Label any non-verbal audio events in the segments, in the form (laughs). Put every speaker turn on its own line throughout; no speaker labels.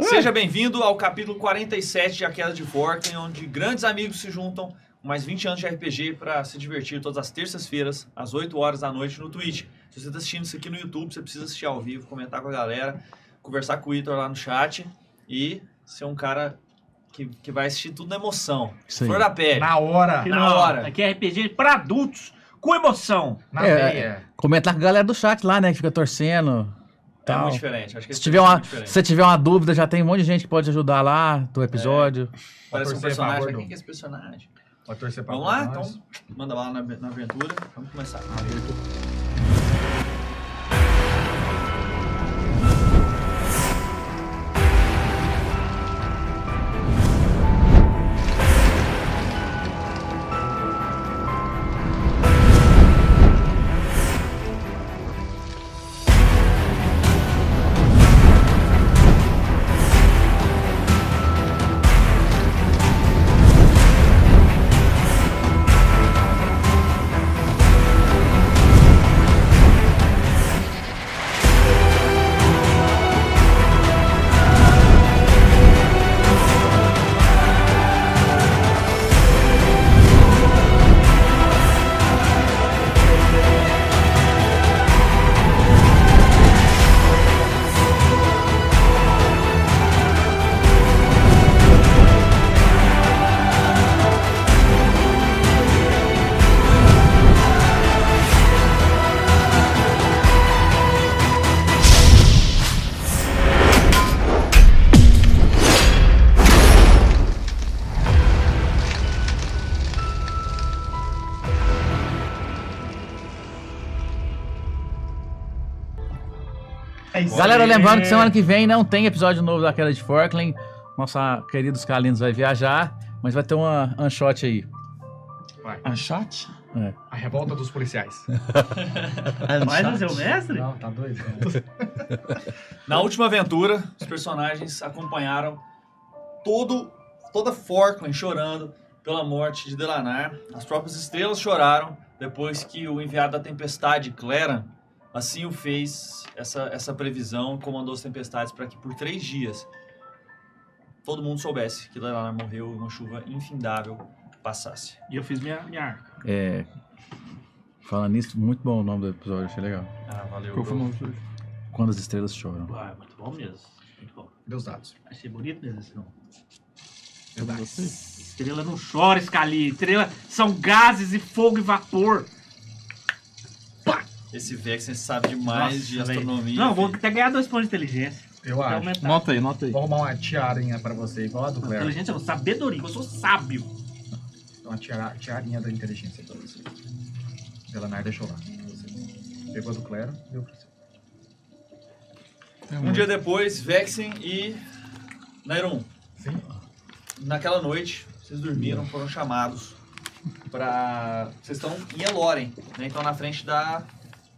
Seja bem-vindo ao capítulo 47 de A Queda de Forken, onde grandes amigos se juntam com mais 20 anos de RPG para se divertir todas as terças-feiras, às 8 horas da noite, no Twitch. Se você está assistindo isso aqui no YouTube, você precisa assistir ao vivo, comentar com a galera, conversar com o Itor lá no chat e ser um cara que, que vai assistir tudo na emoção.
Isso aí.
Flor da pele.
Na hora,
Que
na,
na hora.
Aqui é RPG pra adultos, com emoção.
É,
veia.
Comentar com a galera do chat lá, né? Que fica torcendo.
É
Tá
tal.
muito diferente. Acho que
Se
esse
tiver,
é muito
uma,
diferente.
se tiver uma dúvida, já tem um monte de gente que pode ajudar lá do episódio.
É.
Parece um
Torcer a
personagem.
favor
Mas
do-
Quem que é esse personagem?
Pode torcer pra
Vamos lá?
nós.
Então, manda lá na, na aventura. Vamos começar.
É isso
Galera,
aí.
lembrando que semana que vem não tem episódio novo da Queda de Forkling. Nossa queridos Calinos vai viajar, mas vai ter uma unshot aí.
Vai.
Anshot?
A revolta dos policiais.
Mais é o seu mestre?
Não, tá doido.
Na última aventura, os personagens acompanharam todo, toda Forkland chorando pela morte de Delanar. As próprias estrelas choraram depois que o enviado da tempestade, Clara, assim o fez essa, essa previsão, comandou as tempestades para que por três dias todo mundo soubesse que Delanar morreu e uma chuva infindável passasse.
E eu fiz minha, minha arca.
É. Falando nisso, muito bom o nome do episódio, achei legal.
Ah, valeu.
Qual foi o
Bruno.
nome do
Quando as estrelas choram.
Ah, muito bom mesmo. Muito bom.
Meus dados.
Achei bonito mesmo esse nome.
Verdade.
Estrela não chora, Scali. Estrela são gases e fogo e vapor.
Esse Vexen sabe demais
Nossa,
de
velho.
astronomia.
Não, vou
filho.
até ganhar dois pontos de inteligência.
Eu
Até
acho.
aumentar.
Nota aí, nota aí.
Vou arrumar uma tiarinha pra você, igual a do Claire.
Inteligência não, sabedoria. Eu sou sábio.
Uma tiara, tiarinha da inteligência pra você. Delanar deixou lá. Você. Pegou a do Claire, deu pra você.
Tem
Um dia depois, Vexen e Nairon.
Sim.
Naquela noite, vocês dormiram, foram chamados pra. Vocês estão em Eloren, né? Então na frente da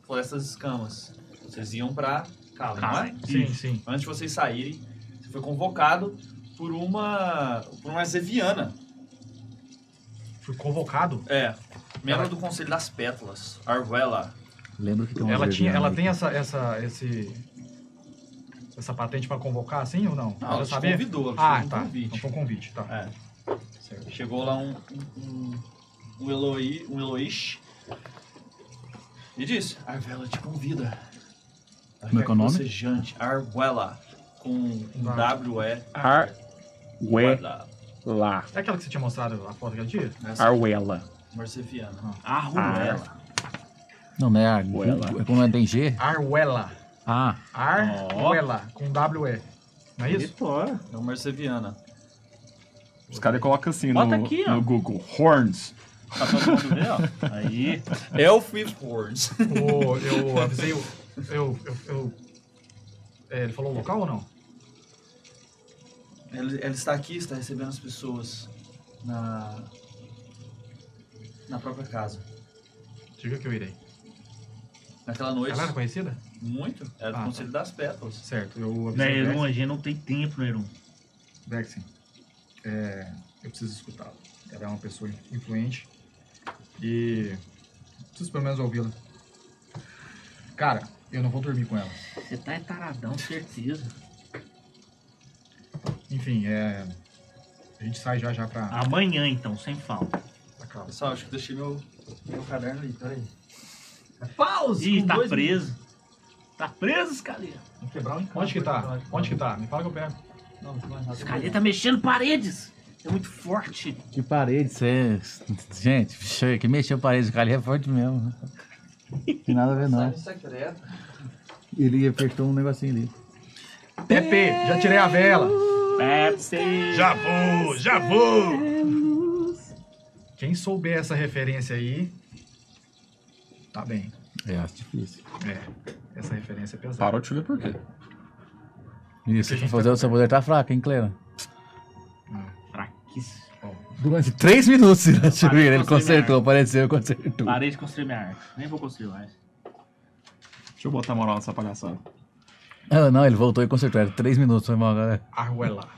Floresta das Escamas. Vocês iam pra Cala, não é?
Cala.
Sim, sim.
Antes de vocês saírem, você foi convocado por uma. por uma Zeviana.
Fui convocado.
É. Membro do Conselho das Pétalas, Arvela.
Lembra que tem uma
Ela, tinha,
Zeviana
ela
aí.
tem essa, essa, esse, essa patente pra convocar, assim ou não?
Não,
Já
ela te
sabia?
convidou, ela te
Ah,
fez um
tá. Então
convite.
foi um convite, tá.
É.
Certo.
Chegou lá um, um, um, Eloi, um Eloish e disse: Arvela te convida. Ela
Como é
quer
que é o nome?
Você jante, Arvela, com um
Ah.
W-E.
Arwe
Arvela,
lá.
É aquela que você tinha mostrado a foto aquele dia?
nessa
Arwela.
Marcefiana.
Ah.
Arruela.
Não, não é a
Goela.
é Como é tem G?
Arwella.
Ah,
Arwella, com W-E. Não é isso?
É uma Marceviana.
Os caras colocam assim no,
Bota aqui, ó.
no Google. Horns.
Tá todo mundo vendo? ó?
(laughs)
Aí.
Elf with Horns. (laughs)
O- eu avisei o. Eu, eu, eu- é, ele falou o local ou não?
Ela, ela está aqui, está recebendo as pessoas na. na própria casa.
Diga que eu irei.
Naquela noite,
Ela era conhecida?
muito, era do
Ah, tá.
Conselho das Pétalas.
Certo, eu avisei o
Neron, a gente não tem tempo, né, Neron.
Vexen. É, eu preciso escutá-la. Ela é uma pessoa influente e preciso pelo menos ouvi-la. Cara, eu não vou dormir com ela.
Você tá é taradão, certeza.
Enfim, é. A gente sai já já pra,
Amanhã, então, sem falta.
pra casa.
Pessoal, acho que deixei meu, meu caderno ali, peraí.
Pause!
Ih,
com
tá
dois
preso. Tá preso, Scalia.
Vamos
um
quebrar o encanto.
Onde que tá? Onde que tá? Me fala que eu pego.
Não, não tem mais nada.
Scalia tá mexendo paredes. É muito forte.
Que parede, você. Gente, vixe, que mexeu parede, o cara é forte mesmo. né? Tem nada a ver, não.
secreto.
Ele apertou um negocinho ali.
Pepe, já tirei a vela.
Pepe.
Já vou, já vou. Quem souber essa referência aí, tá bem.
É, acho difícil.
É, essa referência é pesada.
Parou de chover por quê?
Isso, pra fazer o seu poder tá fraco, hein, Clera?
Fraquíssimo.
Durante três minutos, né, Ah. Chuir, ele
Parece que eu sei
consertou, apareceu, consertou.
Parei de construir minha arte. Nem vou construir mais.
Deixa eu botar moral nessa palhaçada.
Ah, não, ele voltou e consertou, era três minutos, foi mal, galera.
Arruela.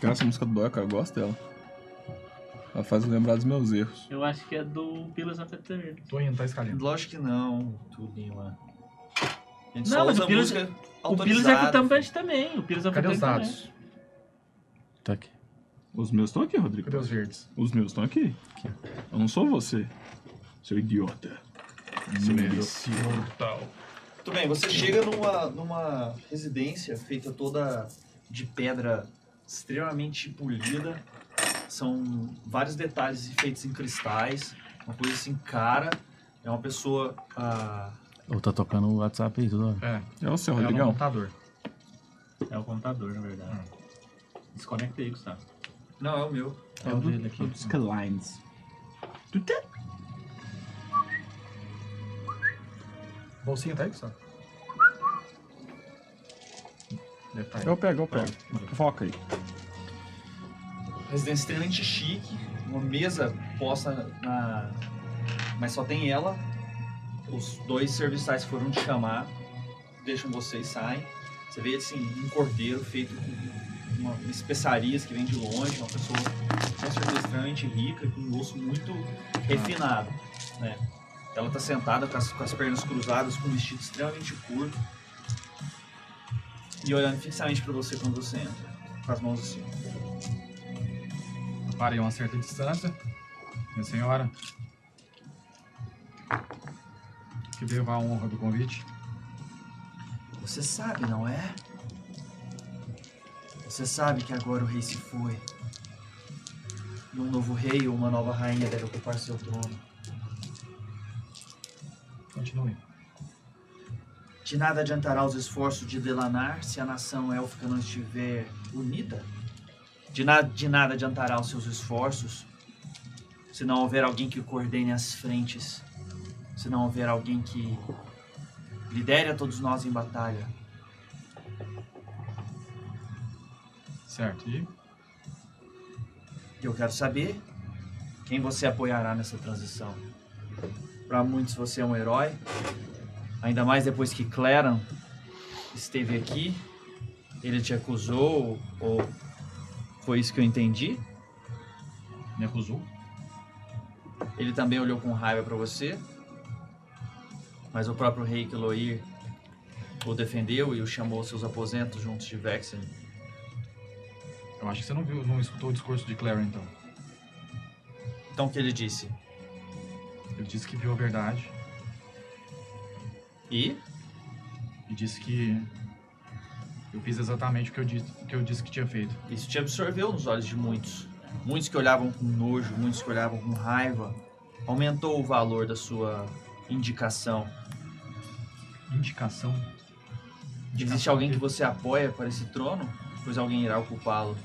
Cara, essa música do Dóia, cara, eu gosto dela. Ela faz eu lembrar dos meus erros.
Eu acho que é do Pillars of Eternity.
Tô indo, tá escalando.
Lógico que não, tudinho lá. A gente
Não,
só
mas
usa
o Pillars-
música
O Pillars é
autorizada.
do Thumbed também. O Pillars of
Cadê os
Eternity também.
dados?
Tá aqui.
Os meus estão aqui, Rodrigo.
Cadê os verdes?
Os meus estão aqui. Eu não sou você, seu idiota. Seu imbecil.
Tudo bem, você chega numa, numa residência feita toda de pedra extremamente polida. São vários detalhes feitos em cristais, uma coisa assim cara. É uma pessoa ah,
Ou tá tocando o WhatsApp aí, tudo. ó.
É,
É você,
é o
Rodrigão.
computador. Hum.
É o computador, na verdade. Desconecta aí, Gustavo.
Não, é o meu.
É o dele aqui. Dos Kalines.
tá- Bolsinha tá aí, pessoal? Deve tá aí.
Eu pego, eu pego. Foca aí.
Residência extremamente chique, uma mesa posta na. Mas só tem ela. Os dois serviçais foram te chamar, deixam você e saem. Você vê assim, um cordeiro feito com uma, uma especiarias que vem de longe, uma pessoa com certeza extremamente rica, com um gosto muito refinado. Né? Ela tá sentada com as, com as pernas cruzadas, com um vestido extremamente curto. E olhando fixamente para você quando você entra, com as mãos assim.
Parei a uma certa distância. Minha senhora. Que deva a honra do convite.
Você sabe, não é? Você sabe que agora o rei se foi. E um novo rei ou uma nova rainha deve ocupar seu trono.
Continue.
De nada adiantará os esforços de Delanar se a nação élfica não estiver unida. De, na de nada adiantará os seus esforços se não houver alguém que coordene as frentes. Se não houver alguém que lidere a todos nós em batalha.
Certo. E
E Eu quero saber quem você apoiará nessa transição. Para muitos você é um herói, ainda mais depois que Claran esteve aqui, ele te acusou ou foi isso que eu entendi?
me acusou?
Ele também olhou com raiva para você, mas o próprio rei Keloir o defendeu e o chamou aos seus aposentos juntos de Vexen.
Eu acho que você não viu, não escutou o discurso de Claire, então.
Então o que ele disse?
Ele disse que viu a verdade
E
e disse que eu fiz exatamente o que eu disse, o que eu disse que tinha feito.
Isso te absorveu nos olhos de muitos. Muitos que olhavam com nojo, muitos que olhavam com raiva. Aumentou o valor da sua indicação.
Indicação.
Existe
Indicação
alguém que
de-
você apoia para esse trono? Pois alguém irá ocupá-lo.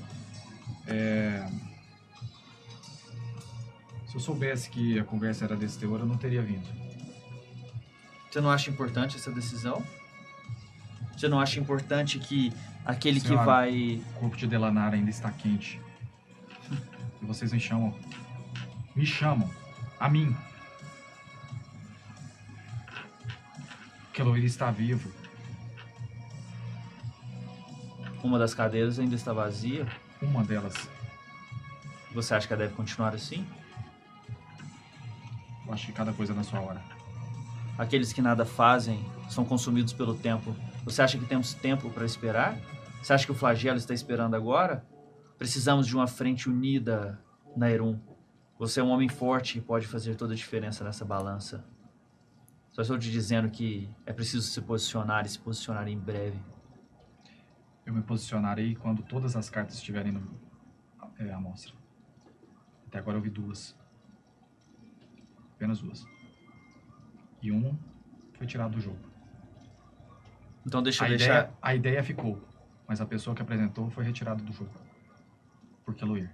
Se eu soubesse que a conversa era desse teor, eu não teria vindo.
Você não acha importante essa decisão? Você não acha importante que aquele que
Senhora.
vai.
O corpo de Delanar ainda está quente. E vocês me chamam. Me chamam. A mim. Keloir está vivo.
Uma das cadeiras ainda está vazia?
Uma delas.
Você acha que ela deve continuar assim?
Eu acho que cada coisa é na sua hora.
Aqueles que nada fazem são consumidos pelo tempo. Você acha que temos tempo para esperar? Você acha que o flagelo está esperando agora? Precisamos de uma frente unida, Nairum. Você é um homem forte e pode fazer toda a diferença nessa balança. Só estou te dizendo que é preciso se posicionar e se posicionar em breve.
Eu me posicionarei quando todas as cartas estiverem no, é, à mostra. Até agora eu vi duas. Apenas duas. E uma foi tirada do jogo.
Então deixa
A
eu deixar.
ideia, a ideia ficou, mas a pessoa que apresentou foi retirada do jogo. Porque Luir.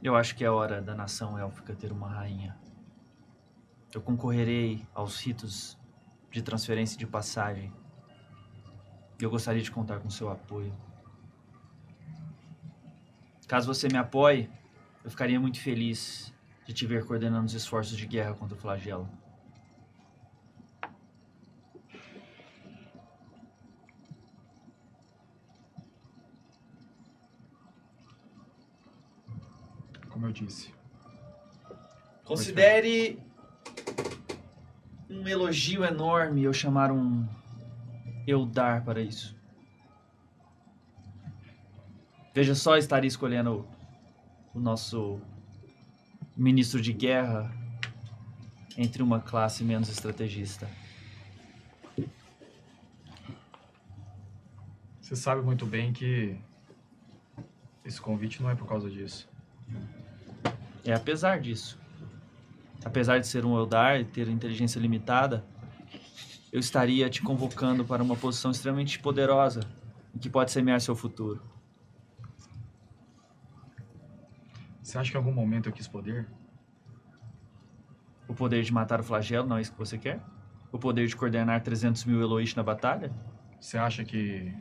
Eu acho que é hora da nação élfica ter uma rainha. Eu concorrerei aos ritos de transferência de passagem. E eu gostaria de contar com seu apoio. Caso você me apoie, eu ficaria muito feliz de te ver coordenando os esforços de guerra contra o flagelo.
como eu disse.
Considere um elogio enorme eu chamar um Eldar para isso. Veja só, estaria escolhendo o nosso ministro de guerra entre uma classe menos estrategista.
Você sabe muito bem que esse convite não é por causa disso.
É apesar disso. Apesar de ser um Eldar e ter inteligência limitada, eu estaria te convocando para uma posição extremamente poderosa e que pode semear seu futuro.
Você acha que em algum momento eu quis poder?
O poder de matar o flagelo, não é isso que você quer? O poder de coordenar 300 mil Eloís na batalha?
Você acha que,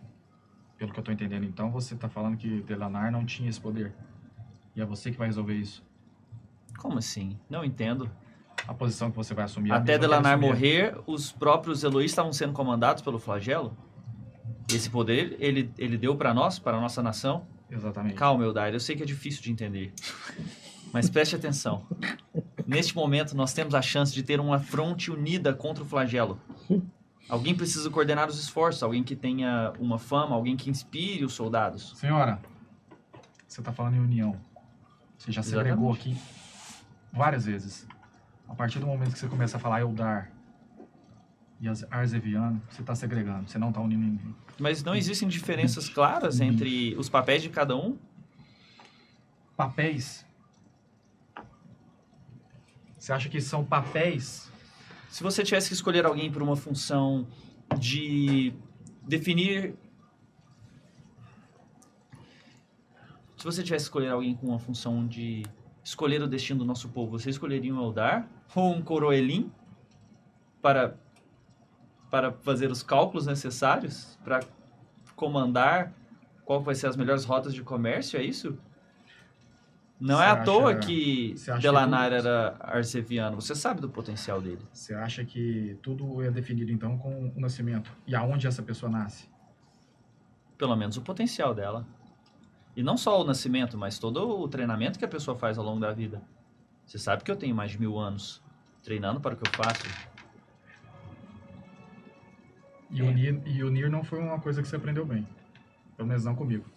pelo que eu tô entendendo então, você tá falando que Delanar não tinha esse poder? E é você que vai resolver isso?
Como assim? Não entendo.
A posição que você vai assumir é a
Até
mesma que ele
Delanar
assumia.
morrer, os próprios Eloís estavam sendo comandados pelo flagelo? Esse poder, ele, ele deu pra nós, para a nossa nação?
Exatamente.
Calma, Eldar, eu sei que é difícil de entender. Mas preste atenção. Neste momento, nós temos a chance de ter uma fronte unida contra o flagelo. Alguém precisa coordenar os esforços, alguém que tenha uma fama, alguém que inspire os soldados.
Senhora, você tá falando em união. Você já
Exatamente.
segregou aqui várias vezes. A partir do momento que você começa a falar Eldar e as- Arzeviano, você tá segregando, você não tá unindo ninguém.
Mas não existem diferenças claras entre os papéis de cada um?
Papéis. Você acha que são papéis
Se você tivesse que escolher alguém por uma função de definir. Se você tivesse que escolher alguém com uma função de escolher o destino do nosso povo, você escolheria um Eldar ou um Coroelim para, para fazer os cálculos necessários para comandar qual vai ser as melhores rotas de comércio, é isso? Não é
Você
à toa
acha-
que
você acha que é
Delanar
eu-
era arceviano. Você sabe do potencial dele.
Você acha que tudo é definido então com o nascimento e aonde essa pessoa nasce?
pelo menos o potencial dela. E não só o nascimento, mas todo o treinamento que a pessoa faz ao longo da vida. Você sabe que eu tenho mais de mil anos treinando para o que eu faço.
E, unir, e unir não foi uma coisa que você aprendeu bem. Pelo menos não comigo.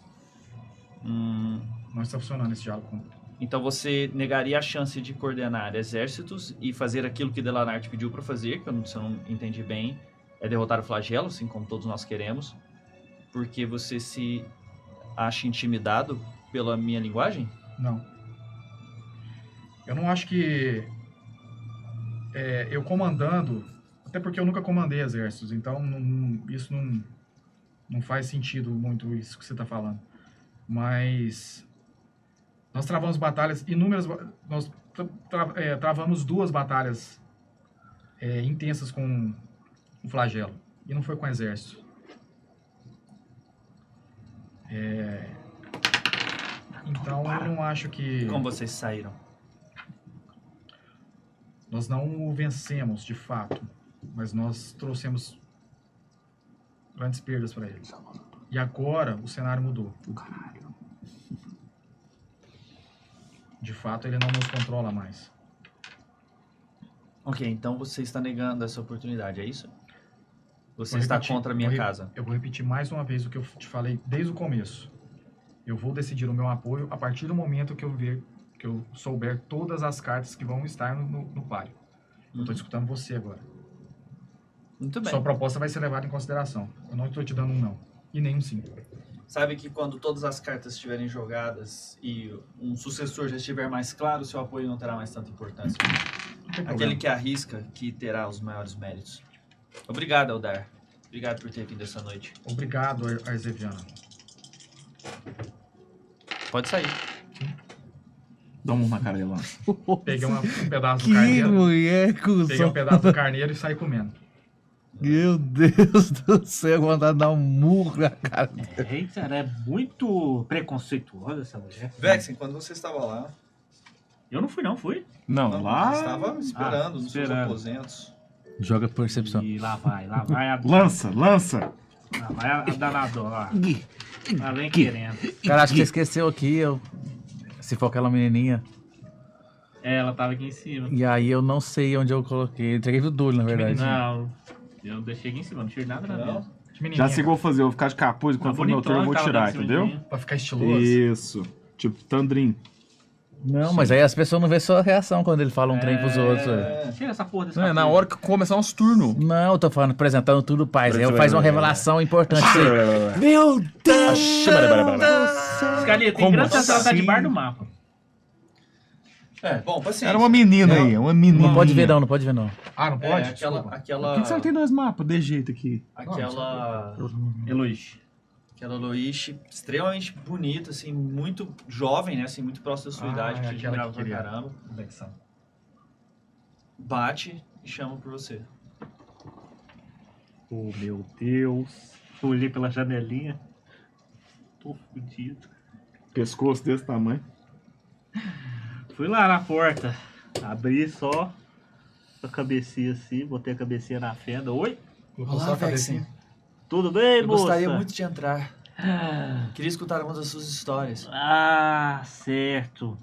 Hum,
Não está funcionando esse diálogo. com-
então você negaria a chance de coordenar exércitos e fazer aquilo que Delanar te pediu para fazer, que eu não, se eu não entendi bem, é derrotar o flagelo, assim como todos nós queremos, porque você se acha intimidado pela minha linguagem?
Não. Eu não acho que é, eu comandando, até porque eu nunca comandei exércitos, então não- não- isso não, não faz sentido muito isso que você está falando. Mas nós travamos batalhas inúmeras, ba- nós tra- tra- é, travamos duas batalhas é, intensas com o flagelo e não foi com o exército. É, então eu não acho que
Como vocês saíram?
nós não o vencemos de fato, mas nós trouxemos grandes perdas para ele. E agora o cenário mudou. De fato, ele não nos controla mais.
Ok, então você está negando essa oportunidade, é isso? Você
Vou
está
repetir,
contra a minha
vou re-
casa.
Eu vou repetir mais uma vez o que eu te falei desde o começo. Eu vou decidir o meu apoio a partir do momento que eu ver, que eu souber todas as cartas que vão estar no, no, no páreo. Eu tô escutando você agora.
Uhum. Muito Uhum. bem.
Sua proposta vai ser levada em consideração. Eu não estou te dando um não. E nem um sim.
Sabe que quando todas as cartas estiverem jogadas e um sucessor já estiver mais claro, seu apoio não terá mais tanta importância.
Não
Aquele
tem problema.
que arrisca que terá os maiores méritos. Obrigado, Eldar. Obrigado por ter vindo essa noite.
Obrigado, Ar- Arzeviana.
Pode sair.
Dá um murro na cara dele lá.
Peguei uma- um pedaço do
Que
carneiro.
mulher,
Peguei um
cuzão.
pedaço do carneiro e saí comendo.
Meu Deus do céu, vontade de dar um murro na cara.
Eita, ela é muito preconceituosa essa mulher.
Vexen, quando você estava lá,
Eu não fui, não, fui.
Não,
não,
lá. Ah,
você estava esperando nos seus
esperando.
aposentos.
Joga percepção.
E lá vai, lá vai a,
Lança, lança.
lá vai a danadora. Lá vem querendo.
Cara, acho que você esqueceu aqui. Eu... Se for aquela menininha.
É, ela tava aqui em cima.
E aí eu não sei onde eu coloquei. Eu entreguei pro Dulho, na verdade.
Não, eu deixei aqui em cima, não tirei nada na
Não?
mesa.
Que menininha,
Já sei o que eu vou fazer, eu vou ficar de capuz,
Tá
quando for no meu turno
bonitona,
eu vou
tava
tirar,
aqui em cima
entendeu?
de mim.
Pra ficar estiloso.
Isso. Tipo, Tandrin.
Não, mas aí as pessoas não vê sua reação quando ele fala um trem pros outros. velho.
É.
Tira essa porra desse
Não, é na
capuz.
hora que começar nosso turno.
Não, eu tô falando, apresentando tudo paz. Aí eu faz uma revelação importante. Você... Meu Deus!
Scalia, tem
Como
grande chance ela tá de
assim?
bar do mapa.
É, bom, paciência.
Era uma menina aí, uma menina.
Não pode ver não, não pode ver não.
Ah, não
É,
pode?
aquela,
Desculpa.
aquela,
Por que que você não tem dois mapas de jeito aqui?
aquela,
Eloy.
aquela Loish é extremamente bonita, assim, muito jovem, né, assim, muito próxima da sua
Ah,
idade, que é
é
te
aquela
admirava
que
pra
queria.
caramba.
Conexão.
Bate e chama por você.
Oh, meu Deus. Eu olhei pela janelinha. Tô fudido.
Pescoço desse tamanho.
Fui lá na porta. Abri só a cabecinha assim, botei a cabecinha na fenda. Oi,
Colocou só assim. a cabecinha.
tudo bem,
Eu
moça?
gostaria muito de entrar.
Ah,
Queria escutar uma das suas histórias.
Ah, certo.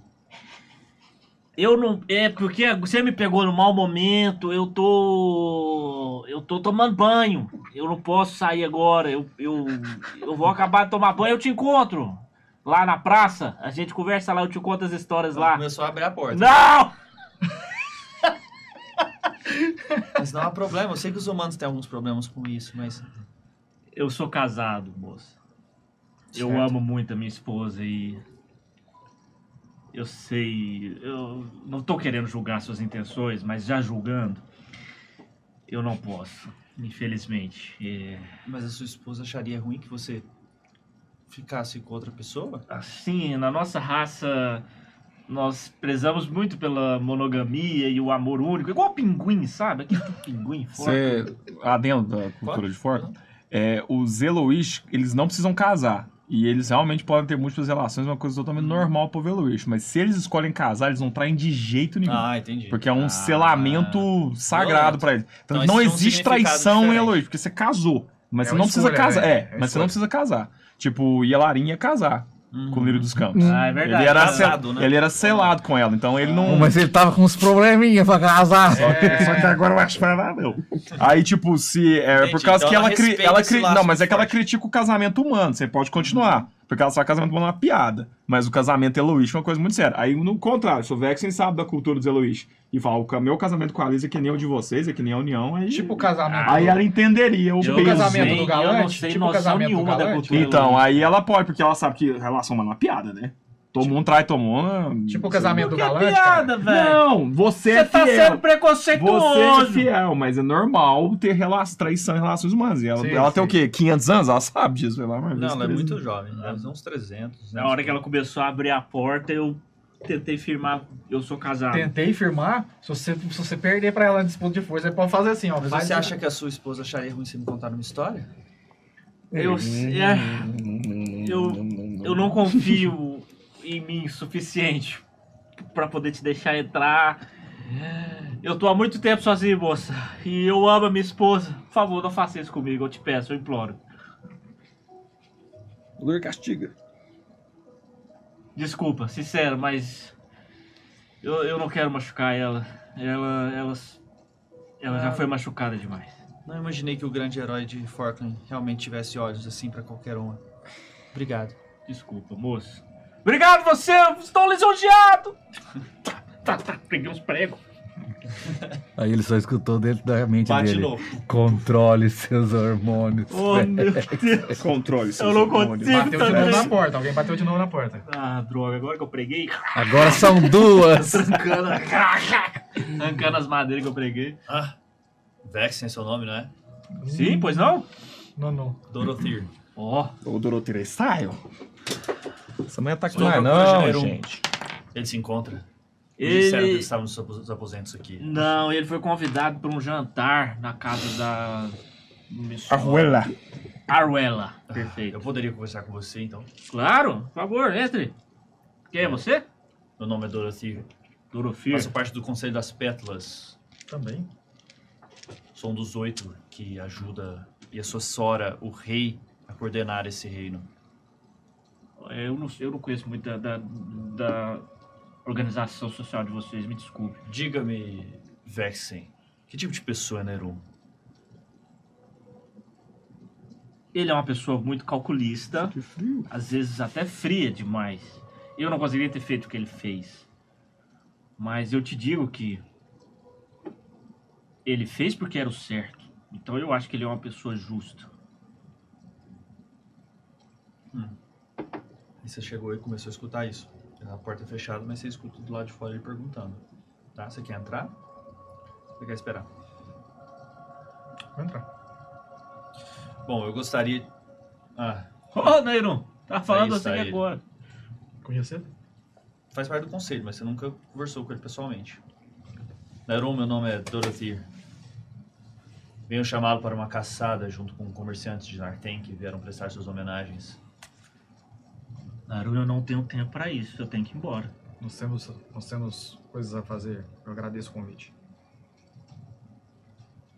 Eu não. É porque você me pegou no mau momento. Eu tô. Eu tô tomando banho. Eu não posso sair agora. Eu, eu, eu vou acabar de tomar banho. Eu te encontro lá na praça. A gente conversa lá. Eu te conto as histórias
Ela
lá.
começou a abrir a porta.
Não!
Mas não há problema. Eu sei que os humanos têm alguns problemas com isso, mas.
Eu sou casado, moça. Eu
Certo.
amo muito a minha esposa e. Eu sei. Eu não tô querendo julgar suas intenções, mas já julgando, eu não posso. Infelizmente. É,
Mas a sua esposa acharia ruim que você ficasse com outra pessoa?
Assim, na nossa raça, nós prezamos muito pela monogamia e o amor único. Igual pinguim, sabe? Aquele tipo pinguim forte.
Você, lá dentro da cultura de Forca, é, os Eloish, eles não precisam casar. E eles realmente podem ter múltiplas relações, uma coisa totalmente normal pro Eloish. Mas se eles escolhem casar, eles não traem de jeito nenhum.
Ah, entendi.
Porque é um
Ah.
selamento sagrado pra eles. Então,
Então,
não
isso tem um
existe
significado
traição em
diferente.
Eloy, porque você casou. Mas
É
você
uma
não precisa
escolha,
casar.
né?
É,
É uma
mas você
escolha.
não precisa casar. Tipo, Yelarin ia casar
Uhum.
com o Lírio dos Campos.
Ah, é verdade.
ele, era
casado,
sel-
né?
ele era selado com ela, então ele não.
Mas ele tava com uns probleminha pra casar.
Só,
É.
que, só que agora eu acho que vai não. (laughs) Aí, tipo, se. É
Entendi,
por causa
então
que
ela
ela. Cri...
respeita
ela
esse
cri-
laço
Não, mas é que ela
forte.
critica o casamento humano. Você pode continuar. Porque ela só casamento humano é uma piada. Mas o casamento Eloís é uma coisa muito séria. Aí, no contrário, se o Vexen sabe da cultura dos Eloís e fala, o ca- meu casamento com a Liz é que nem o de vocês, é que nem a união, aí.
Tipo o casamento.
Aí ela entenderia o
Tipo,
Eu
peso.
casamento do
sei, Eu não
Galante,
sei
tipo o
noção
casamento do
nenhuma da
Galante.
cultura.
Então,
Lula.
aí ela pode, porque ela sabe que relação humana é uma piada, né? Todo
Tipo-
mundo trai, todo mundo.
Tipo o casamento do
Que
galante, cara.
piada, velho.
Não, você, é
Você tá
fiel.
sendo
Você é
preconceituoso.
fiel, mas é normal ter rela- traição em relações humanas. E ela,
Sim,
ela tem
sim.
o quê? 500 anos? Ela sabe disso, pelo amor de
Não,
Deus.
ela é
Três-
muito jovem. Ela tem uns né? 300.
Na hora que ela começou a abrir a porta, eu tentei firmar. Eu sou casado.
Tentei firmar. Se você, se você perder pra ela na disputa de força, você pode fazer assim, ó.
Mas é
faz-
você acha que a sua esposa acharia ruim se me contar uma história?
Eu, é, eu, eu não confio em mim o suficiente pra poder te deixar entrar. Eu tô há muito tempo sozinho, moça. E eu amo a minha esposa. Por favor, não faça isso comigo, eu te peço, eu imploro.
O Lur castiga.
Desculpa, sincero, mas. Eu, eu não quero machucar ela. Ela. Ela, ela já foi machucada demais.
Não imaginei que o grande herói de Forkland realmente tivesse olhos assim pra qualquer uma. Obrigado.
Desculpa, moço. Obrigado você, eu estou lisonjeado! Tá, tá, peguei uns pregos.
Aí ele só escutou dentro da mente
Bate de
dele.
novo.
Controle seus hormônios.
Oh, meu Deus.
É Controle, seus
Eu não
hormônios.
consigo.
Bateu de novo na porta, alguém bateu de novo na porta.
Ah, droga, agora que eu preguei,
Agora são duas.
(laughs) arrancando, arrancando as madeiras que eu preguei.
Ah, Vexen é seu nome, não é?
Sim, pois não?
Não, não.
Dorothir.
Uhum. Ó,
O Dorotere Style. Essa mulher tá com
Sou eu,
nós, não,
prisioneiro um.
gente.
Ele se encontra. Eles disseram que
ele...
eles estavam nos apos- nos aposentos aqui.
Não, ele foi convidado para um jantar na casa da...
Arruela.
Arwella. Perfeito.
Eu poderia conversar com você, então.
Claro, por favor, entre. Quem é você?
Meu nome é Dorothir.
Dorofir.
Faço parte do Conselho das Pétalas.
Também.
Sou um dos oito que ajuda e assessora o rei a coordenar esse reino.
Eu não, eu não conheço muito da, da- da organização social de vocês, me desculpe.
Diga-me, Vexen, que tipo de pessoa é Nerum?
Ele é uma pessoa muito calculista,
Que frio.
às vezes até fria demais. Eu não conseguiria ter feito o que ele fez. Mas eu te digo que ele fez porque era o certo. Então eu acho que ele é uma pessoa justa.
E você chegou e começou a escutar isso. A porta é fechada, mas você escuta do lado de fora ele perguntando. Tá? Você quer entrar? Você quer esperar?
Vou entrar.
Bom, eu gostaria. Ah,
Ô, Neiron, tá falando
isso
assim
aí.
agora.
Conhecer?
faz parte do conselho, mas você nunca conversou com ele pessoalmente. Nerum, meu nome é Dorothy. Venho chamá-lo para uma caçada junto com comerciantes de Nartem que vieram prestar suas homenagens.
Naru, eu não tenho tempo pra isso, eu tenho que ir embora.
Nós temos, nós temos coisas a fazer. Eu agradeço o convite.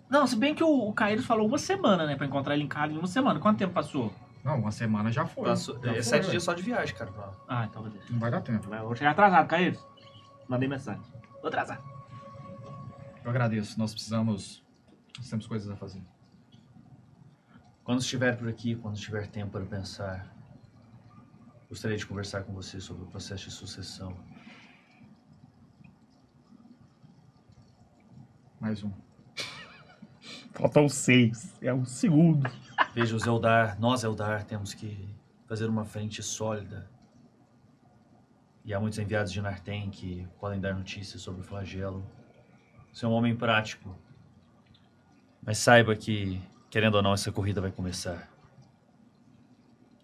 Não, se bem que o, o Caíros falou uma semana, né? Pra encontrar ele em casa em uma semana. Quanto tempo passou?
Não, uma semana já foi.
Passou-
Já
é
foi,
sete
velho.
dias só de viagem, cara. pra lá.
Ah, então beleza.
Não vai dar tempo.
Vai, eu vou chegar atrasado, Caíros. Mandei mensagem. Vou atrasar.
Eu agradeço. Nós precisamos. Nós temos coisas a fazer.
Quando estiver por aqui, quando tiver tempo para pensar, gostaria de conversar com você sobre o processo de sucessão.
Mais um.
Faltam seis. É um segundo.
Veja, os Eldar, nós Eldar, temos que fazer uma frente sólida. E há muitos enviados de Nartem que podem dar notícias sobre o flagelo. Você é um homem prático. Mas saiba que, querendo ou não, essa corrida vai começar.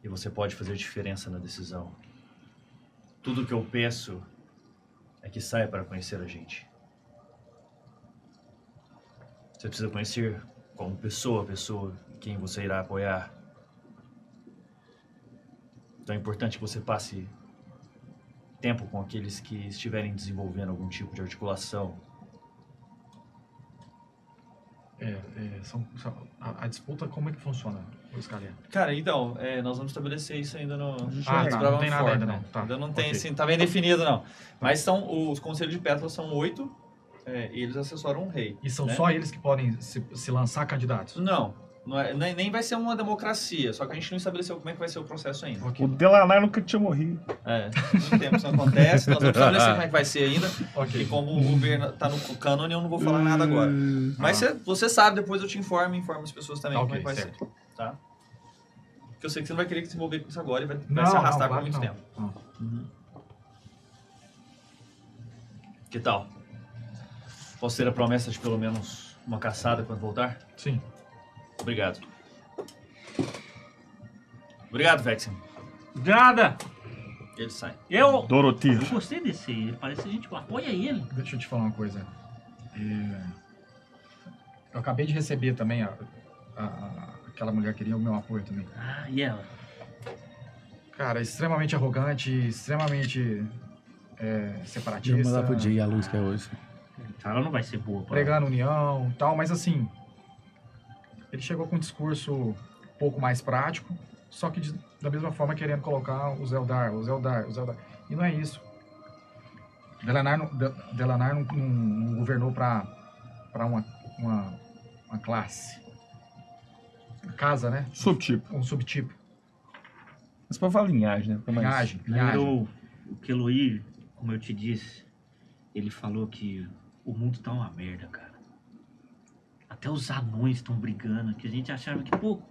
E você pode fazer diferença na decisão. Tudo que eu peço é que saia para conhecer a gente. Você precisa conhecer como pessoa, a pessoa quem você irá apoiar. Então é importante que você passe tempo com aqueles que estiverem desenvolvendo algum tipo de articulação.
É, é, são, são- a, a disputa, como é que funciona, o Scalia?
Cara, então, é, nós vamos estabelecer isso ainda no.
já
no
tá,
Brava
Ah, não tem nada
Ford,
ainda
né?
não, tá,
Ainda não tem,
ok.
assim, tá bem definido não. Mas são, os conselhos de pétalas são oito, é, e eles assessoram um rei.
E são
né?
só eles que podem se, se lançar candidatos?
Não, não é- nem, nem vai ser uma democracia, só que a gente não estabeleceu como é que vai ser o processo ainda.
O
Ok,
Delanar nunca tinha morrido.
É, muito tempo isso não acontece, nós vamos estabelecer como é que vai ser ainda. E
ok.
como o Berna tá no cânone, eu não vou falar nada agora. Mas
Ah.
cê- você sabe, depois eu te informo e informo as pessoas também
Tá,
como é que vai
ok, certo.
ser. Tá? Porque eu sei que você não vai querer se envolver com isso agora e vai, vai
Não,
se arrastar
não,
por muito
claro
tempo.
não.
Que tal? Posso ter a promessa de pelo menos uma caçada quando voltar?
Sim.
Obrigado. Obrigado, Vexen.
Nada!
E Ele sai.
Eu.
Dorotir.
Eu gostei desse aí, ele parece gente boa. Apoia ele.
Deixa eu te falar uma coisa. É, Eu acabei de receber também a, a- a- aquela mulher queria o meu apoio também.
Ah, e ela?
Cara, extremamente arrogante, extremamente é,
Vou mandar
separatista,
pro dia a luz que é hoje.
Então ela não vai ser boa, pô.
pregando união, e tal. Mas assim, ele chegou com um discurso um pouco mais prático, só que de- da mesma forma querendo colocar o Zeldar, o Zeldar, o Zeldar. E não é isso. Delanar não, De- Delanar não, não- não governou para uma, uma, uma classe. Casa, né?
Subtipo.
Um subtipo.
Mas pra falar linhagem, né? Fica mais-
Linhagem, linhagem.
Virou o que Luí, como eu te disse, ele falou que o mundo tá uma merda, cara. Até os anões estão brigando, que a gente achava que, pô,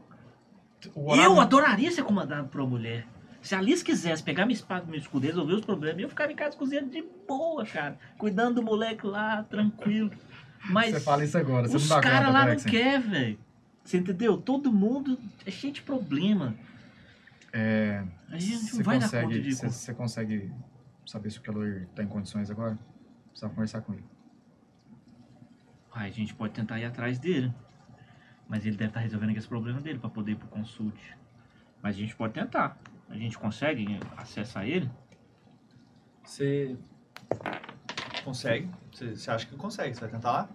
O
eu
horário-
adoraria ser comandado por uma mulher. Se a Liz quisesse pegar minha espada, meu escudo, resolver os problemas, eu ficava em casa cozinhando de boa, cara. Cuidando do moleque lá, tranquilo. Mas
Você fala isso agora, você
os
não dá
caras
conta,
lá não
Vexen.
quer, velho. Você entendeu? Todo mundo é cheio de problema.
É,
A gente
você
não vai dar conta
consegue,
de
você, você consegue saber se o Keloir tá em condições agora? Precisa conversar com ele.
Ah, a gente pode tentar ir atrás dele. Mas ele deve estar resolvendo aqui esse problema dele para poder ir pro consulte. Mas a gente pode tentar. A gente consegue acessar ele?
Você consegue? Você, você acha que consegue? Você vai tentar lá?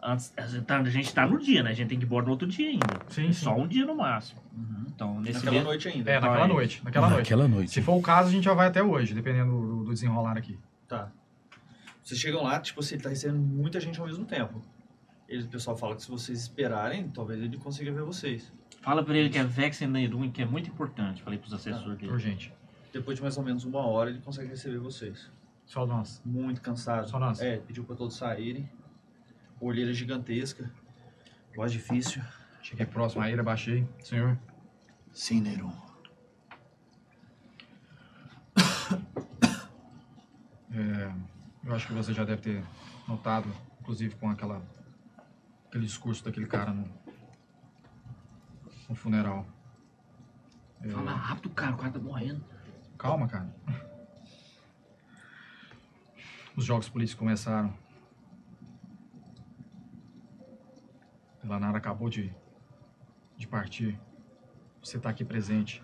Antes, a gente tá- a gente tá no dia, né? A gente tem que ir embora no outro dia ainda.
Sim,
Só um dia no máximo. Então, nesse
Uhum. Naquela
meio-
noite ainda.
É, naquela
Vai.
noite, naquela noite.
Naquela noite.
Se for o caso, a gente já vai até hoje, dependendo do, do desenrolar aqui.
Tá. Vocês chegam lá, tipo, assim, ele tá recebendo muita gente ao mesmo tempo. Ele, o pessoal fala que se vocês esperarem, talvez ele consiga ver vocês.
Fala pra ele que é Vexen Neirun, que é muito importante. Falei pros assessores dele.
Urgente.
Depois de mais ou menos uma hora, ele consegue receber vocês.
Só nós.
Muito cansado.
Só nós.
É, pediu pra todos saírem. Olheira gigantesca. Voz difícil.
Cheguei próximo à ilha, baixei. Senhor,
Sim,
(coughs)
Neron.
É, eu acho que você já deve ter notado, inclusive com aquela aquele discurso daquele cara no, no funeral. É,
Fala rápido, cara. O cara tá morrendo.
Calma, cara. Os jogos políticos começaram. Elanara acabou de, de partir. Você tá aqui presente.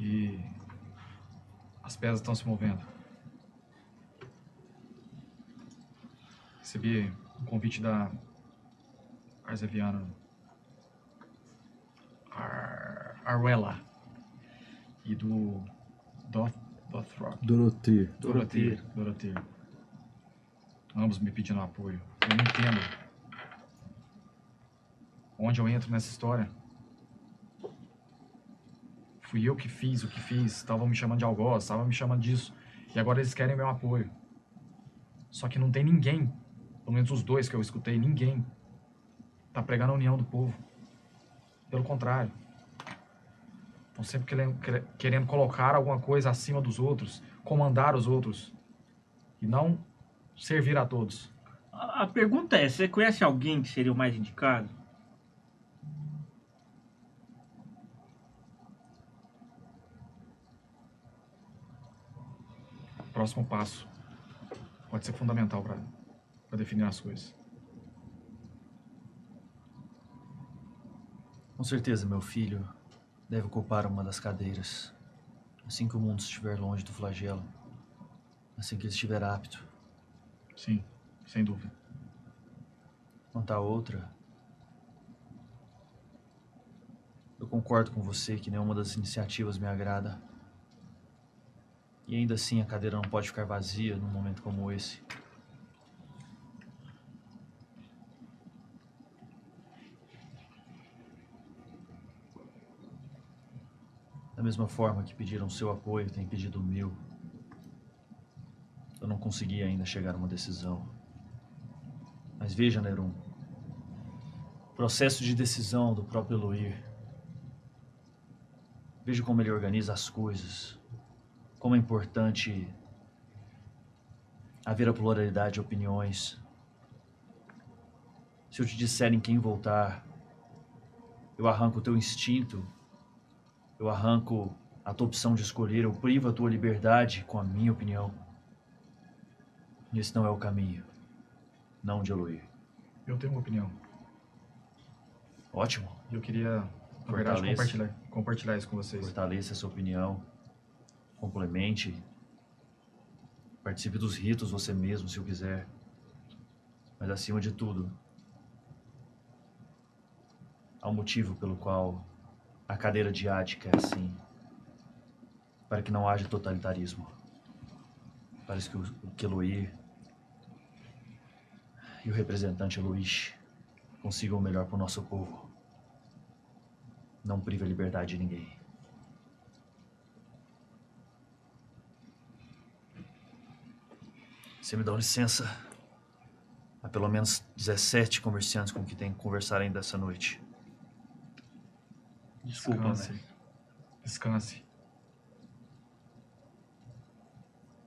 E as pedras estão se movendo. Recebi um convite da Arzeviana. Ar... Arwella. E do Doth... Dothrock.
Dorothy.
Doroteiro. Doroteiro. Ambos me pedindo apoio. Eu não entendo. Onde eu entro nessa história? Fui eu que fiz o que fiz. Estavam me chamando de algoz, estavam me chamando disso. E agora eles querem meu apoio. Só que não tem ninguém, pelo menos os dois que eu escutei, ninguém, tá pregando a união do povo. Pelo contrário. Estão sempre querendo, quere- querendo colocar alguma coisa acima dos outros, comandar os outros. E não servir a todos.
A, a pergunta é, você conhece alguém que seria o mais indicado?
O próximo passo pode ser fundamental para definir as coisas.
Com certeza, meu filho deve ocupar uma das cadeiras. Assim que o mundo estiver longe do flagelo. Assim que ele estiver apto.
Sim, sem dúvida.
Quanto à outra, eu concordo com você que nenhuma das iniciativas me agrada. E ainda assim a cadeira não pode ficar vazia num momento como esse. Da mesma forma que pediram seu apoio, tem pedido o meu. Eu não consegui ainda chegar a uma decisão. Mas veja, Neron. O processo de decisão do próprio Eloir. Veja como ele organiza as coisas. Como é importante haver a pluralidade de opiniões. Se eu te disser em quem voltar, eu arranco o teu instinto, eu arranco a tua opção de escolher, eu privo a tua liberdade com a minha opinião. E esse não é o caminho, não de Eloir.
Eu tenho uma opinião.
Ótimo.
E eu queria, na verdade,
Fortaleza.
compartilhar, compartilhar isso com vocês.
Fortaleça a sua opinião. Complemente. Participe dos ritos você mesmo, se o quiser. Mas acima de tudo, há um motivo pelo qual a cadeira diática é assim. Para que não haja totalitarismo. Para que o, que Eloir e o representante Luiz consiga o melhor para o nosso povo. Não prive a liberdade de ninguém. Você me dá licença. Há pelo menos 17 comerciantes com que tenho que conversar ainda essa noite. Desculpa,
Descanse.
né?
Descanse.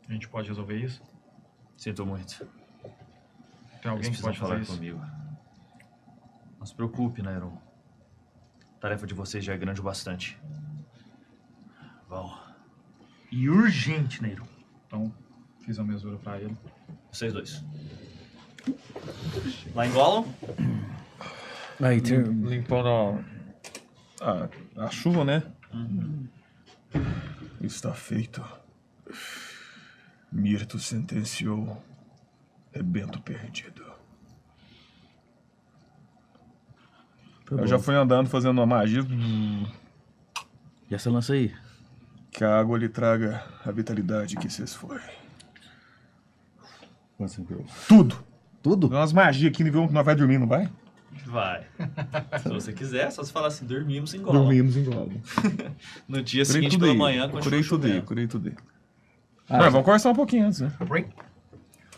A gente pode resolver isso?
Sinto muito.
Tem alguém
Eles
que
precisam
pode fazer
falar
isso?
comigo. Não se preocupe, Nairon. A tarefa de vocês já é grande o bastante. Vão.
E urgente, Neiro.
Então, fiz a mesura pra ele.
Vocês dois. Lá engolam?
Aí, tem...
Limpando a, a, a chuva, né? Está feito. Mirto sentenciou. É Bento perdido. Eu já fui andando fazendo uma magia
E essa lança aí?
que a água lhe traga a vitalidade que vocês foram. Tudo!
Tudo?
Dá umas magias aqui nível 1 que nós vai dormir, não vai?
(laughs) Vai. se você quiser, só se falar assim, dormimos, engola.
Dormimos em Globo.
No dia
Curei
seguinte,
tudo
pela
aí.
manhã, continua
Curei tudo aí,
chovendo.
curei tudo aí.
Ah,
Ué, vamos conversar um pouquinho antes, né?
Break.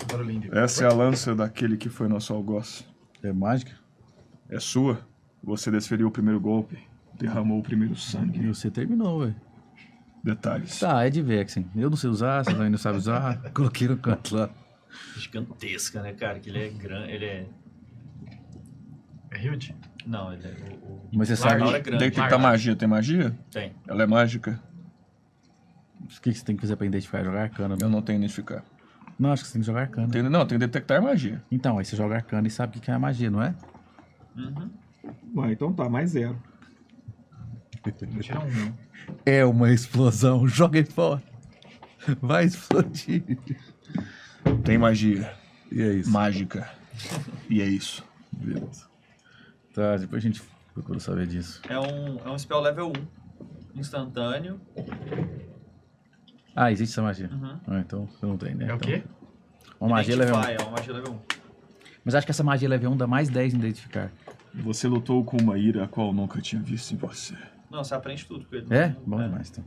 Barulhinho de
Essa é a lança daquele que foi nosso algoz.
É mágica?
É sua. Você desferiu o primeiro golpe, derramou o primeiro
E
sangue.
você terminou, velho.
Detalhes.
Tá, é de Vexen. Eu não sei usar, você também não sabe usar. (laughs) Coloquei no canto lá.
Gigantesca, né, cara? Que ele é grande. Ele é.
É Hilde?
Não, ele é. O, o...
Mas você
Large.
sabe
Laura é
o
grande.
Detectar magia, tem magia?
Tem.
Ela é mágica?
que que você tem que fazer pra identificar? Jogar arcana. né?
Eu não tenho identificar.
Não, acho que você tem que jogar arcana.
Tem- não, tem que detectar magia.
Então, aí você joga arcana e sabe o que que é a magia, não é?
Uhum.
Ah, então tá, mais zero.
Não tira um, não.
É uma explosão. (laughs) Joga ele fora. Vai explodir.
Tem magia.
E é isso.
Mágica. E é isso.
Beleza. Tá, depois a gente procura saber disso.
É um, é um spell level 1. Instantâneo.
Ah, existe essa magia.
Uhum.
Ah, então você não tem, né?
É o
Então,
quê?
Uma magia level 1.
Identify, É uma magia level 1.
Mas acho que essa magia level 1 dá mais 10 em identificar.
Você lutou com uma ira a qual nunca tinha visto em você.
Não, você aprende tudo com ele.
É? Bom demais, então.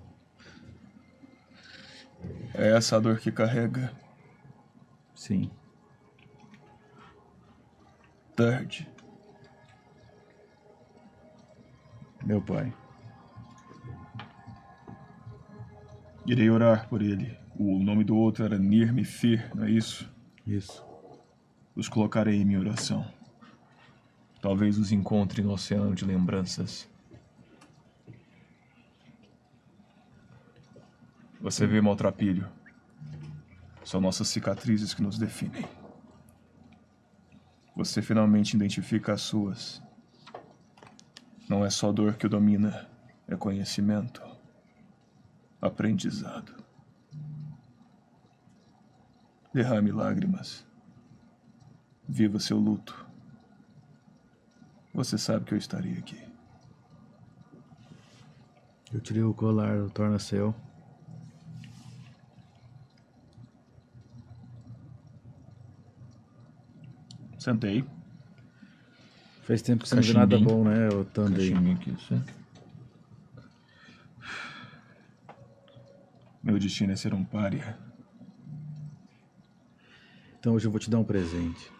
É essa a dor que carrega.
Sim.
Tarde.
Meu pai.
Irei orar por ele. O nome do outro era Nirmifir, não é isso?
Isso.
Os colocarei em minha oração. Talvez os encontre no oceano de lembranças. Você vê, maltrapilho. São nossas cicatrizes que nos definem. Você finalmente identifica as suas. Não é só dor que o domina, é conhecimento. Aprendizado. Derrame lágrimas. Viva seu luto. Você sabe que eu estaria aqui.
Eu tirei o colar do tornacel.
Sentei.
Faz tempo que você não vê nada
Cachimbinho.
bom, né, o Thunder?
Cachimbinho aqui, isso. Meu destino é ser um pária.
Então hoje eu vou te dar um presente.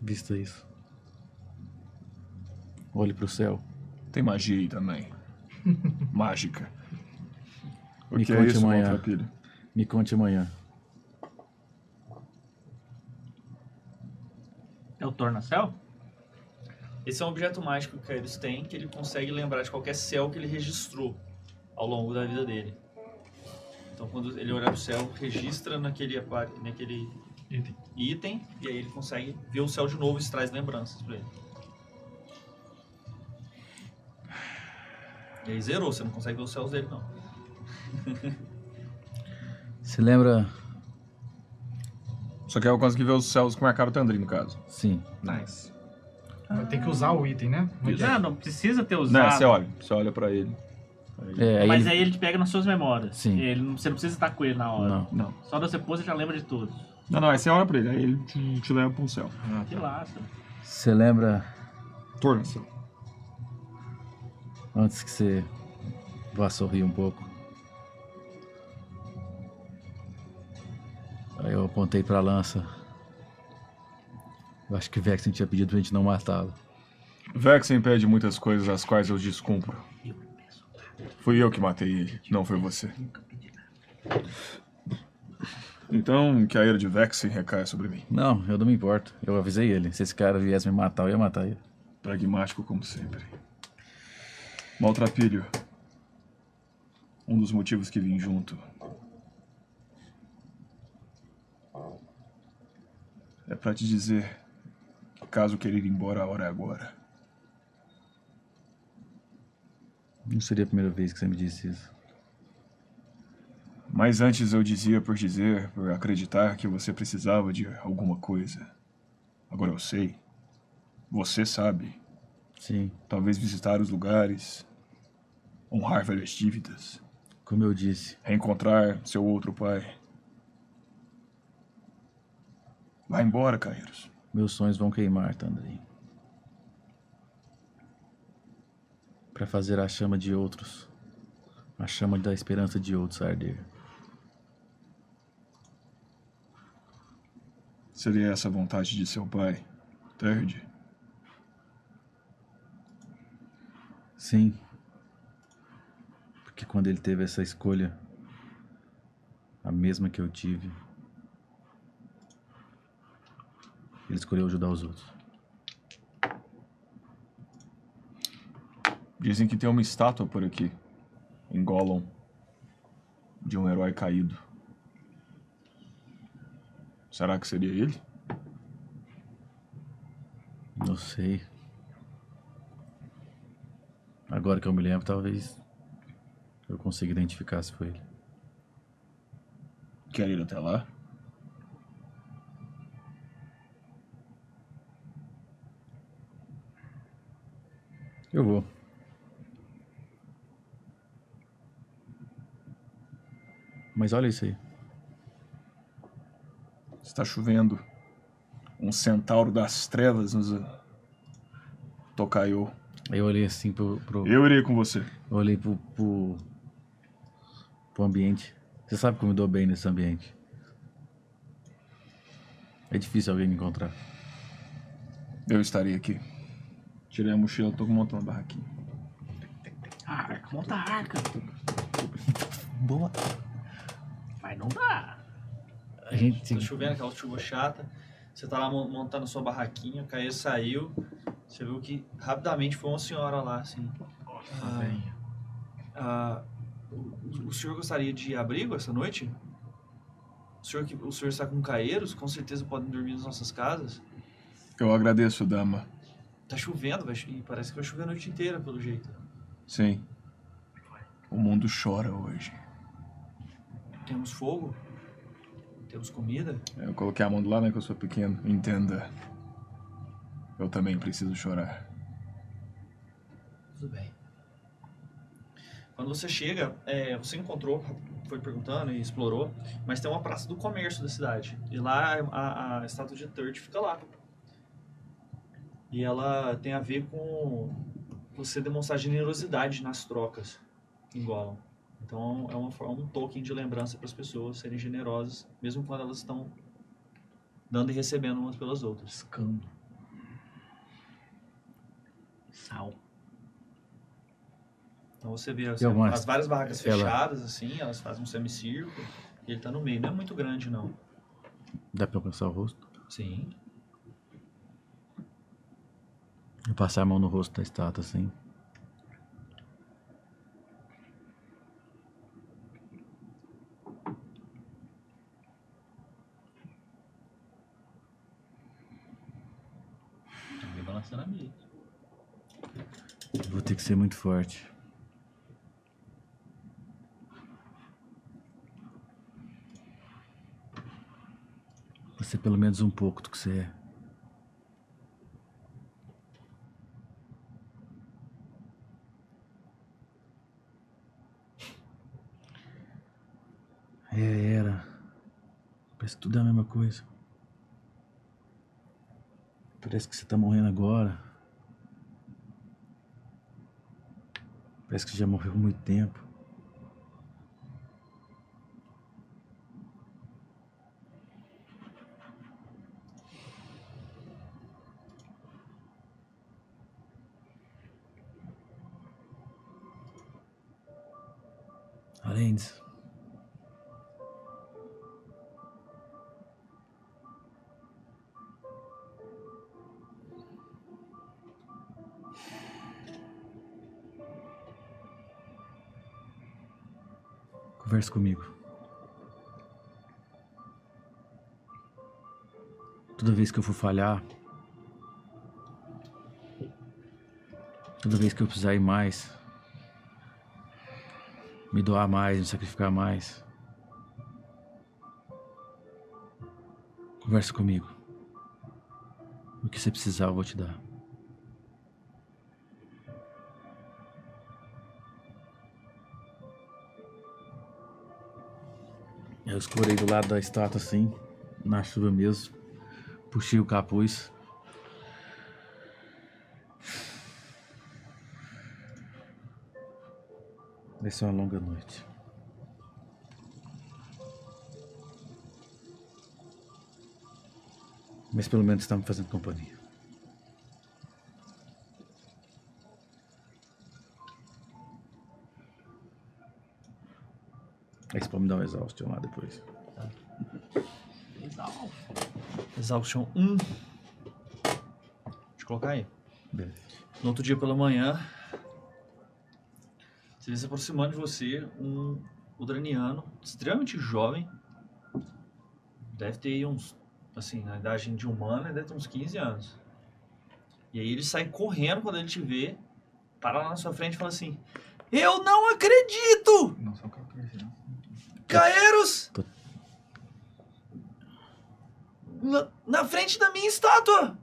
Vista isso. Olhe pro céu.
Tem magia aí (laughs) também. Mágica. O
Me
que é
conte
isso,
amanhã.
maltrapilho?
Me conte amanhã.
É o tornacel?
Esse é um objeto mágico que eles têm, que ele consegue lembrar de qualquer céu que ele registrou ao longo da vida dele. Então, quando ele olhar pro céu, registra naquele, apa- naquele
Item.
item, e aí ele consegue ver o céu de novo e isso traz lembranças pra ele. E aí zerou, você não consegue ver os céus dele, não.
Você lembra?
Só que eu consegui ver os céus que marcaram o Tandri, no caso.
Sim.
Nice.
Mas Ah. Tem que usar o item, né? Não tem-
Não, não precisa ter
Não, é
usado.
você olha. Você olha pra ele.
É, aí
mas
ele-
aí ele te pega nas suas memórias.
Sim.
Ele, não- você não precisa estar com ele na hora.
Não.
Não.
Só você pôs, ele já lembra de tudo.
Não, não, aí você olha pra ele, aí ele te, te leva pro céu.
Que laça.
Você lembra
Torna céu.
antes que você vá sorrir um pouco? Aí eu apontei pra lança. Eu acho que Vexen tinha pedido pra gente não matá-lo.
Vex impede muitas coisas as quais eu descumpro. Fui eu que matei ele, não foi você. Então, que a ira de Vex recaia sobre mim.
Não, eu não me importo. Eu avisei ele. Se esse cara viesse me matar, eu ia matar ele.
Pragmático como sempre. Maltrapilho. Um dos motivos que vim junto. É pra te dizer que caso querer ir embora, a hora é agora.
Não seria a primeira vez que você me disse isso.
Mas antes eu dizia por dizer, por acreditar que você precisava de alguma coisa. Agora eu sei. Você sabe.
Sim,
Talvez visitar os lugares, honrar velhas dívidas,
como eu disse.
reencontrar seu outro pai. Vá embora, Caíros.
Meus sonhos vão queimar, Tandrin. Para fazer a chama de outros, a chama da esperança de outros arder.
Seria essa a vontade de seu pai, Terd?
Sim. Porque quando ele teve essa escolha, a mesma que eu tive, ele escolheu ajudar os outros.
Dizem que tem uma estátua por aqui, em Gollum, de um herói caído. Será que seria ele?
Não sei. Agora que eu me lembro, talvez eu consiga identificar se foi ele.
Quer ir até lá?
Eu vou. Mas olha isso aí.
Está chovendo. Um centauro das trevas nos ah, tocaiou.
Aí eu olhei assim pro. pro eu
Eu irei com você.
olhei pro, pro. pro ambiente. Você sabe que eu me dou bem nesse ambiente. É difícil alguém me encontrar.
Eu estarei aqui. Tirei a mochila, tô montando a barraquinha.
Arca, monta a arca.
Boa.
Mas não dá.
A gente.
Ah,
Tá chovendo, aquela chuva chata. Você tá lá mon- montando sua barraquinha, o Caio saiu. Você viu que rapidamente foi uma senhora lá, assim. Ah, ah, o, o senhor gostaria de abrigo essa noite? O senhor, que, o senhor está com caeiros? Com certeza podem dormir nas nossas casas.
Eu agradeço, dama.
Tá chovendo, vai, cho- e parece que vai chover a noite inteira, pelo jeito.
Sim. O mundo chora hoje.
Temos fogo? Temos comida?
Eu coloquei a mão do lado, né, que eu sou pequeno. Entenda. Eu também preciso chorar.
Tudo bem. Quando você chega, é, você encontrou, foi perguntando e explorou, mas tem uma praça do comércio da cidade. E lá a, a estátua de Turd fica lá. E ela tem a ver com você demonstrar generosidade nas trocas em Gollum. Então é uma forma, um token de lembrança para as pessoas serem generosas, mesmo quando elas estão dando e recebendo umas pelas outras.
Escando.
Sal.
Então você vê as,
Eu gosto.
as várias barracas
Ela-
fechadas, assim, elas fazem um semicírculo e ele tá no meio. Não é muito grande, não.
Dá pra eu passar o rosto?
Sim.
Eu passar a mão no rosto da estátua assim.
Vem balançando a mesa.
Vou ter que ser muito forte. Pra ser pelo menos um pouco do que você é. É, era. Pra Parece que tudo é a mesma coisa. Parece que você tá morrendo agora. Parece que você já morreu há muito tempo. Além disso, converse comigo. Toda vez que eu for falhar, toda vez que eu precisar ir mais, me doar mais, me sacrificar mais. Conversa comigo. O que você precisar, eu vou te dar. Eu escorei do lado da estátua assim, na chuva mesmo. Puxei o capuz. Vai ser é uma longa noite. Mas pelo menos está me fazendo companhia. Aí você pode me dar um exausto lá depois.
Exaustion 1. Deixa eu colocar aí.
Beleza.
No outro dia pela manhã, você vê se aproximando de você um udraniano extremamente jovem. Deve ter aí uns, assim, na idade de humana, deve ter uns 15 anos. E aí ele sai correndo quando ele te vê, para lá na sua frente e fala assim: Eu não acredito!
Não, só tá 14, não.
Caeiros!
Tô-
Na, na frente da minha estátua!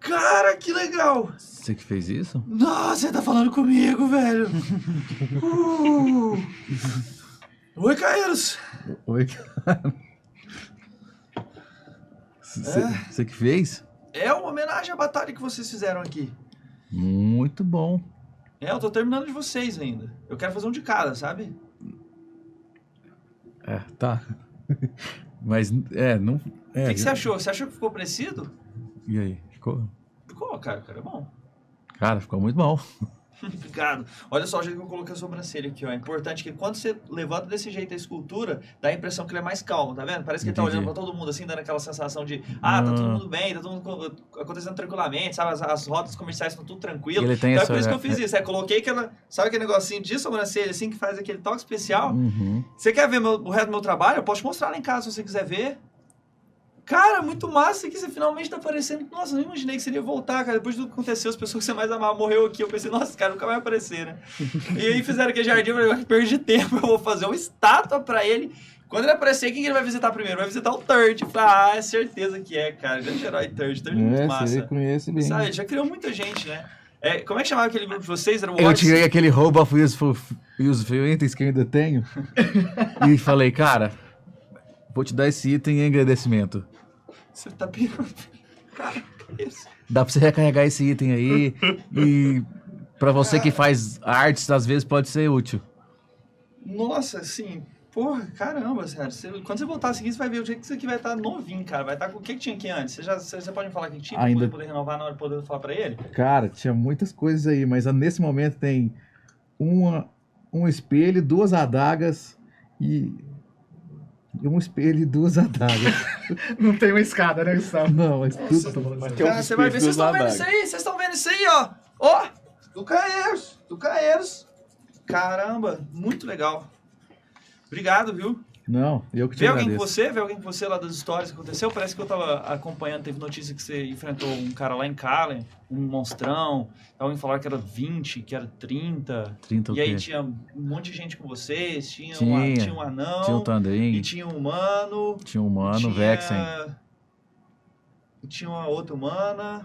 Cara, que legal!
Você que fez isso?
Nossa, você tá falando comigo, velho! Uh. Oi, Caeiros!
Oi, (laughs) cara. Você você que fez?
É uma homenagem à batalha que vocês fizeram aqui.
Muito bom.
É, eu tô terminando de vocês ainda. Eu quero fazer um de cada, sabe?
É, tá. (laughs) Mas, é, não.
O
É,
que, que você achou? Você achou que ficou parecido?
E aí? Ficou?
Ficou, cara, cara, é bom.
Cara, ficou muito bom.
Obrigado. Olha só o jeito que eu coloquei a sobrancelha aqui, ó. É importante que quando você levanta desse jeito a escultura, dá a impressão que ele é mais calmo, tá vendo? Parece que ele tá
Entendi.
olhando pra todo mundo assim, dando aquela sensação de, ah, tá todo
Ah.
mundo bem, tá todo mundo co- acontecendo tranquilamente, sabe? As, as rotas comerciais estão tudo tranquilo.
Ele tem
Então é
essa-
por isso que eu fiz
é-
isso. É, coloquei aquela, sabe aquele negocinho de sobrancelha assim que faz aquele toque especial?
Uhum.
Você quer ver meu- o resto do meu trabalho? Eu posso te mostrar lá em casa se você quiser ver. Cara, muito massa que você finalmente tá aparecendo. Nossa, eu não imaginei que você ia voltar, cara. Depois de tudo que aconteceu, as pessoas que você mais amava morreu aqui. Eu pensei, nossa, esse cara nunca vai aparecer,
(laughs)
né? e aí fizeram aquele jardim, eu falei, "Ah, perdi tempo, eu vou fazer uma estátua pra ele. Quando ele aparecer, quem que ele vai visitar primeiro? Vai visitar o Third. Eu falei, Ah, é certeza que é, cara. Grande herói Third. Third é muito
você
massa.
conhece bem.
Sabe, ele já criou muita gente, né? É, como é que chamava aquele grupo de vocês? Era o
Eu
Watts?
tirei aquele roubo of useful, useful itens que eu ainda
(laughs)
tenho e falei, cara, vou te dar esse item em agradecimento.
Você tá pirando. (laughs) Cara, que isso?
Dá pra você recarregar esse item aí e pra você que faz artes, às vezes pode ser útil.
Nossa, assim, porra, caramba, sério. Você- quando você voltar a seguir, você vai ver o jeito que isso aqui vai estar novinho, cara. Vai estar com o que, que tinha aqui antes. Você, já, você, você pode me falar que tinha pra
Ainda-
poder, poder renovar na hora de poder falar pra ele?
Cara, tinha muitas coisas aí, mas ah, nesse momento tem uma, um espelho, duas adagas e. e Um espelho e duas adagas.
Não tem uma escada, né, Gustavo?
Não,
é
mas
Nossa,
tudo.
Mas
tem
Cara, você vai ver. Vocês estão vendo isso aí? Vocês estão vendo isso aí, ó? Ó, do Caeiros, do Caeiros. Caramba, muito legal. Obrigado, viu?
Não, eu que te
Vê alguém com
agradeço.
você, vê alguém com você lá das histórias que aconteceu. Parece que eu tava acompanhando, teve notícia que você enfrentou um cara lá em Calen, um monstrão. Alguém falou que era 20, que era 30.
30 o
e aí
quê?
tinha um monte de gente com vocês, tinha, Um,
Tinha.
tinha um anão,
Tinha o
e
Tandrin,
tinha um humano,
tinha o humano,
tinha...
o Vexen,
e tinha uma outra humana,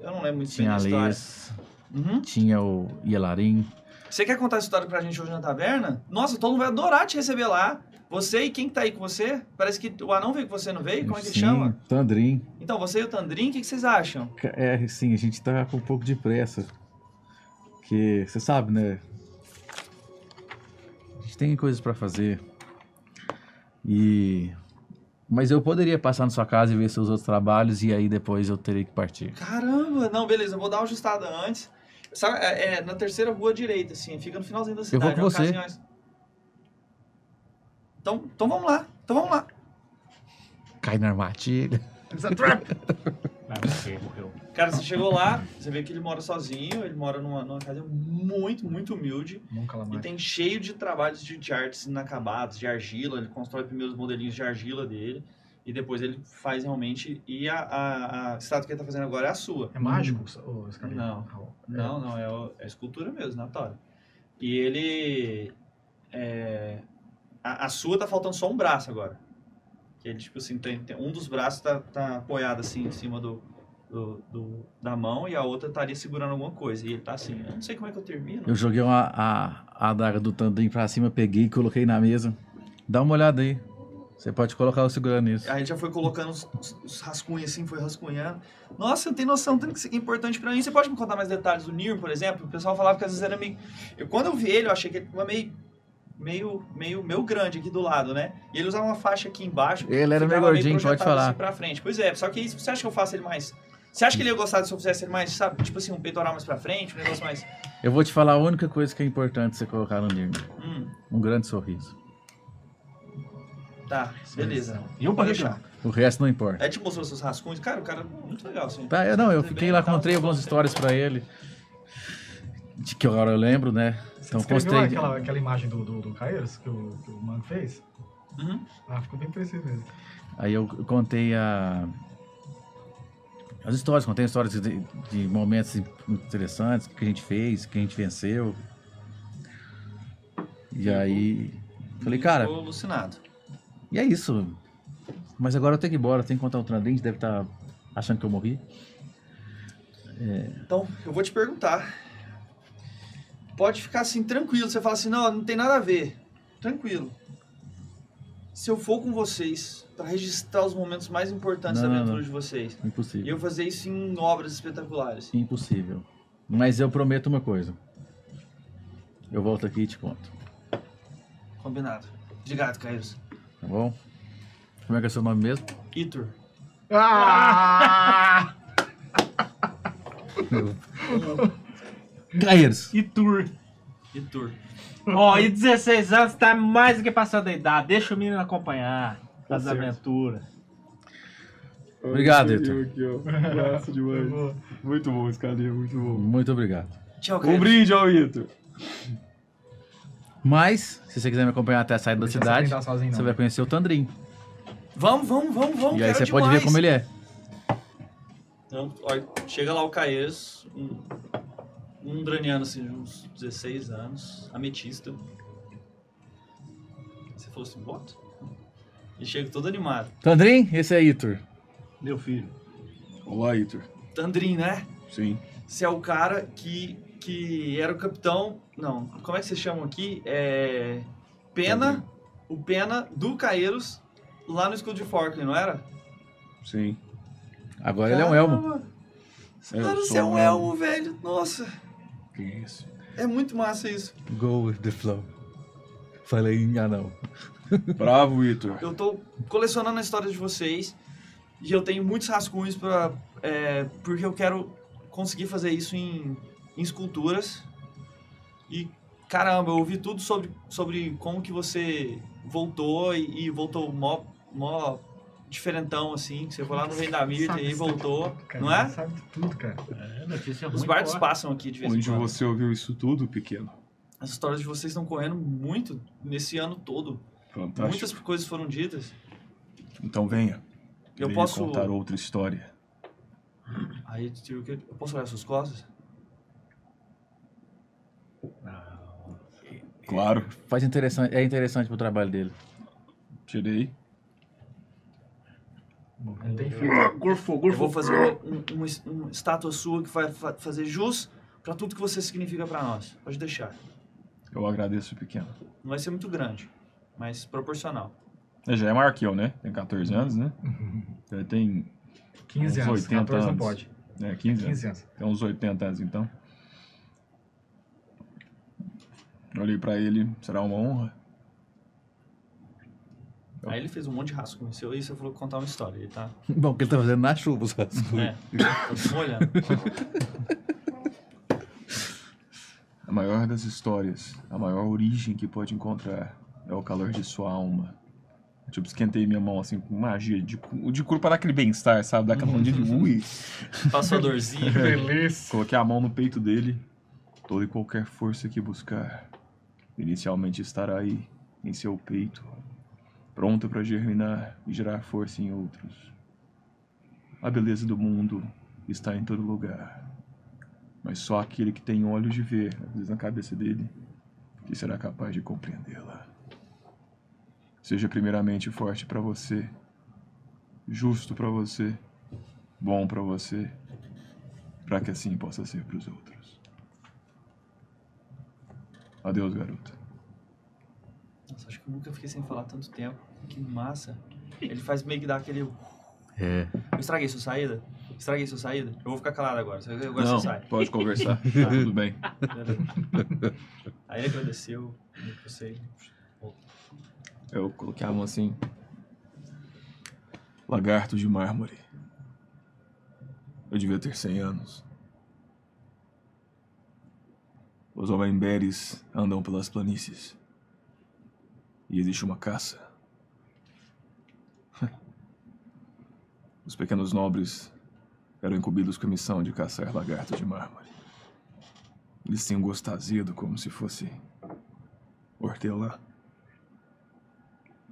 eu não lembro muito
tinha a
bem da história.
Liz,
Uhum.
tinha o Yelarin.
Você quer contar a história pra gente hoje na taverna? Nossa, todo mundo vai adorar te receber lá. Você e quem que tá aí com você? Parece que o anão veio com você, não veio? Como é que ele
Sim,
chama?
Tandrin.
Então, você e o Tandrin, o que, que vocês acham?
É, sim, a gente tá com um pouco de pressa. Que você sabe, né?
A gente tem coisas pra fazer. E. Mas eu poderia passar na sua casa e ver seus outros trabalhos e aí depois eu terei que partir.
Caramba! Não, beleza, eu vou dar uma ajustada antes. Sabe, é, é na terceira rua à direita, assim, fica no finalzinho da cidade.
vou com
é uma
você.
casinha mais- Então, então vamos lá, então vamos lá.
Cai na armadilha.
It's a trap!
morreu.
Cara, você chegou lá, você vê que ele mora sozinho, ele mora numa, numa casa muito, muito humilde.
um
Mão
E
um calamar.
tem cheio de trabalhos de, de artes inacabados, de argila. Ele constrói primeiro os modelinhos de argila dele. E depois ele faz realmente. E a, a, a estátua que ele tá fazendo agora é a sua.
É mágico,
Hum.
Ah, ô, Scalia?
Não. Não, não, é, o- é escultura mesmo, Natália. E ele. é, a, a sua tá faltando só um braço agora. Que ele, tipo assim, tem, tem- um dos braços tá, tá apoiado assim em cima do, do, do- da mão e a outra tá ali segurando alguma coisa. E ele tá assim, eu não sei como é que eu termino.
Eu joguei uma, a, a adaga do Tandrin pra cima, peguei e coloquei na mesa. Dá uma olhada aí. Você pode colocar o segurando isso.
Aí ele já foi colocando os, os- os rascunhos assim, foi rascunhando. Nossa, eu tenho noção, tanto que isso aqui é importante pra mim. Você pode me contar mais detalhes do Nir, por exemplo? O pessoal falava que às vezes era meio. Eu, quando eu vi ele, eu achei que ele era meio. Meio, meio, meio grande aqui do lado, né? E ele usava uma faixa aqui embaixo.
Ele era meio
ficava
gordinho, pode
projetado
falar.
Assim pra frente. Pois é, só que isso, você acha que eu faço ele mais. Você acha que ele ia gostar se eu fizesse ele mais, sabe? Tipo assim, um peitoral mais pra frente, um negócio mais.
Eu vou te falar a única coisa que é importante você colocar no Nirn.
Hum,
Um grande sorriso.
tá, beleza.
E o
Pode deixar.
O resto não importa.
Aí te mostrou seus rascunhos. Cara, o cara é muito legal, assim.
Tá, eu não, eu
Tudo
fiquei
bem,
lá,
tá,
contei
tá,
algumas
tá.
histórias pra ele. De que agora eu lembro, né? Então
Você escreveu
postei.
aquela, aquela imagem do, do, do Caeiros que o, que o Mano fez?
Uhum.
Ah, ficou bem parecido mesmo.
Aí eu contei a. As histórias, contei histórias de, de momentos interessantes, o que a gente fez, o que a gente venceu. E aí. Falei, cara,
Ficou alucinado.
e é isso. Mas agora eu tenho que ir embora, eu tenho que contar o Trandente, deve estar achando que eu morri.
Então, eu vou te perguntar. Pode ficar assim, tranquilo. Você fala assim, não, não tem nada a ver. Tranquilo. Se eu for com vocês pra registrar os momentos mais importantes
Não,
da
não,
aventura
não.
de vocês, e
Impossível.
eu fazer isso em obras espetaculares.
Impossível. Mas eu prometo uma coisa. Eu volto aqui e te conto,
Combinado. Obrigado, Caio.
tá bom? Como é que é seu nome mesmo?
Itur.
Ah!
Caeiros.
E tour.
Itur.
Ó, e 16 anos tá mais do que passando da idade. Deixa o menino acompanhar as
Tá certo.
aventuras.
Obrigado,
Esse aqui, ó. Abraço demais. Muito bom, Scalia, muito bom.
Muito obrigado.
Tchau, Caio.
Um brinde ao Ito.
Mas, se você quiser me acompanhar até a saída da
Deixa
cidade,
você
assim,
tentar sozinho,
você
não.
vai conhecer o Tandrin.
Vamos, vamos, vamos, vamos.
e aí
né? quero
você pode ver
demais.
como ele é.
Então, ó, chega lá o Caeiros, um, um draniano assim, de uns 16 anos, ametista. Você falou assim, what? Ele chega todo animado.
Tandrin, esse é Itur.
Meu filho.
Olá, Ito.
Tandrin, né?
Sim.
Você é o cara que, que era o capitão. Não, como é que vocês chamam aqui? É. Pena. O Pena do Caeiros lá no escudo de Forkland, não era?
Sim.
Agora ele é um elmo.
Caramba!
Eu
Cara, você
sou
é um
um
elmo, velho. Nossa,
Que isso?
é muito massa isso.
Go with the flow. Falei em anão.
Bravo, Ito.
Eu tô colecionando a história de vocês e eu tenho muitos rascunhos para porque eu quero conseguir fazer isso em, em esculturas. E caramba, eu ouvi tudo sobre, sobre como que você voltou e, e voltou mó, mó diferentão assim, que você foi lá no Rei da Mirta
Sabe né?
e
isso
voltou,
Cara,
não é?
Sabe de tudo, cara.
É, notícia
Os
ruim,
barcos
ó.
passam aqui de vez em
Onde
quando.
você ouviu isso tudo, pequeno?
As histórias de vocês estão correndo muito nesse ano todo.
Fantástico.
Muitas coisas foram ditas.
Então venha.
Eu
Venha
posso-
contar outra história.
Aí, tio, que- eu posso olhar suas costas?
Claro,
Faz interessante, é interessante pro trabalho dele.
tirei.
Não
É.
tem fim.
Gorfou,
Eu vou
gorfou.
fazer uma, um- uma- uma estátua sua que vai fa- fazer jus pra tudo que você significa pra nós. Pode deixar.
Eu agradeço, pequeno.
Não vai ser muito grande. mas proporcional.
Ele já é maior que eu, né? Tem 14 anos, né? Ele tem
15
Uns
anos,
80
14 não
anos.
pode.
é, 15 anos.
15 anos.
Tem uns 80 anos, então. Eu Olhei pra ele, será uma honra? Então.
Aí ele fez um monte de rascunho seu e você falou que contar uma história. Ele tá.
Bom, que ele tá fazendo na chuva os rascunhos.
É, eu tô olhando.
A maior das histórias, a maior origem que pode encontrar é o calor de sua alma. Eu, Tipo, esquentei minha mão assim com magia, de, cu- de cura para dar aquele bem-estar, sabe? Dar aquela mão de ui.
Passou a dorzinha.
Que beleza.
Coloquei a mão no peito dele. Toda e qualquer força que buscar, inicialmente estará aí, em seu peito, pronta para germinar e gerar força em outros. A beleza do mundo está em todo lugar, mas só aquele que tem olhos de ver, às vezes na cabeça dele, que será capaz de compreendê-la. Seja primeiramente forte para você, justo para você, bom para você para que assim possa ser para os outros. Adeus, garota.
Nossa, acho que eu nunca fiquei sem falar tanto tempo. Que massa. Ele faz meio que dar aquele. Eu
É.
estraguei sua saída? Estraguei sua saída? Eu vou ficar calado agora. só- Agora você sai.
pode conversar. Tá, tudo bem.
Beleza. Aí ele agradeceu. Eu sei.
Eu coloquei a mão assim. Lagarto de mármore. Eu devia ter 100 anos. Os homemberes andam pelas planícies. E existe uma caça. (laughs) Os pequenos nobres eram incumbidos com a missão de caçar lagarto de mármore. Eles tinham gosto azedo como se fosse hortelã.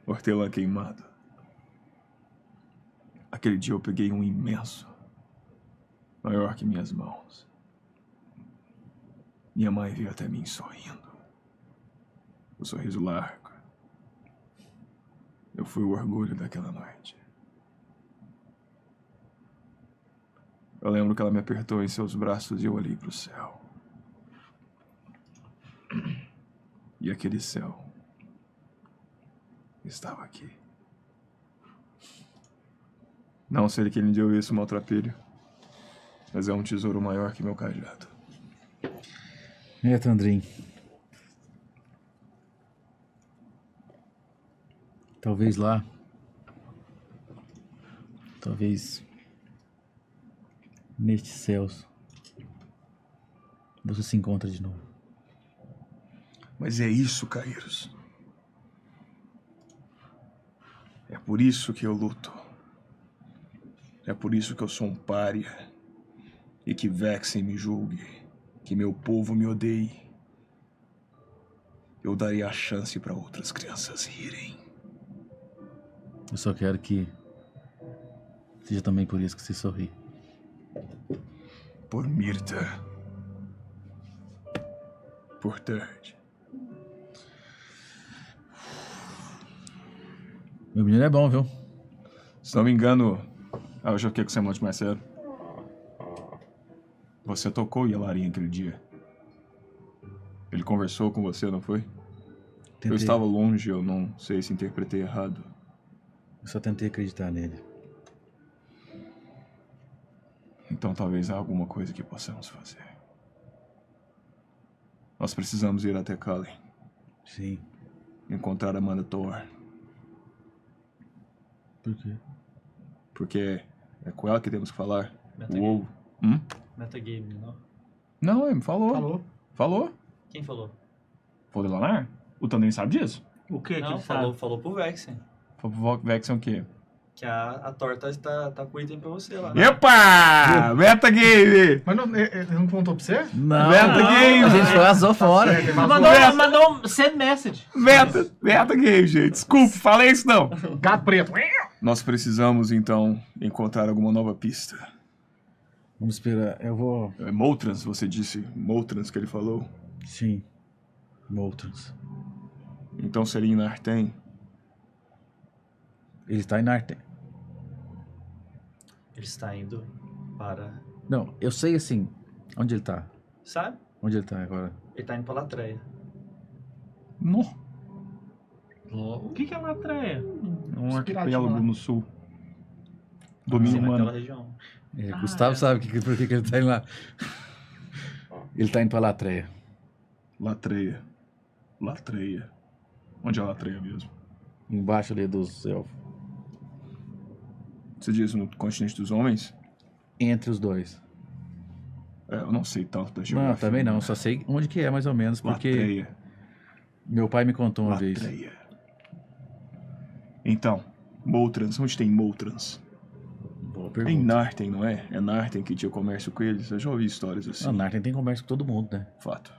Hortelã queimado. Aquele dia eu peguei um imenso, maior que minhas mãos. Minha mãe veio até mim sorrindo. O sorriso largo. Eu fui o orgulho daquela noite. Eu lembro que ela me apertou em seus braços e eu olhei para o céu. E aquele céu estava aqui. Não sei quem lhe deu isso, maltrapilho. Mas é um tesouro maior que meu cajado.
É, Tandrin. Talvez lá. Talvez. Nestes céus. Você se encontra de novo.
Mas é isso, Caíros. É por isso que eu luto. É por isso que eu sou um pária. E que Vexen me julgue. Que meu povo me odeie. Eu daria a chance para outras crianças rirem.
Eu só quero que. Seja também por isso que você sorri.
Por Mirta. Por Terd.
Meu menino é bom, viu?
Se não me engano. Ah, eu já fiquei com o semblante mais sério. Você tocou Yelarin aquele dia. Ele conversou com você, não foi?
Tentei-
Eu estava longe, eu não sei se interpretei errado.
eu só tentei acreditar nele.
Então talvez há alguma coisa que possamos fazer. Nós precisamos ir até Kallen.
Sim.
Encontrar Amanda Thor.
Por quê?
Porque é com ela que temos que falar.
Metagame,
Uou. Hum?
metagame, não?
Não, ele
É.
falou.
Falou.
Falou?
Quem falou?
Falou de Lanar? O Tandem sabe disso?
O que que
não,
ele
falou,
sabe?
falou pro Vexen.
Falou pro Vexen o quê?
Que a, a torta tá, tá com item pra você lá.
Epa! Metagame!
Mas não, é, ele ele não contou pra você? É,
Não! Tá
Meta Games!
É A gente foi azou fora.
Mandou, mandou um send message.
Meta! Metagame, gente! Desculpa, falei isso não!
Gato preto.
Nós precisamos, então, encontrar alguma nova pista.
Vamos esperar. Eu vou.
É Moltrans, você disse? Moltrans que ele falou?
Sim. Moltrans.
Então seria em Nartem.
Ele está em Nartem.
Ele está indo para.
Não, eu sei assim. Onde ele tá?
Sabe?
Onde ele tá agora?
Ele tá indo pra Latreia.
Não.
O que, que é Latreia?
É um
Os
arquipélago
piratinhos lá.
no sul. Domínio humano.
assim, naquela região.
É,
Ah,
Gustavo
é.
sabe que, por que que ele tá indo lá. Ele tá indo pra Latreia.
Latreia. Latreia. Onde é Latreia mesmo?
Embaixo ali dos elfos.
Você diz no continente dos homens?
Entre os dois.
É, eu não sei tanto da geografia.
Não, também não. Só sei onde que é, mais ou menos, porque
Latreia.
meu pai me contou uma vez.
Latreia. Então, Moltrans. Onde tem Moltrans?
Boa
Tem
pergunta.
Narten, não é? É Narten que tinha comércio com eles. Eu já ouvi histórias assim.
Não, Narten tem comércio com todo mundo, né?
Fato.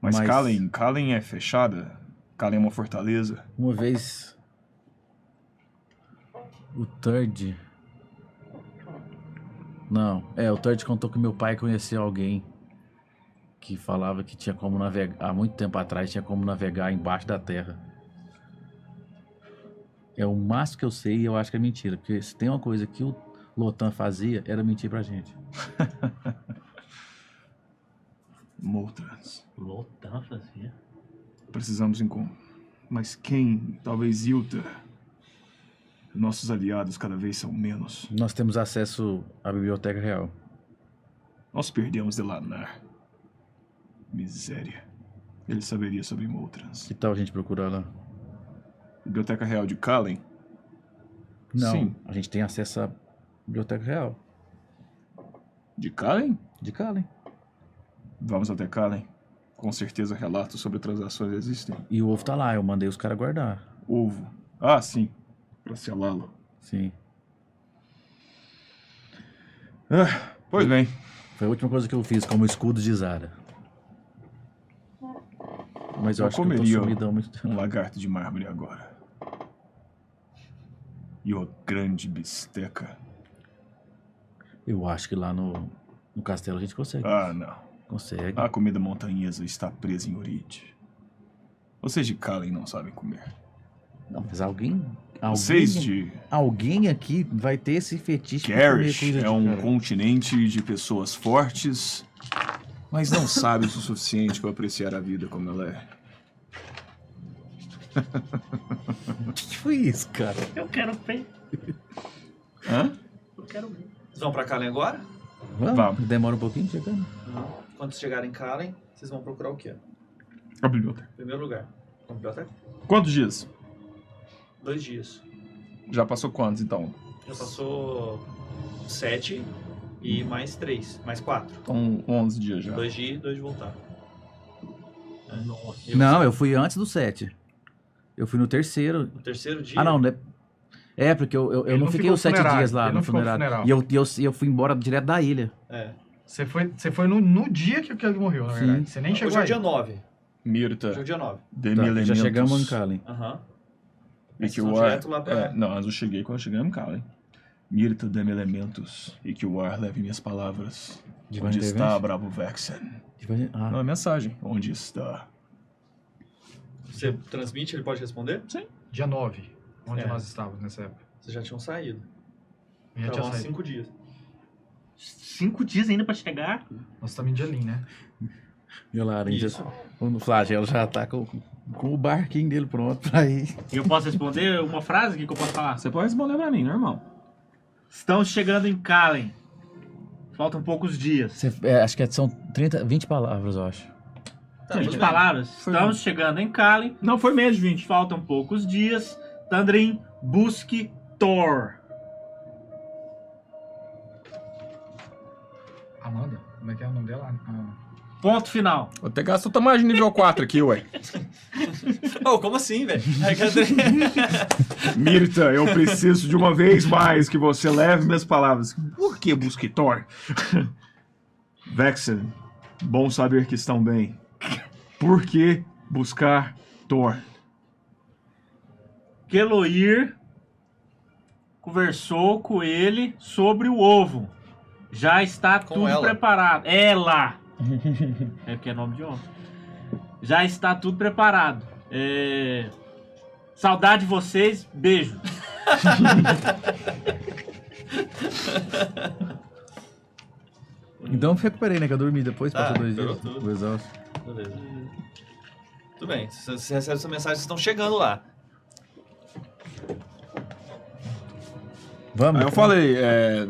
Mas,
Mas-
Kalen, Kalen é fechada? Kalen é uma fortaleza?
Uma vez. O Third. Não, é, o Third contou que meu pai conheceu alguém que falava que tinha como navegar. Há muito tempo atrás tinha como navegar embaixo da terra. É o máximo que eu sei e eu acho que é mentira. Porque se tem uma coisa que o Lotan fazia, era mentir pra gente.
Moltrans.
Lotan fazia.
Precisamos encontrar. Mas quem? Talvez Ilta. Nossos aliados cada vez são menos.
Nós temos acesso à biblioteca real.
Nós perdemos Delanar. Miséria. Ele saberia sobre Moltrans.
Que tal a gente procurar lá?
Biblioteca Real de Kalen?
Não,
Sim.
a gente tem acesso à biblioteca real.
De Kalen?
De né? Kallen.
Vamos até Kalen. Com certeza relatos sobre transações existem.
E o ovo tá lá, eu mandei os caras guardar.
Ovo. Ah, sim. Pra selá-lo.
Sim.
Ah, pois bem.
Foi a última coisa que eu fiz, como escudo de Zara. Mas eu,
Eu
acho que
comeria
eu tô sumidão muito (laughs) tempo.
Um lagarto de mármore agora. E uma grande bisteca.
Eu acho que lá no, no castelo a gente consegue.
Ah, não. Ah.
Consegue.
A comida montanhesa está presa em Orid. Vocês de Kalen não sabem comer.
Não, mas alguém. Alguém,
Vocês de
alguém aqui vai ter esse fetiche pra comer
Garrish
coisa de
é um
cara. (laughs)
continente de pessoas fortes, mas não sábios o suficiente para apreciar a vida como ela é.
O que que foi isso, cara?
Eu quero peixe.
Hã?
Eu quero ver.
Vocês vão pra Kalen agora?
Vamos?
Vamos.
Demora um pouquinho chegando?
Não. Quando vocês chegarem em Kalen, vocês vão procurar o quê?
A biblioteca.
Em primeiro lugar. A biblioteca?
Quantos dias?
Dois dias.
Já passou quantos, então?
Já passou sete e mais três. Mais quatro.
Então, 11 dias já.
Dois de ir, dois de voltar.
Nossa.
Eu-
Não, eu fui antes do 7. Eu fui no terceiro.
No terceiro dia.
Ah, não, né? É, porque eu, eu, eu
Ele
não
não
fiquei
ficou
os sete
funerário,
dias lá
ele
no
não ficou
funerário.
funeral.
E eu, e eu, e eu fui embora direto da ilha.
É.
Você foi, você foi no, no dia que, que ele morreu, na
Sim.
verdade. Você nem chegou
Hoje é o
aí.
dia 9. Hoje é
Mirta,
o dia 9.
de
Tá,
mil
já
elementos.
chegamos em Kallen.
Aham.
E
Mas
que
são
o ar.
direto lá pra-
é, não, mas eu cheguei quando eu cheguei no carro, hein? Mirta dê-me elementos e que o ar leve minhas palavras.
Divine
Onde está,
Intervention?
Bravo Vexen?
Tipo assim,
Divine- ah,
Não é mensagem. Onde está?
Você transmite, ele pode responder?
Dia 9, onde
É.
nós estávamos nessa época.
Vocês já tinham saído.
Eu já tinha
Então, há
saído.
cinco dias.
Cinco dias ainda pra chegar?
Nós estamos em Dialim, né?
Meu laranja.
Isso.
O flagelo já tá com, com o barquinho dele pronto pra ir.
E eu posso responder uma frase? O que, que eu posso falar?
Você pode responder pra mim, normal.
Estamos chegando em Kalen. Faltam poucos dias.
Você- é, acho que é- são 30, 20 palavras, eu acho.
Tá,
Gente,
tudo bem.
palavras.
Foi um-
Estamos chegando em Kalen.
Não, foi menos de 20.
Faltam poucos dias. Tandrin, busque Thor.
Amanda, como é que é o nome dela? Ah,
Ponto final.
Eu até gasto outra magia nível 4 aqui, ué.
Oh, como assim, velho? Aí que
(laughs) Mirta, eu preciso de uma vez mais que você leve minhas palavras. Por que Busquitor? (laughs) Vexen, bom saber que estão bem. Por que buscar Thor?
Keloir conversou com ele sobre o ovo. Já está
Com
tudo
ela. (laughs)
preparado. Ela! é porque é nome de homem. Já está tudo preparado. É... Saudade de vocês. Beijo.
Então eu recuperei, né? Que eu dormi depois,
Tá,
Então
Ah, pegou
passou dois dias.
tudo.
O exausto.
Beleza. Tudo bem, você você recebe essa mensagem, vocês estão chegando lá.
Vamos.
Aí eu falei, é...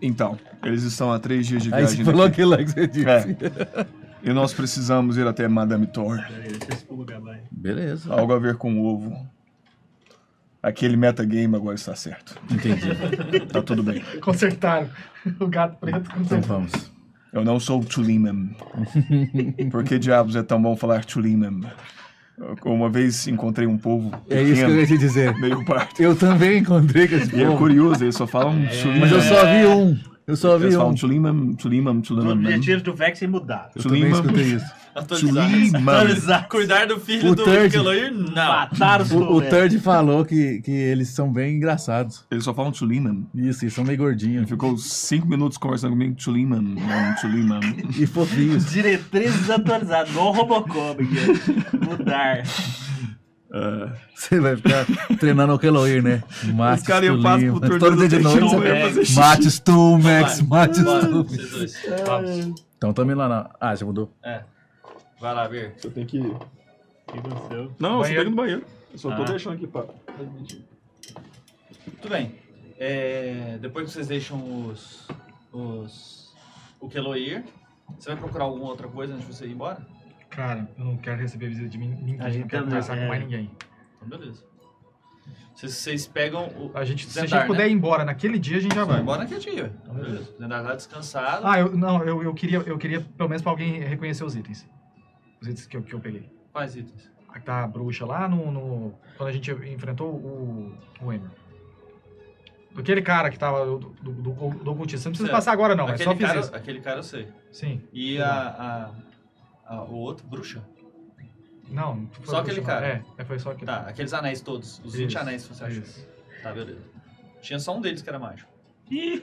Então, eles estão há três dias de
Aí você
viagem
falou
daqui,
aquilo lá que você disse.
É. e nós precisamos ir até Madame Thor.
Peraí, deixa esse pulo acabar aí.
Beleza.
Algo a ver com o ovo. Aquele metagame agora está certo.
Entendi.
Tá tudo bem.
Consertaram. (laughs) O gato preto
Então
consertou.
vamos.
Eu não sou Tulimem. Por que diabos é tão bom falar Tulimem? Eu- Uma vez encontrei um povo
É isso que eu
pequeno,
ia te dizer.
meio parto.
Eu também encontrei com esse
E né? é
povo,
curioso, eles só falam Tulimem.
É. mas eu só vi um. Eu só
Eles
vi
falam
um.
Tulimem, Tulimem,
Os
Tulimem.
objetivos do Vex mudaram.
Eu também escutei
Tulimem,
isso.
Atualizar.
Tulimem.
Atualizar.
Cuidar do filho
O
do
Turd.
Keloir? Não.
Mataram os né?
O, o
colegas.
né?
Turd falou que, que eles são bem engraçados.
Eles só falam Tulimem.
Isso, eles são meio
Ele
gordinhos.
ficou cinco minutos conversando comigo, Tuliman, mano, Tuliman.
E fofinhos. (laughs)
Diretrizes atualizadas, igual o Robocop aqui. ó. Mudar.
Você vai ficar treinando o Keloir, né? Mate
Os caras iam passar pro turno
Todo dia
do
de né? noite.
Teixeira,
você-
eu ia fazer xixi.
Mate Stumex, mate
Bora,
Stumex.
vocês dois. Vamos.
Então também lá na. Ah, já mudou.
É. Vai lá, Vir.
Você tem que.
O que aconteceu?
Não, você
Banheiro.
tem que ir no banheiro. Eu só tô
Ah.
deixando aqui pra.
Tudo bem. É, depois que vocês deixam os. os o Keloir, você vai procurar alguma outra coisa antes de você ir embora?
Cara, eu não quero receber visita de mim, ninguém.
A gente
não quero
também,
conversar
é.
com mais ninguém.
Então, beleza. Vocês, vocês pegam o.
A gente, se a
Zendar,
gente puder ir embora naquele dia, a gente já
Vai
vai.
embora naquele dia. Então, beleza. O Zendar tá descansado.
Ah, eu, não, eu, eu, queria, eu queria pelo menos pra alguém reconhecer os itens. Os itens que eu, que eu peguei.
Faz itens.
A que tá a bruxa lá no, no- Quando a gente enfrentou o. o Emer. Aquele cara que tava. Do, do, do, do ocultista. Você não precisa
Certo.
passar agora, não.
aquele,
é só fiz
cara,
isso.
aquele cara eu sei.
Sim.
E a, a, a- O outro, bruxa?
Não, não
Só
foi bruxa,
aquele
não.
cara.
É, é, foi só aquele.
Tá, aqueles anéis todos. Os 20
Isso,
anéis que você achou.
Isso.
Tá, beleza. Tinha só um deles que era mágico.
Ih,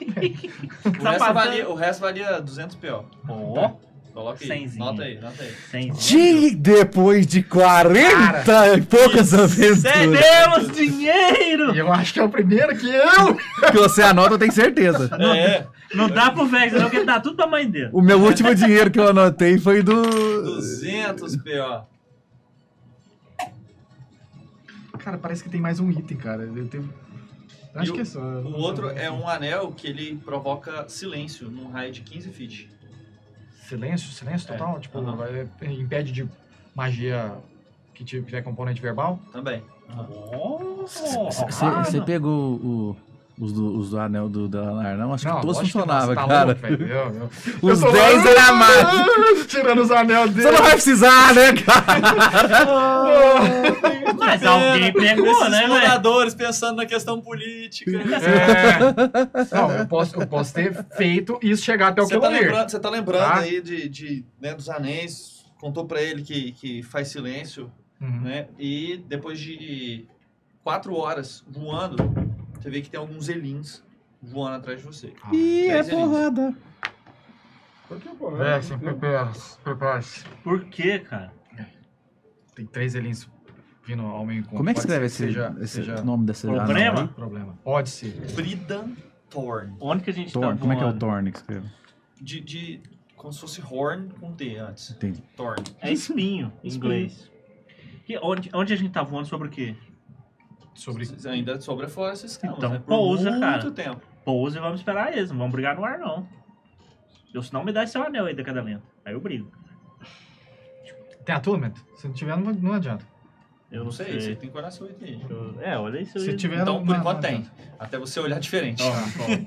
(laughs) O
Tá
resto,
passando.
valia, o resto valia 200 PO.
Ó,
Tá. Coloca aí.
Cenzinho.
Nota aí, nota
(laughs)
aí.
sem.
De depois de 40 e poucas aventuras
Cedemos dinheiro!
E eu acho que é o primeiro que eu.
que você anota, eu tenho certeza.
É,
Não dá pro Vex, não, porque dá tudo pra mãe dele.
O meu último dinheiro que eu anotei foi do.
200 PO.
Cara, parece que tem mais um item, cara. Eu tenho.
E
Acho
o-
que é só.
O outro é um anel que ele provoca silêncio num raio de 15 feet.
Silêncio, silêncio
É.
total? Tipo,
Aham.
é- impede de magia que ti- tiver componente verbal?
Também.
Você pegou o- os do, os do anel do Delanar, não? Acho que todos
lógico não,
funcionavam,
você tá
cara.
louco, velho. Eu-
(laughs)
eu- eu
Os
tô-
10 era mais.
(laughs) Tirando os anel
Você
dele.
não vai precisar, né, cara?
Mas alguém pegou,
Esses
né, velho?
exploradores pensando na questão política.
É. Não, eu posso, eu posso ter feito isso chegar até É o
Você tá,
Kelolir.
lembrando, você tá lembrando
Tá.
aí de, de, né, dos anéis, contou pra ele que, que faz silêncio,
Uhum.
né? E depois de quatro horas voando, você vê que tem alguns elins voando atrás de você.
Ah,
Ih, é
Dez elins.
porrada.
É, sim, prepara-se, prepara-se.
Por quê, cara?
Tem três elins vindo ao meio encontro.
Como é que
Pode
escreve
ser
esse,
seja-
esse
seja
nome desse anel?
Problema?
aí?
problema. Pode ser.
Bridan Thorn.
Onde que a gente
Thorn,
tá
como é que é o
voando?
Thorn que escreveu?
De, de, como se fosse Horn com T antes.
Entendi.
Thorn.
É espinho, em inglês. Que- onde, onde a gente tá voando sobre o quê?
Sobre
Vocês ainda sobre a floresta esses caras,
Então,
né? Por
pousa,
muito
cara.
tempo.
Pousa e vamos esperar eles, não vamos brigar no ar, não. Eu, se não me dá esse anel aí da cada lenta. Aí eu brigo.
Tem attunement? Se não tiver, não, não adianta.
Eu
Não sei, você tem que olhar seu item aí.
Eu- É, olha isso
Se
aí.
tiver,
Então,
não-
por
não-
enquanto
não
tem.
adianta.
Até você olhar diferente.
é
Toma, toma.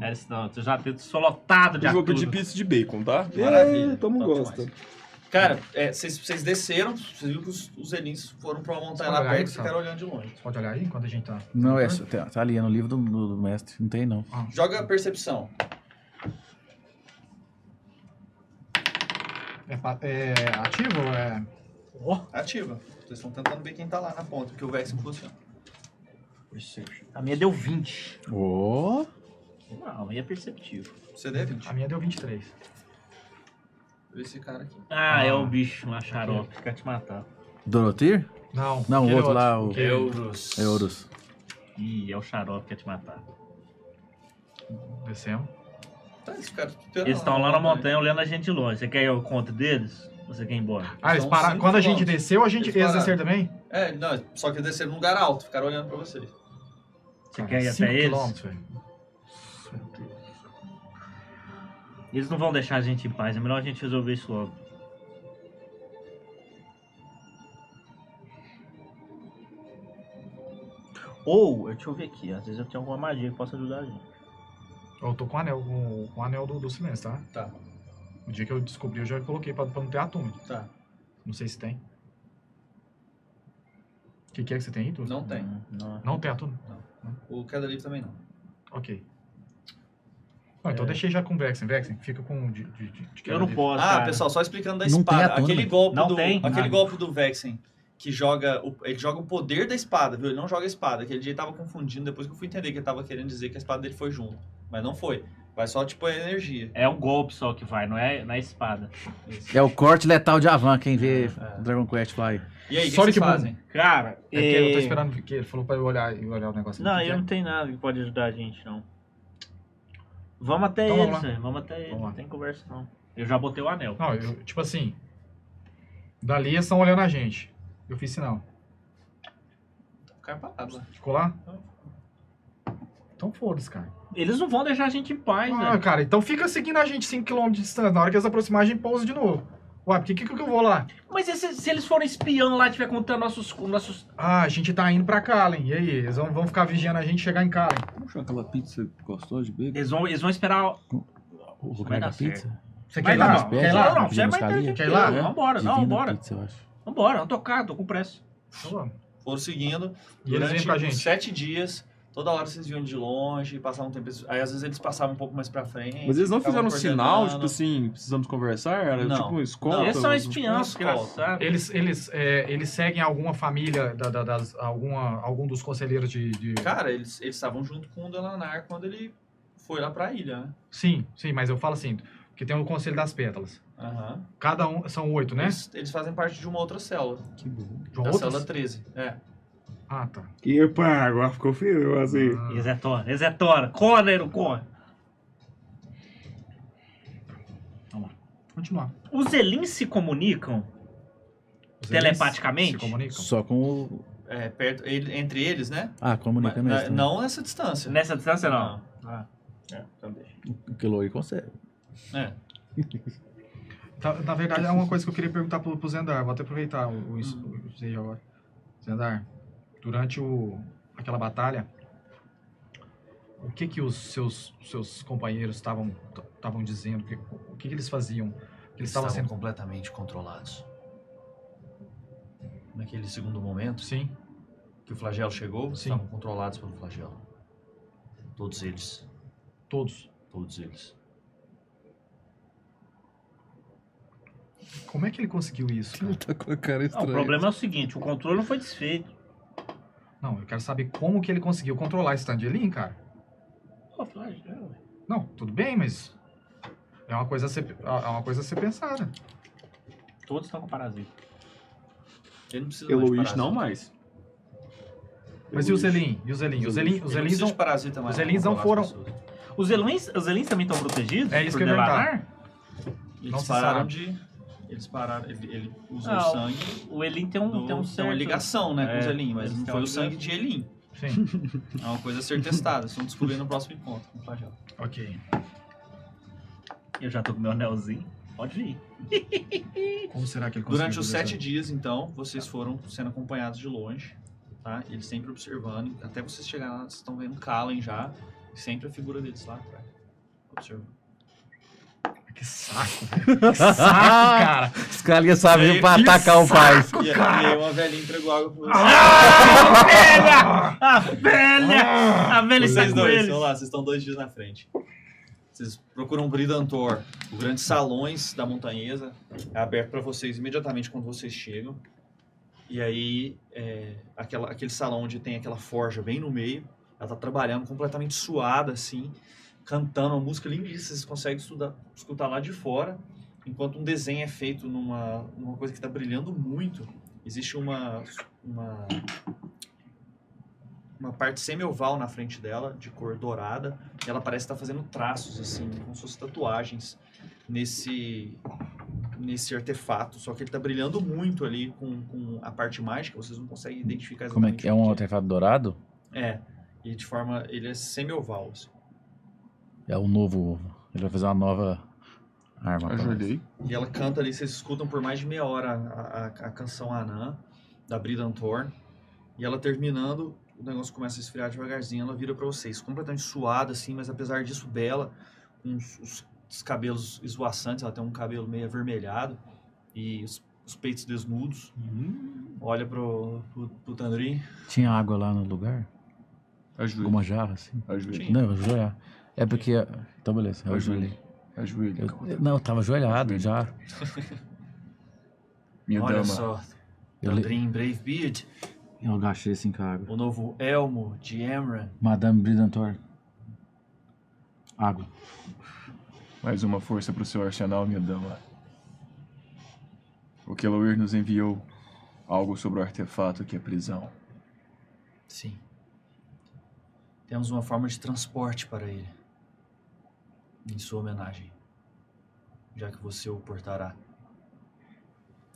Tá. É isso não, tu já tem solotado de
Eu vou pedir
aturo.
pizza Um de bacon, tá?
Maravilha.
É, Todo mundo
Top
gosta.
demais. Cara, é, vocês vocês desceram, vocês viram que os, os elins foram então. pra uma montanha lá
Olha aí,
perto e
cara.
ficaram olhando de longe.
Pode olhar aí enquanto a gente tá.
Não, é, só- tá tá ali, é no livro do, do- do mestre. Não tem, não.
Joga percepção.
É, pa- é ativo? ou É...
Ativa. Vocês estão tentando ver quem tá lá na ponta, porque o Vex não funciona.
A minha deu 20.
Ô!
Não, aí é perceptível.
Você deve 20.
A minha deu 23.
Vê esse cara aqui.
Ah,
Ah.
é o bicho, uma xarope, quer te matar.
Dorotir?
Não.
Não, o
aquele
outro lá, o
Aquele-
Euros.
Euros.
Ih, é o xarope, quer te matar.
Descemos.
Tá, esse cara Tá, né,
Eles estão lá na montanha olhando a gente de longe. Você quer ir ao conto deles? Você quer ir embora?
Ah, eles
São
pararam.
cinco
Quando a gente
pontos.
desceu, a gente.
Eles
Eles
pararam.
desceram também?
É, não, só que desceram num lugar alto, ficaram olhando pra vocês.
Você quer ir
Cinco
até eles?
quilômetros, velho.
Eles não vão deixar a gente em paz. É melhor a gente resolver isso logo. Ou, deixa eu ver aqui, às vezes eu tenho alguma magia que possa ajudar a gente.
Eu tô com o anel, com, com o anel do, do silêncio, tá?
Tá.
O dia que eu descobri, eu já coloquei pra, pra não ter atúmido.
Tá.
Não sei se tem. O que, que é que você tem aí, Tu?
Não tem.
Não.
Não tem atúmido?
O queda livre também não.
Ok. Não, então eu deixei já com o Vexen. Vexen, fica com o de, de, de, de
É. Eu não
queda
posso.
Ah,
cara.
pessoal, só explicando da
Não tem
espada.
atona.
Aquele golpe
Não
do
tem
aquele
nada.
golpe do Vexen que joga o, ele joga o poder da espada, viu? Ele não joga a espada. Aquele dia ele tava confundindo, depois que eu fui entender que ele tava querendo dizer que a espada dele foi junto, mas não foi. Vai só tipo a energia.
É um golpe só que vai, não é na espada.
É o corte letal de Avan, quem vê
É.
Dragon Quest lá aí.
E aí, o que
Sonic
vocês
Boom.
fazem?
Cara,
É porque eu tô esperando que ele falou pra eu olhar, eu olhar o negócio.
Não,
aqui,
eu
que
não tenho nada que pode ajudar a gente, não. Vamos até
Então,
eles,
vamos lá.
velho. Vamos até eles,
Vamos lá.
não tem conversa não. Eu já botei o anel.
é. Não, eu, tipo assim. Dali eles estão olhando a gente. Eu fiz sinal.
Ficaram parados lá.
Ficou lá? Então foda-se, cara.
Eles não vão deixar a gente em paz, né?
Ah,
velho.
cara, então fica seguindo a gente 5km de distância. Na hora que eles aproximarem, a gente pousa de novo. Ué, por que, que que eu vou lá?
Mas e se, se eles forem espiando lá e tiver contando nossos. nossos...
Ah, a gente tá indo pra Kalen. E aí? Eles vão, vão ficar vigiando a gente chegar em Kalen.
Como chama aquela pizza que gostou de bacon?
Eles, vão, eles vão esperar.
O
Vai dar certo.
Você quer
Vai
ir
lá,
lá?
não.
Quer ir lá?
Não, não, você é mais inteligente.
Quer
que
ir lá?
eu. Vambora, não, vambora.
Pizza, eu acho.
Vambora, vamos tocar, tô com pressa.
Então vamos.
Foram seguindo
E eles vêm
durante
com a
uns
gente.
sete dias. Toda hora vocês viam de longe, passavam um tempo. Aí às vezes eles passavam um pouco mais pra frente.
Mas eles não
ficavam
fizeram um sinal,
coordenando.
tipo assim, precisamos conversar? Era
Não.
tipo um escolta?
Não,
eles são
um-
espiãs,
uns
engraçado.
Eles, eles, é, eles seguem alguma família, da, da- das, alguma, algum dos conselheiros de, de-
Cara, eles eles estavam junto com o Delanar quando ele foi lá pra ilha, né?
Sim, sim, mas eu falo assim, que tem o Conselho das Pétalas.
Aham.
Cada um, são oito, né?
Eles, eles fazem parte de uma outra célula.
João,
da
outras?
célula 13. É.
Ah, tá.
E pá, agora ficou feio assim.
Ah,
Eles é tora, eles é tora. Corre, não corre.
continuar.
Os Elins se comunicam
Os
Telepaticamente?
eles Se comunicam.
Só com o.
É, perto, ele- entre eles, né?
Ah, comunica
Mas-
mesmo.
na- não nessa distância.
nessa distância, não.
Ah. É, também.
né? Que o Lori consegue.
É.
Tá- na verdade, é uma coisa que eu queria perguntar pro, pro Zendar. Vou até aproveitar o, o, isso- o isso aí agora. Zendar, durante o, aquela batalha, o que que os seus, seus companheiros estavam estavam dizendo? O que, o que que eles faziam? Eles estavam sendo...
completamente controlados. Naquele segundo momento
Sim.
que o flagelo chegou,
Sim. estavam
controlados pelo flagelo. Todos eles.
Todos.
Todos eles.
Como é que ele conseguiu isso? cara?
Tá com a cara
Não, o
estranha.
problema é o seguinte, o controle não foi desfeito.
Não, eu quero saber como que ele conseguiu controlar esse tanto de Elin, cara.
Pô, é, flagelo, velho.
Não, tudo bem, mas é uma coisa a ser, é uma coisa a ser pensada.
Todos estão com parasita.
Ele não precisa mais de
Eloís
parasita.
não mais.
Mas e os Elin? E os Elin? Os Elin, os
Ele não
Elins
precisa de
não...
parasita mais
os
pra
Elins não
controlar as
foram-
pessoas.
Os Elins, os Elins também estão protegidos?
É isso
por
que eu ia
Delanar?
Eles
Não se
pararam
sabe.
de... Eles pararam... Ele, ele usou
Ah,
o sangue...
O Elin tem um,
do-
tem um certo...
uma ligação, né, com
É,
os Elin, mas
eles
não
têm
foi
uma
o sangue de Elin.
Sim,
É uma coisa a ser testada, vocês vão descobrir no próximo encontro com o flagelo.
ok.
Eu já tô com meu anelzinho. Pode ir.
Como será que ele conseguiu?
Durante os
fazer
sete
isso?
dias, então, vocês foram sendo acompanhados de longe, tá? Eles sempre observando, até vocês chegarem lá, vocês estão vendo Kalen já, e sempre a figura deles lá atrás. Observando.
Que saco, velho.
(laughs)
que saco, cara.
Ah, Os caras iam saber
Ei,
pra
que
atacar um o pai.
E, aí- e aí uma velhinha entregou água pra vocês.
Velha! A velha! A velha está
vocês
com
dois,
eles.
estão lá, vocês estão dois dias na frente. Vocês procuram Bridantor, o grande salões da montanhesa, é aberto para vocês imediatamente quando vocês chegam. E aí, é, aquela- aquele salão onde tem aquela forja bem no meio, ela tá trabalhando completamente suada, assim, cantando uma música lindíssima, vocês conseguem estudar- escutar lá de fora, enquanto um desenho é feito numa, numa coisa que está brilhando muito. Existe uma- uma uma parte semioval na frente dela, de cor dourada, e ela parece estar fazendo traços, assim, como se fossem tatuagens, nesse, nesse artefato, só que ele tá brilhando muito ali com, com a parte mágica, vocês não conseguem identificar
Como é que é
exatamente
um
o que
artefato dourado?
é. É, e de forma, ele é semi-oval, assim.
É o novo. Ele vai fazer uma nova arma. pra nós.
Ajudei.
E ela canta ali, vocês escutam por mais de meia hora a, a, a canção Anã, da Bridan Thorne. E ela terminando, o negócio começa a esfriar devagarzinho, ela vira pra vocês, completamente suada assim, mas apesar disso bela, com os, os- os cabelos esvoaçantes, ela tem um cabelo meio avermelhado e os, os peitos desnudos. Olha pro, pro, pro Tandrin.
Tinha água lá no lugar?
Ajoelho.
Alguma jarra, assim?
Ajoelho.
Não, eu ajoelhar. É porque. Então, beleza, eu
Ajoelho.
ajoelhei.
Ajoelho.
Eu- não, eu tava ajoelhado
Ajoelho.
já.
Minha
Olha
dama.
só,
Eu, le-
Tandrin Bravebeard,
Tá, eu agachei assim com a água.
o novo elmo de Emran.
Madame Bridantor. Água.
Mais uma força pro seu arsenal, minha dama. O Keloir nos enviou algo sobre o artefato que é prisão.
Sim. Temos uma forma de transporte para ele. Em sua homenagem. Já que você o portará.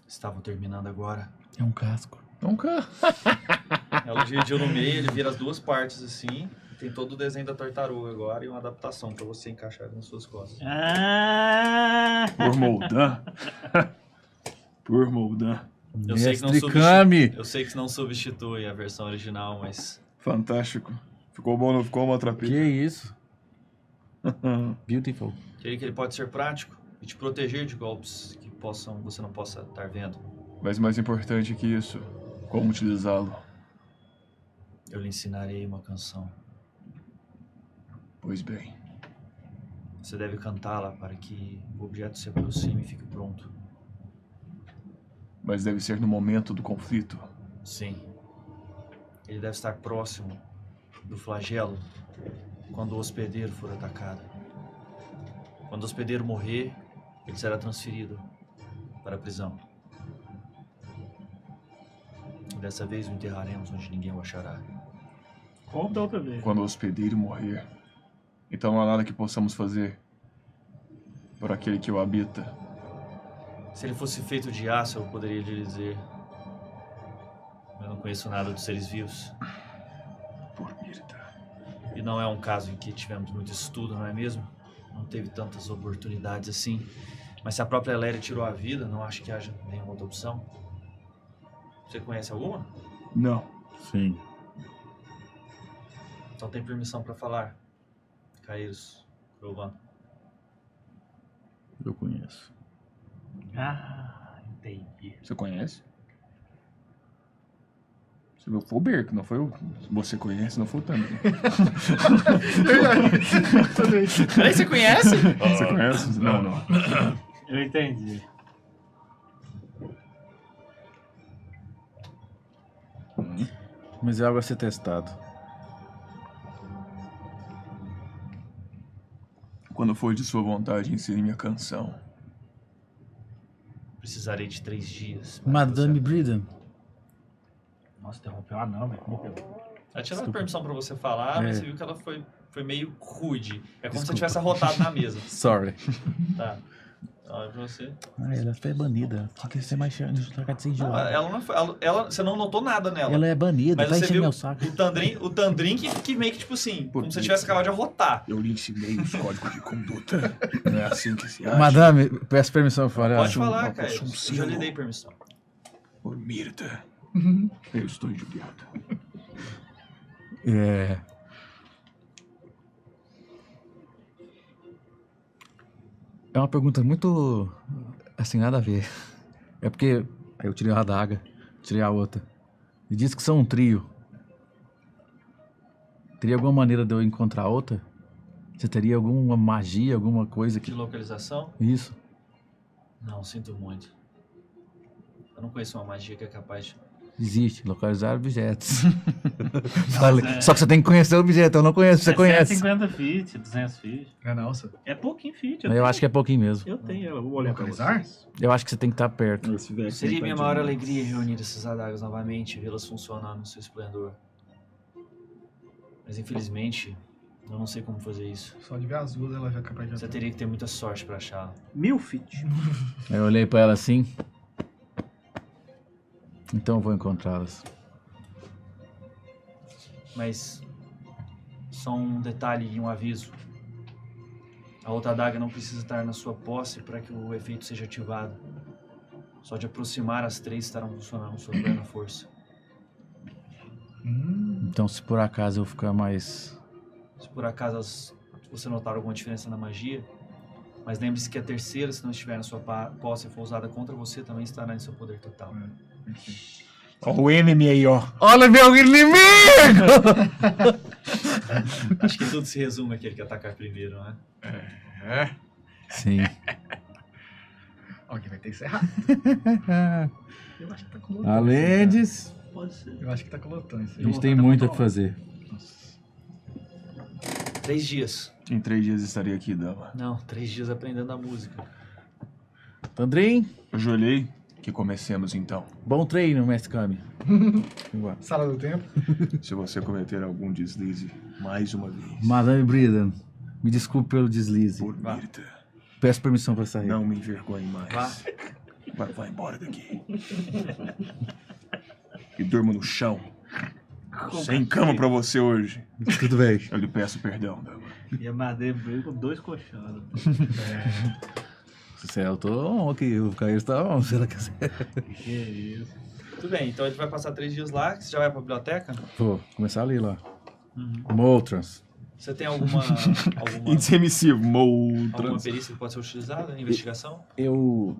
Estavam terminando (laughs) agora.
É um casco.
Nunca.
Ela dividiu no meio, ele vira as duas partes assim. Tem todo o desenho da tartaruga agora e uma adaptação para você encaixar nas suas costas.
Ah,
Por Moldan. (laughs) Por Moldan.
Eu sei que não
Mestre
sou
Kami!
Eu sei que não substitui a versão original, mas.
Fantástico. Ficou bom, não ficou uma Ah. trapinha?
Que isso? Beautiful.
Creio que ele pode ser prático e te proteger de golpes que possam você não possa estar vendo.
Mas mais importante que isso, como utilizá-lo.
Eu lhe ensinarei uma canção.
Pois bem.
Você deve cantá-la para que o objeto se aproxime e fique pronto.
Mas deve ser no momento do conflito.
Sim. Ele deve estar próximo do flagelo quando o hospedeiro for atacado. Quando o hospedeiro morrer, ele será transferido para a prisão. Dessa vez o enterraremos onde ninguém o achará.
como da outra vez?
Quando o hospedeiro morrer. Então não há nada que possamos fazer por aquele que o habita.
Se ele fosse feito de aço, eu poderia lhe dizer. Eu não conheço nada dos seres vivos.
Por Mirta.
E não é um caso em que tivemos muito estudo, não é mesmo? Não teve tantas oportunidades assim. Mas se a própria Lery tirou a vida, não acho que haja nenhuma outra opção. Você conhece alguma?
Não.
Sim.
Então tem permissão pra falar. Caíros, Crovan.
Eu conheço.
Ah, entendi.
Você conhece? Você viu, foi o Berk, não foi o. Você conhece, não foi o (laughs) Tami. (laughs)
Peraí, você conhece?
Você conhece? Ah, Não, não.
Eu entendi.
Mas é algo a ser testado.
Quando for de sua vontade, ensine-me a canção.
Precisarei de três dias. para
Madame
você-
Bridan.
Nossa, interrompeu a não, velho.
Ela tinha dado
Desculpa.
permissão pra você falar, mas
É.
você viu que ela foi, foi meio rude. É como se você
Desculpa.
tivesse arrotado na mesa.
Sorry. (laughs)
Tá. Olha pra você.
Ah, ela é banida. Tinha que ser mais chance de trocar de ser
Não,
enjoada.
ela não foi. Ela, ela- você não notou nada nela.
Ela é banida,
Ah, Mas
vai
você
encher
viu-
meu saco.
O Tandrin, o Tandrin que, que meio que tipo assim, como se você tivesse acabado de arrotar.
Eu lhe ensinei os códigos de conduta. Não é assim que se
Madame, peço permissão pra falar.
Pode falar,
eu
cara.
sou um
Eu já
símbolo.
lhe dei permissão.
Por Mirta. Eu estou injuriado.
É. É uma pergunta muito. Assim, nada a ver. É porque eu tirei uma adaga, tirei a outra. E diz que são um trio. Teria alguma maneira de eu encontrar outra? Você teria alguma magia, alguma coisa
De
que.
localização?
Isso.
Não, sinto muito. Eu não conheço uma magia que é capaz de.
Existe, localizar objetos. Falei, Só que você tem que conhecer o objeto, eu não conheço, você conhece.
150 feet, 200 feet.
É, nossa.
É pouquinho feet.
Eu acho que é pouquinho mesmo.
Eu tenho ela, vou olhar pra
Localizar?
vocês.
Eu acho que você tem que estar perto.
Seria
tá
minha maior alegria reunir essas adagas novamente e vê-las funcionar no seu esplendor. Mas infelizmente, Eu não sei como fazer isso.
Só de ver as duas ela já é capaz de
Você teria que ter muita sorte pra achar.
Mil feet.
Aí eu olhei pra ela assim. Então eu vou encontrá-las.
Mas só um detalhe e um aviso. A outra adaga não precisa estar na sua posse para que o efeito seja ativado. Só de aproximar as três estarão funcionando sob plena força.
Hum,
Então se por acaso eu ficar mais.
Se por acaso as- você notar alguma diferença na magia, mas lembre-se que a terceira, se não estiver na sua pa- posse e for usada contra você, também estará em seu poder total.
Ó, o enemy aí, ó.
Olha meu inimigo!
Acho que tudo se resume àquele que atacar primeiro, né?
Sim.
ó, que vai ter que ser (laughs) rápido. Eu acho que tá com o Lotan.
Alendes,
Pode ser.
Eu acho que tá com o Lotan isso
a
aí.
gente tem muito o que fazer.
Três dias.
Em três dias estaria aqui, dama.
Não, três dias aprendendo a música.
Tandrin,
Ajoelhei. Que comecemos então.
bom treino, mestre Kami. Ué.
Sala do tempo.
Se você cometer algum deslize, mais uma vez.
Madame Brida, me desculpe pelo deslize.
Por Mirta,
Peço permissão pra sair.
não (laughs) me envergonhe
Vá.
mais. Vai, vai embora daqui. E durma no chão. Sem cama pra você hoje.
Tudo bem.
Eu lhe peço perdão, dama.
E a madeira branca com dois colchados.
Se é, eu tô on aqui, o Caio está on, (laughs) se ela quiser.
Que isso.
Tudo bem, então a gente vai passar três dias lá. Você já vai pra biblioteca?
Vou começar ali lá. Moltrans.
Você tem alguma, alguma,
é Indissemissivo,
alguma
moutras.
perícia que pode ser utilizada? Investigação?
Eu.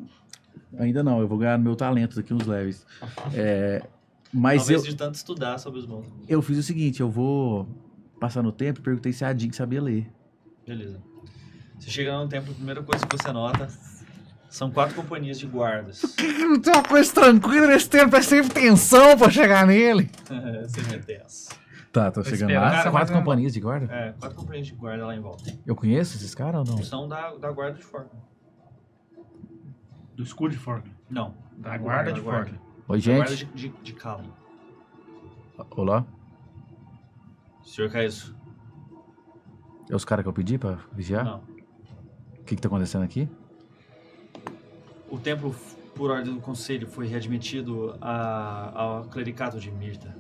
Ainda não, eu vou ganhar meu talento daqui uns leves. É, mas eu,
Talvez de tanto estudar sobre os monstros.
eu fiz o seguinte: eu vou passar no tempo e perguntei se a Jing sabia ler.
Beleza. Você chega lá no templo, a primeira coisa que você nota são quatro companhias de guardas. (laughs)
Não tem uma coisa tranquila nesse tempo, parece que teve tensão pra chegar nele.
você vê dez.
Tá, tô
Tô
chegando
esperando.
lá.
Cara, um-
São
mas
quatro
não-
companhias de guarda.
É, quatro companhias de guarda lá em volta.
Eu conheço esses caras ou não?
São da, da guarda de forma.
Do escudo de forca.
Não,
Da guarda de
guarda.
forca.
Oi,
da guarda
gente.
de, de, de Kalin.
Olá.
Senhor Caíso?
É os caras que eu pedi pra vigiar?
Não.
O que que tá acontecendo aqui?
O templo, por ordem do conselho, foi readmitido a- ao clericato de Mirta.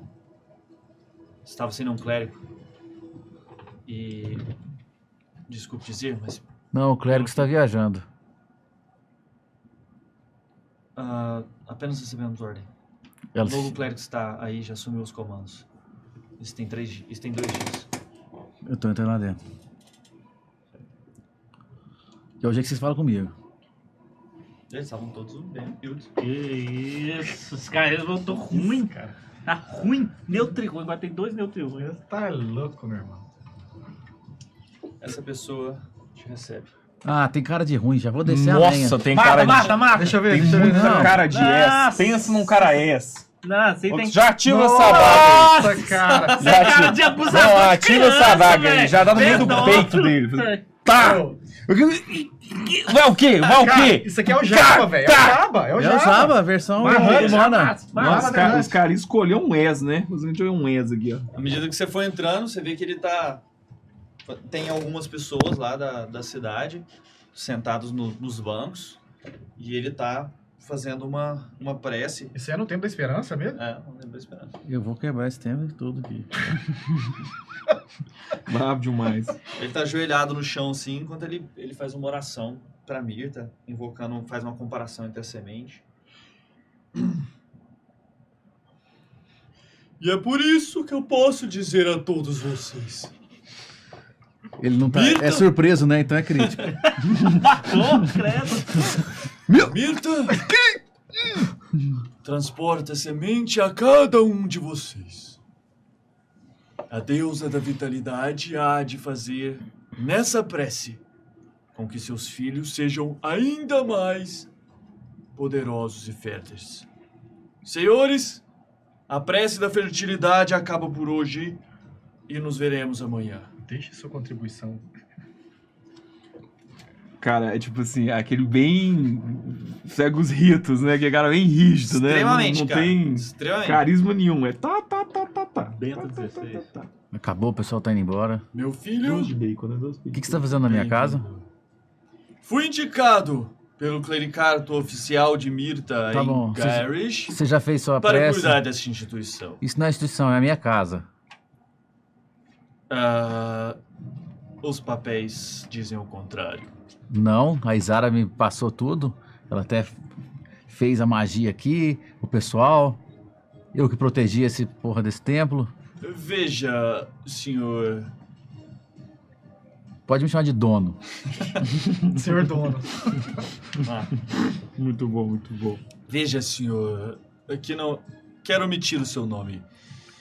Estava sendo um clérigo. E. Desculpe dizer, mas.
Não, o clérigo está viajando.
ah, apenas recebemos ordem.
Ela
O novo clérigo está aí, já assumiu os comandos. Isso tem, três, di- isso tem dois dias.
Eu tô entrando lá dentro. É o jeito que vocês falam comigo.
Eles estavam todos bem humildes.
Que isso. Os caras voltou ruim, cara. Tá ruim. Neutrigon. Agora tem dois Neutrigon.
Você tá louco, meu irmão.
Essa pessoa te recebe.
Ah, tem cara de ruim, já vou descer a lenha.
Nossa, tem
Mata,
cara de.
mata, mata.
tá, Deixa eu ver,
Tem
deixa eu ver.
muita
Não.
cara de S.
Nossa.
Pensa num cara S.
Não, você tem
Já ativa essa barra aí.
Nossa, cara.
Você
Já
é cara
ativa.
de abusador.
Não,
de
ativa
criança,
essa vaga aí.
velho.
Já dá no meio do
Perdão.
peito dele. Tá!
Ô,
Vai o quê? Vai o
cara,
quê?
isso aqui é o Java, velho. É o Java, é o
Eu já
Java.
usava a versão
Marrano,
humana.
Nossa,
Nossa,
cara,
cara,
os caras escolheram um ex, né? Mas a gente olhou um ex aqui, ó.
À medida que você for entrando, você vê que ele tá. Tem algumas pessoas lá da, da cidade sentados no- nos bancos e ele tá fazendo uma, uma prece.
Isso é no tempo da esperança mesmo?
É, não lembro esperando.
Eu vou quebrar esse tempo todo aqui.
Bravo demais.
Ele tá ajoelhado no chão assim, enquanto ele, ele faz uma oração pra Mirta, invocando, faz uma comparação entre a semente. E é por isso que eu posso dizer a todos vocês.
Ele não tá.
Eita!
É surpreso, né? Então é crítico. (laughs)
Matou, credo.
Mirta! Transporta semente a cada um de vocês. A deusa da vitalidade há de fazer, nessa prece, com que seus filhos sejam ainda mais poderosos e férteis. Senhores, a prece da fertilidade acaba por hoje e nos veremos amanhã.
Deixa sua (laughs) contribuição.
Cara, é tipo assim, aquele bem. Segue os ritos, né? Que é cara bem rígido, né? Não- não, tem
Extremamente.
carisma nenhum. É tá, tá, tá, tá, tá.
Bento
Tá, tá, tá,
16.
tá, tá.
Acabou, o pessoal tá indo embora.
Meu filho,
Dois de bacon, né? Dois
O que, que você tá fazendo na minha casa?
fui indicado pelo clericato oficial de Mirta
Tá
em
bom, vocês- tá
Garish
Você já fez sua
para
prece?
cuidar dessa instituição.
Isso não é instituição, é a minha casa.
Ah, os papéis dizem o contrário.
Não, a Isara me passou tudo. Ela até f- fez a magia aqui, o pessoal. Eu que protegi esse porra desse templo.
Veja, senhor.
Pode me chamar de dono.
Senhor dono.
Ah,
tá-
Muito bom, muito bom.
veja, senhor. Aqui não. Quero omitir o seu nome.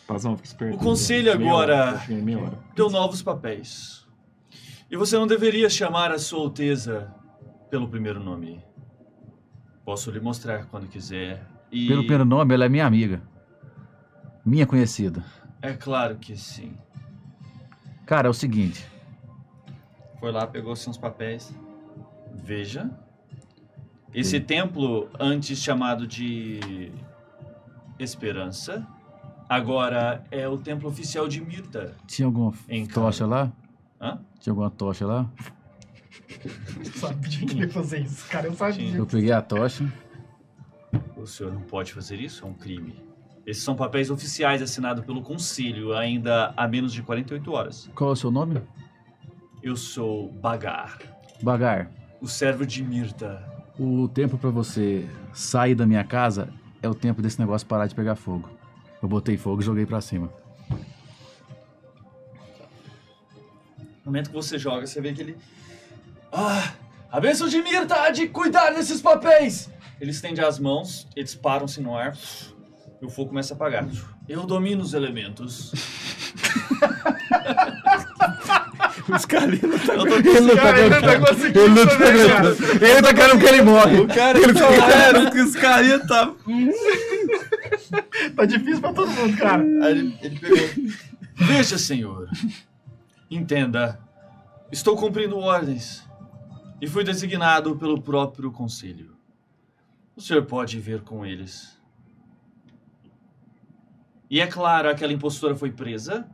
Pazão, fica esperto.
O conselho
Meia hora,
agora-
eu cheguei em meia hora.
deu novos papéis. E você não deveria chamar a sua alteza pelo primeiro nome. Posso lhe mostrar quando quiser. E
Pelo primeiro nome, ela é minha amiga. Minha conhecida.
é claro que sim.
Cara, é o seguinte.
Foi lá, pegou seus papéis. Veja. Hum. Esse templo, antes chamado de Esperança, agora é o templo oficial de Mirta.
Tinha alguma
Em
tocha lá?
Hã?
Tinha alguma tocha lá?
Eu sabia que ia fazer isso, cara. Eu sabia.
Eu peguei a tocha.
O senhor não pode fazer isso, é um crime. Esses são papéis oficiais assinados pelo Conselho ainda há menos de 48 horas.
Qual é o seu nome?
Eu sou Bagar,
Bagar.
o servo de Mirta.
O tempo pra você sair da minha casa é o tempo desse negócio parar de pegar fogo. Eu botei fogo e joguei pra cima.
No momento que você joga, você vê que ele. Ah! A bênção de Mirta há de cuidar desses papéis! Ele estende as mãos, eles param-se no ar, e o fogo começa a apagar. Eu domino os elementos.
(laughs)
(laughs)
O Scalino tá
Eu tô
Ele não tá
Cara, ele não tá
aguentando.
conseguindo
Ele não tá
também, cara.
aguentando. Ele tá querendo que ele morre.
O cara é tão raro que os carinha tá.
Tá difícil pra todo mundo, cara.
Aí ele, ele pegou. Veja, senhor. Entenda. Estou cumprindo ordens. E fui designado pelo próprio conselho. O senhor pode ver com eles. E é claro, aquela impostora foi presa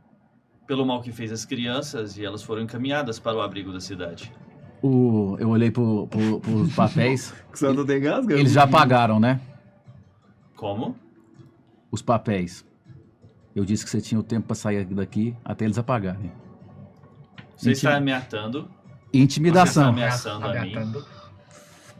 pelo mal que fez às crianças e elas foram encaminhadas para o abrigo da cidade.
O, eu olhei pro, pro, pros papéis.
Que você não tem gás, cara?
Eles já pagaram, né?
Como?
Os papéis. Eu disse que você tinha o tempo pra sair daqui até eles apagarem.
Você está
Intim-
ameaçando?
Intimidação.
É,
Você está ameaçando a mim?
Ameaçando.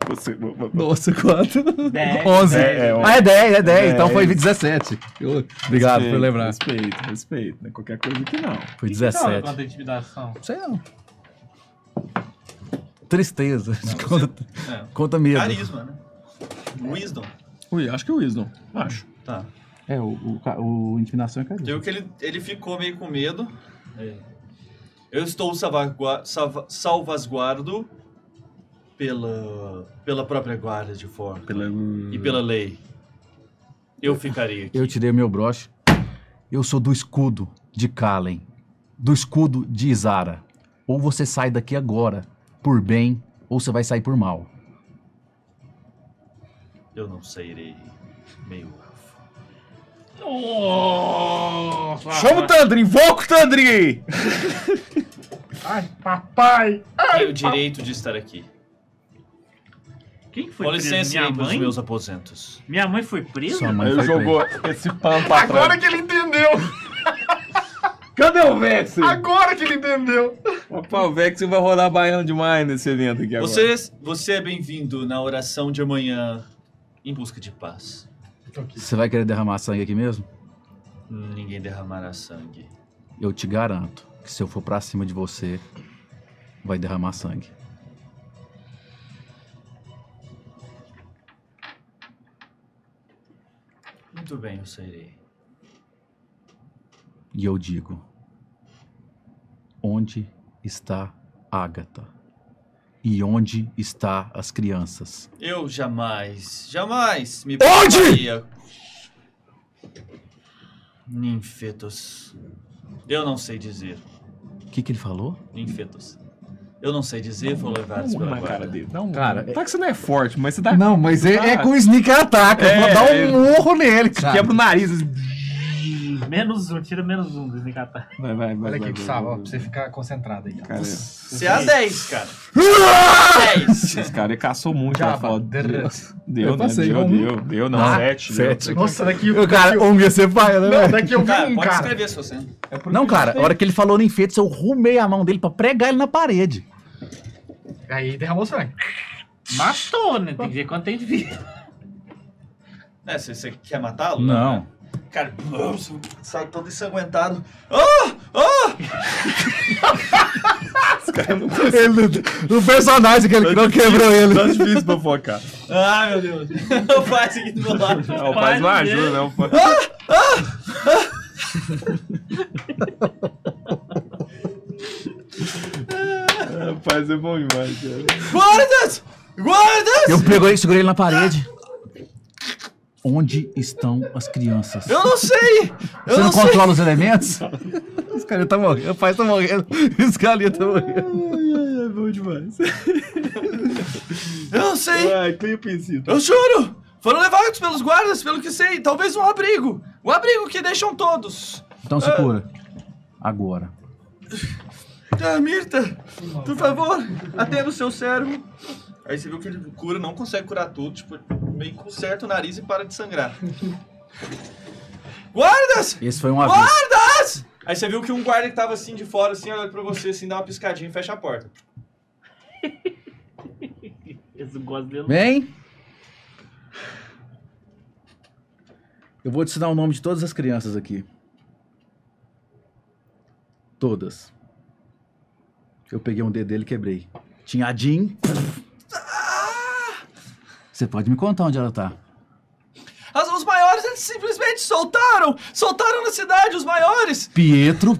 Você-
Nossa, quatro.
10.
11.
É, é, ó.
ah, é 10, é 10. Então foi
Dez.
17. Eu- Obrigado por
Respeito,
lembrar.
Respeito, respeito. Não é qualquer coisa que não.
Foi
Não,
17.
quanto a intimidação.
Sei não. Tristeza. (laughs) conta,
É.
conta medo.
Carisma, né? Wisdom.
Ui, acho que é o Wisdom. Acho.
Tá.
É, o, o, ca- o Intimidação é
Tem
carisma.
o que ele, ele ficou meio com medo. É. Eu estou salvagua- salva- salvasguardo pela, pela própria guarda de forma
Pela...
e pela lei. Eu ficarei aqui.
Eu tirei o meu broche. Eu sou do escudo de Kalen. Do escudo de Izara. Ou você sai daqui agora, por bem, ou você vai sair por mal.
Eu não sairei meio elfo.
Nossa!
Tandrin! Invoca o Tandrin!
Ai, papai.
Tenho o direito de estar aqui.
Quem que foi
Com
preso?
licença,
Minha
lembro dos
mãe?
meus aposentos.
Minha mãe foi presa?
Sua mãe
Ele
foi
jogou esse pano pra
Agora
trás.
que ele entendeu.
Cadê o Vex?
Agora que ele entendeu.
Opa, o Vex vai rodar baiano demais nesse evento aqui agora.
Você, você é bem-vindo na oração de amanhã em busca de paz.
presa. Você vai querer derramar sangue aqui mesmo?
Ninguém derramará sangue.
Eu te garanto que se eu for pra cima de você, vai derramar sangue.
Muito bem, eu sairei.
E eu digo: Onde está Ágata? E onde está as crianças?
Eu jamais, jamais me
Onde?
preocuparia. Ninfetos. Eu não sei dizer.
O que, que ele falou?
Ninfetos. Eu não sei dizer, foram levados
Dá um
pela
na cara
guarda.
dele. Dá um...
Cara,
tá que você não é forte, mas você dá.
Não,
Um
mas é, é com o sneaker ataca.
É,
Vou dar
é.
um murro nele, cara.
Quebra o nariz. assim.
Menos um, tira menos um do desencatar.
Vai, vai, vai.
Olha
vai,
aqui,
vai,
Gustavo, ó,
vai,
pra
vai.
você ficar concentrado aí.
Cara,
Você é a 10, cara. 10.
Esse cara caçou muito
Já,
na foto.
drrr.
Deu,
Eu
né?
passei,
Deu,
um.
deu, deu, não.
Ah,
sete.
sete.
deu.
Nossa,
(laughs)
daqui.
O cara, um ia ser pai, né?
Não,
velho?
daqui eu vi
Cara,
um,
pode
cara.
escrever se você. não.
Não, cara, a hora que ele falou no enfeite, eu rumei a mão dele pra pregar ele na parede.
Aí derramou sangue.
Matou, né? Tem que ver quanto tem de vida.
É, você, você quer matá-lo? né?
Não.
Cara, nossa, sai todo ensanguentado. Ah! Ah!
Ele, o personagem que ele não quebrou
Tá
ele.
difícil pra (laughs) focar.
Ah, meu Deus. (laughs) O pai aqui do meu lado.
Ah, o pai não
Pai
ajuda,
dele.
não. pô. (laughs) Ah, Rapaz, é bom demais, cara.
Guardas! Guardas!
Eu peguei, segurei ele na parede. Onde estão as crianças?
Eu não sei! Eu
Você não,
não, sei!
controla os elementos? Os caras tá morrendo, o pai tá morrendo, os caras tá morrendo.
Ai, ai, é bom demais.
Eu não sei!
Ai, clipe em si. tá?
Eu juro! Foram levados pelos guardas, pelo que sei. Talvez um abrigo. O abrigo que deixam todos.
Então se cura. Agora.
Ah, Mirta, por favor, atenda o seu cérebro. Aí você viu que ele cura, não consegue curar tudo, tipo, meio que conserta o nariz e para de sangrar. Guardas!
Esse foi um aviso.
Guardas! Aí você viu que um guarda que tava assim de fora, assim, olha pra você, assim, dá uma piscadinha e fecha a porta.
Eles não gostam dele.
Vem! Eu vou te ensinar o nome de todas as crianças aqui. Todas. Eu peguei um dedo dele e quebrei. Tinha a Jean. Você pode me contar onde ela tá?
As, os maiores, eles simplesmente soltaram! Soltaram na cidade, os maiores!
Pietro.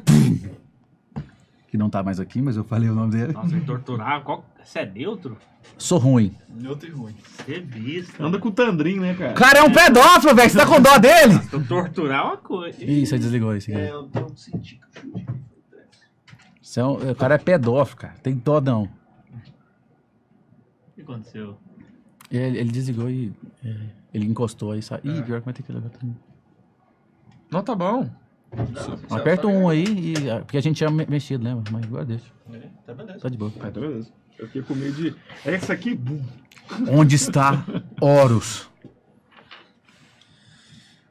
Que não tá mais aqui, mas eu falei o nome dele.
Nossa, ele torturar. Qual... Você é neutro?
Sou ruim.
Neutro e ruim.
Você é besta.
Anda com o Tandrin, né, cara?
O cara é um pedófilo, velho. Você tá com dó dele?
Então, torturar é uma coisa.
Ih, você desligou isso aqui.
eu não senti que eu chutei.
Você é um- o cara é pedófilo, cara. Tem dó não.
O que aconteceu?
Ele, ele desligou e. é, Ele encostou aí e saiu. Ih, pior que vai ter que levar também.
Não, tá bom.
Aperta um aí e. ah, Porque a gente tinha me- mexido, né? Mas agora deixa.
Tá beleza.
Tá de boa.
Ah, então beleza. Eu fiquei com medo de. É isso aqui, bum.
Onde está Horus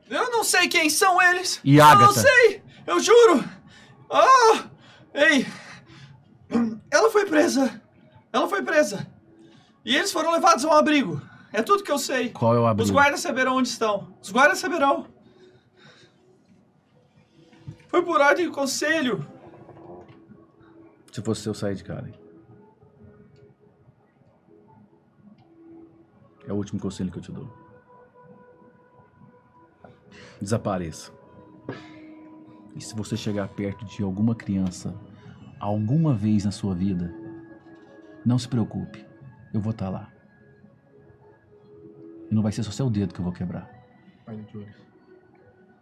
Eu não sei quem são eles!
e
Eu não
Agatha?
sei! Eu juro! Ah! Ei! Ela foi presa! Ela foi presa! E eles foram levados a um abrigo! É tudo que eu sei!
Qual é o
Os
abrigo?
guardas saberão onde estão! Os guardas saberão! Foi por ordem do conselho!
Se fosse eu sair de casa. hein? É o último conselho que eu te dou. Desapareça. E se você chegar perto de alguma criança alguma vez na sua vida, não se preocupe. Eu vou estar lá. E não vai ser só seu dedo que eu vou quebrar.
Pai do Jones.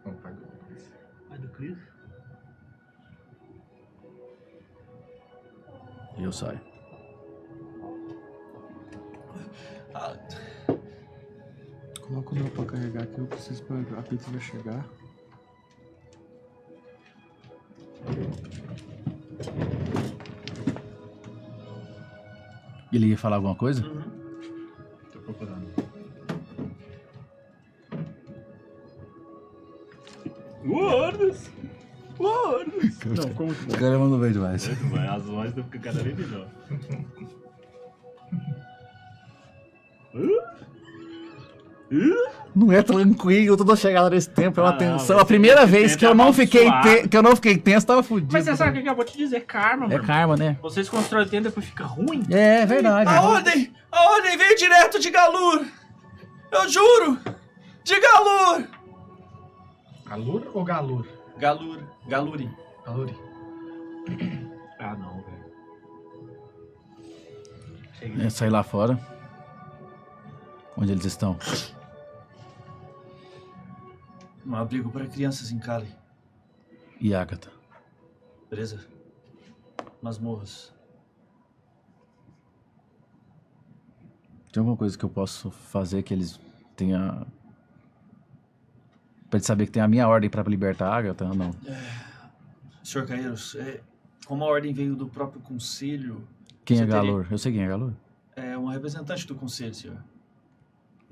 Não, pai do Jones.
Mas do Cris?
E eu saio.
Ah,
Coloca o meu pra carregar aqui, eu preciso pra a pizza vai chegar.
Ele ia falar alguma coisa?
Uhum.
Tô procurando.
Gordos! Gordos!
Não, como que
O cara mandou bem demais.
As vozes estão ficando cada vez melhor.
Não é tranquilo, toda chegada nesse tempo é uma
Ah,
tensão.
mas
a primeira
esse
vez
tempo
que eu,
é
não fiquei
amaldiçoado.
te- que eu não fiquei tenso, tava fudido.
Mas você sabe o que eu vou te dizer? Karma,
É
mano.
karma, né?
Vocês constroem o tempo e depois fica ruim.
É, é verdade.
a ordem! A ordem veio direto de Galur! Eu juro! De Galur!
Galur ou Galur?
Galur, Galuri.
Galuri.
Ah, não, velho. Cheguei.
É sair lá fora. Onde eles estão?
Um abrigo para crianças em Cali.
E Agatha.
Beleza? Masmorras.
Tem alguma coisa que eu posso fazer que eles tenha Pra ele saber que tem a minha ordem pra libertar a Agatha, ou não.
Senhor Caeiros, é, como a ordem veio do próprio conselho,
Quem
Você
é
teria-
Galor? Eu sei quem é Galor.
é um representante do conselho, senhor.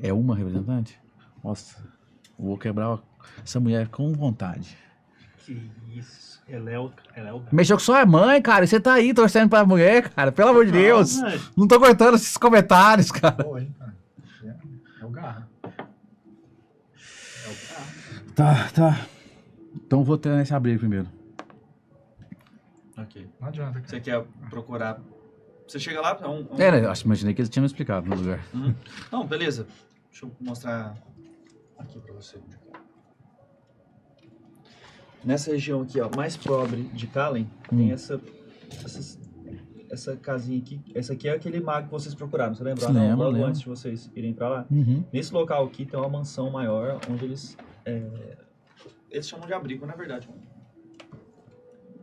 É uma representante? Nossa, vou quebrar essa mulher com vontade.
Que isso. Ela é o, ela é o
Mexeu com sua mãe, cara, e você tá aí torcendo pra mulher, cara, pelo amor de Deus.
Não, velho.
Não tô cortando esses comentários, cara.
Boa, hein, cara. É, é o garra.
Tá, tá. Então vou ter nesse abrigo primeiro.
Ok.
Não adianta, cara.
Você quer procurar. Você chega lá, é um. é um-
É, né, eu acho- imaginei que eles tinham me explicado no lugar.
Não, beleza. Deixa eu mostrar aqui pra você. Nessa região aqui, ó, mais pobre de Kalen, tem
Hum.
essa, essas- essa casinha aqui. Essa aqui é aquele mago que vocês procuraram, você lembra?
Lembro,
Não, logo
lembro.
antes de vocês irem pra lá.
Uhum.
Nesse local aqui tem uma mansão maior, onde eles. é, eles chamam de abrigo, na verdade.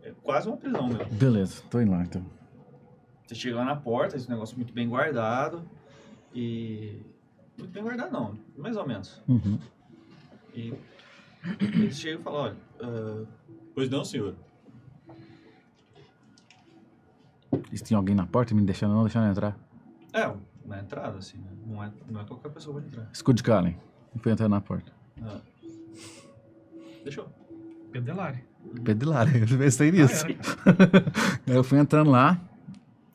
É quase uma prisão mesmo.
Beleza, tô indo lá então.
Você chega lá na porta, esse negócio muito bem guardado. E. Muito bem guardado, não, mais ou menos.
Uhum.
E eles chegam e falam, olha. ah, pois não, senhor.
Se tem alguém na porta me deixando, não deixando eu entrar.
É, uma entrada, assim, né? Não é, não é qualquer pessoa que pode entrar.
Escudo de Kalen. Não foi entrar na porta.
Ah. Deixou.
Pedelari.
Pedelar, eu pensei nisso. Aí eu fui entrando lá,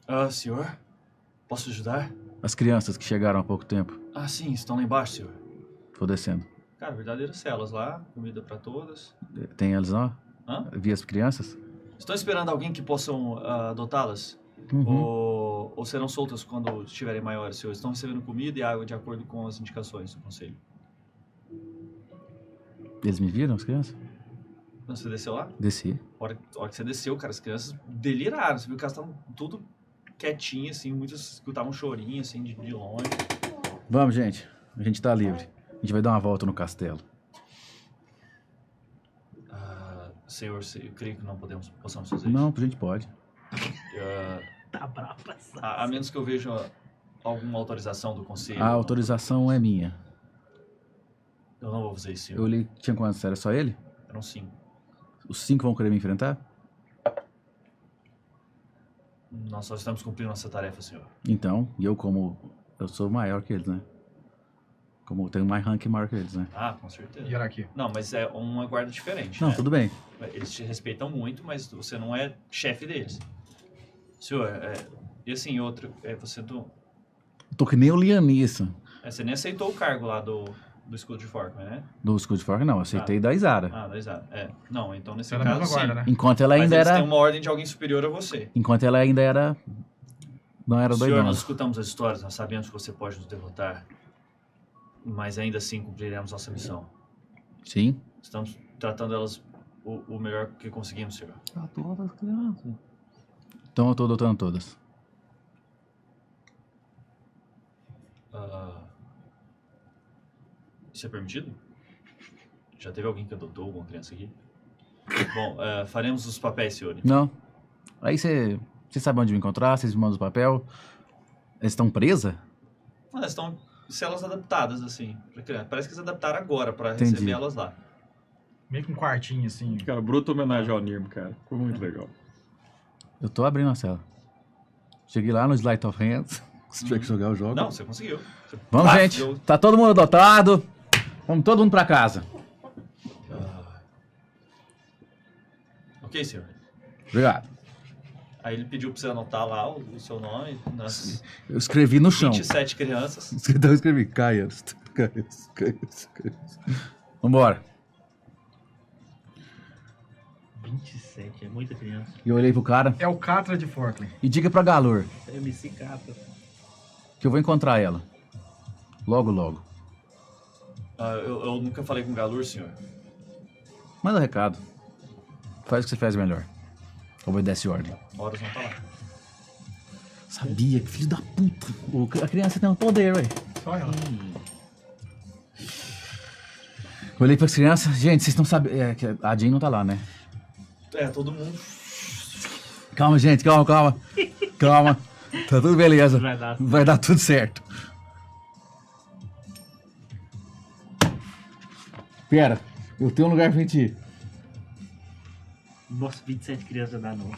Ah, senhor? Posso ajudar?
as crianças que chegaram há pouco tempo,
Ah, sim, estão lá embaixo, senhor.
vou descendo.
Cara, verdadeiras celas lá, comida pra todas.
Tem eles lá?
Hã?
Vi as crianças?
Estão esperando alguém que possam ah, adotá-las?
Uhum.
ou, ou serão soltas quando estiverem maiores, senhores. Estão recebendo comida e água de acordo com as indicações do conselho.
Eles me viram, as crianças?
Então, você desceu lá?
Desci.
A hora, a hora que você desceu, cara, as crianças deliraram. Você viu que elas estavam tudo quietinhas, assim. Muitas escutavam um chorinho, assim, de, de longe.
Vamos, gente. A gente tá livre. A gente vai dar uma volta no castelo.
Ah, senhor, se- eu creio que não podemos, possamos fazer
Não, a gente pode.
isso. Ah,
Tá brava essa.
a, a menos que eu veja alguma autorização do conselho.
A autorização é minha.
Eu não vou fazer isso,
Eu
senhor.
li tinha quantos? Era só ele?
Eram cinco.
Os cinco vão querer me enfrentar?
Nós só estamos cumprindo nossa tarefa, senhor.
Então, e eu como... Eu sou maior que eles, né? Como eu tenho mais rank maior que eles, né?
Ah, com certeza.
Hierarquia.
Não, mas é uma guarda diferente.
Não,
né?
tudo bem.
Eles te respeitam muito, mas você não é chefe deles. Senhor, é, e assim, outro, é, você, do,
Tô que nem o Lianissa.
é, você nem aceitou o cargo lá do, do escudo de Forkman, né?
Do Escudo de Forca, não. Aceitei da Isara.
Ah, da Isara. É, não, então nesse
Você era a
caso,
mesma guarda,
sim.
né?
Enquanto ela
Mas
ainda
eles
era...
têm um uma ordem de alguém superior a você.
Enquanto ela ainda era... Não era um.
Senhor, né?
doidona.
nós escutamos as histórias, nós sabemos que você pode nos derrotar. Mas ainda assim cumpriremos nossa missão.
Sim.
Estamos tratando elas o, o melhor que conseguimos, senhor.
Todas as crianças.
Então eu tô adotando todas.
Ah, isso é permitido? Já teve alguém que adotou alguma criança aqui? (laughs) Bom, ah, faremos os papéis, senhor.
Não. Aí você. Você sabe onde me encontrar, vocês me mandam o papel. Eles estão presa?
Ah, estão celas adaptadas, assim, pra criança. Parece que eles adaptaram agora pra
Entendi.
receber elas lá.
Meio que um quartinho, assim.
Cara, bruta homenagem ao Nirmo, cara. Foi muito legal.
Eu tô abrindo a cela. Cheguei lá no Slight of Hands.
Se tiver que jogar, eu jogo.
Não, você conseguiu. Você
Vamos,
Ah,
gente.
eu-
Tá todo mundo adotado. Vamos todo mundo pra casa.
Ah. Ok, senhor.
Obrigado.
Aí ele pediu pra você anotar lá o, o seu nome nas
Eu escrevi no chão.
27 crianças.
Então eu escrevi Caias. Caias, Caias, Caias.
Vambora.
27, é muita criança.
E eu olhei pro cara
É o Catra de Forkland.
e diga pra Galor
É MC Catra.
que eu vou encontrar ela. Logo, logo.
Ah, eu, eu nunca falei com o Galur, senhor.
Manda recado. Faz o que você faz melhor. Obedece ordem.
Horas não tá lá.
Sabia, que filho da puta. O- A criança tem um poder, ué.
Só ela.
Olhei pras crianças, gente, vocês não sabem. É, que a Jean não tá lá, né?
É, todo mundo.
Calma, gente, calma, calma. Calma. Tá tudo beleza.
Vai dar.
Vai dar tudo certo. Pera.
Eu tenho um lugar pra gente ir.
Nossa, 27 crianças dá não.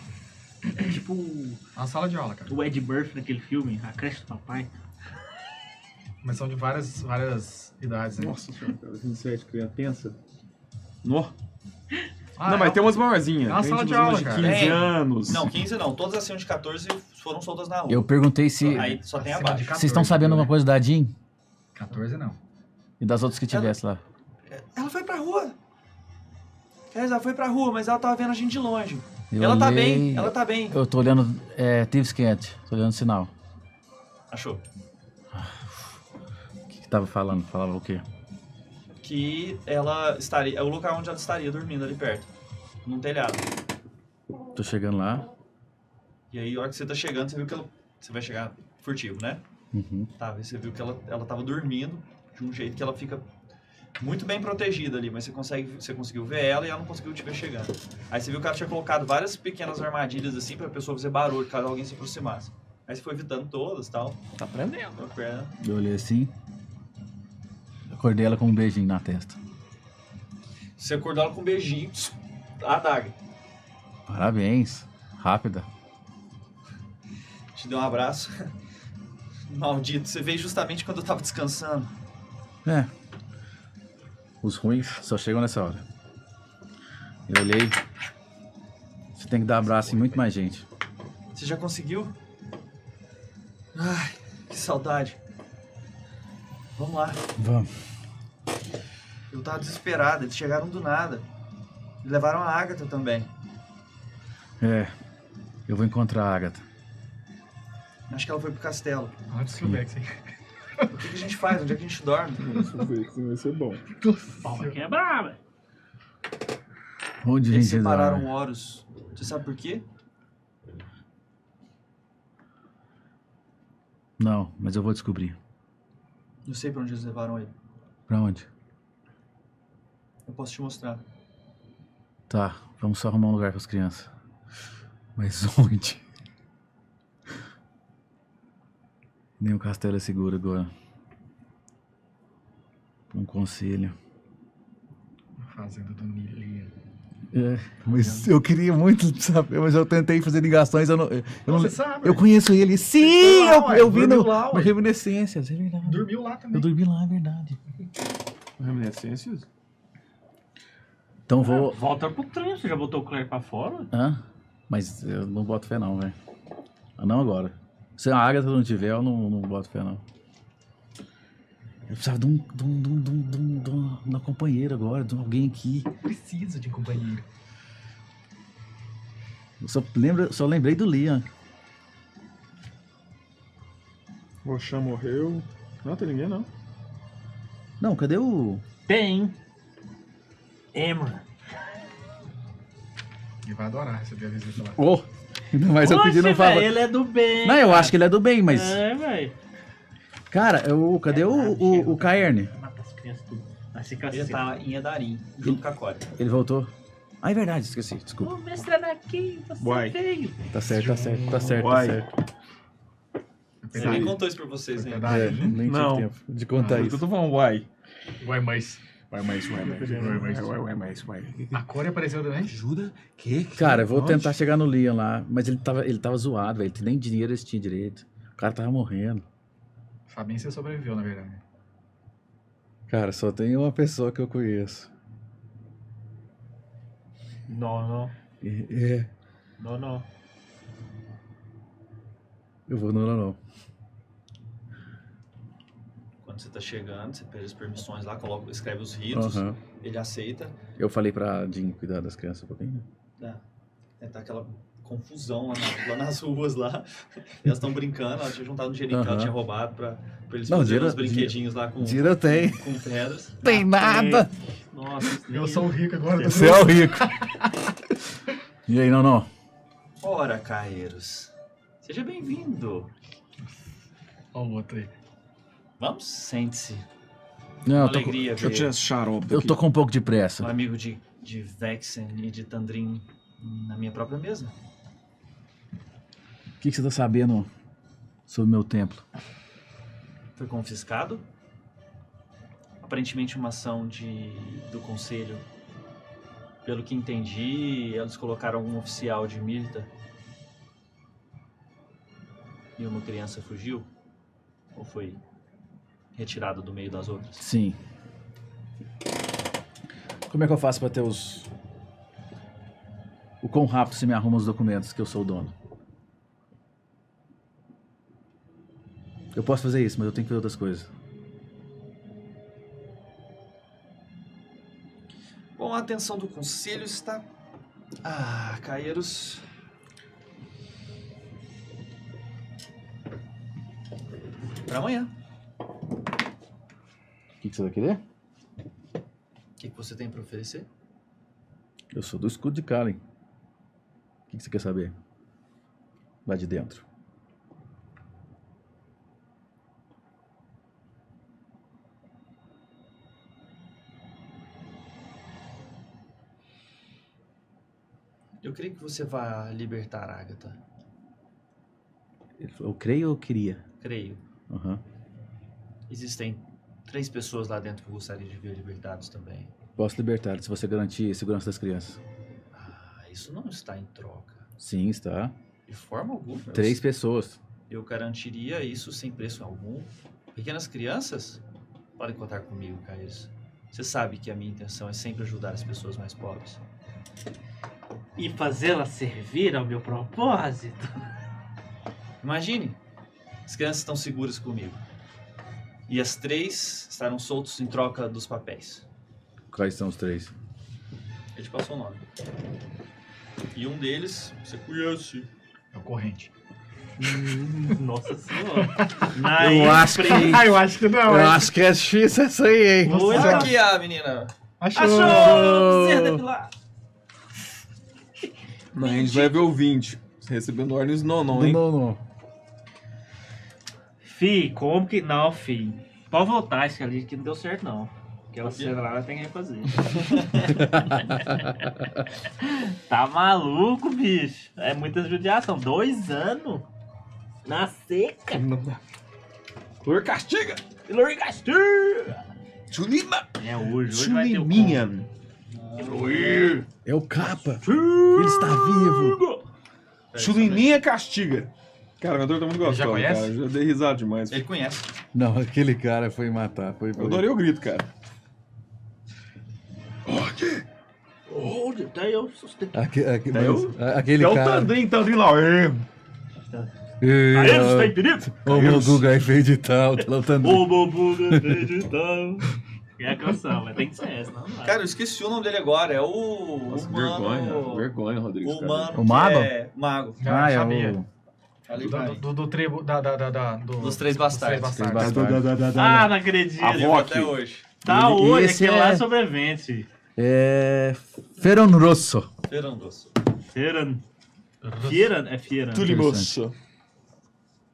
É tipo o-
Na sala de aula, cara.
o Ed Murphy naquele filme, A Creche do Papai.
Mas são de várias, várias idades, né?
Nossa senhora, cara, 27 crianças, pensa. Nó.
Ah,
não, mas
é-
um-
tem umas maiorzinhas.
é uma
tem
sala
tipo
de aula,
umas de
cara.
15
É.
anos.
Não, 15 não. Todas acima de 14 foram soltas na rua.
Eu perguntei se
Aí só tem
acima de
abaixo.
14,
vocês estão sabendo
né?
alguma coisa da Jean
14 não.
e das outras que tivesse lá.
Ela foi pra rua. Ela foi pra rua, mas ela tava vendo a gente de longe.
Eu
ela tá
olhei-
bem, ela tá bem.
Eu tô olhando é, Thieves Quente, tô olhando o sinal.
Achou?
O que, que tava falando? Falava o quê?
Que ela estaria. É o local onde ela estaria dormindo ali perto. Num telhado.
Tô chegando lá.
E aí, a hora que você tá chegando, você viu que ela. Você vai chegar furtivo, né?
Uhum.
Tá, aí você viu que ela, ela tava dormindo de um jeito que ela fica muito bem protegida ali, mas você, consegue, você conseguiu ver ela e ela não conseguiu te ver chegando. Aí você viu que ela tinha colocado várias pequenas armadilhas assim pra pessoa fazer barulho, caso alguém se aproximasse. Aí você foi evitando todas e tal.
Tá aprendendo.
com a perna.
Eu olhei assim. Acordei ela com um beijinho na testa.
Você acordou ela com um beijinho, tss, a adaga.
Parabéns. Rápida.
Te deu um abraço. (laughs) Maldito, você veio justamente quando eu tava descansando.
É. Os ruins só chegam nessa hora. Eu olhei. Você tem que dar abraço em muito mais gente.
Você já conseguiu? Ai, que saudade. Vamos lá.
Vamos.
Eu tava desesperado, eles chegaram do nada. E levaram a Agatha também.
É. Eu vou encontrar a Agatha.
Acho que ela foi pro castelo.
Antes que o Bex, hein?
O que, que a gente faz? Onde é que a gente
(laughs)
dorme?
Nossa, isso vai ser bom.
Palma que é brava.
Onde a
Eles
gente
separaram
dorme?
o Horus. Você sabe por quê?
Não, mas eu vou descobrir.
Não sei pra onde eles levaram ele.
Pra onde?
Eu posso te mostrar.
Tá, vamos só arrumar um lugar para as crianças. Mas (laughs) onde? Nem o castelo é seguro agora. Um conselho.
Fazenda do Nilê.
É, mas eu queria muito saber, mas eu tentei fazer ligações, eu não. Eu, não-
Você sabe? né?
eu conheço ele. Sim, eu,
Dormiu lá,
eu
ué,
vi
dormiu
no,
lá,
no
ué.
Reminiscências, é verdade.
Dormiu lá
Eu
também.
dormi lá, é verdade.
Reminiscências?
Então vou.
Ah, Volta pro trem, você já botou o Claire pra fora?
Ah.
Hã? Mas eu não boto fé não, velho. Ah, Não agora. Se a Agatha não tiver, eu não, não boto fé não. Eu precisava de, um, de, um, de, um, de, um, de, um- de uma- de uma companheira agora, de alguém aqui.
Preciso de um companheiro.
Eu só, lembro, só lembrei do Liam.
O Oxã morreu. Não, tem ninguém não.
Não, cadê o...
Tem. Emra.
Ele vai adorar receber a visita lá.
Oh! Mas eu pedi
Oxe,
não falo.
velho, Ele é do bem.
Não, eu acho que ele é do bem, mas...
É, velho.
Cara, eu, cadê o, o, o Caerne?
Mata as crianças tudo. Vai se
Ele
cacete.
tá em Edarim, junto com a Cora.
Ele voltou. Ah, é verdade, esqueci. Desculpa.
mestre Anakin, você é
Uai.
veio.
Tá certo, tá certo, tá certo, tá
Uai.
certo.
Ele nem contou isso pra vocês, né?
Verdade.
É, nem tive
Não.
tempo de contar
Por que
isso.
eu tô falando uai.
Ué, mas.
Uai, mas, uai, mas, uai, mas, uai, uai, mas, uai.
A Core apareceu também?
Ajuda? Que?
Cara, eu vou
Onde?
tentar chegar no Liam lá, mas ele tava, ele tava zoado, velho. Nem dinheiro eles tinham direito. O cara tava morrendo.
Fabinho, você sobreviveu, na verdade.
Cara, só tem uma pessoa que eu conheço.
Não, não.
É, é,
Não, não.
eu vou no não, não.
Quando você tá chegando, você pede as permissões lá, coloca, escreve os ritos,
Aham.
ele aceita.
Eu falei pra Jim cuidar das crianças um pouquinho.
É, é, tá aquela confusão lá, na- lá nas (laughs) ruas lá. Elas estão brincando, ela tinha juntado um dinheirinho que ela
Aham.
tinha roubado pra, pra eles
Não,
fazerem
dinheiro-
os brinquedinhos lá com,
Dinheiro tem.
com pedras.
Tem nada.
É. Nossa, isso
Eu
nem-
sou o rico agora.
Você é o rico. E aí, não, não.
Ora, Caeiros, seja bem-vindo.
Olha o outro aí.
Vamos, sente-se.
Não, eu tô, com-
Alegria
Deixa eu tirar
ver
esse xarope
eu
daqui.
tô com um pouco de
um
pressa.
amigo de, de Vexen e de Tandrin na minha própria mesa.
O que, que você tá sabendo sobre meu templo?
Foi confiscado. aparentemente uma ação de, do conselho. Pelo que entendi, eles colocaram um oficial de Mirta. E uma criança fugiu? Ou foi retirada do meio das outras?
Sim. Como é que eu faço pra ter os. O quão rápido se me arruma os documentos que eu sou o dono? Eu posso fazer isso, mas eu tenho que ver outras coisas.
Bom, a atenção do conselho está. Ah, Caeiros. Pra amanhã.
O que, que você vai querer?
O que, que você tem pra oferecer?
Eu sou do escudo de Kalen. O que, que você quer saber? Lá de dentro.
Eu creio que você vá libertar a Agatha.
Ele falou, Eu creio ou eu queria?
Creio.
Aham.
Existem três pessoas lá dentro que eu gostaria de ver libertados também.
Posso libertar ele se você garantir a segurança das crianças.
Ah, isso não está em troca.
Sim, está.
De forma alguma. Eu-
Três pessoas.
Eu garantiria isso sem preço algum. Pequenas crianças podem contar comigo, Caíros. Você sabe que a minha intenção é sempre ajudar as pessoas mais pobres.
E fazê-la servir ao meu
(laughs)
propósito.
Imagine, as crianças estão seguras comigo. E as três estarão soltos em troca dos papéis.
Quais são os três?
Ele te passou o nome. E um deles, você conhece.
É o corrente.
Nossa senhora.
Na
acho que.
Ah, eu acho que não.
Eu
hein?
acho que é X essa aí, hein?
Olha
é.
Nossa.
aqui a menina.
Achou.
Achou! Ser depilado.
Mas a gente vai ver o 20. Você recebendo ordens não, não, hein?
Não, não.
Fi, como que. Não, fi. Pode voltar esse ali que não deu certo, não. Aquela cena lá tem que refazer. (laughs) tá maluco, bicho. É muita judiação. Dois anos. Na seca.
Cor castiga!
Hillary Gastur.
Chulima!
É hoje, hoje vai ter o
Chuliminha!
É o capa. Ele está vivo.
Chuliminha castiga! Cara, meu ator tá muito
Ele já
gostoso,
conhece?
cara. Eu dei risada demais.
Ele conhece.
Não, aquele cara foi matar. Foi,
Eu adorei o grito, cara.
Oh, até eu sustento.
Aque- aque-
É
mas- a- aquele
é o
cara. É,
Tandrin, Tandrin lá. é. Ah,
Ê,
Aí,
ó,
está impedido?
o meu Guga aí fez de tal. tá lá o Tandrin.
O Bobuga acreditou. É a canção, mas tem que ser essa, não vai.
Cara, eu esqueci o nome dele agora. É o.
Nossa, vergonha.
humano...
Vergonha, Rodrigo.
O humano.
O mago?
que É mago.
Já
Ah, é
sabia.
o.
Ali
Do,
vai.
do, do, do tribo. Da, da, da, da- do-
Dos três
dos três
bastardos.
Fez
bastardos.
bastardo.
Ah, não acredito.
A
Lembro
avó
até
aqui.
hoje.
Tá
Ele-
olho,
esse
aquele
é-
lá sobrevivente.
É. Feron Rosso.
Ferandoso.
Fieran. Fieran? É Fieran.
Tulimoso.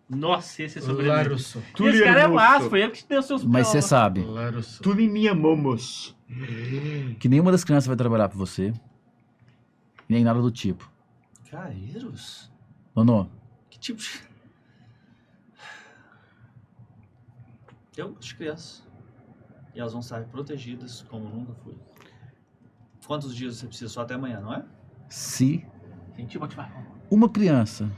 Nossa, esse é sobrevivente.
Larusso.
Esse cara é
Tulimoso.
massa, foi ele que te deu seus
Mas você
você
sabe
Larusso.
Tuliminha momos.
que nenhuma das crianças vai trabalhar pra você. Nem nada do tipo.
Caíros?
Nono,
Que tipo de. Eu gosto de crianças. E elas vão estar protegidas como nunca fui. Quantos dias você precisa? Só até amanhã, não é?
se
Gente, vou te falar.
uma criança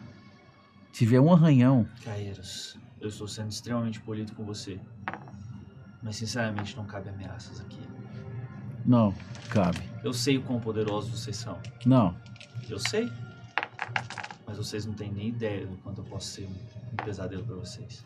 tiver um arranhão,
Caíros, eu estou sendo extremamente polido com você. Mas sinceramente não cabe ameaças aqui.
não, cabe.
Eu sei o quão poderosos vocês são.
Não,
Eu sei. Mas vocês não têm nem ideia do quanto eu posso ser um, um pesadelo pra vocês.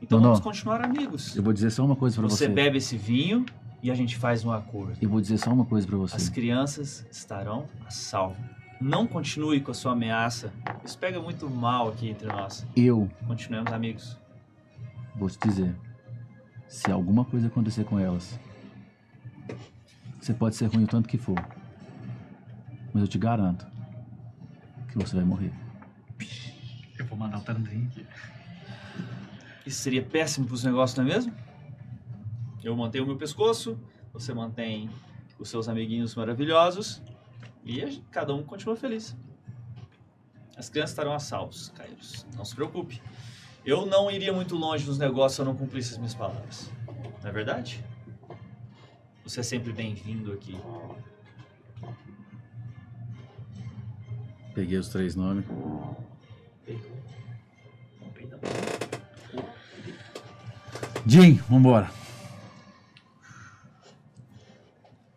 Então
Não,
vamos
não.
continuar amigos.
eu vou dizer só uma coisa pra
Você
você.
bebe esse vinho e a gente faz um acordo.
Eu vou dizer só uma coisa pra você.
As crianças estarão a salvo. Não continue com a sua ameaça. Isso pega muito mal aqui entre nós.
Eu
Continuemos amigos.
vou te dizer, se alguma coisa acontecer com elas, você pode ser ruim o tanto que for, mas eu te garanto que você vai morrer.
Eu vou mandar o Tandrin aqui.
Isso seria péssimo pros negócios, não é mesmo? Eu mantenho o meu pescoço, você mantém os seus amiguinhos maravilhosos e a gen- cada um continua feliz. As crianças estarão a salvos, Kairos. Não se preocupe. Eu não iria muito longe nos negócios se eu não cumprisse as minhas palavras. Não é verdade? Você é sempre bem-vindo aqui.
Peguei os três nomes. Jim, vambora.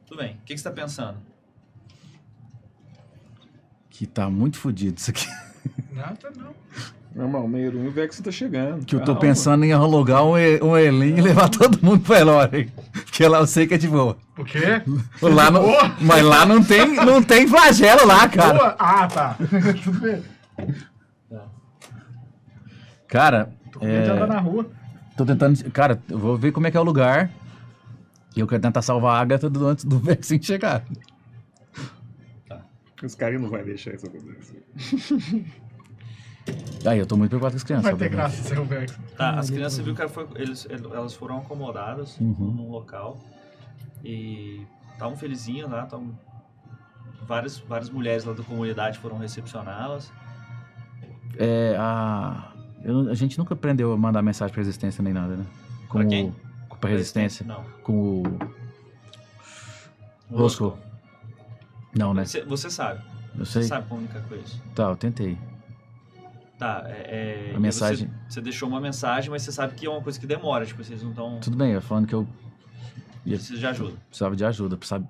Tudo bem. O que, que você tá pensando?
Que tá muito fodido isso aqui.
Nada, não.
Meu irmão, meio um Vex tá chegando.
Que eu tô
Calma.
pensando em alugar um, E- um Elin e levar todo mundo pra Elora. Porque lá eu sei que é de boa.
O quê?
Lá não,
Boa.
mas lá não tem, não tem flagelo lá, cara.
Boa? Ah, tá. Tudo bem.
Cara,
(laughs) Tô com medo de
É.
andar na rua.
tô tentando. Cara, eu vou ver como é que é o lugar. E eu quero tentar salvar a Agatha do- antes do (laughs) Vexen chegar.
Os caras não vão deixar isso acontecer.
Aí, eu tô muito preocupado com as
Não
crianças.
vai ter
obviamente.
graça ser o Vex.
Ah,
Tá, as crianças, você viu que ela foi- eles- el- elas foram acomodadas
Uhum.
num local e estavam felizinhas lá, estavam... Várias, várias mulheres lá da comunidade foram recepcioná-las.
É, a... eu- a gente nunca aprendeu a mandar mensagem pra resistência nem nada, né? Com
Pra quem?
O... Pra resistência.
Não.
Com o. Roscoe. Não, né?
Você, você sabe.
Eu sei.
Você sabe comunicar com eles.
Tá, eu tentei.
Tá, é... é, e
A
você-
mensagem.
Você, deixou uma mensagem, mas você sabe que é uma coisa que demora. Tipo, vocês não estão...
Tudo bem, eu falando que eu
Precisa de ajuda.
precisava de ajuda. Precisava...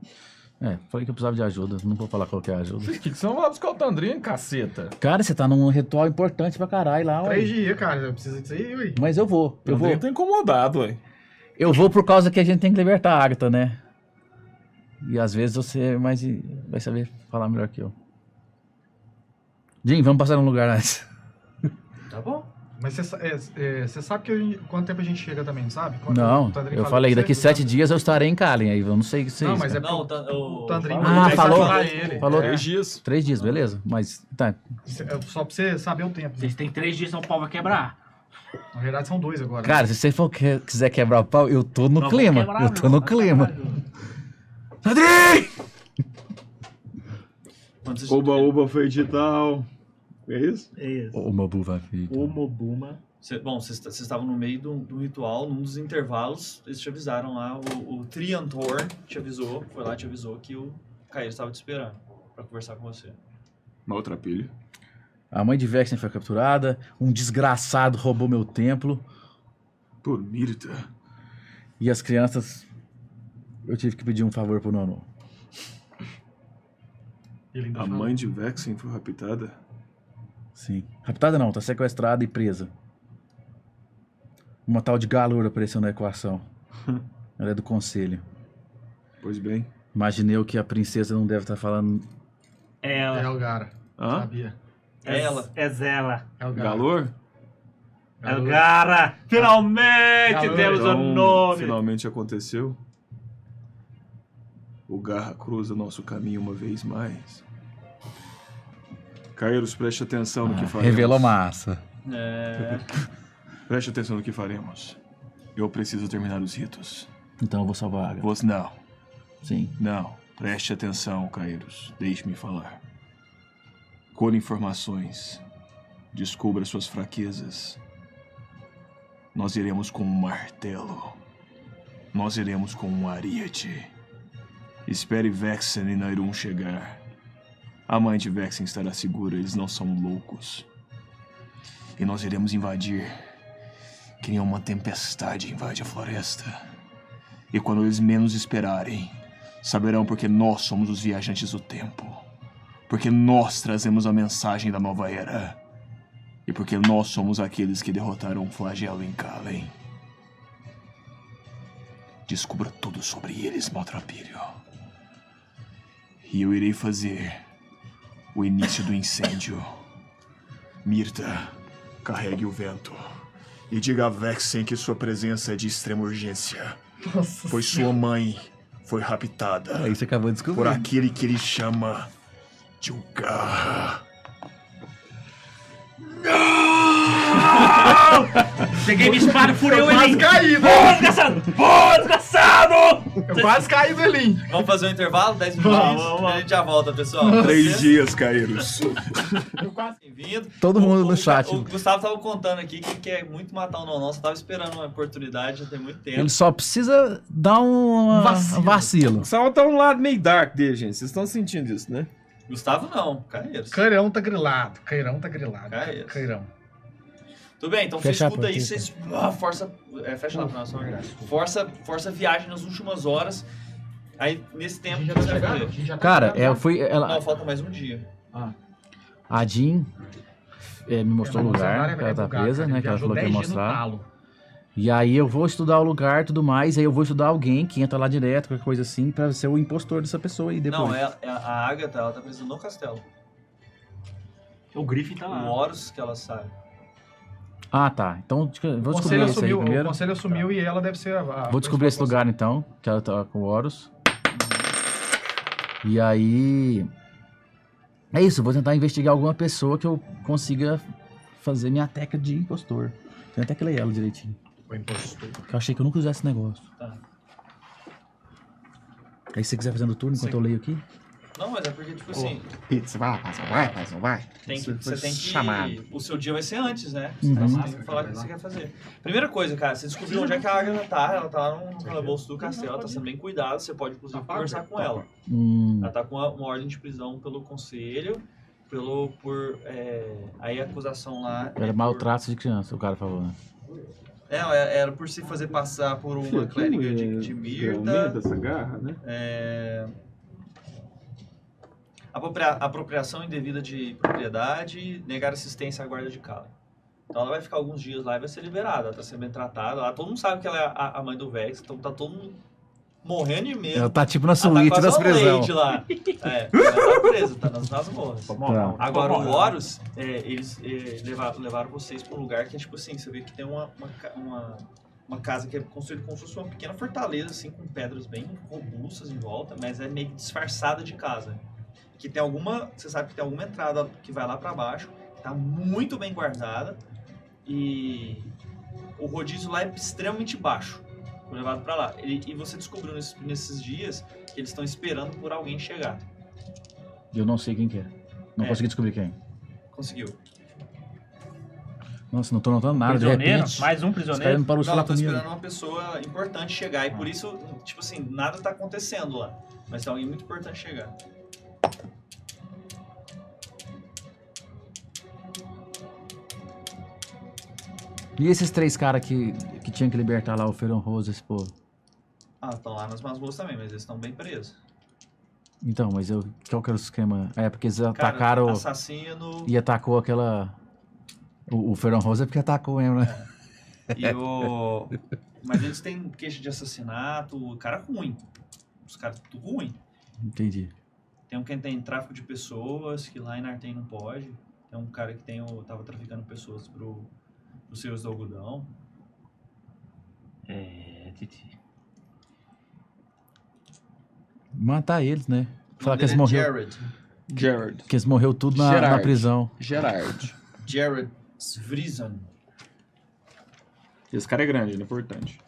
É, falei que eu precisava de ajuda. Não vou falar qual que é a ajuda.
O que, que você não vai buscar o Tandrinho, caceta?
Cara, você tá num ritual importante pra caralho lá,
Três
ué.
dias, cara. Eu preciso disso aí, ui.
Mas eu vou,
O
eu vou.
Tandrinho tá incomodado, ué.
Eu vou por causa que a gente tem que libertar a Agatha, né? E às vezes você é mais vai saber falar melhor que eu. Jim, vamos passar num lugar antes.
Tá bom.
Mas você sa- é, é, você sabe que a gente- quanto tempo a gente chega também, sabe? Quando
Não,
o Tandrin
eu
falou
falei,
pra
daqui
você,
sete
né?
dias eu estarei em Kallen aí, eu não sei o que vocês.
Não, mas é
cara.
Não,
porque
tá, o...
o Tandrin
Ah,
mandou
falou.
pra ele.
Falou.
É,
Três dias.
Três dias, beleza. Mas, tá,
é só pra você saber o tempo. né?
Vocês têm três dias, São Paulo vai quebrar.
Na verdade, são dois agora. né?
Cara, se você for que- quiser quebrar o pau, eu tô no
Não, vai
clima.
quebrar,
eu tô
não,
no
vai
clima.
quebrar, não.
Sandrinho!
Quando vocês-
Oba, oba, foi digital. É isso?
É isso.
Ô, Mabu vai vir. então.
O Mobuma.
Cê- bom, vocês t- vocês estavam no meio de um, de um ritual, num dos intervalos, eles te avisaram lá, o, o Triantor te avisou, foi lá e te avisou que o Caio estava te esperando pra conversar com você.
Uma outra pilha.
A mãe de Vexen foi capturada. Um desgraçado roubou meu templo.
Por Mirta.
E as crianças. Eu tive que pedir um favor pro Nono.
Ele ainda
A
fala.
mãe de Vexen foi raptada.
Sim. Raptada não, tá sequestrada e presa. Uma tal de Galura apareceu na
(laughs)
equação. Ela é do conselho.
Pois bem.
Imaginei eu que a princesa não deve estar falando.
É
Ah.
ela.
É o Gara.
Hã?
Sabia.
É ela.
É Zela.
É o Gara.
Galor?
É o
Galo.
Gara. Finalmente
Galo.
temos o
Então,
nome.
finalmente aconteceu. O Garra cruza nosso caminho uma vez mais. Caeiros, preste atenção no que
Ah,
faremos.
revelou massa.
É,
Preste atenção no que faremos. Eu preciso terminar os ritos.
Então eu vou salvar a Agatha.
Você não,
Sim.
não. Preste atenção, Caeiros. Deixe-me falar. Colhe informações. Descubra suas fraquezas. Nós iremos com um martelo. Nós iremos com um ariete. Espere Vexen e Nairum chegar. A mãe de Vexen estará segura, eles não são loucos. E nós iremos invadir. Que nem uma tempestade invade a floresta. E quando eles menos esperarem, saberão porque nós somos os viajantes do tempo. Porque nós trazemos a mensagem da nova era. E porque nós somos aqueles que derrotaram o flagelo em Kalen. Descubra tudo sobre eles, maltrapilho. E eu irei fazer o início do incêndio. Mirta, carregue o vento. E diga a Vexen que sua presença é de extrema urgência.
Nossa
Pois sua mãe foi raptada
Aí você acabou de
por
descobrir.
aquele que ele chama de o Garra.
Peguei minha espada e furei o
Quase
Elin.
caí, né?
Ô, desgraçado! Ô, desgraçado!
Eu Eu quase caí do Elim.
Vamos fazer um intervalo? 10 minutos?
Vamos, vamos, vamos.
A gente já volta, pessoal.
Três dias, Caíros.
Bem-vindo.
Todo
O-
mundo
o
no chat.
O Gustavo tava contando aqui que quer muito matar um não nosso. Tava esperando uma oportunidade já tem muito tempo.
Ele só precisa dar um
Vacilo.
vacilo. vacilo.
Só tá um lado meio dark dele, gente. Vocês estão sentindo isso, né?
Gustavo não, Carreiros.
Cairão tá grilado. Cairão tá grilado.
Cairão.
Cairão.
Tudo bem, então você
Fechar a
escuta aí,
portinha,
você ah, força. É, fecha lá pra nós, só uma- força, força a viagem nas últimas horas. Aí nesse
A
tempo
gente já
já
tá
você vai
chegando? A
fazer.
gente já tá
Cara,
chegando,
é,
tá?
foi, ela,
Não, falta mais um dia.
a Jean eh, me mostrou o
Mas Bolsonaro
lugar
é-
que ela
é
tá
vulgar,
presa,
cara.
né?
Ele
Que ela
viajou
falou que ia
10 dias no
mostrar.
talo.
E aí eu vou estudar o lugar e tudo mais, aí eu vou estudar alguém que entra lá direto, qualquer coisa assim, pra ser o impostor dessa pessoa e depois.
Não, é, é a Agatha, ela tá presa no castelo.
O Griffin tá
O
lá.
Horus que ela sai.
Ah, tá. Então desco-
O
vou descobrir
conselho
esse aí
assumiu, o
primeiro.
conselho assumiu e ela deve ser a. a
Vou descobrir esse
principal
lugar então, que ela tá com o Horus. E aí. É isso, vou tentar investigar alguma pessoa que eu consiga fazer minha teca de impostor. Tenho até que ler ela direitinho.
responsável. O impostor.
Porque eu achei que eu nunca usei esse negócio.
Tá.
Aí se você quiser fazendo turno enquanto
Sim.
eu leio aqui.
Não, mas é porque, tipo assim,
Pizza, vai lá, passa, vai, passa, vai.
tem que, você tem que.
Chamado.
O seu dia vai ser antes, né? Você
Uhum.
vai- você tem que falar o que você quer fazer. Primeira coisa, cara, você descobriu onde é que a Agatha tá. Ela tá lá no calabouço do castelo, ela tá sendo bem cuidada. Você pode, inclusive,
Tá pago?
conversar com ela.
Hum,
Ela tá com uma, uma ordem de prisão pelo conselho, pelo por é, aí a acusação lá é
era
por-
maltrato de criança, o cara falou, né?
É, era, era por se fazer passar por uma clériga de, de Mirta,
Essa garra, né?
é, apropria- apropriação indevida de propriedade, negar assistência à guarda de cala. Então ela vai ficar alguns dias lá e vai ser liberada, ela tá sendo bem tratada. Lá todo mundo sabe que ela é a, a mãe do Vex, então tá todo mundo morrendo de medo.
Ela tá tipo na
Ela tá
suíte
quase
das
uma
prisão.
Lady lá. É, ela tá presa, tá nas masmorras.
Tá.
Agora, o Horus, é, eles é, levaram, levaram vocês pra um lugar que é tipo assim, você vê que tem uma, uma, ca- uma, uma casa que é construída como se fosse uma pequena fortaleza, assim, com pedras bem robustas em volta, mas é meio que disfarçada de casa. Que tem alguma, você sabe que tem alguma entrada que vai lá pra baixo, que tá muito bem guardada, e o rodízio lá é extremamente baixo. Foi levado pra lá. Ele- e você descobriu nesses, nesses dias que eles estão esperando por alguém chegar.
Eu não sei quem que é. Não
É.
consegui descobrir quem.
Conseguiu.
Nossa, não tô notando nada, de
prisioneiro?
repente.
Mais um
Os caras
prisioneiro?
Né? não parou de
Não, eu
falar
tô
comigo.
esperando uma pessoa importante chegar. E por isso, tipo assim, nada tá acontecendo lá. Mas tem alguém muito importante chegar.
E esses três caras que, que tinham que libertar lá o Feron Rosa, esse povo?
Ah, estão lá nas masmorras também, mas eles estão bem presos.
Então, mas eu. Qual que era o esquema? É, porque eles
Cara,
atacaram
assassino
e atacou aquela. O, o Feron Rosa é porque atacou mesmo, né?
e o... Mas eles têm queixa de assassinato. Cara ruim. Os caras tudo ruim.
Entendi.
Tem um que tem tráfico de pessoas, que lá em Nartem não pode. Tem um cara que tem o, tava traficando pessoas pro, pros senhores do algodão.
É, Titi.
Matar eles, né?
O nome
Falar que eles
dele é
morreram.
Jared.
Gerard.
Que eles morreu tudo na, na
Gerard.
prisão.
Gerard.
Jared Svrizon.
Esse cara é grande, ele é importante.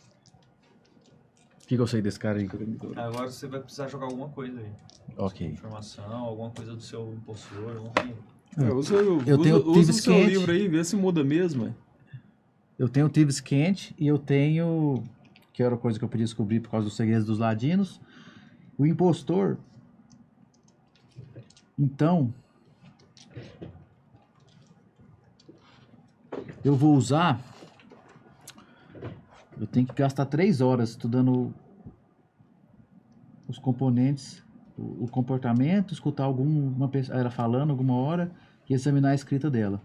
O que, que eu sei desse cara aí?
Agora você vai precisar jogar alguma coisa aí.
Ok.
Informação, alguma coisa do seu impostor, alguma
É, usa, eu
Eu
usa,
tenho
usa o
Thieves
seu
Cage.
livro aí, vê se muda mesmo. ué.
Eu tenho Tives quente e eu tenho. Que era a coisa que eu podia descobrir por causa dos segredos dos ladinos. O impostor. Então. Eu vou usar. Eu tenho que gastar três horas estudando os componentes, o o comportamento, escutar alguma pessoa ela falando alguma hora e examinar a escrita dela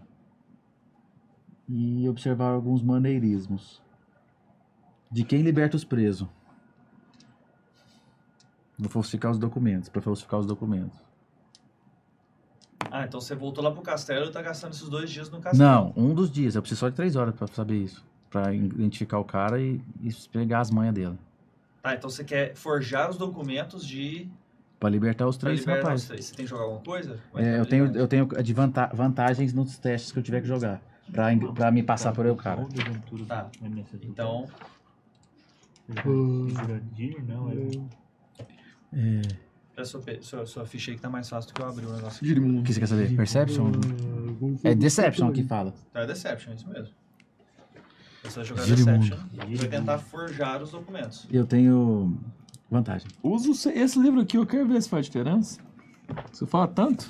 e observar alguns maneirismos. De quem liberta os presos? Vou falsificar os documentos, para falsificar os documentos.
Ah, então você voltou lá pro castelo e tá gastando esses dois dias no castelo.
Não, um dos dias. Eu preciso só de três horas para saber isso. Para identificar o cara e, e pegar as manhas dele.
Tá, então você quer forjar os documentos de.
Para libertar os
Pra
três
liberar os
rapazes.
três. Você tem que jogar alguma coisa? Vai tá né?
É,
ter
eu, tenho,
habilidade.
eu tenho de vanta- vantagens nos testes que eu tiver que
Tá, então-
jogar. Para me passar por eu, cara.
Tá. Então.
Jurandir,
né,
não, era.
É a sua, pe- sua, sua ficha aí que tá mais fácil do que eu abrir o negócio. aqui.
O que você quer saber? Perception? É Deception que fala.
Então é Deception, é isso mesmo. Você vai jogar
Girimundo.
Deception e vai tentar forjar os documentos.
Eu tenho vantagem.
Usa o ce- esse livro aqui, eu quero ver se faz diferença. Você fala tanto.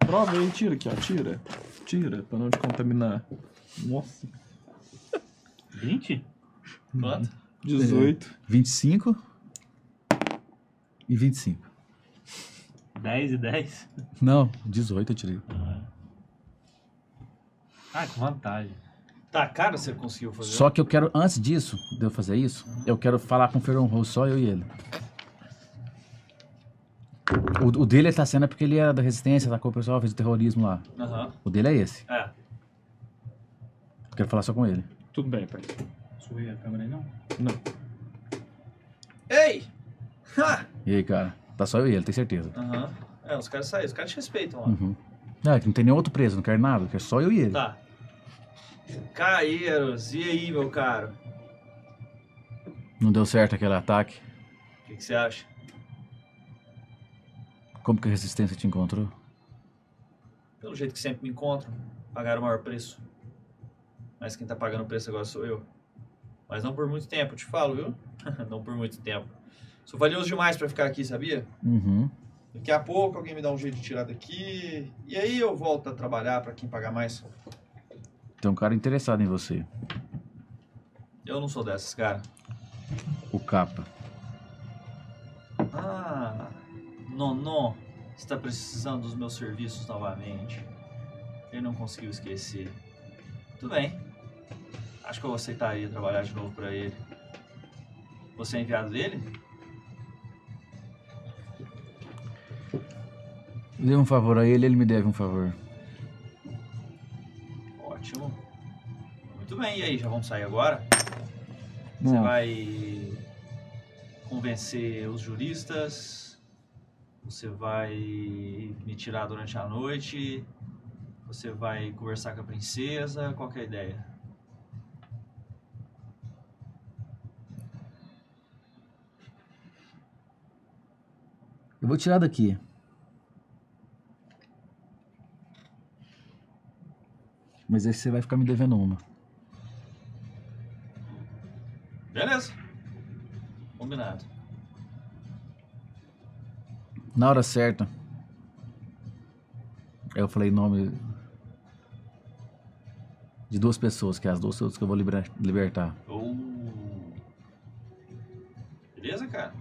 Prova aí, tira aqui, ó. Tira. Tira, pra não te contaminar. Nossa.
20?
Uhum.
Quanto?
18.
25 e 25.
10 e 10?
Não, 18 eu tirei.
Ah, que vantagem.
Tá, cara, você conseguiu fazer.
Só que eu quero, antes disso, de eu fazer isso, eu quero falar com o Ferron Rose, só eu e ele. O, o dele tá sendo é porque ele era da resistência, atacou o pessoal, fez o terrorismo lá.
Aham.
O dele é esse.
É.
Eu quero falar só com ele.
Tudo bem, pai.
Suei a câmera aí, não?
Ei! Ha!
E aí, cara? Tá só eu e ele, tem certeza.
Aham. É, os caras saíram, os caras te respeitam lá.
Uhum. Ah, que não tem nenhum outro preso, não quero nada, quero só eu e ele.
Tá. Caíros, e aí, meu caro?
Não deu certo aquele ataque.
O que, que você acha?
Como que a resistência te encontrou?
Pelo jeito que sempre me encontram, pagaram o maior preço. Mas quem tá pagando o preço agora sou eu. Mas não por muito tempo, eu te falo, viu? (laughs) não por muito tempo. Sou valioso demais pra ficar aqui, sabia?
Uhum.
Daqui a pouco alguém me dá um jeito de tirar daqui. E aí eu volto a trabalhar pra quem pagar mais.
Tem um cara interessado em você,
Eu não sou desses, cara.
o capa.
Ah, Nonon está precisando dos meus serviços novamente. Ele não conseguiu esquecer. Tudo bem. Acho que eu aceitaria trabalhar de novo para ele. Você é enviado dele?
Dê um favor a ele, ele me deve um favor.
Ótimo. Muito bem, e aí, já vamos sair agora? Você vai convencer os juristas, você vai me tirar durante a noite, você vai conversar com a princesa, qual que é a ideia?
Eu vou tirar daqui. Mas aí você vai ficar me devendo uma.
Beleza. Combinado.
Na hora certa. Eu falei nome de duas pessoas, que é as duas pessoas que eu vou libera- libertar.
Ou... Beleza, cara?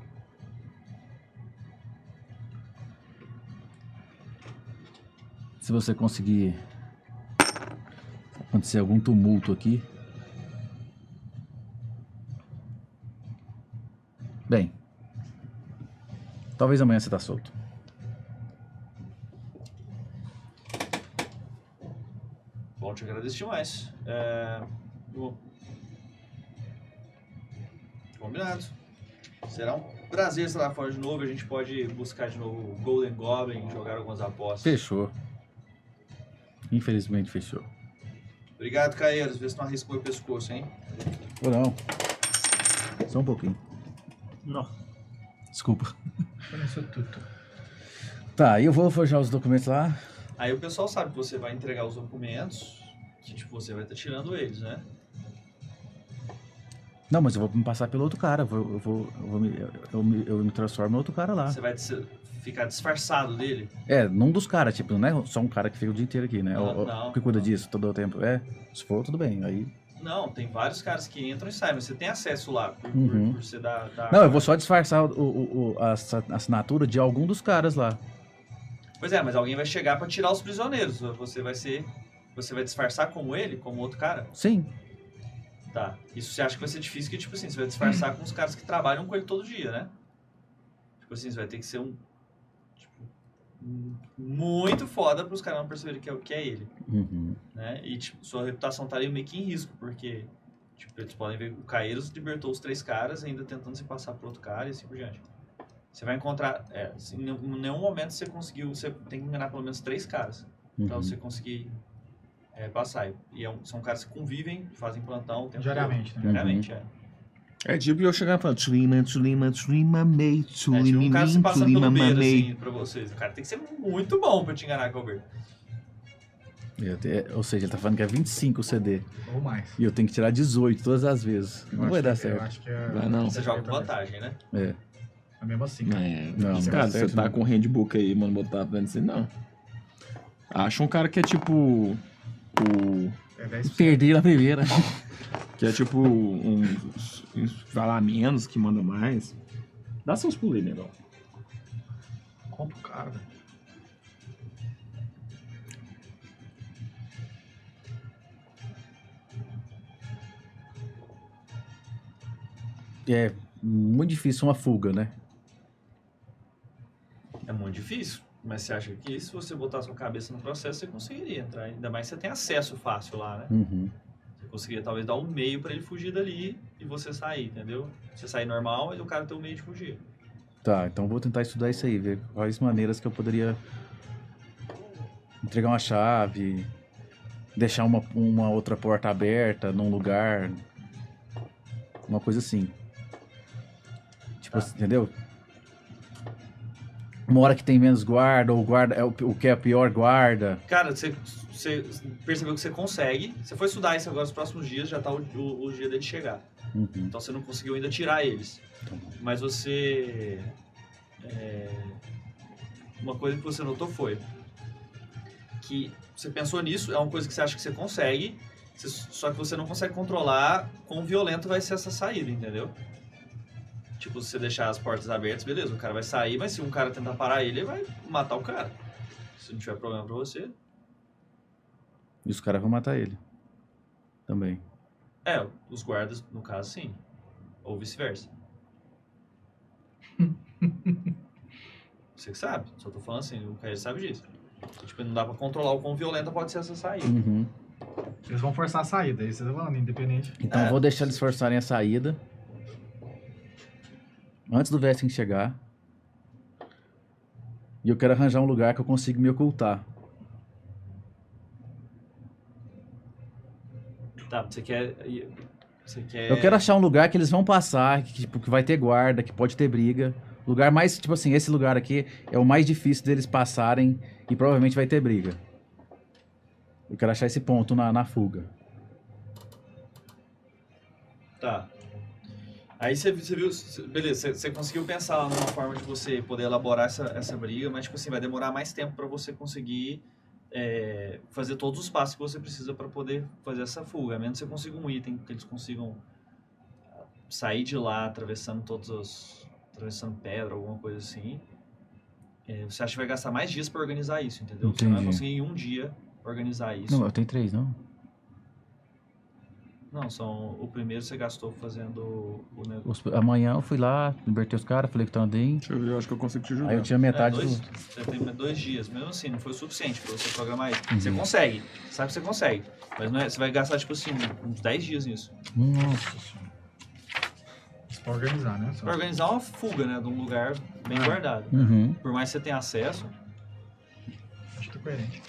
Se você conseguir acontecer algum tumulto aqui. Bem. Talvez amanhã você tá solto.
Bom, te agradeço demais. É... eu- Combinado. Será um prazer estar lá fora de novo. A gente pode buscar de novo o Golden Goblin, jogar algumas apostas.
Fechou. Infelizmente fechou.
Obrigado, Caeiros. Vê se não arriscou o pescoço, hein?
Ou não. Só um pouquinho.
Não.
Desculpa.
Começou tudo.
Tá, e eu vou forjar os documentos lá.
Aí o pessoal sabe que você vai entregar os documentos, que tipo, você vai estar tirando eles, né?
Não, mas eu vou me passar pelo outro cara. Eu vou, eu vou, eu vou me, eu, eu me, eu me transformo em outro cara lá.
Você vai se- ficar disfarçado dele.
É, num dos caras, tipo, não é só um cara que fica o dia inteiro aqui, né?
Ah,
Não,
O- o-
não,
que cuida
não.
disso todo o tempo. É, se for, tudo bem. Aí.
Não, tem vários caras que entram e saem, mas você tem acesso lá por, por-
Uhum.
por você dar.
Ah,
dar-
tá.
Não, eu vou só disfarçar o, o- o- a ass- assinatura de algum dos caras lá.
Pois é, mas alguém vai chegar pra tirar os prisioneiros. Você vai ser. Você vai disfarçar como ele, como outro cara?
Sim.
Tá. Isso você acha que vai ser difícil, que tipo assim, você vai disfarçar com os caras que trabalham com ele todo dia, né? Tipo assim, você vai ter que ser um. Tipo, um- muito foda pros caras não perceberem que é, que é ele.
Uhum.
né? E tipo, sua reputação tá ali meio que em risco, porque tipo, eles podem ver que o Caeiros libertou os três caras, ainda tentando se passar por outro cara e assim por diante. Você vai encontrar. É, assim, em nenhum- em nenhum momento você conseguiu. Você tem que enganar pelo menos três caras pra
Então,
uhum.
você conseguir é, passar. E é um- são caras que convivem, fazem plantão o tempo todo.
Diariamente, né?
Diariamente, é.
É tipo eu chegar e falar, Tulima, Tulima, Tulima, Mei,
Uhum.
É, tipo, um
Tulima,
cara se passando
Tulima,
pelo beiro,
Mamei.
assim, pra vocês. Cara, tem que ser muito bom pra te enganar, Calber.
Eu te- é, Ou seja, ele tá falando que é 25 o CD.
Ou mais.
E eu tenho que tirar 18 todas as vezes.
Eu
Hum. Não
acho
vai
que-
dar
Eu
certo.
acho que é...
Vai não.
acho
Você
que
joga
é
com
pra-
vantagem, né?
É.
É mesmo assim, cara.
É,
Não,
mas,
não
cara,
dá certo,
você tá
não.
com handbook aí, mano, botar pra dentro assim, não. Acha um cara que é tipo. O.
É 10%.
Perdi na primeira.
Que é tipo um. um vai lá menos, que manda mais. Dá seus pulos aí, negão.
Compra o cara, é velho.
É muito difícil uma fuga, né?
É muito difícil. Mas você acha que se você botar sua cabeça no processo, você conseguiria entrar. Ainda mais que você tem acesso fácil lá, né?
Uhum.
Você conseguiria talvez dar um meio pra ele fugir dali e você sair, entendeu? Você sair normal, mas o cara tem um meio de fugir.
Tá, então vou tentar estudar isso aí, ver quais maneiras que eu poderia entregar uma chave, deixar uma, uma outra porta aberta num lugar, uma coisa assim. Tipo, assim, entendeu? Uma hora que tem menos guarda, ou guarda é o, o que é pior guarda.
Cara, você, você percebeu que você consegue. Você foi estudar isso agora nos próximos dias, já tá o, o- o dia dele chegar.
Uhum.
Então você não conseguiu ainda tirar eles. Mas você. é, uma coisa que você notou foi que você pensou nisso, é uma coisa que você acha que você consegue, você- só que você não consegue controlar quão violento vai ser essa saída, entendeu? Tipo, se você deixar as portas abertas, beleza, o cara vai sair, mas se um cara tentar parar ele, ele vai matar o cara. Se não tiver problema pra você.
E os caras vão matar ele. Também.
É, os guardas, no caso, sim. Ou vice-versa. Você que sabe. Só tô falando assim, o Caio sabe disso. Tipo, não dá pra controlar o quão violenta pode ser essa saída.
Uhum.
Eles vão forçar a saída, aí vocês vão, né, independente.
Então
É.
eu vou deixar eles forçarem a saída. Antes do Vesting chegar. E eu quero arranjar um lugar que eu consiga me ocultar.
Tá, você quer... Você quer...
Eu quero achar um lugar que eles vão passar, que, tipo, que vai ter guarda, que pode ter briga. Lugar mais, tipo assim, esse lugar aqui é o mais difícil deles passarem e provavelmente vai ter briga. Eu quero achar esse ponto na, na fuga.
Tá. Aí você, você viu, você- beleza, você, você conseguiu pensar lá numa forma de você poder elaborar essa, essa briga, mas tipo assim, vai demorar mais tempo pra você conseguir é, fazer todos os passos que você precisa pra poder fazer essa fuga, a menos que você consiga um item que eles consigam sair de lá atravessando todos os atravessando pedra, alguma coisa assim. É, você acha que vai gastar mais dias pra organizar isso, entendeu? Você não vai
Entendi.
conseguir em um dia organizar isso.
eu tenho três, não? é
Não, são o primeiro você gastou fazendo o negócio.
amanhã eu fui lá, libertei os caras, falei que tá andando.
Deixa eu ver, eu acho que eu consigo te ajudar.
Aí eu tinha
É,
metade
dois,
do.
você tem dois dias, mesmo assim, não foi o suficiente pra você programar isso. Você consegue, sabe que você consegue, mas não é, você vai gastar, tipo assim, uns 10 dias nisso.
Nossa.
Pra organizar, né? Só.
Pra organizar uma fuga, né, de um lugar bem
Ah.
guardado.
Uhum.
Por mais que você tenha acesso,
Acho que é coerente.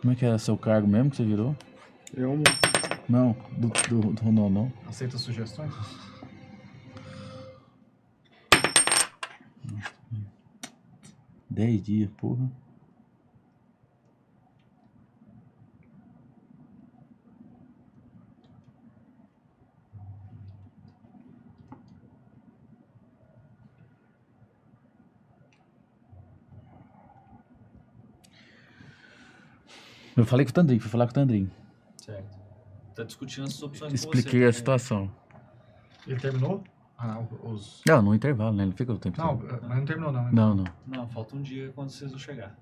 Como é que era seu cargo mesmo que você virou?
Eu
Não, do, do, do não, não.
Aceita sugestões?
Dez dias, porra. Eu falei com o Tandrin, fui falar com o Tandrin.
certo. Tá discutindo essas opções
Expliquei
com
a
você.
situação.
Ele terminou? Ah, o- os...
Não, no intervalo, né? Ele fica o tempo
Não,
todo.
mas não terminou não.
Não, não.
Não, falta um dia quando vocês vão chegar.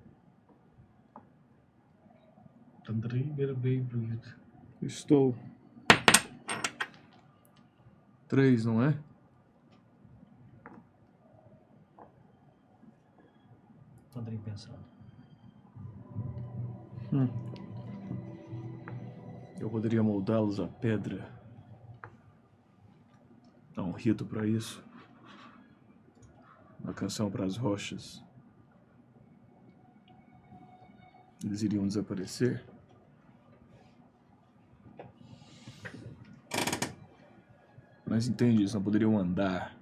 Tandri, berbei, bruto.
estou.
Três, não é?
Tô nem pensando.
Eu poderia moldá-los à pedra. Há um rito para isso. canção para as rochas, eles iriam desaparecer. Mas entende, eles não poderiam andar.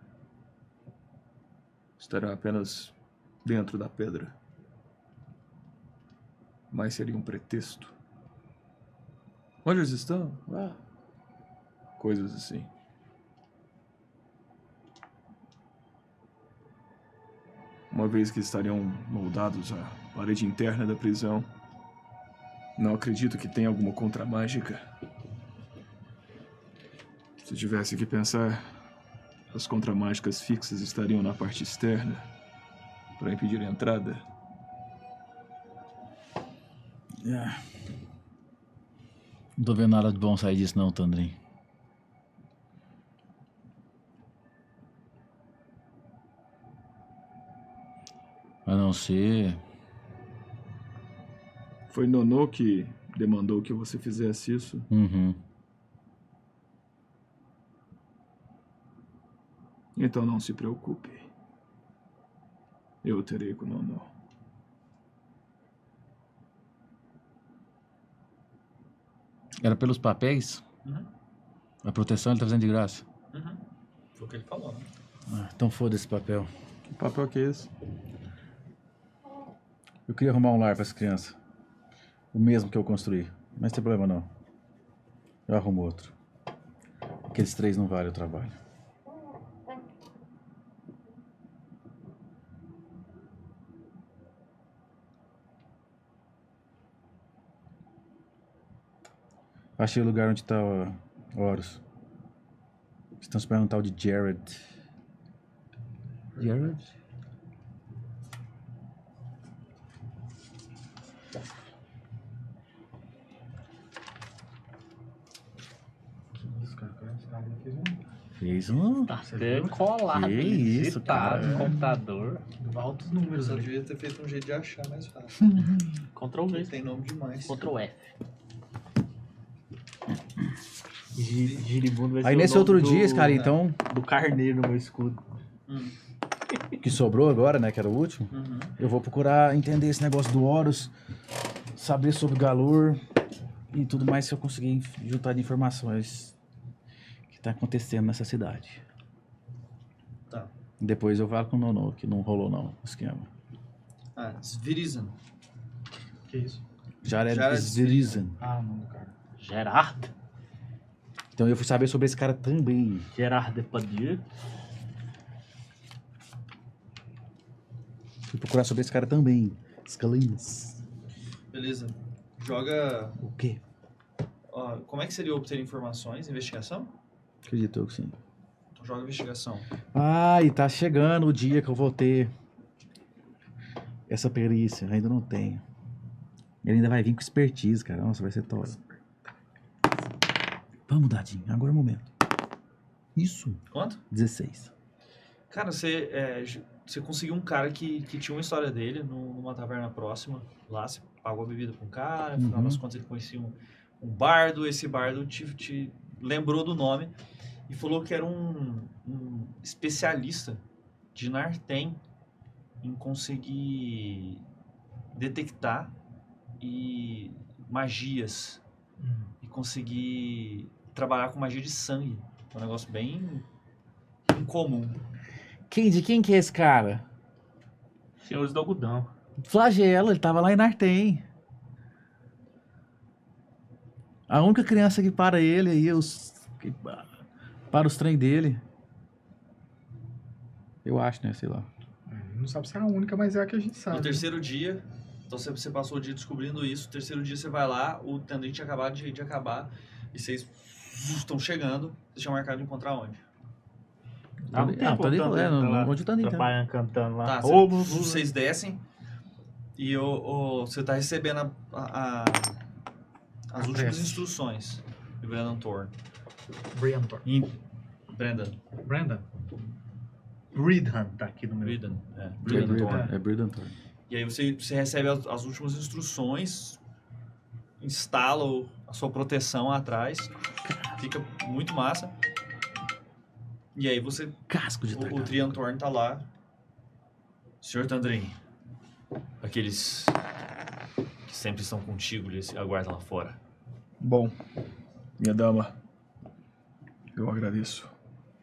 Estariam apenas dentro da pedra. Mas seria um pretexto. Onde eles estão? Ah. Coisas assim. Uma vez que estariam moldados à parede interna da prisão, não acredito que tenha alguma contramágica. Se tivesse que pensar, as contramágicas fixas estariam na parte externa para impedir a entrada.
Não tô vendo nada de bom sair disso não, Tandrin. A não ser...
Foi Nonô que demandou que você fizesse isso.
Uhum.
Então não se preocupe. Eu terei com Nonô.
Era pelos papéis?
Uhum.
A proteção ele tá fazendo de graça.
Uhum. Foi o que ele falou, né?
Ah, então foda esse papel.
Que papel que é esse?
Eu queria arrumar um lar para as crianças. O mesmo que eu construí. Mas não tem problema não. Eu arrumo outro. Aqueles três não valem o trabalho. Achei o lugar onde está o Horus. Estão esperando um tal de Jared. Jared?
Que isso, cara? Cara, esse cara fez um-
Fez um.
Tá até colado.
Que isso, cara.
digitado no computador.
altos números
Só
ali.
devia ter feito um jeito de achar mais fácil.
Ctrl V.
Tem nome demais.
Ctrl F. Gi- Girimundo vai ser
Aí
é o
nesse
nome
outro
do-
dia, esse cara, então,
Do carneiro no meu escudo.
que sobrou agora, né, que era o último,
Uhum.
eu vou procurar entender esse negócio do Horus, saber sobre Galur e tudo mais se eu conseguir inf- juntar de informações que tá acontecendo nessa cidade.
Tá.
Depois eu falo com o Nono, que não rolou não o esquema.
Ah, Svirizen.
Que isso?
Jared,
Jared
Zirizen.
Ah, mano, cara.
Gerard.
Então eu fui saber sobre esse cara também.
Gerard Depardieu.
Fui procurar sobre esse cara também. Scalins.
Beleza. Joga.
O quê?
ó, como é que seria obter informações? Investigação?
Acredito eu que sim.
Então joga investigação.
Ai, tá chegando o dia que eu vou ter essa perícia. Ainda não tenho. Ele ainda vai vir com expertise, cara. Nossa, vai ser top. Vamos, Dadinho. Agora é o momento. Isso.
Quanto?
16.
Cara, você, é, j- você conseguiu um cara que, que tinha uma história dele no- numa taverna próxima. Lá você pagou a bebida pra um cara, no final
Uhum.
das contas ele conhecia um, um bardo. Esse bardo te, te lembrou do nome e falou que era um, um especialista de Nartem em conseguir detectar e magias e conseguir trabalhar com magia de sangue. É um negócio bem incomum.
Quem, de quem que é esse cara?
Senhores do algodão.
Flagelo, ele tava lá em Nartem. A única criança que para ele aí, os. que pa- Para os trem dele. Eu acho, né? Sei lá.
É, Não sabe se era a única, mas é a que a gente sabe.
No terceiro dia, então você, você passou o dia descobrindo isso. No terceiro dia você vai lá, o tendente tinha acabado de, de acabar e vocês estão chegando. Vocês tinham marcado de encontrar onde?
Tá um tempo
ali,
cantando,
é,
tá lá,
no- onde tá nem tá.
Trabalhando, cantando lá.
Tá, cê-
Ah. Ô,
vocês descem e o- o- você tá recebendo a- a- a- as últimas
prece.
instruções de Brandon Thorne.
Brandon.
Em- Brandon,
Brandon? Breedham tá aqui no meu.
Brandon, é,
É
Brandon Thorne.
Breedon- É Breedon Thorne.
E aí você, você recebe as, as últimas instruções, instala o- a sua proteção atrás, fica muito massa. E aí você,
Casco de
o, o
tartaruga.
Triantorn tá lá, Senhor Tandrin, aqueles que sempre estão contigo, eles aguardam lá fora.
Bom, minha dama, eu agradeço.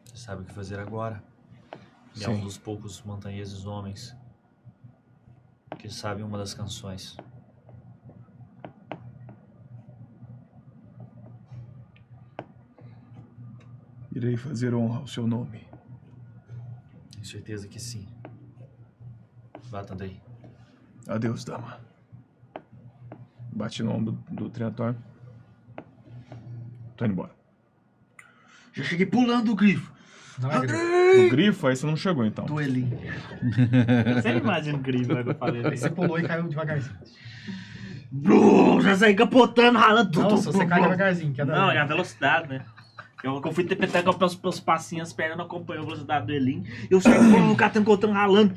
Você sabe o que fazer agora. E é
Sim.
um dos poucos montanheses homens que sabe uma das canções.
Irei fazer honra ao seu nome.
Tenho certeza que sim. Vá, Tandrin.
Adeus, dama. Bate no ombro do Trinator. Tô indo embora.
Já cheguei pulando o grifo.
Não é grifo.
No grifo, aí você não chegou então.
Duelinho.
Você imagina o grifo né, que eu falei.
Você pulou e caiu devagarzinho.
Brum, já saí capotando, ralando tudo.
Não, se você
Brum,
cai
brum.
devagarzinho, que é da-
Não, é a velocidade, né? Eu, eu fui interpretar com os, os passinhos, as pernas não acompanhou a velocidade do Elin. Eu saí pulando no catando, contando, tá ralando.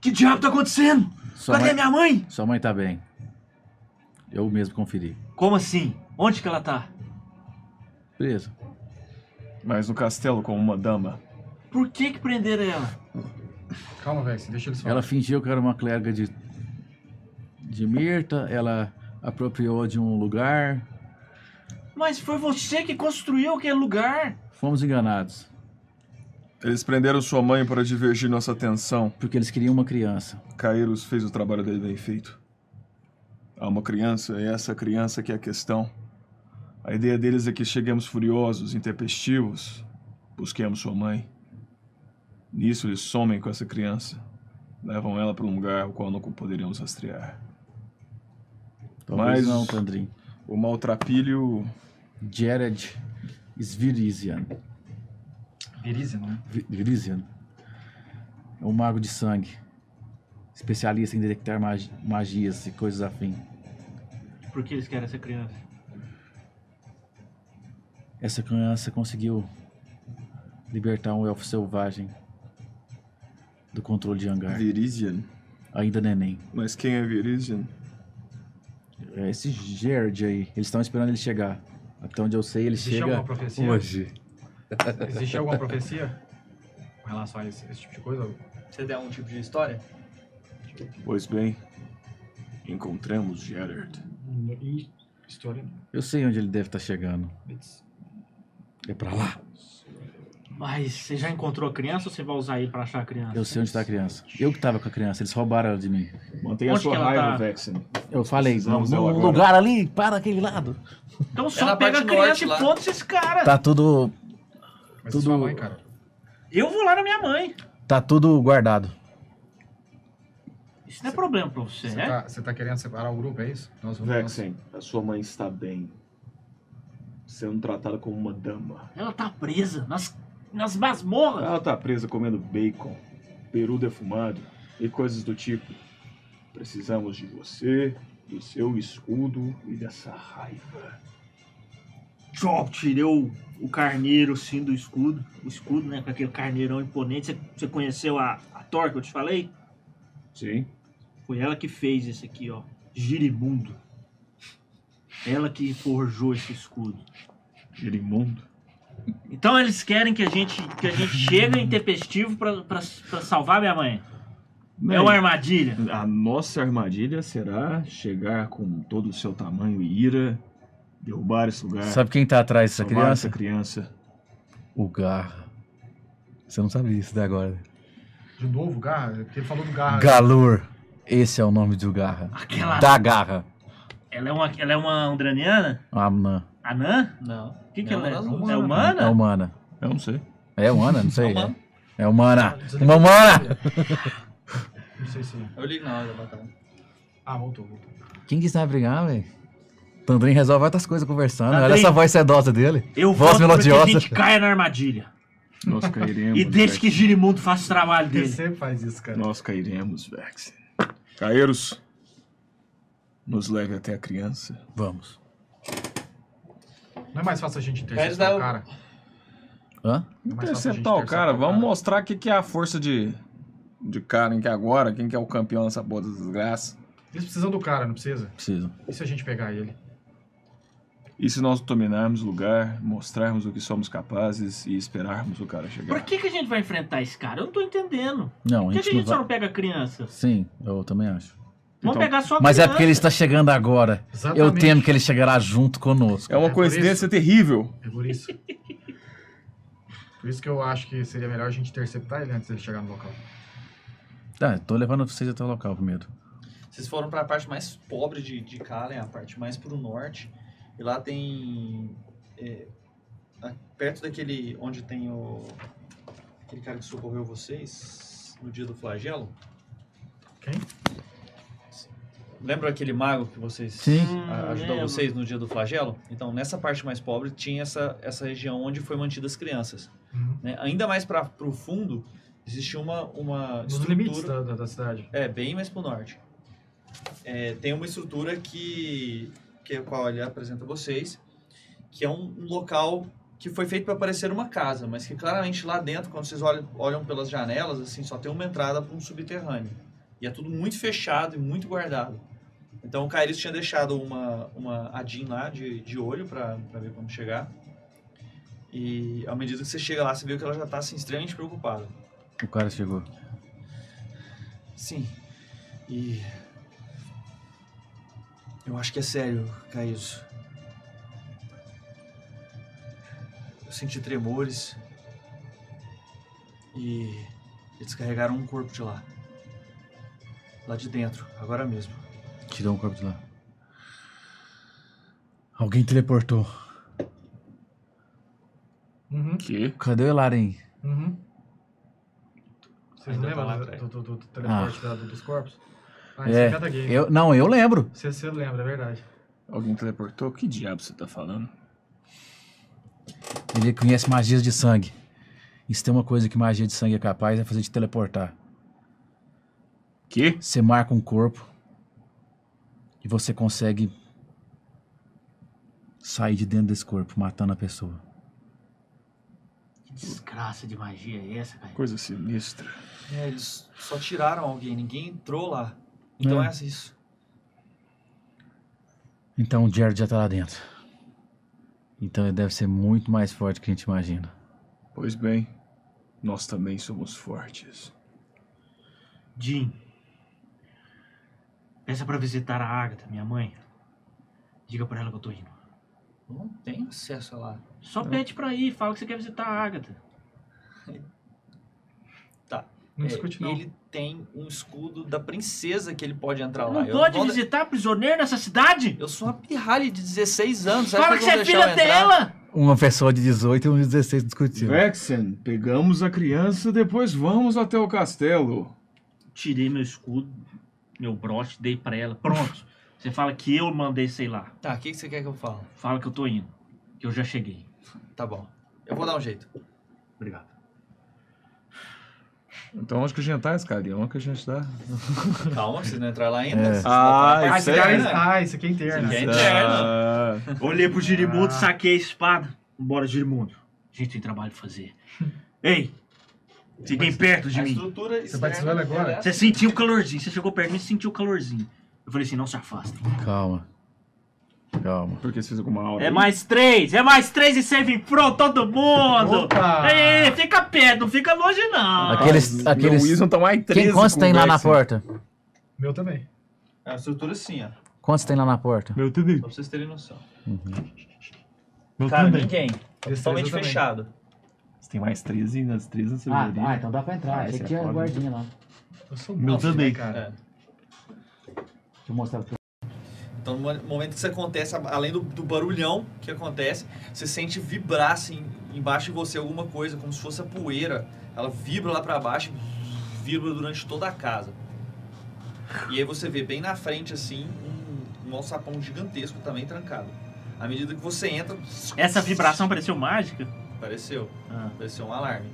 Que diabo tá acontecendo?
Sua
Cadê
mãe,
minha mãe?
sua mãe tá bem. Eu mesmo conferi.
Como assim? Onde que ela tá?
Beleza.
Mas no castelo com uma dama.
Por que que prenderam ela?
Calma, velho, você deixa ele só.
Ela fingiu que era uma clériga de, de Mirta, ela apropriou de um lugar.
Mas foi você que construiu aquele lugar.
Fomos enganados,
Eles prenderam sua mãe para divergir nossa atenção.
porque eles queriam uma criança.
Caíros fez o trabalho dele bem feito. Há uma criança, é essa criança que é a questão. A ideia deles é que cheguemos furiosos, intempestivos, busquemos sua mãe. Nisso eles somem com essa criança, levam ela para um lugar o qual não poderíamos rastrear.
Talvez
Mas-
não, Tandrin.
O maltrapilho
Jared Svirizian.
Virizian, né?
Vi- Virizian. É um mago de sangue. Especialista em detectar magi- magias e coisas afim.
Por que eles querem essa criança?
Essa criança conseguiu libertar um elfo selvagem do controle de hangar.
é Virizian.
Ainda neném.
Mas quem é Virizian?
É esse Jared aí. Eles estão esperando ele chegar. Até onde eu sei, ele
Existe
chega
alguma profecia?
hoje.
Existe alguma profecia com relação a esse, esse tipo de coisa?
Você tem algum tipo de história?
Pois bem, encontramos Gerard.
E história.
Eu sei onde ele deve estar chegando. É pra lá.
Mas você já encontrou a criança ou você vai usar ele pra achar a criança?
Eu sei onde tá a criança. Eu que tava com a criança, eles roubaram ela de mim.
Mantenha
Onde
sua
que ela
raiva,
tá?
Vexen.
Eu falei,
Precisamos
no
dela agora."
lugar ali, para aquele lado.
Então
É
só
na
pega a
parte norte
criança
lá.
e ponta esses caras.
Tá tudo. Tudo-
Mas Tudo... sua mãe, cara.
Eu vou lá na minha mãe.
Tá tudo guardado.
Isso não é problema pra você,
Você
né?
tá, você tá querendo separar o grupo, é isso? Nós vamos.
Vexen, a sua mãe está bem. Sendo tratada como uma dama.
Ela tá presa nas, nas masmorras.
Ela tá presa comendo bacon, peru defumado e coisas do tipo. Precisamos de você, do seu escudo e dessa raiva.
Tchau, tirei o, o carneiro sim do escudo. O escudo, né? Com aquele carneirão imponente. Você, você conheceu a, a Thor que eu te falei?
Sim.
Foi ela que fez esse aqui, ó. Girimundo. Ela que forjou esse escudo.
Gerimundo.
Então eles querem que a gente, que a gente chegue intempestivo pra, pra, pra salvar minha mãe. É uma armadilha.
A nossa armadilha será chegar com todo o seu tamanho e ira, derrubar esse
É.
lugar,
Sabe quem tá atrás dessa
salvar
criança?
essa criança.
O Garra. Você não sabia isso até agora.
De novo, Garra? Porque ele falou do Garra.
Galur. Esse é o nome do Garra.
Ah, Aquela.
Da Garra.
Ela é uma, ela é uma andraniana?
Amna.
Anã?
Não.
O que, que
Não,
ela é?
ela não
É
é
humana?
É humana.
Eu não sei.
É humana, não sei.
É humana.
É humana. Uma humana!
Não sei se.
Eu ligo na hora da batalha.
Ah, voltou, voltou.
Quem que sabe brigar, velho? Tandrin resolve outras coisas conversando. Olha
Tandrin.
essa voz sedosa dele.
Eu
Voz
voto pra que a
melodiosa. um
gente caia na armadilha.
Nós cairemos.
E deixe que
Vexen.
Girimundo faça o trabalho
Ele
dele.
sempre faz isso, cara.
Nós cairemos, Vex. Caeiros, nos leve até a criança.
Vamos.
Não é mais fácil a gente
Mas dá
interceptar
o-
o cara?
Hã?
É mais fácil a gente
Interceptar o cara,
interceptar o
vamos mostrar o que, que é a força de, de Karen que é agora, quem que é o campeão nessa porra dessa desgraça.
Eles precisam do cara, não precisa?
Preciso.
E se a gente pegar ele?
E se nós dominarmos o lugar, mostrarmos o que somos capazes e esperarmos o cara chegar.
Por que, que a gente vai enfrentar esse cara? Eu não tô entendendo.
Não,
Por
a
que, que a
gente não
gente só
vai.
não pega criança?
Sim, eu também acho.
Vamos
Então,
pegar só
Mas é
criança.
porque ele está chegando agora. Eu
Exatamente.
temo que ele chegará junto conosco.
É uma
É por
coincidência terrível.
É por isso. Por isso que eu acho que seria melhor a gente interceptar ele antes de ele chegar no local.
Tá, tô levando vocês até o local primeiro.
Vocês foram pra parte mais pobre de, de Kalen, a parte mais pro norte. E lá tem. é, a- perto daquele. onde tem o. aquele cara que socorreu vocês no dia do flagelo.
Quem?
Lembra aquele mago que vocês.
Sim.
Hum,
a- ajudou
lembro.
vocês no dia do flagelo? Então, nessa parte mais pobre tinha essa, essa região onde foi mantidas as crianças.
Uhum.
né? Ainda mais para pro fundo, existia uma, uma
Nos
estrutura.
limites da, da, da cidade.
É, bem mais pro norte. É, tem uma estrutura que, que é a qual ele apresenta a vocês, que é um, um local que foi feito para parecer uma casa, mas que claramente lá dentro, quando vocês olham, olham pelas janelas, assim, só tem uma entrada para um subterrâneo. E é tudo muito fechado e muito guardado. Então o Kairis tinha deixado uma, uma Adin lá de, de olho para ver como chegar. E à medida que você chega lá, você vê que ela já está assim, extremamente preocupada.
O cara chegou.
Sim. E. Eu acho que é sério, Caíso. Eu senti tremores. E. Eles carregaram um corpo de lá. Lá de dentro, agora mesmo.
Tirou um corpo de lá. Alguém teleportou.
Uhum.
Que?
Cadê o Elaren?
Uhum. Vocês
Ainda tá
lembram
lá
do,
atrás.
do, do- do teleporte da- do- dos corpos? Ah, isso
É,
é cada game.
Eu, não, eu lembro.
Você, você lembra, é verdade.
Alguém teleportou? Que diabo você tá falando?
Ele conhece magias de sangue. E se tem uma coisa que magia de sangue é capaz, é fazer te teleportar.
Que?
Você marca um corpo e você consegue sair de dentro desse corpo, matando a pessoa.
Que desgraça de magia é essa, cara?
Coisa sinistra.
É, eles só tiraram alguém, ninguém entrou lá. Então
É.
é, isso.
Então o Jared já tá lá dentro. Então ele deve ser muito mais forte que a gente imagina.
Pois bem, nós também somos fortes.
Jim. Peça pra visitar a Agatha, minha mãe. Diga pra ela que eu tô indo.
Não tem acesso a lá.
Só
Tá.
pede pra ir, fala que você quer visitar a Agatha.
Não
É,
discute, não.
Ele tem um escudo da princesa que ele pode entrar lá.
não
Eu
pode
vou-
visitar prisioneiro nessa cidade?
Eu sou uma pirralha de 16 anos. será
Fala
eu
que você
vou
é
deixar
filha
eu entrar?
dela!
Uma pessoa de 18 e um de 16 discutindo.
Vexen, pegamos a criança, depois vamos até o castelo.
Tirei meu escudo, meu broche, dei pra ela. Pronto. Você fala que eu mandei, sei lá.
Tá, o que, que você quer que eu fale?
Fala que eu tô indo. Que eu já cheguei.
Tá bom. Eu vou dar um jeito.
Obrigado.
Então onde que a gente tá, Escarião? Onde que a gente tá?
Calma, vocês não entraram lá ainda.
É.
vocês
Ah,
faltaram
Ah,
mais
isso
esse
é-
cara-
grana.
ah, isso aqui é interno.
Isso aqui é interno.
Ah,
Olhei pro Girimundo,
Ah.
saquei a espada. Bora, Girimundo. A gente tem trabalho pra fazer. Ei! Fiquem perto de
A
mim.
estrutura
Você
externa
vai desvelar agora?
dela é
Você sentiu o calorzinho. Você chegou perto de mim e sentiu o calorzinho. Eu falei assim, não se afastem.
Calma. Calma.
porque você fez alguma aula?
É
aí?
mais três, é mais três e save pro todo mundo!
Opa!
Ei, fica perto, não fica longe não.
tá
Aqui- Aqueles-
Rapaz,
aqueles-
meu Wilson tá mais
Quem,
13
quantos
com
tem lá na
Vexen.
porta?
Meu também.
assim. É uma estrutura assim, ó. Só
Quantos tem lá na porta?
Meu também.
pra vocês terem noção.
Meu
Cara,
também.
ninguém.
Destreza
Totalmente
também.
fechado.
Você tem mais 13 nas 13 na
Ah,
sabedoria.
então dá pra entrar.
Ah, Achei esse é que tinha foda. guardinha
lá.
Eu sou
Meu
bom,
também.
né, cara.
É.
Deixa eu mostrar pra
Então, no momento que isso acontece, além do, do barulhão que acontece, você sente vibrar assim, embaixo de você alguma coisa, como se fosse a poeira. Ela vibra lá pra baixo, e vibra durante toda a casa. E aí você vê bem na frente, assim, um, um alçapão gigantesco também trancado. À medida que você entra,
Essa vibração pareceu mágica.
apareceu.
Ah.
Apareceu um alarme.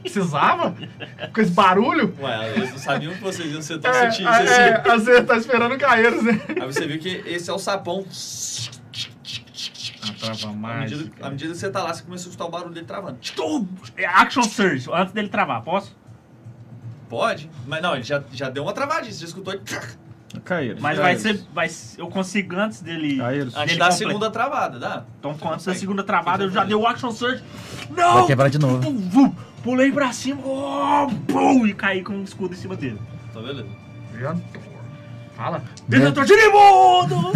Precisava? Com esse barulho?
Ué, eles não sabiam que vocês iam ser tão
É,
sutis
ah,
assim.
é, às vezes tá esperando cair, né?
Aí você viu que esse é o sapão.
A trava
À medida, à medida que você tá lá, você começa a escutar o barulho dele travando.
Tum! É Action Surge, antes dele travar, posso?
Pode, mas não, ele já, já deu uma travadinha, você já escutou ele.
Caíram.
Mas vai ser. Vai, ser- eu consigo antes dele.
Caíram.
Antes
Ele
da
completa.
segunda travada, dá?
Então, antes da segunda travada, eu já dei o action surge.
Vai
Não!
quebrar de novo.
Vum, vum, Pulei pra cima, oh, bum, e caí com um escudo em cima dele.
Então, beleza.
Já tô. Fala.
Detentor
(laughs)
de imundo!
O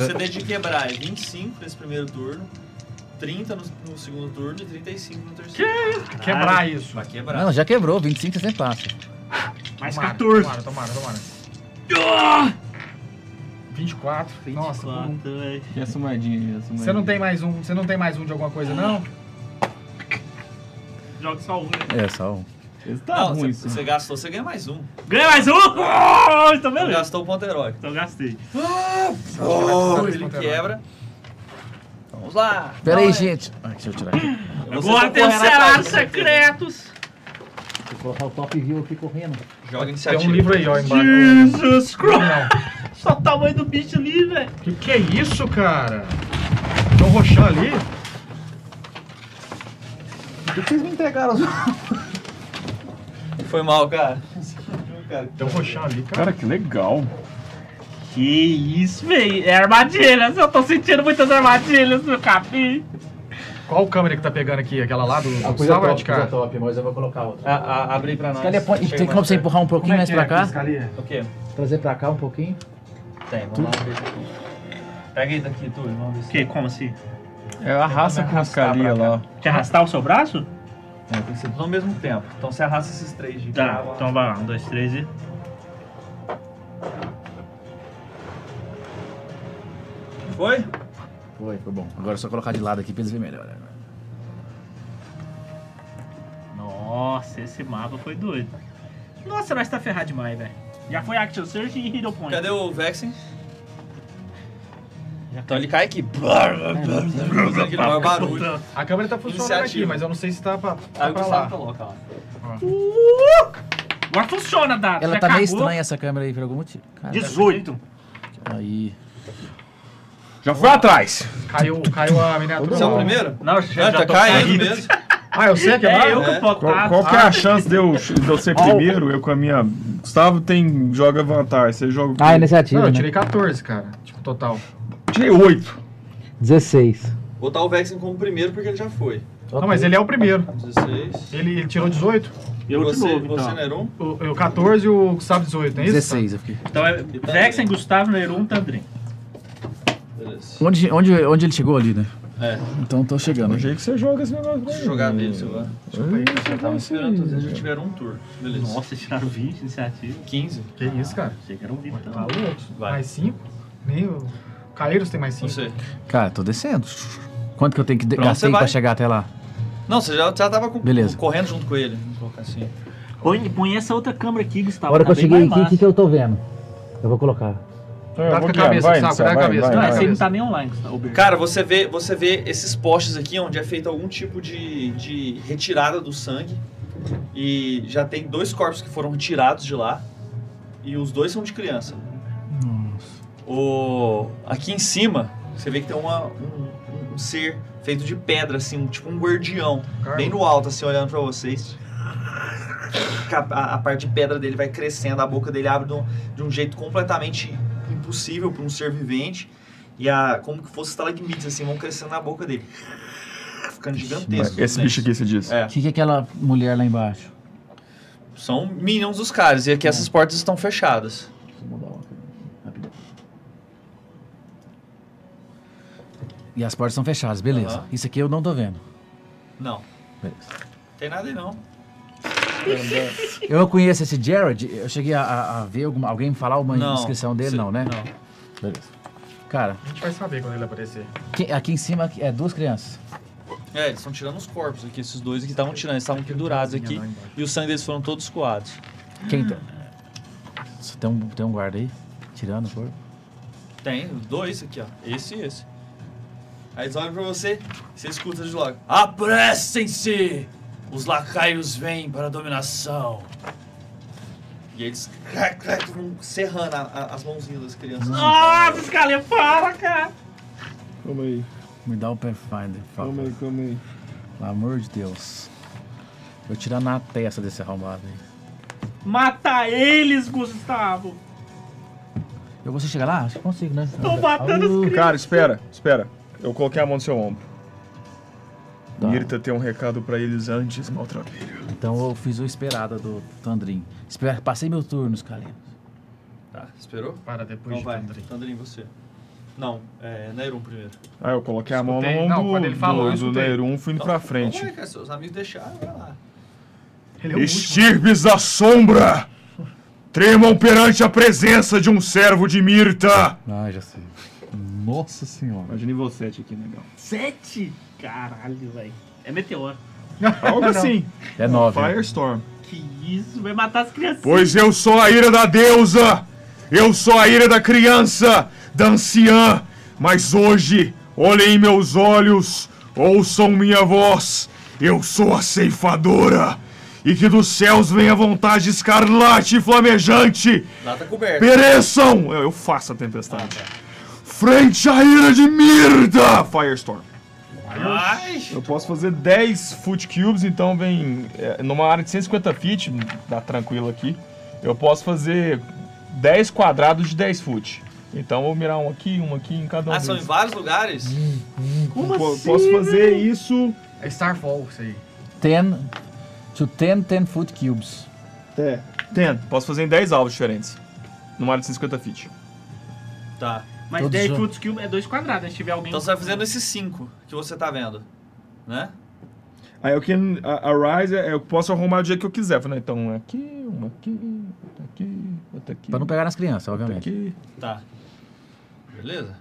CD Então, de quebrar é 25 nesse primeiro turno, 30 no, no segundo turno e 35 no terceiro.
Quebrar isso.
Vai quebrar.
Não, já quebrou, 25 você sempre passa.
Mais
Tomara,
14.
Tomara, tomara, tomara.
Ah!
24. Nossa, por um.
Quatro, velho.
E essa moedinha aí, essa moedinha.
Você não tem mais um, você não tem mais um de alguma coisa, não?
Hum.
Joga só um. né?
É, só um.
Tá
Não,
ruim
Ah, você,
isso.
você gastou, você ganha mais um.
Ganha mais um! Oh,
Tá
então,
Não
beleza.
gastou o ponto heróico.
Então, gastei.
Oh,
ele quebra. Então, Vamos lá.
Pera aí,
Vai.
gente. Ah, deixa eu tirar aqui.
Eu
tá
vou tentar
Agora tem os
correr tá atrás,
serados
com certeza.
secretos.
Deixa eu colocar o top view aqui correndo.
Joga
Tem
iniciativa.
um livro aí, ó, embaixo.
Jesus Christ!
Não.
Só o tamanho do bicho ali, velho.
Que que é isso, cara? Tem um roxão ali?
Por que vocês me entregaram os.
Foi mal, cara.
Tem um roxão ali, cara.
Cara, que legal.
Que isso, velho. É armadilha. Eu tô sentindo muitas armadilhas no capim.
Qual câmera que tá pegando aqui? Aquela lá do,
A
do
coisa
Savage,
coisa
cara?
top, mas eu vou colocar outra.
A, a, abre aí pra nós.
Escalha, põe-
Chega
é tem
mais
como você
perto.
empurrar um pouquinho mais
é
pra cá?
O quê?
Trazer pra cá um pouquinho? Tem, vamos lá.
Pega aí daqui, Túlio. Vamos ver se...
O quê? Como assim?
É a raça com as carinha lá.
Quer arrastar o seu braço?
É, tem que ser tudo ao mesmo tempo. Então você arrasta esses três de
Tá,
cá, ó.
então vai lá. Um, dois, três e...
Foi?
Foi, foi bom. Agora é só colocar de lado aqui pra eles verem melhor. né?
Nossa, esse mapa foi doido. Nossa, nós tá ferrado demais, velho. Já foi Action Search e Hero Point.
Cadê o Vexen?
Já
Então ele cai aqui. Aquele maior é barulho.
A câmera tá funcionando
Iniciativa. Ah,
aqui, mas eu não sei se tá pra, tá
Aí o
pra
Gustavo
lá.
coloca, ó.
Uh! Agora funciona, Dado.
Ela
Já
tá meio
cagou.
estranha essa câmera aí por algum motivo. Cara,
18.
aí.
Já foi atrás.
Caiu, caiu a miniatura.
Você é o primeiro?
Não,
Ah, tá caindo mesmo.
Ah, eu sei que é,
É
lá?
eu que
É.
posso.
Qual, qual que é a chance de eu, de eu ser primeiro? Eu com a minha. Gustavo tem. joga vantagem. Você joga.
Ah, iniciativa,
Não, eu
né?
tirei 14, cara. Tipo, total.
Tirei oito.
16.
Botar o Vexen como primeiro porque ele já foi.
Não, mas ele é o primeiro.
16.
Ele, ele tirou 18,
Eu
você,
de novo,
você
então.
não era um?
o, eu 14 e o Gustavo 18, é isso?
16, eu fiquei.
Então é
Tá
Vexen, Gustavo, Nerum, Tandrin.
Beleza.
Onde, onde, onde ele chegou ali, né?
É. Hum.
Então tô chegando.
Do jeito que você joga esse negócio.
Deixa eu jogar nele, Silva. Eu tava esperando, todos eles já tiveram um turno. Beleza.
Nossa, tiraram 20 de iniciativa.
15.
Que isso, cara?
Achei que era um 20.
Tá louco?
Vai.
Mais 5? Nem o... Caeiros tem mais 5.
Você.
Cara, tô descendo. Quanto que eu tenho que de-
Pronto,
gastei
você vai.
pra chegar até lá?
Não, você já, já tava com,
Beleza.
correndo junto com ele. Vamos colocar assim.
Põe, põe essa outra câmera aqui,
A
Gustavo.
hora que
tá
eu
bem
cheguei aqui,
mais
o que,
massa.
que eu tô vendo? Eu vou colocar.
Dá Tá com a cabeça, Gustavo, dá com a cabeça.
Não,
Vai,
essa aí não
beleza.
tá nem online, Gustavo. Uber.
Cara, você vê, você vê esses postes aqui onde é feito algum tipo de, de retirada do sangue. E já tem dois corpos que foram retirados de lá. E os dois são de criança. O, aqui em cima, você vê que tem uma, um, um- um ser feito de pedra, assim, um- tipo um guardião. Bem no alto, assim, olhando pra vocês. A, a parte de pedra dele vai crescendo, a boca dele abre de um, de um jeito completamente impossível pra um ser vivente. E a, como que fosse estalagmites, assim, vão crescendo na boca dele. Ficando gigantesco.
Esse bicho aqui, você diz.
É.
O que, que é aquela mulher lá embaixo?
São minions dos caras. E aqui essas portas estão fechadas.
Deixa eu mudar uma câmera. Rapidão. E as portas são fechadas, beleza.
Aham.
Isso aqui eu não tô vendo.
Não,
Beleza.
tem nada aí não.
Eu conheço esse Jared, eu cheguei a, a- a ver alguma- alguém falar uma
Não.
inscrição dele,
Cê-
não, né?
Não.
Beleza. Cara,
A gente vai saber quando ele aparecer.
que- aqui em cima é duas crianças.
É, eles estão tirando os corpos aqui. Esses dois aqui estavam tirando, eles estavam pendurados aqui.
Lá embaixo.
E o sangue deles foram todos coados.
Quem tá? Só Tem um, tem um guarda aí? Tirando o corpo.
Tem, os dois aqui, ó. Esse e esse. Aí eles olham pra você, você escuta de logo. Apressem-se! Os lacaios vêm para a dominação. E eles crac, crac, vão serrando a- a- as mãozinhas das crianças.
Nossa, esse cara fala, cara.
Calma aí,
Me dá o Pathfinder, por favor.
calma aí.
Pelo amor de Deus. Vou tirar na testa desse arrombado aí.
Mata eles, Gustavo.
Eu vou chegar lá? Acho que consigo, né?
Tô matando os crimes.
Cara, espera, espera. Eu coloquei a mão no seu ombro.
Tá.
Mirta tem um recado pra eles antes, maltrapilho.
Então eu fiz o esperada do Tandrin. Espera- Passei meu turno, Scalinos.
Tá, esperou?
Para depois
Não
de
Então vai,
Tandrin.
Tandrin, você. Não, é Nairum primeiro.
Ah, eu coloquei a mão no
Escutei.
ombro
Não, quando ele falou, eu
do, do
escutei.
Nerum, fui indo
Então,
pra
Então
frente.
vai, cara, seus amigos deixaram, vai lá.
Ele é o último.
Estirpes da sombra! Tremam perante a presença de um servo de Mirta!
Ah, já sei. Nossa senhora.
Imagine você aqui, negão.
Sete? Caralho, velho. É meteoro.
Algo assim.
É nove. né?
Firestorm.
Que isso? Vai matar as crianças.
Pois eu sou a ira da deusa! Eu sou a ira da criança, da anciã! Mas hoje, olhem em meus olhos, ouçam minha voz! Eu sou a ceifadora! E que dos céus venha a vontade escarlate e flamejante!
Lá tá coberto.
Pereçam! Eu, eu faço a tempestade. Frente à ira de Mirda! Firestorm.
Ai,
Eu posso fazer 10 foot cubes, então vem. é, numa área de 150 feet, dá tranquilo aqui. Eu posso fazer 10 quadrados de 10 foot. Então eu vou mirar um aqui, um aqui em cada um.
ah, são em
deles.
vários lugares?
Como
Eu po-
assim,
posso fazer
velho?
isso.
É Starfall, isso aí.
Ten. To ten, ten foot cubes.
É. Tento. Posso fazer em 10 alvos diferentes. Numa área de 150 feet.
Tá.
Mas
Todos
10
já.
frutos cube é dois quadrados, né? Se tiver alguém...
Então você vai fazendo esses cinco que você tá vendo. Né?
Aí eu can arise, é, eu posso arrumar o dia que eu quiser. Falei, então um aqui, um aqui, outro aqui, outro aqui.
Pra não pegar nas crianças,
outro
obviamente.
aqui.
Tá. Beleza?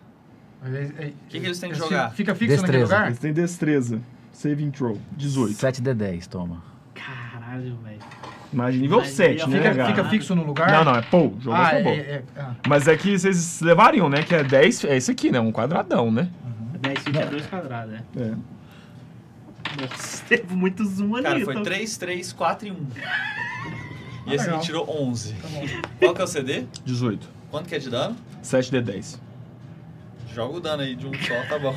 Mas é- é-
O que, que eles têm que
Eles
jogar?
Fica fixo naquele
Destreza.
lugar?
Eles têm destreza. Saving throw. 18.
7D10, toma.
Caralho, velho.
Imagina nível
Mas aí,
7,
ó,
né,
Fica,
cara?
fica fixo no lugar?
Não, não, é pou, jogou
Ah,
foi
é,
bom.
é, é, ah.
Mas é que vocês levariam, né? Que é 10, é esse aqui, né? Um quadradão, né?
10 frutos é dois quadrados, né?
É.
Nossa, (laughs) teve muito zoom ali.
Cara, foi
então.
3, 3, 4 e 1. E
Ah,
esse aqui
legal.
tirou 11. Qual que é o CD?
18.
Quanto que é de dano?
7 de 10.
Joga o dano aí de um só, tá bom.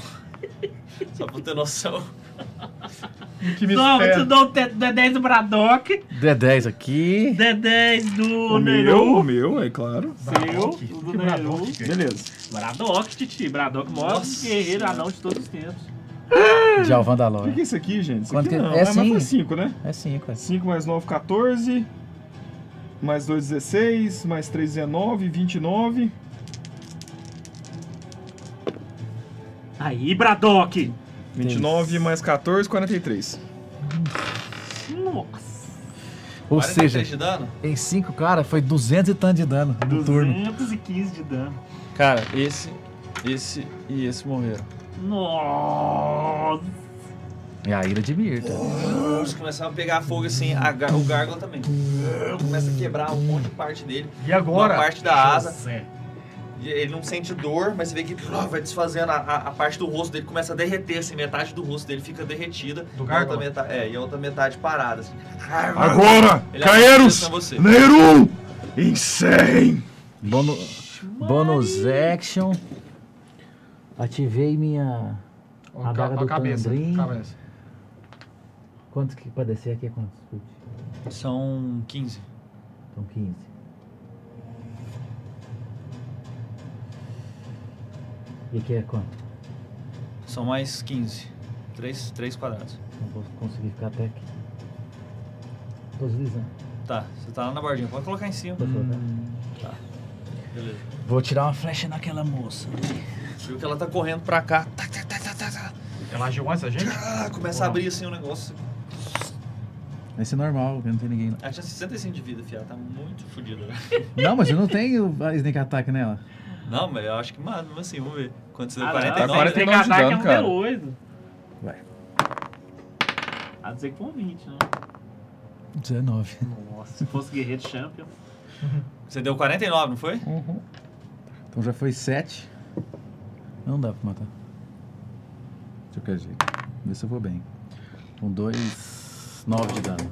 Só pra eu ter noção.
Que
Toma, tu
mistério.
dá o teto D10 do Braddock,
D10 aqui.
D10 do
o
Neru,
meu, o meu, é claro.
seu,
Que-
o
que
do
bradão
Neru.
que é.
Beleza.
Braddock, Titi. Braddock, maior
Nossa
guerreiro
senhora.
anão de todos os tempos.
De
O que,
Alvandalor.
que é isso aqui, gente? Isso
Quanto
aqui
que-
não,
é
é mas
assim?
sim.
foi 5, né?
É 5.
5 mais 9, 14. Mais 2, 16. Mais 3, 19. 29.
Aí, Braddock.
29 mais 14, 43.
Nossa.
Ou
43
seja,
de dano?
em 5, cara, foi 200 e tanto de dano no turno.
215 de dano.
Cara, esse, esse e esse morreram.
Nossa.
É a ira de Mirta.
Eles começaram a pegar fogo assim, a gar- o Gárgula também. Começa a quebrar um monte de parte dele.
E agora?
Uma parte da asa.
José.
E ele não sente dor, mas você vê que plá, vai desfazendo a, a- a parte do rosto dele, começa a derreter, assim, metade do rosto dele fica derretida. e
Do
a outra
gárgula?
metade, É, e a outra metade parada, assim.
Agora,
Ele é
Caeiros,
avança você.
Nerum, encerrem.
Bono, bonus action. Ativei minha.
Ó,
A
ca-
daga
ó,
do
cabeça.
Tandrin.
Cabeça.
Quantos que pra descer aqui? é Quantos?
São 15.
São 15. E aqui é quanto?
São mais 15. 3, quadrados.
Não vou conseguir ficar até aqui. Tô deslizando.
Tá, você tá lá na bordinha. Pode colocar em cima.
Pode colocar.
Tá. Beleza.
Vou tirar uma flecha naquela moça.
Viu que ela tá correndo pra cá. Tá, tá, tá, tá, tá, tá.
Ela agiu antes da gente?
Ah, começa a abrir assim o negócio.
Esse é normal, porque não tem ninguém lá.
Ela tinha 65 de vida, fiado. Tá muito fodida. né?
Não, mas eu não tenho a sneak attack nela.
Não, mas eu acho que mano, mas assim, vamos ver. Quanto você deu?
Ah,
49?
Tá
não,
né?
tem
49 de
ataque é
dano,
um
cara.
D8.
Vai.
A dizer que com 20, né?
19.
Nossa, se fosse guerreiro champion.
né? Você deu 49, não foi?
Então já foi 7. Não dá pra matar. De qualquer jeito. Vê se eu vou bem. Um, dois, nove de dano.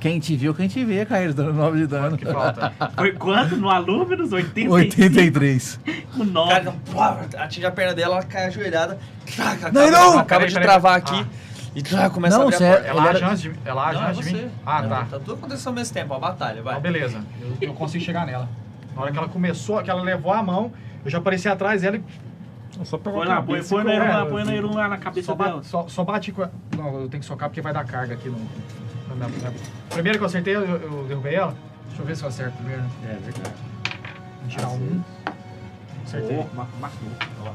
Quem te viu, quem te vê, Caíros, dando 9 de (laughs) dano.
(laughs)
Que falta.
Foi quanto no Alúminos? 85?
83.
Com 9.
Cara, então, plá, atinge a perna dela, ela cai ajoelhada. clac, acaba,
Não, não!
acaba
Peraí,
de
peraí.
travar aqui e clac, começa a
Não,
abrir
você
a
é-
porta.
Ela
Ele
age
era-
antes de mim? Ela age
Não, é
antes de
você.
mim? Ah, tá. Então,
Tá tudo acontecendo ao mesmo tempo, a batalha, vai.
Ah, beleza. Eu, eu consigo chegar nela. Na hora que ela começou, que ela levou a mão, eu já apareci atrás dela e
Só pegou
Põe
a
lá, põe,
cabeça e
põe na
colou.
Irun lá, põe na Irun lá na cabeça
só, ba
dela.
só, só bati com a... Não, eu tenho que socar porque vai dar carga aqui no... na minha- na minha- Primeiro que eu acertei, eu, eu derrubei ela. Deixa eu ver se eu acerto primeiro.
É verdade.
Vou tirar um. Acertei.
Pô, ma- matou.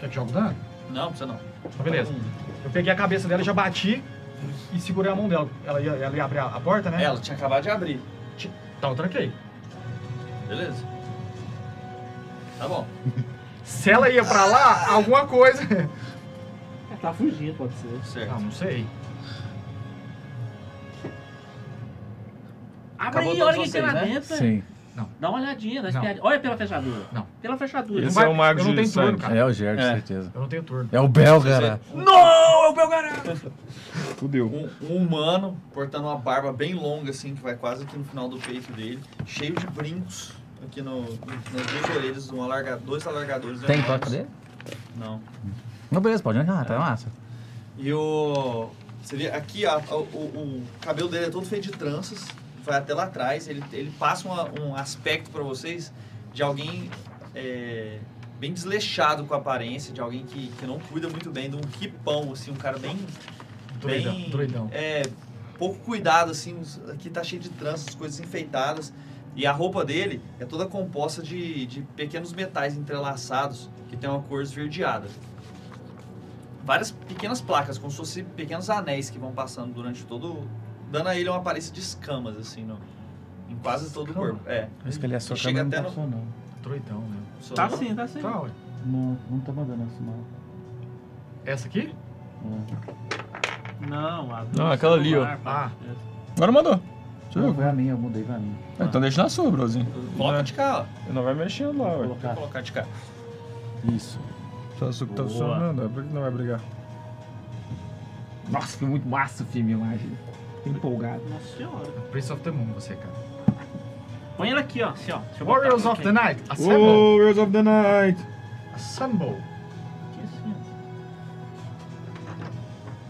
Quer que jogue o dano?
Não, precisa não.
Então, beleza.
Hum.
Eu peguei a cabeça dela, já bati e segurei a mão dela. Ela ia, ela ia abrir a, a porta, né?
Ela tinha acabado de abrir.
Então eu tranquei.
Beleza. Tá bom.
Se ela ia pra lá, alguma
(laughs)
coisa...
Ela tá fugindo, pode ser.
Certo.
Não, não sei.
Abre
Acabou
aí,
todos
olha o que tem
vocês,
lá
né?
dentro. velho.
Sim.
Dá uma olhadinha, dá
Não.
espiadinha. Olha pela fechadura.
Não.
Pela fechadura.
Esse
vai-
é o Mago
eu não
de
tenho turno,
sangue.
cara.
É o Gerd,
É.
certeza.
Eu não tenho turno.
É o Belgará.
Não, é o Belgarado!
Fudeu.
Um, um humano portando uma barba bem longa, assim, que vai quase aqui no final do peito dele, cheio de brincos aqui no, nas duas orelhas, um alarga, dois alargadores.
Tem
enormes.
toque dele?
Não.
Não, beleza, pode andar, tá massa.
E o. Você vê aqui, a- a- o, o cabelo dele é todo feito de tranças, vai até lá atrás, ele, ele passa uma- um aspecto pra vocês de alguém é, bem desleixado com a aparência, de alguém que, que não cuida muito bem, de um ripão, assim, um cara bem.
Doidão,
bem,
doidão.
É, pouco cuidado, assim, os- aqui tá cheio de tranças, coisas enfeitadas. E a roupa dele é toda composta de, de pequenos metais entrelaçados que tem uma cor esverdeada várias pequenas placas, como se fossem pequenos anéis que vão passando durante todo. dando a ele uma aparência de escamas, assim, no, em quase todo o
Escama?
corpo. É.
Isso que ele é sua
Chega
câmera não
até
tá
no- um
funcionando.
Doidão, né?
Só-
Tá sim, tá sim.
Tá, ué.
Não, não tá mandando essa não.
Essa aqui?
É.
Não, a do
Não, aquela ali, ó.
celular, pô.
Ah.
Agora mandou. Você
Não,
viu?
foi a minha, eu mudei pra mim.
Ah, Então deixa na sua, brozinho.
Coloca de cá, ó.
Ele Não vai mexendo lá,
Vou
ué.
Vou
colocar.
colocar de cá.
Isso.
Só isso que tá
Boa.
funcionando, é por que não vai brigar? Nossa, foi muito massa o filme, eu acho. Empolgado.
Nossa senhora.
Prince of the Moon, você, cara.
Põe ela aqui, ó. Assim, ó. Deixa eu botar
Warriors
aqui,
of
ó.
the Night, assemble.
Oh, Wheels of the Night!
Assemble.
Aqui, assim,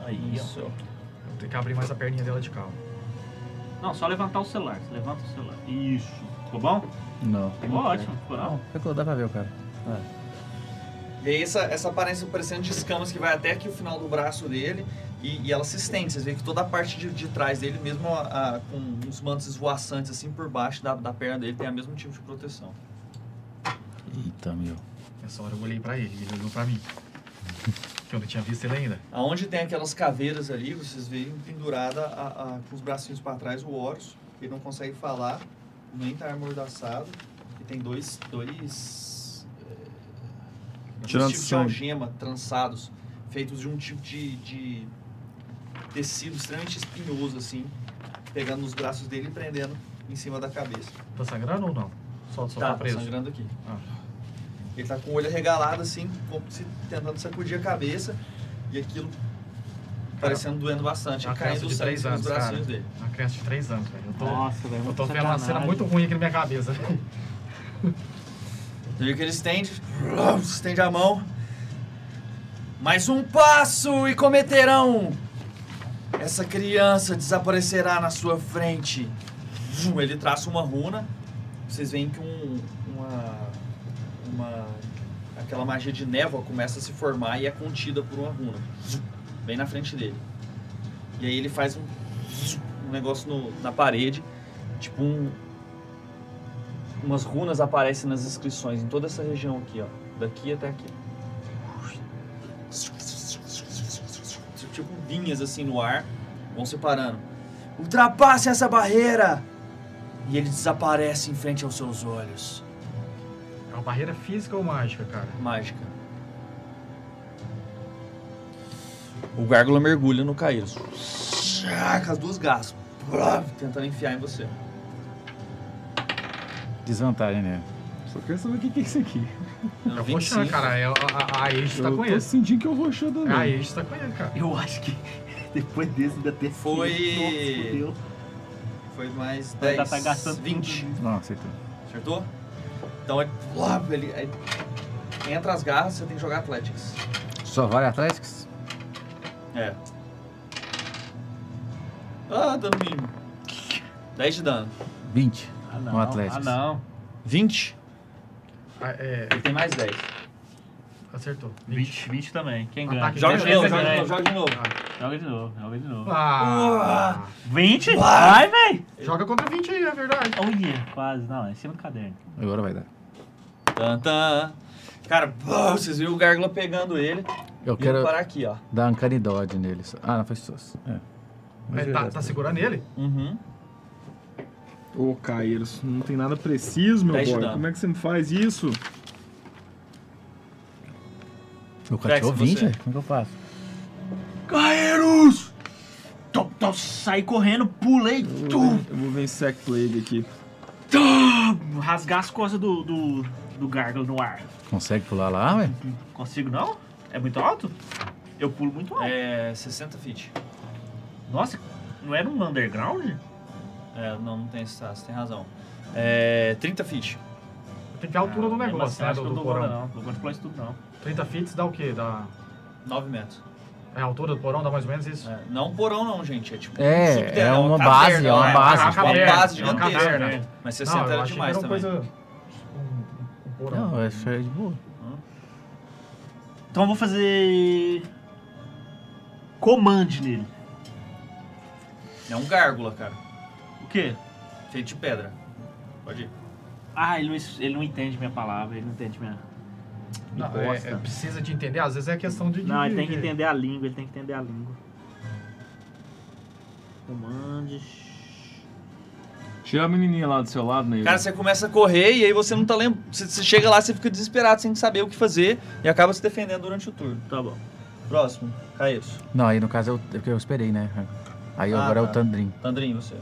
Aí,
Isso.
ó.
Eu tenho que abrir mais a perninha dela de calma.
ó. Não, só levantar o celular. Você levanta o celular. Isso. Ficou bom?
Não.
Ficou ótimo. Ficou
Não,
não.
ficou, dá pra ver o cara.
E aí essa, essa aparência parecendo de escamas que vai até aqui o final do braço dele e, e ela se estende. Vocês veem que toda a parte de, de trás dele, mesmo a- a- com uns mantos esvoaçantes assim por baixo da, da perna dele, tem o mesmo tipo de proteção.
Eita, meu.
Nessa hora eu olhei pra ele, ele olhou pra mim. Que eu não tinha visto ele ainda.
Aonde tem aquelas caveiras ali, vocês veem pendurada a- a- com os bracinhos para trás o Horus. Ele não consegue falar, nem tá amordaçado. E tem dois. dois. eh, dois
Tirando
tipos de
sangue.
algema trançados, feitos de um tipo de, de tecido extremamente espinhoso, assim, pegando nos braços dele e prendendo em cima da cabeça.
Tá sangrando ou não? Só, só
tá,
tá,
tá
preso.
sangrando aqui.
Ah.
Ele tá com o olho arregalado, assim, como se tentando sacudir a cabeça. E aquilo parecendo doendo bastante.
É uma
caindo
criança de
sangue
três
nos
anos,
bracinhos
cara.
dele.
Uma criança de 3 anos, velho. Eu tô,
Nossa, velho.
eu
muito
tô vendo uma cena
sacanagem.
muito ruim aqui na minha cabeça.
Você vê que ele estende, estende a mão. Mais um passo e cometerão! Essa criança desaparecerá na sua frente. Zum, Ele traça uma runa. Vocês veem que um, uma, uma. aquela magia de névoa começa a se formar e é contida por uma runa. Zum, Bem na frente dele. E aí ele faz um, zum, um negócio no- na parede, tipo um, umas runas aparecem nas inscrições em toda essa região aqui, ó. Daqui até aqui. Tipo linhas assim no ar, vão separando. Ultrapasse essa barreira! E ele desaparece em frente aos seus olhos.
É uma barreira física ou mágica, cara?
Mágica. O gárgula mergulha no cair. Com as duas garras. Tentando enfiar em você.
Desvantagem, né?
Só quero saber o que que é isso aqui.
É o Roshan, cara. É, a a, a Aegis tá com
eu tô
ele.
sentindo que eu vou chorar
A
também.
Aegis tá com ele, cara.
Eu acho que depois desse ainda ter
Foi-
Nossa, fudeu.
Foi mais 10,
Vai dar pra gastar tá tudo.
20.
Não, aceitou.
Acertou? Então ele, lá, ele- aí entra as garras, você tem que jogar Athletics.
Só vale Atléticos?
É. Ah, dano mínimo. 10 de dano.
20.
Ah, não.
Um Atlético.
Ah, não.
20.
Ah, é,
Ele tem mais 10.
acertou.
20, 20 também. Quem ganha?
Ataque
Joga de né?
Defesa,
novo,
Quem
joga de
ganha?
novo, joga de novo.
Joga de novo, joga de novo.
Ah,
20? Vai, velho!
Joga contra 20 aí, é verdade.
Oh yeah, quase. Não, é em cima do caderno.
Agora vai dar.
Tan, tan. Cara, bum, vocês viram o Gárgula pegando ele
Eu
e ele
quero
parar aqui, ó.
dar uncanidade neles. Ah, não, faz sucesso. É. Mas
Mas tá, tá segurando ele?
Uhum.
Ô, Caíros, não tem nada preciso, meu
Dez de
boy.
dano.
Como é que você me faz isso?
Eu
Jackson,
cativou 20,
você.
velho? Como é que eu faço?
Caíros!
Top, top, saí correndo, pulei,
Eu vou,
tum,
ven- eu vou vencer Sack Plague aqui.
tum, rasgar as costas do, do, do Gargle no ar.
Consegue pular lá, velho?
Consigo não? É muito alto? Eu pulo muito alto.
É 60 feet.
Nossa, não era um underground?
É, não, não tem essa, você tem razão. É 30 feet.
Tem que ter a altura do
Ah, mesmo
negócio,
assim,
né?
acho que
Do,
eu
do
não dou conta
porão.
não. Não gosto de pular isso tudo não.
30 fits dá o quê? Dá...
9 metros.
É a altura do porão, dá mais ou menos isso?
É, não um porão não, gente. É tipo um
É, é
subterrâneo,
uma
caverna,
base, é uma
né?
base.
Uma
Caverna,
base
é uma
gigantesca. né?
caverna.
Mas
Não,
60
eu
era
achei que
demais
era uma
também.
coisa... Um, um porão.
Não, isso é de boa.
Então eu vou fazer... Comande nele.
É um gárgula, cara.
O quê?
Feito de pedra. Pode ir.
Ah, ele não, ele não entende minha palavra, ele não entende minha...
Não, é-
bosta.
é, precisa de entender, às vezes é questão de...
Não,
de-
ele tem que
de-
entender a língua, ele tem que entender a língua. Comandes.
Tira a menininha lá do seu lado, né?
Cara, você começa a correr e aí você não tá lembrando. Você, você chega lá, você fica desesperado sem saber o que fazer e acaba se defendendo durante o turno.
Tá bom.
Próximo, Caíros.
Não, aí no caso é o é porque eu esperei, né? Aí
Ah,
agora é
tá.
o Tandrin.
Tandrinho, você.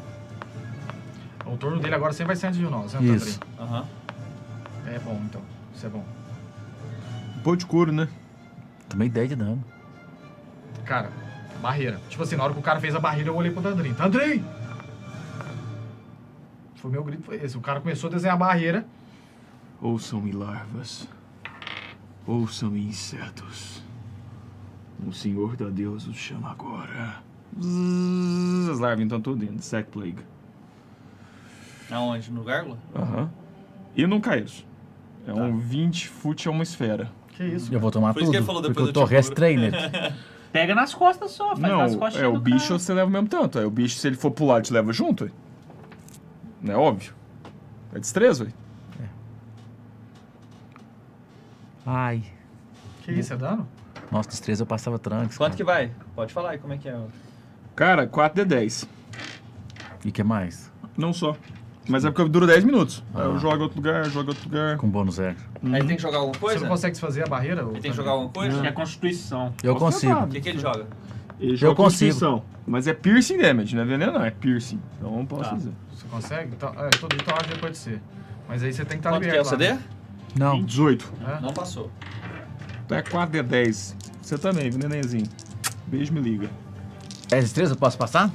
O turno dele agora sempre vai ser antes de nós, né,
Isso.
Tandrinho?
Aham.
É bom, então. Isso é bom.
Pô de couro, né?
Tomei 10 de dano.
Cara, barreira. Tipo assim, na hora que o cara fez a barreira, eu olhei pro Tandrin. Tandrin! Foi meu grito, foi esse. O cara começou a desenhar a barreira.
Ouçam-me larvas. Ouçam-me insetos. O Senhor da Deus os chama agora. Zzzz, As larvas estão tudo dentro de Sack Plague.
Aonde? No gárgula?
Aham. E não cai isso. É
Tá.
um 20 foot é uma esfera.
Que isso?
Eu vou tomar
Foi
tudo,
isso que ele falou,
porque
depois
eu
eu
tô
te curo.
restrained.
(laughs)
Pega nas costas só, faz nas
não,
costas.
é o bicho você leva o mesmo tanto. É o bicho, se ele for pular, te leva junto. ué. Não é óbvio. É destreza, ué.
Ai.
Que isso? É dano?
Nossa, destreza eu passava tranques.
Quanto que
cara.
vai? Pode falar aí como é que é.
Cara, 4D10.
E que mais?
Não só. Mas é porque eu duro 10 minutos. Aí
Ah.
eu jogo em outro lugar, jogo em outro lugar.
Com bônus extra.
Aí ele tem que jogar alguma
Você
coisa?
não consegue desfazer a barreira?
Ele é. tem que jogar um. alguma
assim,
coisa?
né?
É a constituição.
Eu consigo.
O que, que ele joga?
Ele joga
consigo.
Constituição, Mas é piercing damage, não é veneno, não. É piercing. Então não posso
Tá.
dizer.
Você consegue? Então, é, todo então acho que depois de ser. Mas aí você tem que tá estar
Quanto que é o CD?
Não.
18.
Não passou.
Então é 4D10. Você também, viu, nenenzinho. Beijo, me liga.
É destreza, eu posso passar?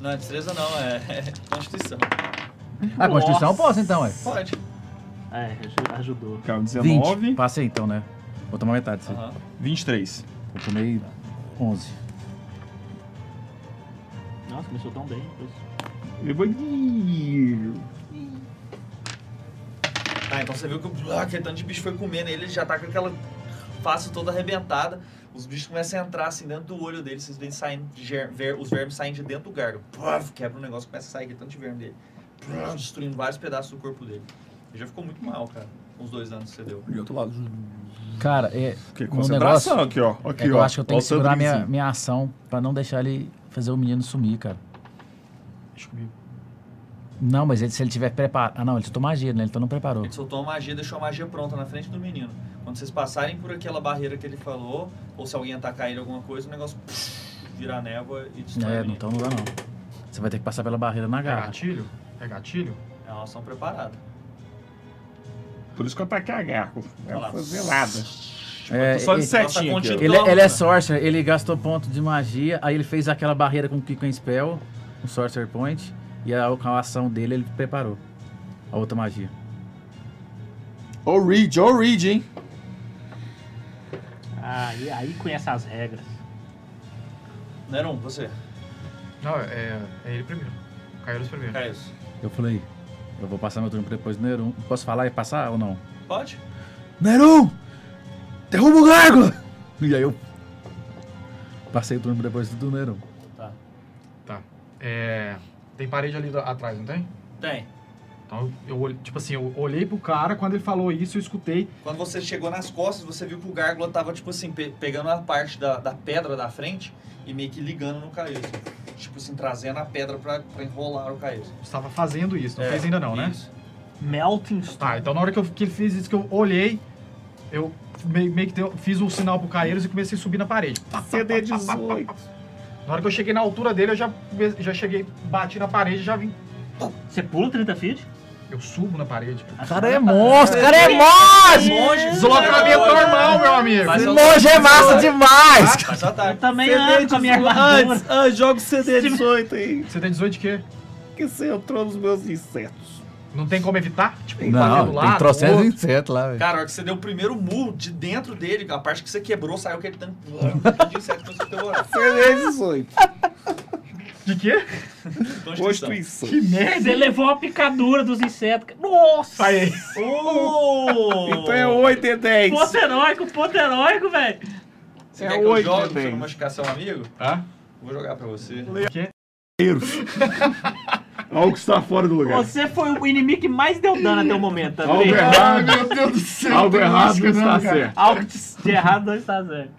Não, é destreza não, é, é (laughs) Constituição.
Ah, Constituição eu posso então, ué.
Pode.
É, aj- ajudou.
Cara,
20.
19,
Passei então, né? Vou tomar metade disso. aí.
Aham.
23.
Eu tomei 11.
Nossa, começou tão bem. depois-
Eu vou.
Tá, então você viu que o- ah, aquele tanto de bicho foi comendo ele, ele já tá com aquela face toda arrebentada. Os bichos começam a entrar assim dentro do olho dele, vocês veem saindo, ger- ver- os vermes saindo de dentro do gargo. Puf, quebra o negócio, começa a sair aquele tanto de verme dele. Puf, destruindo vários pedaços do corpo dele. Ele já ficou muito mal, cara, com os dois anos que você deu.
De outro lado. hum,
Cara, é.
Que
um
concentração
negócio-
aqui, ó. Aqui,
é que
ó.
eu acho que eu tenho
Ó
que
o
segurar minha,
Sandrinzinho.
minha ação pra não deixar ele fazer o menino sumir, cara.
Deixa comigo.
Não, mas ele- se ele tiver preparado. Ah, não, ele soltou magia, né? Ele então não preparou.
Ele soltou a magia, deixou a magia pronta na frente do menino. Quando vocês passarem por aquela barreira que ele falou, ou se alguém atacar ele alguma coisa, o negócio puf, vira a névoa e destrói
É,
o
não,
menino.
então não dá não. Você vai ter que passar pela barreira na
É
garra.
gatilho? É gatilho?
É uma ação preparada.
Por isso que eu ataquei a garra. É
Olha lá.
uma fazelada.
É,
Tô só
ele-
de setinha aqui, ó.
continua.
Ele,
Então,
ele é
cara.
sorcerer, ele gastou ponto de magia, aí ele fez aquela barreira com o Kiko em Spell, um Sorcerer Point, e a, a ação dele ele preparou. A outra magia.
Ô, Reed, ô, Reed, hein?
Ah, e aí conhece as regras.
Neron, é você.
Não, é, é ele primeiro. Caiu primeiro.
Caius.
Eu falei, Eu vou passar meu turno depois do Nerum. Posso falar e passar ou não?
Pode?
Nerum! Derruba o Gárgula! E aí eu. Passei o turno depois do Nerum.
É, tem parede ali da- atrás, não tem?
Tem.
Então eu, eu olhe- tipo assim, eu olhei pro cara, quando ele falou isso, eu escutei.
Quando você chegou nas costas, você viu que o gárgula tava, tipo assim, pe- pegando a parte da, da pedra da frente e meio que ligando no Caíso. Tipo assim, trazendo a pedra pra, pra enrolar o Caíso.
Estava fazendo isso, não
É,
fez ainda não, né?
Isso.
Melting Stone.
Tá, então na hora que, eu, que ele fez isso, que eu olhei, eu meio, meio que deu- fiz um sinal pro Caeiros e comecei a subir na parede. Pá, pá,
CD
pá, pá, pá, pá,
18.
pá. Na hora que eu cheguei na altura dele, eu já, come- já cheguei, bati na parede e já vim.
Você pula 30 feet?
Eu subo na parede.
O cara é monstro, o cara é
Monge,
Deslocamento
olha,
normal, é meu amigo.
Mas-
monstro! Monge é massa demais!
tá? Faz o
Eu
ataque.
também ando com a minha armadura.
Ah, joga o CD
(laughs)
18 aí.
Você tem 18 de quê?
Que você entrou nos meus insetos.
Não tem como evitar? Tipo, um valendo
Não,
lá.
tem trocentos
outro.
insetos lá, velho.
Cara, a hora que você deu o primeiro murro de dentro dele, a parte que você quebrou, saiu aquele tanto de inseto pra você devorar.
CD 18.
De quê?
Constituição.
Constituição.
Que merda!
Você levou a picadura dos insetos. cara. Nossa!
Sai aí.
então. Oh!
Então é 8 e 10.
Ponto heróico, ponto heróico, velho.
Você
É
quer que eu
oito,
jogue
né,
pra você não
Denis?
machucar seu amigo?
Hã?
Vou jogar pra você.
Algo está fora do lugar.
Você foi o inimigo que mais deu dano até o momento, tá
Algo
vendo?
Ah,
errado.
meu Deus do céu.
Algo
tem
errado
música
tá
não está
não, cara.
certo.
Algo de de errado não está certo.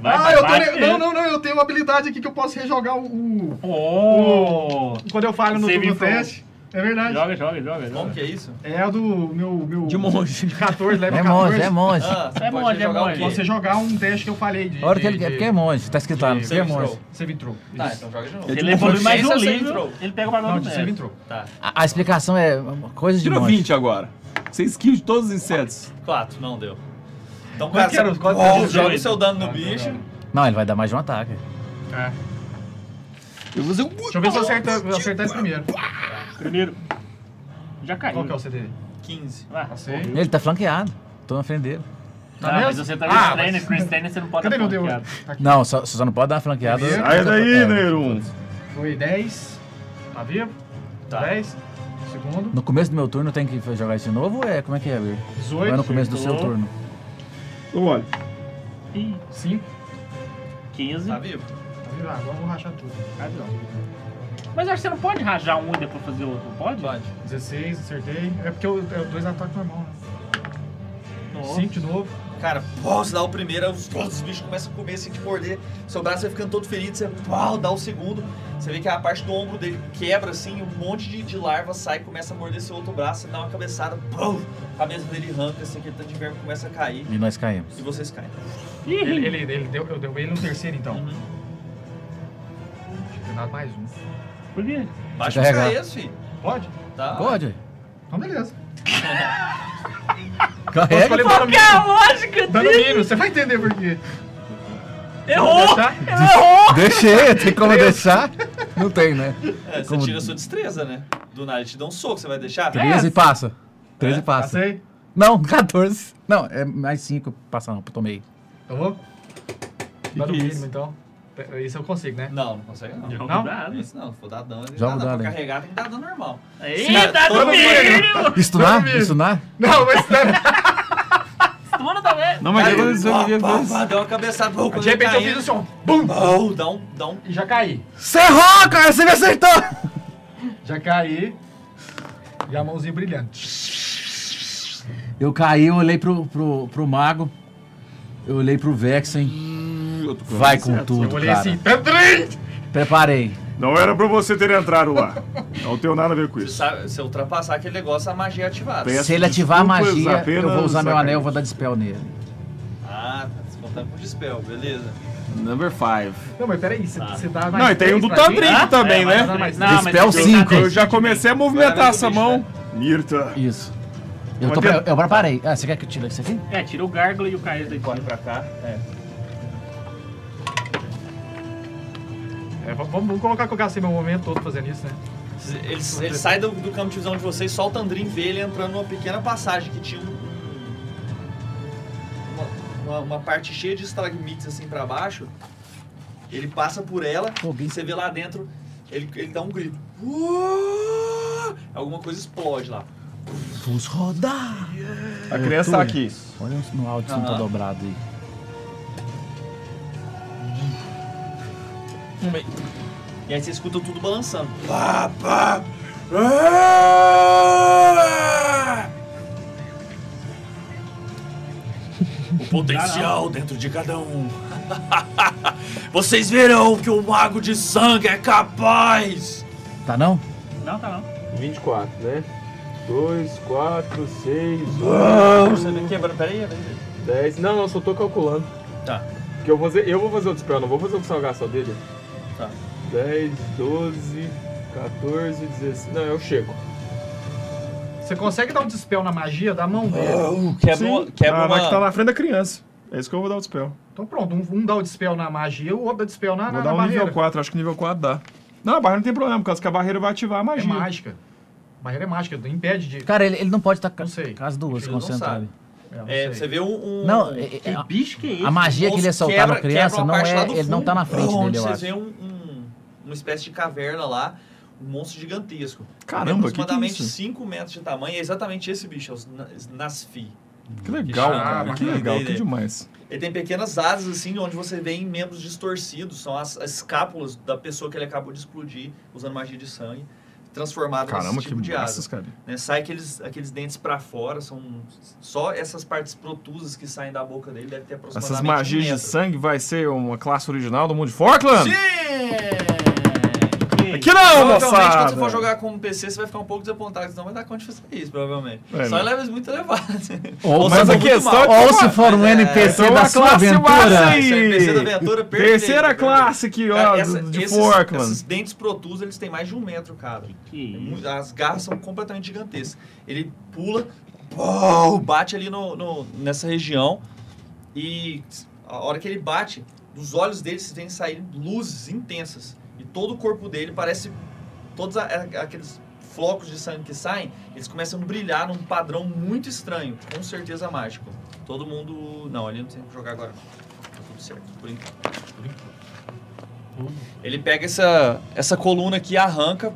Vai,
Ah,
vai,
eu
vai,
tô. ne-
filho.
Não, não, não, eu tenho uma habilidade aqui que eu posso rejogar o. o-
Oh!
Quando eu falho no,
Saving
no
throw.
teste. É verdade.
Joga, joga, joga,
Como que
joga.
é isso?
É a do meu. meu (laughs)
De monge.
14, level
É
14.
monge, é monge.
Ah, você
É
pode
monge, é
jogar o
monge.
quê?
Você jogar um teste que eu falei de.
A hora que
de-
ele. É
de-
porque é monge, tá escrito lá,
de-
porque é
Saving throw.
monge.
Saving throw.
Tá,
isso.
então joga de novo.
Ele evolui mais um
Ciência, saving
livro,
throw.
ele pega o bagulho
Não,
do
de
mestre.
saving throw.
Tá,
A, a explicação é uma coisa de
Tira
monge.
20 agora. Você skill de todos os insetos.
quatro, não deu. Então,
Quanto
cara,
que era?
você-
Quanto
Ó,
era?
joga o
18.
seu dano no bicho.
tá.
Não, ele vai dar mais de um ataque.
É.
Eu vou fazer um.
Deixa eu ver se eu acerto, eu acertar esse primeiro.
Primeiro. Já caiu.
Qual que é o CD?
15.
Vai.
Passei.
Ele tá flanqueado. Tô na frente dele.
Não,
Tá
mas
mesmo?
você tá
Ah,
ah, trainer,
mas-
Chris Trainer, você não pode
Cadê
dar
meu dedo?
flanqueado.
Tá aqui.
Não, só, só não pode dar uma flanqueada.
Primeiro.
Sai daí,
É,
Nerum.
Foi 10. Tá vivo?
Tá.
10. Segundo.
No começo do meu turno tem que jogar isso de novo? É, como é que é, Vir? Ou é no
18.
começo do seu
Sim.
turno?
Então, olha.
Ih,
5.
15.
Tá vivo?
Tá vivo? Ah, agora eu vou rachar tudo.
Mas eu acho que você não pode rajar um e depois fazer outro, pode?
Pode.
16, acertei. É porque eu, eu dois ataques normal, né?
Nossa.
5 de novo.
Cara, pô, você dá o primeiro, os, os bichos começam a comer, assim, te morder. Seu braço vai ficando todo ferido, você pô, dá o segundo. Você vê que a parte do ombro dele quebra, assim, um monte de, de larva sai, começa a morder seu outro braço, você dá uma cabeçada, pô, a cabeça dele arranca, assim, aquele tanto de verme começa a cair
E nós caímos.
e vocês caem.
Ih,
Ele, ele, ele deu, eu deu ele no terceiro, então. Deixa eu pegar mais um.
Por quê?
Baixa os
carregar.
caídos, filho.
Pode?
Tá?
Pode.
Então, beleza. Posso
Carrega.
escolher dano
Que é a lógica
mínimo? Dano mínimo, você vai entender por quê.
Errou!
Tá?
Deixei, tem como deixar? Não tem, né?
É, você
Como-
tira a sua destreza, né? Do nada ele te dá um soco, você vai deixar?
13 passa. 13 passa.
Passei.
Não, 14. Não, é mais 5 passa não, eu tomei.
Tá bom? Dano
que é
mínimo,
isso?
então. Pe- Isso eu consigo, né?
Não, não consegue não.
Jogo
Não?
dado.
Isso não, se for dar dano, ele dá
Joga o
dano
dado
pra
aí.
carregar, tem que dar dano normal.
Eita, tá
todo
no mínimo!
Estunar?
Dormi.
Estunar?
Não, mas não.
Mano, tá vendo?
Não, mas
Cara,
eu vou dizer
pá,
o que eu
pá,
fiz.
pá, Deu uma cabeçada, pô, quando
De
ele
repente eu
caiu,
fiz o som. Bum!
pô, dá um, dá um...
E já caí.
Você errou, cara, você me acertou!
Já caí. E a mãozinha brilhando.
Eu caí, eu olhei pro, pro, pro mago, eu olhei pro Vexen,
Eu tô com
vai
inseto.
com tudo,
eu olhei
cara.
assim, Tantrim!
Preparei.
Não era pra você ter entrado lá. Não tenho nada a ver com
Você
isso.
sabe, se eu ultrapassar aquele negócio, a magia é ativada.
Peço
Se ele ativar a
desculpas,
magia,
apenas
eu vou usar meu
sacanagem.
anel, eu vou dar dispel nele.
Ah, tá descontando com dispel, beleza.
Number 5.
Não, mas peraí, você você dá mais
Não, e tem um
três
do
pra
Tantrim
mim?
Ah,
também,
é,
né?
mas dá mais
Não, mas
Dispel
tem que dar
cinco.
teste.
Eu já comecei a movimentar
Agora
essa
vem com o
mão.
Mirta.
Isso. Eu,
Mas
tô,
tem-
eu, eu preparei. Ah, você quer que eu tire isso aqui?
É, tira o gárgula e o Caio daí fora.
pra cá. É.
É, vamos, vamos colocar que eu gastei meu momento todo fazendo isso, né?
Ele, ele sai do, do campo de visão de vocês, só o Tandrin vê ele entrando numa pequena passagem que tinha um- um- uma, uma, uma parte cheia de estalagmites assim pra baixo. Ele passa por ela
Foguinho.
e você vê lá dentro, ele, ele dá um grito. Uh! alguma coisa explode lá.
Vamos rodar!
A criança tá aqui.
Olha no áudio se não tá
Aham.
dobrado aí.
E aí você escuta tudo balançando. O potencial dentro de cada um. (laughs) Vocês verão que o mago de sangue é capaz.
Tá não?
Não, tá não.
24, né? 2, 4, 6,
Você vem quebrando. Peraí, peraí.
10. Não, eu só tô calculando.
Tá.
Porque eu vou fazer, eu vou fazer outro spell, não vou fazer o salgação dele.
Tá.
10, 12, 14, 16. Não, eu chego.
Você consegue dar um dispel na magia da mão dele?
Quebra, uma- quebra
ah,
uma.
vai que tá na frente da criança. É isso que eu vou dar o dispel.
Então pronto, um, um dá o dispel na magia, o outro dá o dispel na,
vou
Tá na,
dar
na
um
barreira.
nível 4, acho que nível 4 dá. Não, a barreira não tem problema, por causa que a barreira vai ativar a
É
magia.
mágica. Barreira é mágica, impede de...
Cara, ele, ele não pode tá estar
Não sei.
caso do outro
Ele não
concentrado.
É, não
É, você
sei.
vê um. um-
Não, é- é-
Que
a-
bicho que é esse?
a magia que ele ia soltar
quebra-
na criança
quebra uma
não
parte lá
é.
do
Ele não
fundo,
tá na frente
onde
dele, eu
vocês
acho.
veem um, um- uma espécie de caverna lá, um monstro gigantesco.
Caramba, que que é
Aproximadamente
isso?
5 metros de tamanho, é exatamente esse bicho, é os Na- Nasfi.
Que legal,
Ah,
cara. Que
bacana.
legal, que
Ideia.
demais.
Ele tem pequenas asas, assim, onde você vê em membros distorcidos, são as, as escápulas da pessoa que ele acabou de explodir, usando magia de sangue, transformado
Caramba,
nesse tipo
que
de asa.
massas, cara.
né? Sai aqueles, aqueles dentes pra fora, são só essas partes protusas que saem da boca dele, deve ter aproximadamente
Essas
um
magias de
metro.
sangue vai ser uma classe original do mundo de Falkland?
Sim!
Que não,
Provavelmente, quando
moçada!
você for jogar com um PC, você vai ficar um pouco desapontado, senão vai dar conta de fazer isso, provavelmente.
É,
Só
né?
em levels muito elevados. (laughs)
Ou,
Mas
se-
a questão é que-
ou se for um
Mas é-
NPC
Então
da
a
sua
classe
aventura.
massa
Isso aí, PC da aventura, perfeito.
Terceira
perfeito.
classe aqui, ó,
Cara, essa-
do- de
esses,
Falkland.
esses dentes protusos, eles têm mais de um metro, cara.
Que
É
isso?
mu- As garras são completamente gigantescas. Ele pula, pau, bate ali no, no- nessa região e a hora que ele bate, dos olhos dele se vêm sair luzes intensas e todo o corpo dele parece todos a- a- aqueles flocos de sangue que saem, eles começam a brilhar num padrão muito estranho, com certeza mágico. Todo mundo, não, ele não tem que jogar agora. não. Tá tudo certo, por enquanto. Por enquanto. Ele pega essa, essa coluna aqui, arranca,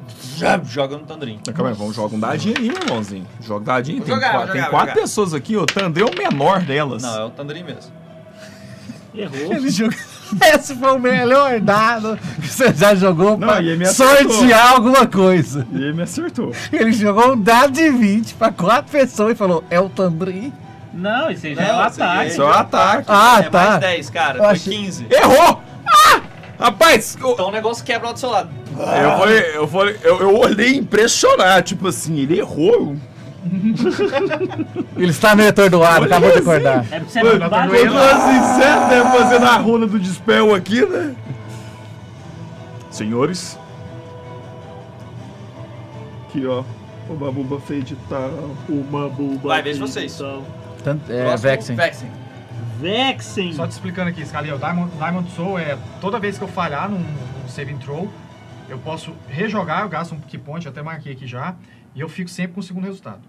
joga no Tandrin.
Calma aí, vamos jogar um dadinho aí, meu irmãozinho. Joga dadinho.
Vou
Tem,
jogar,
qua-
vou
tem
jogar, vou
quatro
jogar.
pessoas aqui, o Tandê é o menor delas.
Não, é o Tandrin mesmo.
Errou.
Ele jogou- (laughs) Esse foi o melhor dado que você já jogou
Não,
pra
e ele me acertou.
sortear alguma coisa.
E ele me acertou.
Ele jogou um dado de 20 pra quatro pessoas e falou: É o Tambri.
Não, isso aí já é
Não,
um
isso aí
ataque.
Isso é um ataque.
Ah,
é
tá.
mais 10, cara.
Eu
Foi
achei-
15.
Errou! Ah! Rapaz, eu,
Então o negócio quebra lá do seu lado.
eu falei, eu, falei eu, eu olhei impressionado, tipo assim, ele errou.
Ele está meio atordoado, acabou de acordar.
É pra você
Mano,
bater-
Eu tô assim, certo, né? Fazendo a runa do dispel aqui, né? Senhores. Aqui, ó. Uma buba feita, uma buba.
Vai, vejo vocês.
Então,
Tanto- é,
Próximo,
Vexen.
Vexen.
Só te explicando aqui, Scalil, Diamond, Diamond Soul é toda vez que eu falhar num, num saving throw, eu posso rejogar, eu gasto um key point, eu até marquei aqui já, e eu fico sempre com o segundo resultado.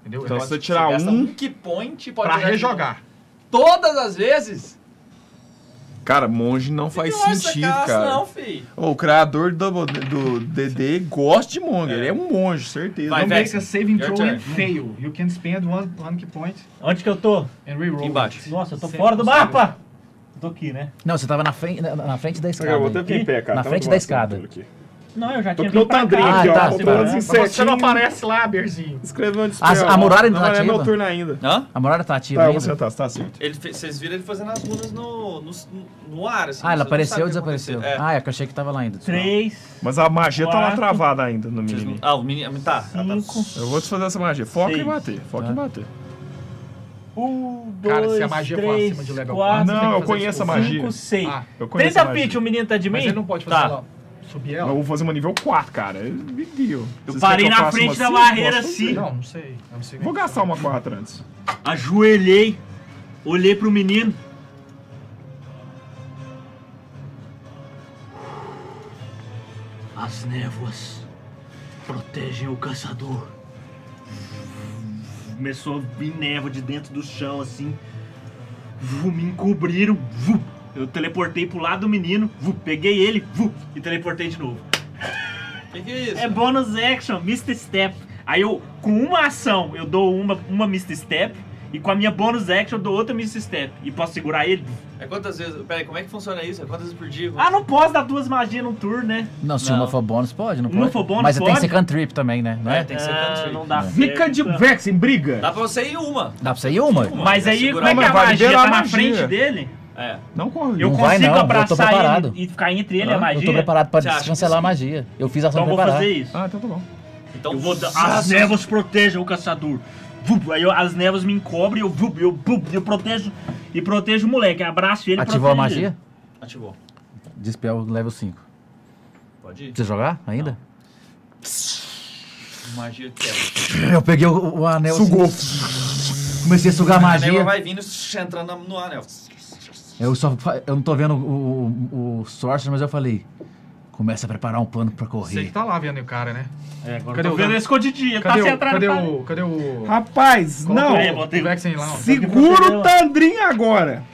Entendeu?
Então
eu
se você
posso,
tirar
Você gasta
um.
um que point pode
pra
tirar de
rejogar.
novo. Todas as vezes?
Cara, monge não faz
Nossa,
sentido,
caça,
cara.
Não, fi.
Ô, O criador do, Double- do DD gosta de monge. Ele é um monge, certeza.
Vai,
Não
Vex,
Então make a saving
your
throw
turn.
and fail. You can spend one, one key point
Onde que eu tô?
and reroll.
Aqui embaixo.
Nossa, eu tô
Sempre
fora do
possível.
mapa. Eu Tô aqui, né?
Não, você tava na frente, na, na frente da escada.
Eu vou
aí.
ter que ir em pé, cara.
Na
Tá
frente
muito
da
massa,
escada.
tudo aqui.
Não, eu já
Tô
tinha
com o
vindo pra
Tandrinho
cá.
aqui, ó.
tá,
Tô
tá.
pulando
Tá.
em
Mas Você não
setinho.
aparece lá, Berzinho.
Escreveu um
As-
dispel.
a muralha
Não, mas é meu
interativa?
turno ainda.
Hã?
A morada tá ativa
Tá, eu vou
ainda?
sentar, você tá certo.
Ele fe- Vocês viram ele fazendo as runas no, no, no ar, assim.
Ah,
vocês
ela
não sabem
apareceu
o
ou
que
desapareceu?
aconteceu. É.
Ah, é que eu achei que tava lá ainda.
Três.
Mas a magia tá lá
Quatro.
travada ainda no
Vocês não-
menino.
Ah, o menino. Tá. ela tá-
Cinco.
Eu vou desfazer essa magia. Foca em
Seis.
bater. Foca em
Tá.
bater.
Um, dois,
Cara, se a magia for
três,
acima de level
quatro,
quatro,
Não,
você tem que
eu
fazer
conheço a
isso.
magia.
cinco, seis.
Ah,
Eu conheço a
30
magia.
feet, o menino tá de
mas
mim?
ele não pode fazer
Tá.
ela subir
Eu
ela?
vou fazer uma nível 4, cara. É Big deal.
Eu
Vocês
parei
querem
na
que eu faça
frente
uma
da
cinco?
barreira
Posso
assim.
Não, não sei. Eu não sei
fazer. Vou gastar uma 4 antes.
Ajoelhei. Olhei pro menino. As névoas protegem o caçador. Começou a vir névoa de dentro do chão, assim. Vu, Me encobriram. vu. Eu teleportei pro lado do menino. vu, Peguei ele vu, e teleportei de novo.
Que que é isso?
É bônus action, Mr. Step. Aí eu, com uma ação, eu dou uma, uma Mr. Step. E com a minha bônus action, eu dou outra Mr. Step. E posso segurar ele?
É quantas vezes? Peraí, como é que funciona isso? É quantas vezes por dia?
Ah, não posso dar duas magias num turno, né?
Não, se
Não.
uma for bônus, pode, não pode?
Uma for bônus,
Mas você tem que
pode.
ser cantrip também, né? Não é?
É, tem que ser
Ah,
country.
Não
né?
dá
Fica
certo,
de
então.
Vexen, briga!
Dá pra você ir uma.
Dá pra você ir uma?
Uma.
Mas
Vai
aí, como
segurar,
é que
mas
a
vai
magia
liberar
tá
a
na
magia.
frente dele?
É.
Não corre.
Eu
Não vai
consigo
não, eu tô
abraçar
preparado.
ele e ficar entre ele e a
Eu tô
magia?
preparado pra
Você acha que
descancelar
sim?
a magia. Eu fiz ação
Então eu vou
preparada.
fazer isso.
Ah, então tá bom.
Então
Eu vou dar-
Ah,
As névoas protejam o caçador. Vup, Aí eu- as névoas me encobrem, eu, vup, eu, vup, eu protejo e protejo o moleque. Abraço ele e
Ativou a
protejo ele.
magia?
Ativou.
Dispel level 5.
Pode ir.
Precisa jogar ainda?
Magia quebra.
Eu peguei o, o anel. Sugou. comecei a sugar a
A névoa
magia.
vai vindo entrando no anel.
Eu só fa- eu não tô vendo o, o, o Sorcerer, mas eu falei. Começa a preparar um plano pra
Você que
correr.
tá lá vendo o cara, né?
É, agora
Cadê
eu
o-
tô vendo ele escondidinho, ele tá
Cadê o.
centrado.
Cadê
cara.
o. é? Cadê o.
Rapaz,
Coloca
não.
aí,
o-
botei-
o Vexen lá, ó.
Segura o Tandrinho agora.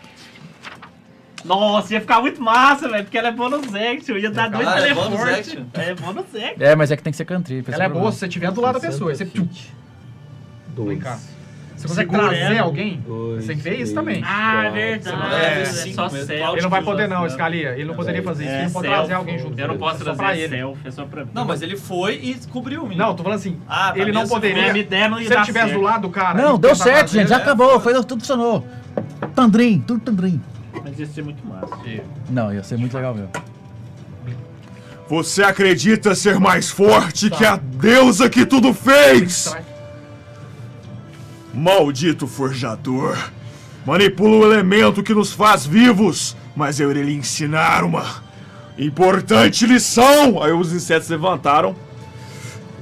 Nossa, ia ficar muito massa, velho, porque ela é bonus action. Ia dar dois
Ah, ela é
teleportes.
bonus action?
É bonus action.
É, mas é que tem que ser country. esse
Ela é
o
boa
problema.
se você estiver do lado da pessoa. Aí você. tchum, Vem
Dois.
cá. Você consegue
Segura
trazer
ela.
alguém?
Dois,
Você tem que ver isso
três,
também.
Ah, é
quatro,
verdade.
É,
É,
cinco
só
mesmo.
self.
Ele não vai poder,
só
não,
self.
Scalia. Ele não poderia fazer isso. Ele
É,
não pode
self.
trazer alguém junto.
Eu não posso
É só
trazer
pra ele.
self, é só pra mim.
Não, mas ele foi e cobriu o menino.
Não, tô falando assim.
Ah, tá,
ele não
mesmo
poderia.
Minha ideia não ia
Se ele
dar
estivesse do
certo.
lado do cara.
Tá Não,
e
deu
tentar
certo,
fazer,
gente. Já
né?
acabou. Foi, tudo funcionou. Tandrim, tudo tandrim.
Mas ia ser muito massa.
Não, ia ser muito legal mesmo.
Você acredita ser mais forte que a deusa que tudo fez? Maldito forjador! Manipula o elemento que nos faz vivos, mas eu irei lhe ensinar uma importante lição! Aí os insetos levantaram.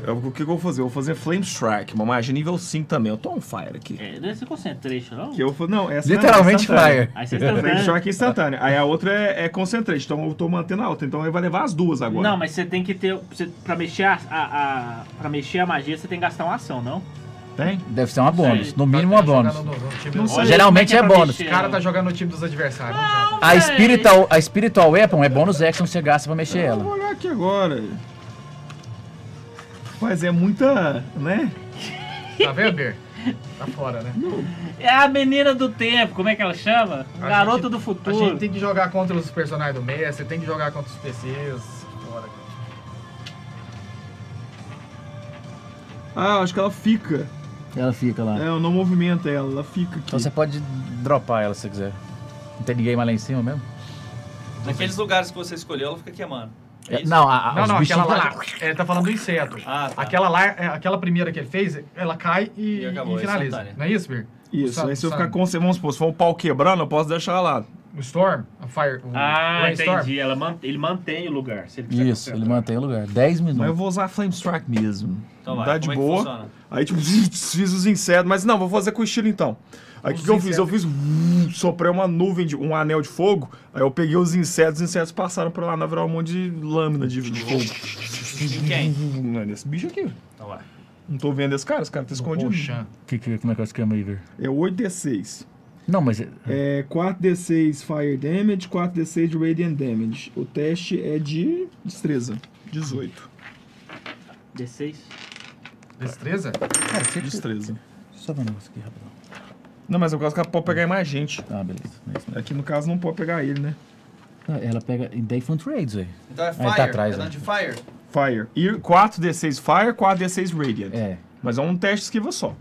Eu- o que, que eu vou fazer? Eu vou fazer Flame Strike, uma magia nível 5 também. Eu tô on fire aqui.
É, não ia ser concentration, não?
Que eu vou- não, essa não é
Literalmente
instantânea.
fire.
Aí tá vocês
Frame
estão
Shock é instantâneo. Aí a outra é, é concentrante, então eu tô mantendo a outra. Então ele vai levar as duas agora.
Não, mas você tem que ter. Você, pra, mexer a, a, a- pra mexer a magia, você tem que gastar uma ação, não?
Tem?
Deve ser uma bônus.
Sim.
No
Tá-
mínimo
tá
uma bônus.
jogando no- no time
Não
do-
sei.
Geralmente
Como
é
que pra
bônus.
mexer?
O cara tá jogando no time dos adversários. Não,
A Spiritual, a spiritual Weapon é bônus action que você gasta pra mexer
Eu
ela.
vou olhar aqui agora. Mas é muita, né?
Tá vendo, Ber? Tá fora, né?
É a menina do tempo, como é que ela chama?
A
Garota
gente-
do
A
futuro.
gente tem que jogar contra os personagens do mestre, tem que jogar contra os PCs. Bora.
Ah, acho que ela fica.
Ela fica lá.
É, eu não movimento ela, ela fica aqui.
Então você pode dropar ela se você quiser. Não tem ninguém mais lá em cima mesmo?
Naqueles lugares que você escolheu, ela fica queimando. É isso?
não, a, a,
Não,
os
não, aquela
bichinhos
lá.
tá lá.
Ele tá falando do inseto.
Ah, tá.
Aquela lá, é, aquela primeira que ele fez, ela cai e,
E acabou,
e finaliza.
instantânea.
Não é isso, Ber?
Isso,
Sa-
aí se eu
sabe.
ficar com... Vamos supor, se for um pau quebrando, eu posso deixar ela lá.
O Storm, a Fire, o
Ah,
Rainstorm.
entendi. Ela man- Ele mantém o lugar. se ele quiser
Isso, ele
concentrar.
mantém o lugar. 10
Mas eu
minutos.
vou usar Flame Strike mesmo.
Então vai,
Dá
como
de
é que
boa.
funciona?
Aí, tipo, desfiz os insetos. Mas não, vou fazer com estilo então. Aí o que,
Os
que eu fiz? Eu fiz. hum, Soprei uma nuvem, de, um anel de fogo. Aí eu peguei os insetos, os insetos passaram por lá, na virar um monte de lâmina de, de
Em quem?
fogo. Não é nesse bicho aqui.
Então vai.
Não tô vendo esse cara, esse cara tá escondido.
Poxa.
Que, que, como é que é o esquema aí, Ver?
É 8d6.
Não, mas. é-
É 4d6 Fire Damage, 4d6 de Radiant Damage. O teste é de destreza. 18.
D6.
Destreza?
Cara, você.
Destreza.
Só pra um negócio aqui, rapidão.
Não, mas é por causa que ela pode pegar mais gente.
Ah, beleza. É isso mesmo.
Aqui no caso não pode pegar ele, né?
Ah, Ela pega em Day Trades, velho.
Então é
tá
fire.
atrás,
é
né?
dano de fire.
Fire. E 4d6 Fire, 4d6 Radiant.
É.
Mas é um teste esquiva só.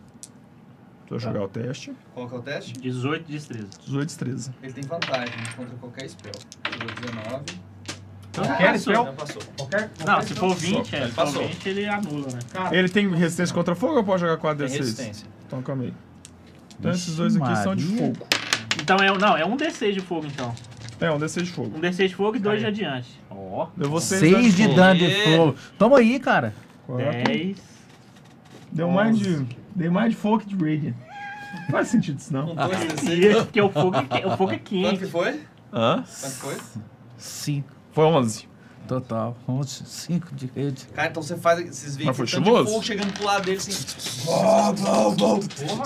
Deixa eu jogar o teste.
Qual que é o teste?
18 de destreza.
18 destreza.
Ele tem vantagem contra qualquer spell. Tirou 19.
Então,
Ah,
quer
passou.
spell?
Não passou.
Qualquer.
Não, se for 20, é,
Ele
se for
passou.
20 ele anula, né?
Cara,
Ele tem resistência contra fogo ou pode jogar
Tem
4d6?
resistência.
Então calma aí. Então
Vixe
esses dois aqui são de
Maria.
fogo.
Então é, um- não, é um D6 de fogo, então.
É, um d6 de fogo.
Um D6 de fogo e dois de adiante. Ó,
Levou
6
6
de dano de fogo. Toma aí, cara.
10.
Deu mais de. Dei mais de fogo que de Radiant. Não faz sentido isso, não.
Um, dois,
E
dezesseis.
é Porque o fogo é, (laughs) que- o fogo é
Quanto que
(laughs)
quente.
foi?
Hã?
Quanto foi?
5
Foi 11.
total. 11, 5 de rede.
Cara, então você faz esses vídeos
Mas foi
com tanto de
chuvoso?
fogo chegando pro lado dele assim.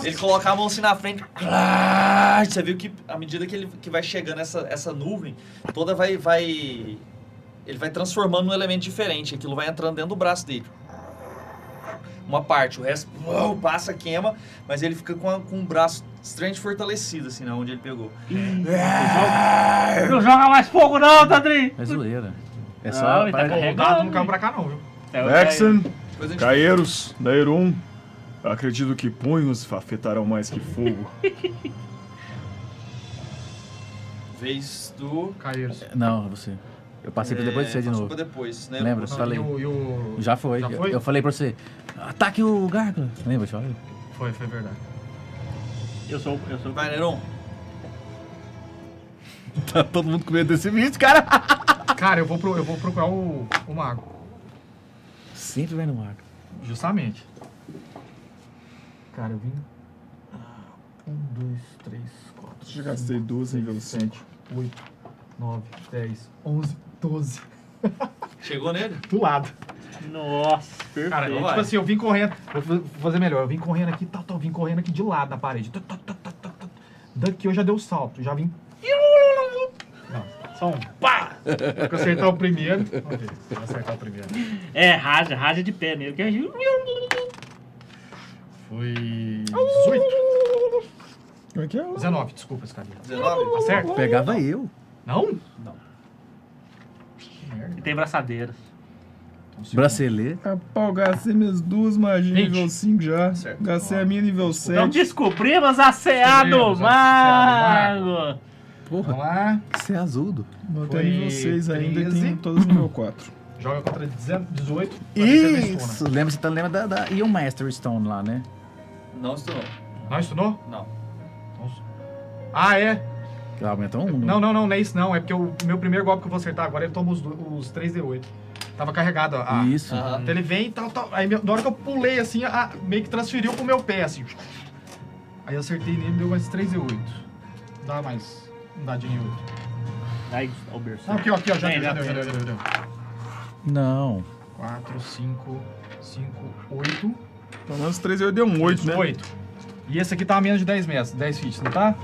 Ele coloca a mão assim na frente. (laughs) Você viu que à medida que ele que vai chegando essa, essa nuvem, toda vai, vai ele vai transformando num elemento diferente. Aquilo vai entrando dentro do braço dele. Uma parte, o resto uau, passa, queima, mas ele fica com, a- com um braço estranho fortalecido, assim, né, onde ele pegou.
É.
Não joga mais fogo não, Tadri!
É zoeira. É
Não,
só.
ele tá
pra-
carregando.
O dado não caiu pra cá, não, viu?
É,
É
Vexen,
Depois a gente
Caeiros,
um.
Daeron. Acredito que punhos afetarão mais que fogo.
vez do.
Caiu.
Não, é você. Eu passei por depois de
É,
você de
passou
novo.
pra depois, né?
Lembra?
Não,
Eu falei.
E o, e o-
Já foi.
Já
Eu-
foi?
Eu, falei pra você. Ataque o Gárgula. Lembra, chora?
Foi, foi verdade.
Eu sou, eu sou.
Vai, Neron.
Tá todo mundo com medo desse vídeo, cara.
Cara, eu vou, pro- eu vou procurar o, o mago.
Sempre vai no marco.
Justamente. Cara, eu vim. Um, dois, três, quatro.
Já gastei
cinco,
duas em
seis,
nível
sete, Oito, nove, dez, onze, doze.
Chegou nele?
Do lado.
Nossa,
Cara,
Então
é,
vai.
tipo assim, eu vim correndo. Vou fa- vou fazer melhor. Eu vim correndo aqui, tal, tal, vim correndo aqui de lado na parede. Tá, tá, tá, tá, tá, tá. Daqui eu já dei o salto, já vim. Não, só um. Pá! Tem que acertar o primeiro. Vamos ver se eu acertar o primeiro.
É, raja, raja de pé nele. que é-
Foi. 18.
Como é que é?
19, desculpa, escalinha.
19?
Tá certo?
Pegava eu.
Não? Não. Que merda.
E tem braçadeiras.
Então Tipo,
Bracelê.
Rapaz, eu gastei minhas duas magias
Gente. Tipo,
nível 5 já.
Certo.
Gastei a minha nível
Então
7.
descobrimos a CA do
Descobrimos a CA do
mago.
Porra,
Vamos lá.
você é azudo.
Não
Foi
tenho nível 6 ainda e
13.
tenho todas nível 4.
Joga contra 18. pra ver se ele
Isso.
estuna.
Lembra, você tá, lembra da, da. E o Master Stone lá, né?
Não estunou.
Não estunou?
Não.
Nossa. Ah, é?
Que Aumentou um. né?
Não, não, não, não é isso não. É porque o meu primeiro golpe que eu vou acertar agora, ele toma os, do- os 3D8. Tava carregado, ó. Ah,
Isso.
Aham.
Então ele vem e tal, tal. Aí meu- na hora que eu pulei assim, ah, meio que transferiu pro meu pé, assim. Aí eu acertei nele, deu mais 3D8. Dá mais um dadinho de 8.
Aí, o berço.
Não, aqui, ó, aqui, ó. Já
É,
deu, já
já
deu, já deu, já deu, já deu.
Não.
4, 5, 5, 8,
Pelo menos 3 eu dei um 8, né?
8. E esse aqui tá a menos de 10 metros, 10 feet, não tá?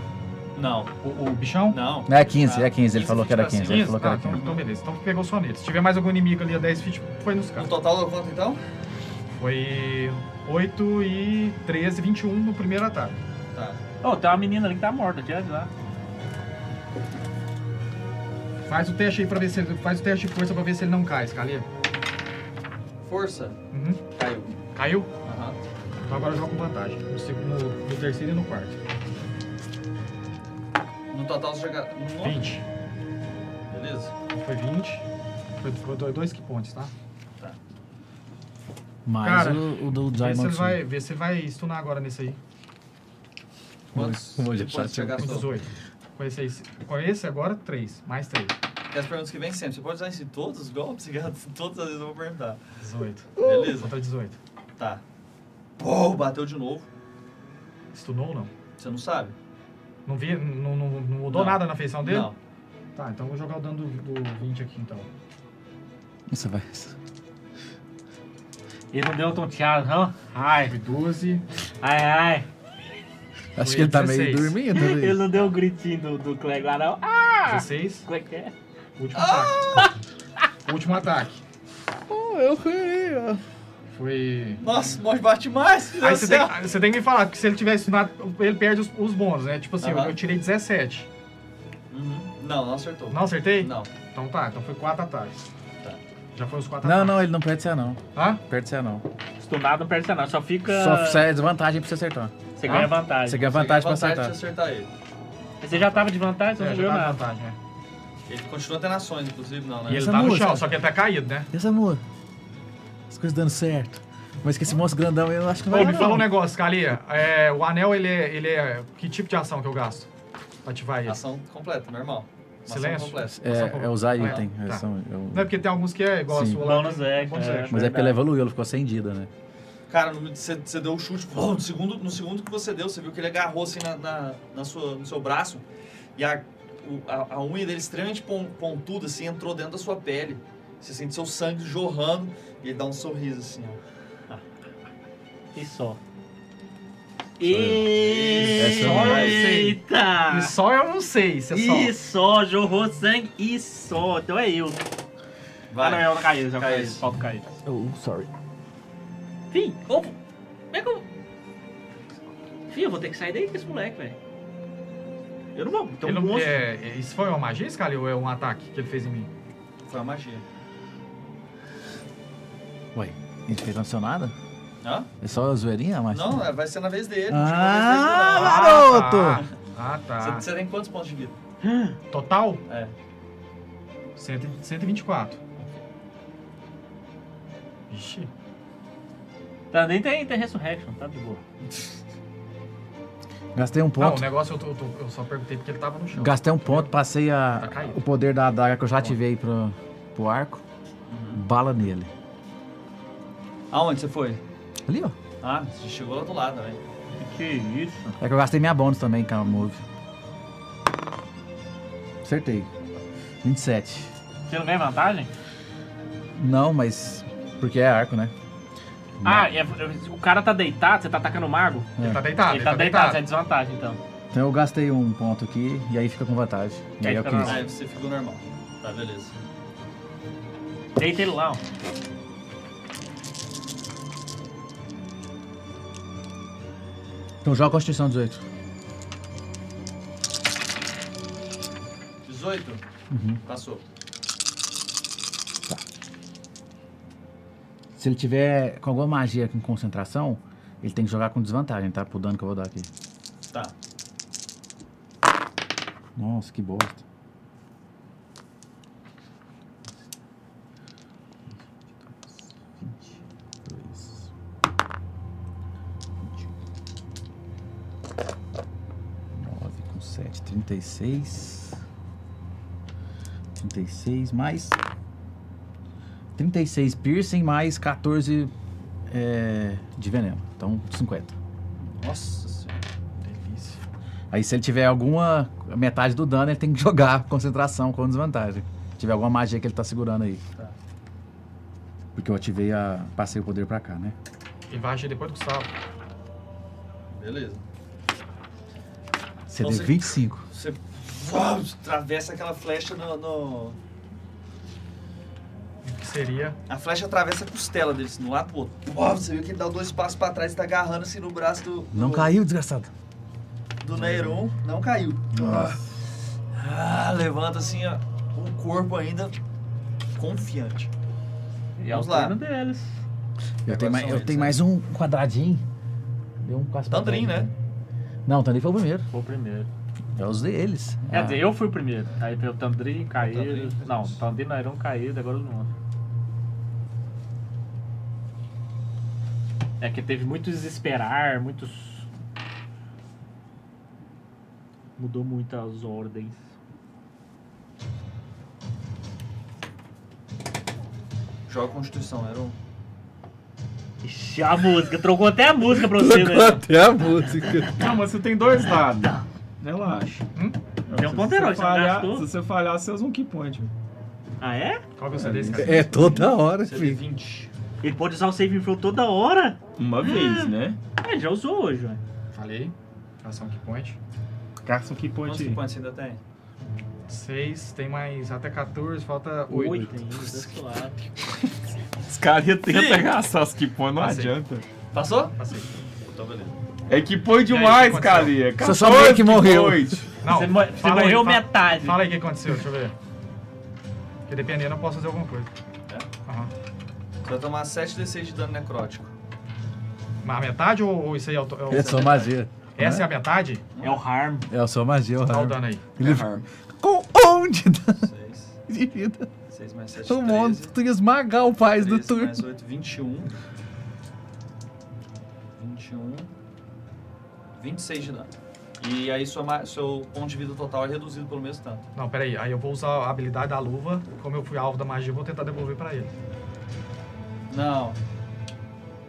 Não,
O, o bichão?
não.
Não, é 15, é 15. Ele falou que era 15. Ele
15?
falou que
Ah,
era
então,
15.
então beleza. Então pegou só nele. Se tiver mais algum inimigo ali a 10 feet, foi nos caras.
No total deu quanto então?
Foi 8 e 13, 21 no primeiro ataque.
Tá.
Ô, tem uma menina ali que tá morta, deixa eu avisar.
Faz o teste aí pra ver se ele. Faz o teste de força pra ver se ele não cai, Scalia.
Força.
Uhum.
Caiu.
Caiu?
Aham.
Então agora eu jogo com vantagem. No, seg- no- no terceiro e no quarto.
No total você joga. No...
20.
Beleza.
Então Foi 20. Foi, foi do- dois que pontes, tá?
Mais
Cara,
o, o do
Vê se,
Diamond.
ele vai, vê se ele vai stunar agora nesse aí.
Quantos?
um
Vou deixar
quantos você
seu-
Com
gastou?
18. Com esse, aí, com esse agora, 3. Mais 3.
Porque as perguntas que vem sempre. Você pode usar isso em todos os golpes? (laughs) Todas as vezes eu vou perguntar.
18.
Beleza.
Contra 18.
Tá. Pô, bateu de novo.
Stunou ou não?
Você não sabe?
Não, vi, não, não, não mudou
Não.
nada na feição dele?
Não.
Tá, então eu vou jogar o dano do, do 20 aqui então.
Você vai.
Ele não deu um tonteado, não? Ai,
Foi 12.
ai, ai.
É. Acho que ele tá meio
16.
dormindo.
Ele
Né?
não deu o gritinho do, do Clegg lá, não. Ah,
16.
como é que é?
Último ataque. Último ataque.
Ah! Oh, eu ganhei, ó.
Foi.
Nossa, o monte bate mais. meu
Aí
Deus
você
do
tem,
céu.
aí você tem que me falar, porque se ele tiver stunado, ele perde os, os bônus, né? Tipo assim, eu-
Aham.
eu tirei 17.
Uhum. Não, não acertou.
Não acertei?
Não.
Então tá, então foi 4 ataques.
Tá.
Já foi os 4
Não,
ataques.
não, ele não perde você, não.
Hã?
Perde você, não.
Stunado não perde você não, só fica...
Só sai é desvantagem pra você acertar.
Você ganha
Ah,
vantagem.
Você
Você,
ganha É vantagem pra
vantagem pra
acertar.
acertar ele.
já tava de vantagem, você
É,
não
já
ganhou
tá na
nada.
vantagem, né?
Ele continua tendo ações, inclusive, não, né?
E ele
Essa
tá no
música.
chão, só que ele tá caído, né?
E essa amor? As coisas dando certo. Mas que esse moço grandão, eu acho que não
Ô,
vai.
me
dar,
fala um
não.
negócio, Calia. É, o anel, ele é, ele é. Que tipo de ação que eu gasto? Pra ativar ele?
Ação completa, normal. Uma
Silêncio?
Ação completa.
É, é usar
Ah,
item.
tá.
é, são- é o-
Não é porque tem alguns que é igual
Sim.
a sua lá.
Bônus é,
Bônus
é,
action.
Mas é porque ela evoluiu, ela ficou acendida, né?
Cara, no- você você deu o chute, pô, no, segundo, no segundo que você deu, você viu que ele agarrou assim na, na, na sua, no seu braço e a, o- a, a unha dele extremamente pon- pontuda assim entrou dentro da sua pele. Você sente seu sangue jorrando e ele dá um sorriso assim, ó.
E só.
É
Essa eu
não sei.
Eita!
E só eu não sei se um, é só.
E só, jorrou sangue e só. Então é eu. né?
Vai.
Ah, não, é o da Caídas, é o
Caídas.
Caídas. Falta o Caídas.
Oh, sorry.
Fih, como? Como é que eu. Fih, eu vou ter que sair daí com esse moleque, velho. Eu não vou. Então,
Ele não-
monstro.
é, é, isso foi uma magia, Scali, ou é um ataque que ele fez em mim?
Foi uma magia.
Ué, ele fez acionada?
Hã?
É só a zoeirinha, mas.
Não, é- vai ser na vez dele. não chegou na vez dele, não.
Ah, garoto!
Ah,
Você-
tá.
Você tem quantos pontos de vida?
Total?
É.
Cento e- 124. Vixe.
Tá, nem tem, tem Resurrection, tá de boa.
Gastei um
é. Não, né? o
ponto.
negócio eu, tô- eu tô- eu só perguntei porque ele tava no chão.
Gastei um ponto, passei
Tá
a,
caído.
o poder da adaga que eu já ativei pro, pro arco.
Uhum.
Bala nele.
Aonde você foi?
Ali, ó.
Ah, você chegou lá do lado, né?
Que isso?
É que eu gastei minha bônus também com a move. Acertei. 27.
Você não ganha vantagem?
Não, mas. Porque é arco, né?
Ah, é- é- o cara tá deitado, você tá atacando o mago?
Ele tá deitado,
ele tá deitado, você é desvantagem então.
Então eu gastei um ponto aqui e aí fica com vantagem. E
E aí
aí eu
fica normal.
quis.
Aí você ficou normal. Tá, beleza.
Deita ele lá, ó.
Então joga a Constituição 18.
18? Passou.
Se ele tiver com alguma magia com concentração, ele tem que jogar com desvantagem, tá? Pro dano que eu vou dar aqui.
Tá.
Nossa, que bosta. Nove com sete, trinta e seis. Trinta e seis mais. Trinta e seis piercing mais 14 é, de veneno. Então, 50.
Nossa senhora.
Delícia.
Aí se ele tiver alguma. metade do dano, ele tem que (laughs) jogar concentração com desvantagem. Se tiver alguma magia que ele tá segurando aí.
Tá.
Porque eu ativei a. passei o poder pra cá, né?
Então
Ele vai agir depois do Gustavo.
Beleza.
CD
Então, você-
25.
Você uau, atravessa aquela flecha no, no-
Que seria.
A flecha atravessa a costela dele, assim, de um lado pro outro. Uau, você viu que ele dá dois passos pra trás e tá agarrando assim no braço do. do-
Não caiu, desgraçado.
Do Neyron. Não caiu. Ah, levanta assim, ó. O corpo ainda confiante.
E é o
Vamos lá.
turno deles.
Eu
Agora
tenho, mais,
são
eu
eles,
tenho
né?
mais um quadradinho. Deu um quase
Tandrin, né?
Não, Tandrin foi o primeiro.
Foi o primeiro.
Eu usei eles.
É
Quer
Ah,
dizer, eu fui o primeiro. Aí veio o né? Tandri, Caído.
Tandri.
Não, o Tandri não era um Caído, agora não. É que teve muito desesperar, muitos. Mudou muito as ordens.
Joga a Constituição, um- Neyron.
Ixi, a música, trocou até a música pra você, velho.
Até a música.
Não, mas você tem dois dados. Relaxa.
Hum?
Tem um ponteiro, você
se você,
não
falhar,
gastou.
se você falhar, você usa um key point.
Ah, é?
Qual que é o CD, Scali?
É toda hora,
CD
filho.
20.
Ele pode usar o save throw toda hora?
Uma vez, né?
É, ele já usou hoje, velho.
Falei. Ação key point.
Caça um key
Quantos
point aí.
pontos ainda tem?
6, tem mais até 14, falta 8.
Oito ainda, claro.
Os caras tentam gastar os key points, não
Passei.
adianta.
Passou?
Passei.
Então, beleza.
É key point
E aí,
demais,
o que
cara.
aconteceu?
É
Você só
14
meio que
key
morreu.
point.
Não,
você mo- você
fala aí,
morreu
fala-
metade.
Fala aí o que aconteceu, deixa eu ver. Porque dependendo eu posso fazer alguma coisa.
É?
Aham.
Você vai tomar 7d6 de dano necrótico.
Mas a metade ou, ou isso aí é o. to- é o-
É
né?
só magia.
Essa é a metade?
É o harm.
É só magia, o
Dá o
Harry.
dano aí.
Ele com onde
6.
de vida?
6 mais 7,
O
13.
monstro ia esmagar o paz do
13
turno. (laughs)
mais 8, 21. 21. 26 de dano. E aí sua, ma- seu ponto de vida total é reduzido pelo mesmo tanto.
Não, peraí. Aí eu vou usar a habilidade da luva. Como eu fui alvo da magia, eu vou tentar devolver pra ele.
Não.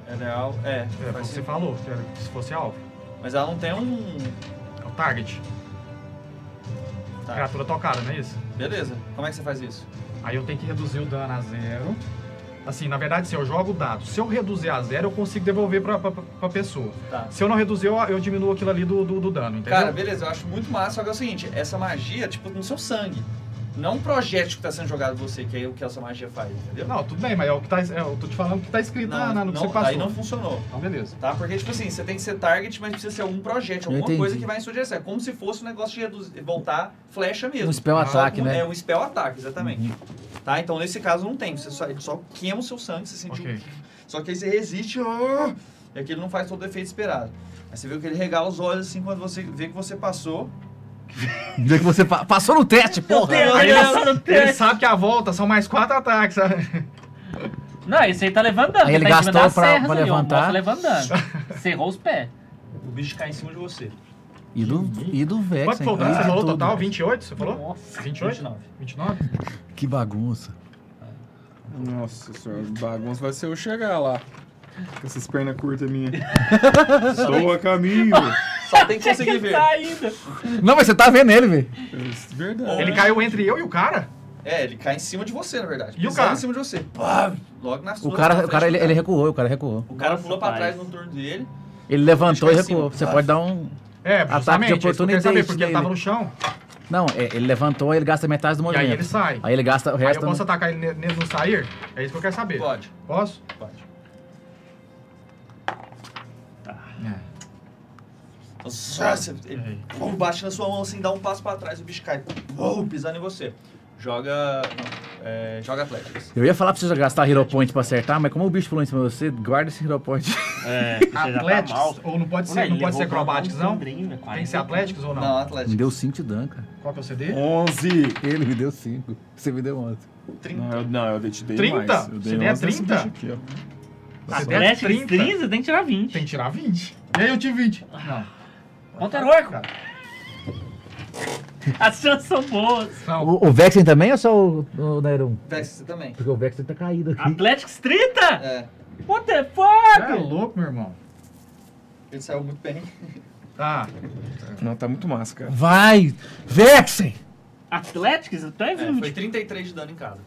É real? É.
É,
faz
você
sentido.
falou que era- se fosse alvo.
Mas ela não tem um...
É o target.
Tá.
Criatura tocada, não é isso?
Beleza. Como é que você faz isso?
Aí eu tenho que reduzir o dano a zero. Assim, na verdade, se eu jogo o dado, se eu reduzir a zero, eu consigo devolver pra, pra, pra pessoa.
Tá.
Se eu não reduzir, eu, eu diminuo aquilo ali do, do, do dano, entendeu?
Cara, beleza, eu acho muito massa, só que é o seguinte, essa magia, tipo, no seu sangue. Não um projétil que tá sendo jogado em você, que é o que essa magia faz, entendeu?
Não, tudo bem, mas é o que tá. é, eu tô te falando que tá escrito na, na- no que você passou.
aí não funcionou.
Então, beleza.
Tá? Porque, tipo assim, você tem que ser target, mas precisa ser algum projétil,
Eu
alguma coisa
entendi.
que vai em sua direção. É como se fosse um negócio de reduzir, voltar flecha mesmo.
Um spell
Tá?
attack,
Um-
né? Uhum.
É um spell ataque, exatamente. Tá? Então, nesse caso, não tem. Você só, ele só queima o seu sangue, você sente um...
Ok.
Só que aí você resiste... ah, e aqui ele não faz todo o efeito esperado. Aí você viu que ele regala os olhos, assim, quando você vê que você passou.
Já que você pa- passou no teste, porra!
Aí ele-
Ele sabe que a volta são mais quatro ataques, sabe?
Não, esse aí tá levantando.
Aí ele
tá em cima
gastou
das
pra-
serras
pra
ali, ó, o moço
levantar.
levantando. Cerrou os pés.
O bicho cai em cima de você.
E do, e do Vex,
Quanto
hein?
foi o dano?
E
Você
de
falou
tá
tudo.
total? 28? Você falou?
Nossa.
28?
29.
29?
Que bagunça.
Nossa senhora, bagunça vai ser eu chegar lá. Com essas pernas curtas minhas.
Estou a caminho.
Só tem que
(laughs)
conseguir ver.
Tá ainda.
Não, mas você tá vendo ele, velho.
É Verdade.
Ele caiu entre eu e o cara?
É, ele cai em cima de você, na verdade.
E o
Pisando
cara?
em cima de você. Pá! Logo na sua.
Ah, O cara,
na
o cara ele,
frente do
ele recuou, o cara recuou.
O cara
Nossa,
pulou pra
pai.
trás no turno dele.
Ele levantou e
Acho que é
recuou.
assim.
Você pode dar um.
É,
Ataque de
justamente. isso que eu queria
oportunidade
saber, porque ele
dele.
tava no chão.
Não, é, ele levantou, ele gasta metade do
E aí
movimento.
ele sai.
Aí ele gasta o
Aí
resto.
eu posso atacar ele ne- nele no sair? É isso que eu quero saber.
Pode,
Posso?
pode. Tá.
É.
Nossa, você- ele pum, bate na sua mão assim, dá um passo pra trás, o bicho cai. Pum, pisando em você. Joga. Não, é, joga Atléticos.
Eu ia falar pra você gastar Hero Point pra acertar, mas como o bicho pulou em cima de você, guarda esse Hero Point.
É,
Atléticos? ou não pode ser, tá não pode ser acrobáticos, não? Tem que ser Atléticos ou não?
Não,
(laughs) Me
Atléticos.
deu 5 de dano, cara.
Qual que é o CD?
11.
Ele me deu 5. Você me deu 11.
Não, eu, não, eu te dei
30?
mais. Eu dei
Você der
mais esse
30?
bicho aqui, ó.
Atléticos
30.
30, tem que tirar 20.
Tem que tirar 20. E aí eu tive 20. Não.
Contra heróico. As chances são boas.
Não.
O, o Vexen também ou só o, o Nairon?
Vex, você também.
Porque o Vexen tá caído aqui.
Atléticos 30?
É,
What the
Você é
fuck?
louco, meu irmão.
ele saiu muito bem.
Tá.
Não, tá muito massa, cara.
Vai! Vexen!
Atléticos? Então é
É, foi
20.
33 de dano em cada.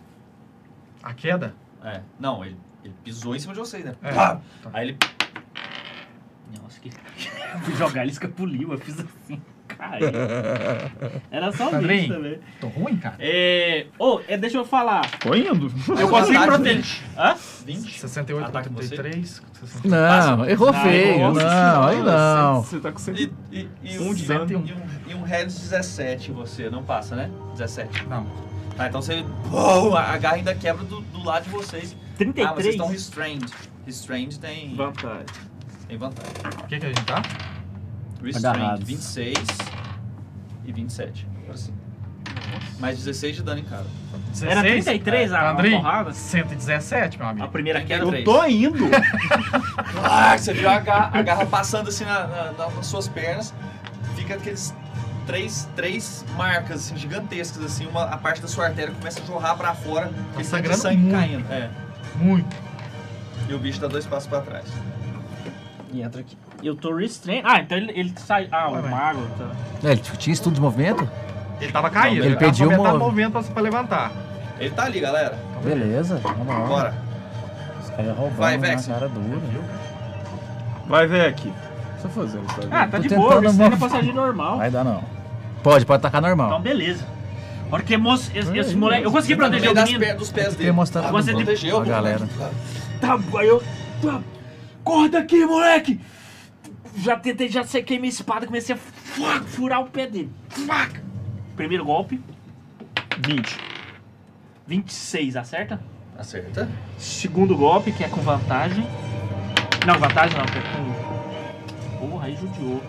A queda?
É. Não, ele, ele pisou em cima de você, né?
É.
Pá! Aí ele.
tipo, Nossa, que... (laughs) Eu fui jogar, ele escapuliu, eu fiz assim.
(laughs)
Caiu. Era só um
Padrinho.
bicho também.
Tô ruim, cara.
É... Ô, é, deixa eu falar.
Tô indo.
Eu
consigo proteger.
20.
Hã?
20?
68,
Ataque
83, 63.
Não, errou
Não,
feio.
nossa
Não, aí não.
Você tá com
E,
100.
e, e
Um
um,
de
e
dano.
um, e um Hellions 17 você, não passa, né? 17.
Não.
Tá, então você. Pô, a a garra ainda quebra do, do lado de vocês. Ah, vocês
33?
estão restrained. Restrained tem,
Vantagem.
tem vantagem.
O que que a gente tá?
Restrained
Agarrados.
26 e 27. Agora sim. Mais 16 de dano em cara.
Era 33
Tá,
a- a
É. Andrinho,
porrada?
117, meu
A
amigo.
primeira
Eu
queda.
tô-
Eu tô indo.
Ah, você viu a garra, a garra passando assim na- na- na- nas suas pernas. Fica aqueles três, três marcas assim, gigantescas, assim, uma, a parte da sua artéria começa a jorrar pra fora,
Tá
e
sangrando
sangue
muito.
caindo. É.
Ah, Muito.
E o bicho dá dois passos pra trás.
E entra aqui. Eu tô restrained. Ah, então ele, ele sai. Ah,
Vai,
o
vai.
mago tá.
É, ele tinha estudo de movimento?
Ele tava caído.
Ele
tava
pediu
só metade
uma-
do movimento pra, pra levantar.
Ele tá ali, galera.
Beleza, vamos lá.
Bora.
Os caras roubando
Vai,
na
Vexen.
cara dura.
Vai, Vec. Só fazendo, sabe?
Ah, tá
Tô
de
tentando
boa. Restrain é
não-
passagem normal.
Vai dar não. Pode, pode atacar
Então,
normal.
beleza. Porque moço, esse, esse
Ai,
moleque. Eu consegui
Tá no
proteger
meio
o
das
menino.
pé, dos pés
Queria
dele.
mostrar
Ah,
pra
você
mim.
protegeu
Ó,
pô,
galera.
Tá, aí eu. Tá, corre daqui, moleque! Já tentei, já sequei minha espada, comecei a fuá, furar o pé dele. Fuá. Primeiro golpe,
20.
26, acerta?
Acerta.
Segundo golpe, que é com vantagem. Não, vantagem não, que é com. Porra, aí judiou.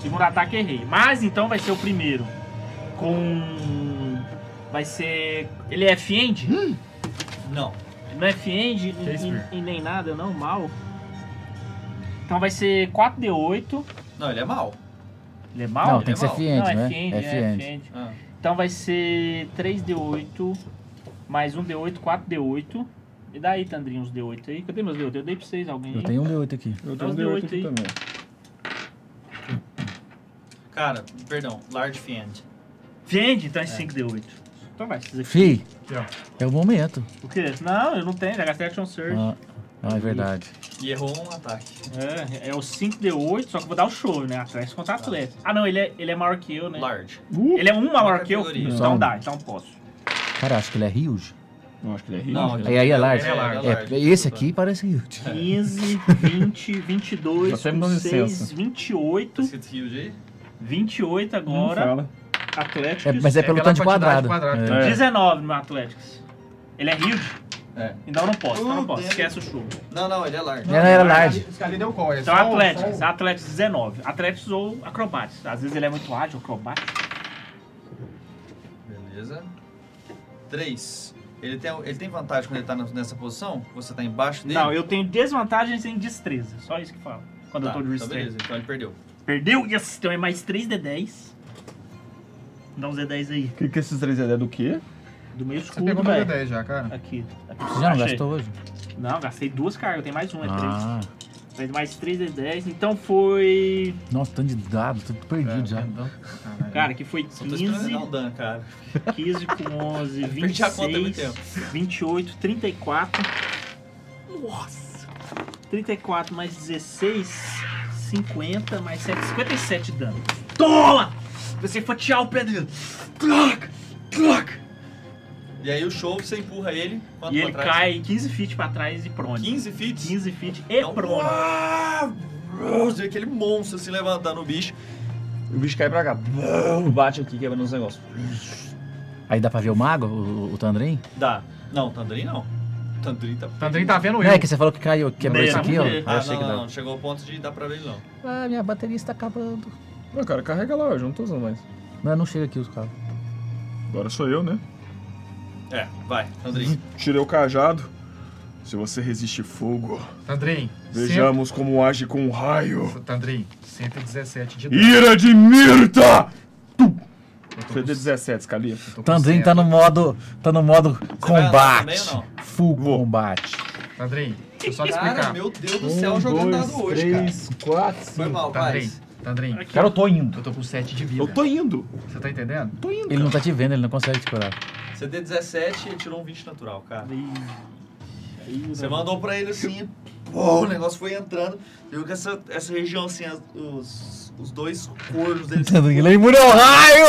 Segundo ataque, errei. Mas então vai ser o primeiro. Com. Vai ser. Ele é F-End?
Não.
Não é fiend e-
é isso,
e-
Fer?
e nem nada, não, mal. Então vai ser 4D8.
Não, ele é mal.
Ele é
Não,
mal?
tem que ser
Não,
não,
fiente,
é
né?
fiend,
É
é
fiente.
fiend.
Ah,
Então vai ser 3D8, mais 1D8, 4D8. E daí, Tandrinho, uns D8 aí? Cadê meus D8? Eu dei pra vocês, alguém
Eu
aí?
tenho um D8 aqui.
Eu
tá
Dá
Então,
tô
uns
de 8
D8 aí.
aqui também.
Cara, perdão. Large Fiend.
Fiend, então é 5D8. Então vai, esses aqui.
Fi,
Aqui, ó.
é o momento.
O quê? Não, eu não tenho, já gastei Action Surge.
Ah, ah, é verdade.
E errou um ataque.
É, é o 5D8, só que eu vou dar o show, né? Atlético contra Atlético. Ah, não, ele é, ele é maior que eu, né?
Large.
Ele é um maior que eu?
Categoria.
Então dá, então posso.
Cara, eu acho que ele é huge.
Não, acho que ele é rico.
Não,
Aí, aí é large.
Ele é large.
É, porque esse aqui parece huge.
15, 20, 22,
Você me dá
com 6,
licença.
28.
Esse Huge aí?
28
Não
agora.
fala.
Atlético.
É, mas é pelo
pela
tanto de
quantidade
quadrado.
de quadrado.
É.
É.
19 no Atlético. Ele é huge.
É.
Então eu não posso, então eu não posso.
Puta.
Esquece o churro.
Não, não, ele é large.
Ela era large.
Esse cara deu qual? É
Então
só-
Atléticos,
só-
Atléticos 19. Atléticos ou acrobatas. Às vezes ele é muito ágil, acrobático.
Beleza. 3. Ele tem, ele tem vantagem quando ele tá nessa posição? Você tá embaixo dele?
Não, eu tenho desvantagens em destreza. Só isso que fala. Quando eu
tá,
tô de
então
destreza.
beleza, então ele perdeu.
Perdeu? Yes! Então é mais 3D10. Dá um Z10 aí.
O que, que esses três é do quê?
Do meu
Você
escudo,
pegou meu
velho.
D10 já, cara.
Aqui. aqui
Você já não
achei.
gastou hoje?
Não, gastei duas cargas. Eu tenho mais um, é
Ah,
três. Mas mais três é dez. Então foi...
nossa, tanto de dado, tudo perdido já.
Cara, que foi
Só tô esperando ele
15,
dar um dano, cara.
15 com 11,
Perdi a conta há muito
26, 28, 34. Nossa! 34 mais 16, 50 mais 7, 57 de dano. Toma! Você fatiar o pé dele. Clac! Clac!
E aí o show, você empurra ele. Quanto
E ele
pra trás?
cai 15 feet pra trás e prone.
15 feet.
15 feet e
Então,
prone.
uá, Você vê aquele monstro se levantar no bicho. E O bicho cai pra cá. Bate aqui, quebra nos negócios.
Aí dá pra ver o mago, o, o Tandrin?
Dá. Não, Tandrin não. Tandrin tá.
Tandrin tá vendo
Não, é
eu.
que você falou que caiu, quebrou
Não,
isso aqui, ó.
não,
Eu
Ah,
achei
não,
que
não,
dá.
não. Chegou ao ponto de dar pra ver ele, não.
Ah, minha bateria está acabando.
Não, cara, carrega lá, eu já não tô usando mais.
Não, não chega aqui os carros.
Agora sou eu, né?
É, vai, Tandrin.
Tirei o cajado. Se você resiste fogo,
Tandrin, cento-
vejamos como age com um raio.
Tandrin, 117 de dano.
Ira de Mirta!
Eu tô com-
CD17, Califa.
eu tô com
Tandrin tá
cento.
no modo. tá no modo
vai andar
combate.
também ou
Full
Vou.
combate.
Tandrin, deixa eu só te
Cara,
explicar.
meu Deus
Um,
do céu, jogando dado um hoje, cara.
três, quatro,
Foi
cinco.
mal, vai.
Tandrin, Tandrin,
Aqui,
Cara, eu tô indo.
eu tô com 7 de vida.
Eu tô indo.
Você tá entendendo?
Ele não tá te vendo, ele não consegue te curar.
CD 17 ele tirou um 20 natural, cara.
Aí,
Você mandou pra ele assim, pô, o negócio foi entrando. Você viu que essa, essa região, assim, as- os, os dois corvos
(laughs)
dele assim,
Tandrin, Tá ele imune ao raio!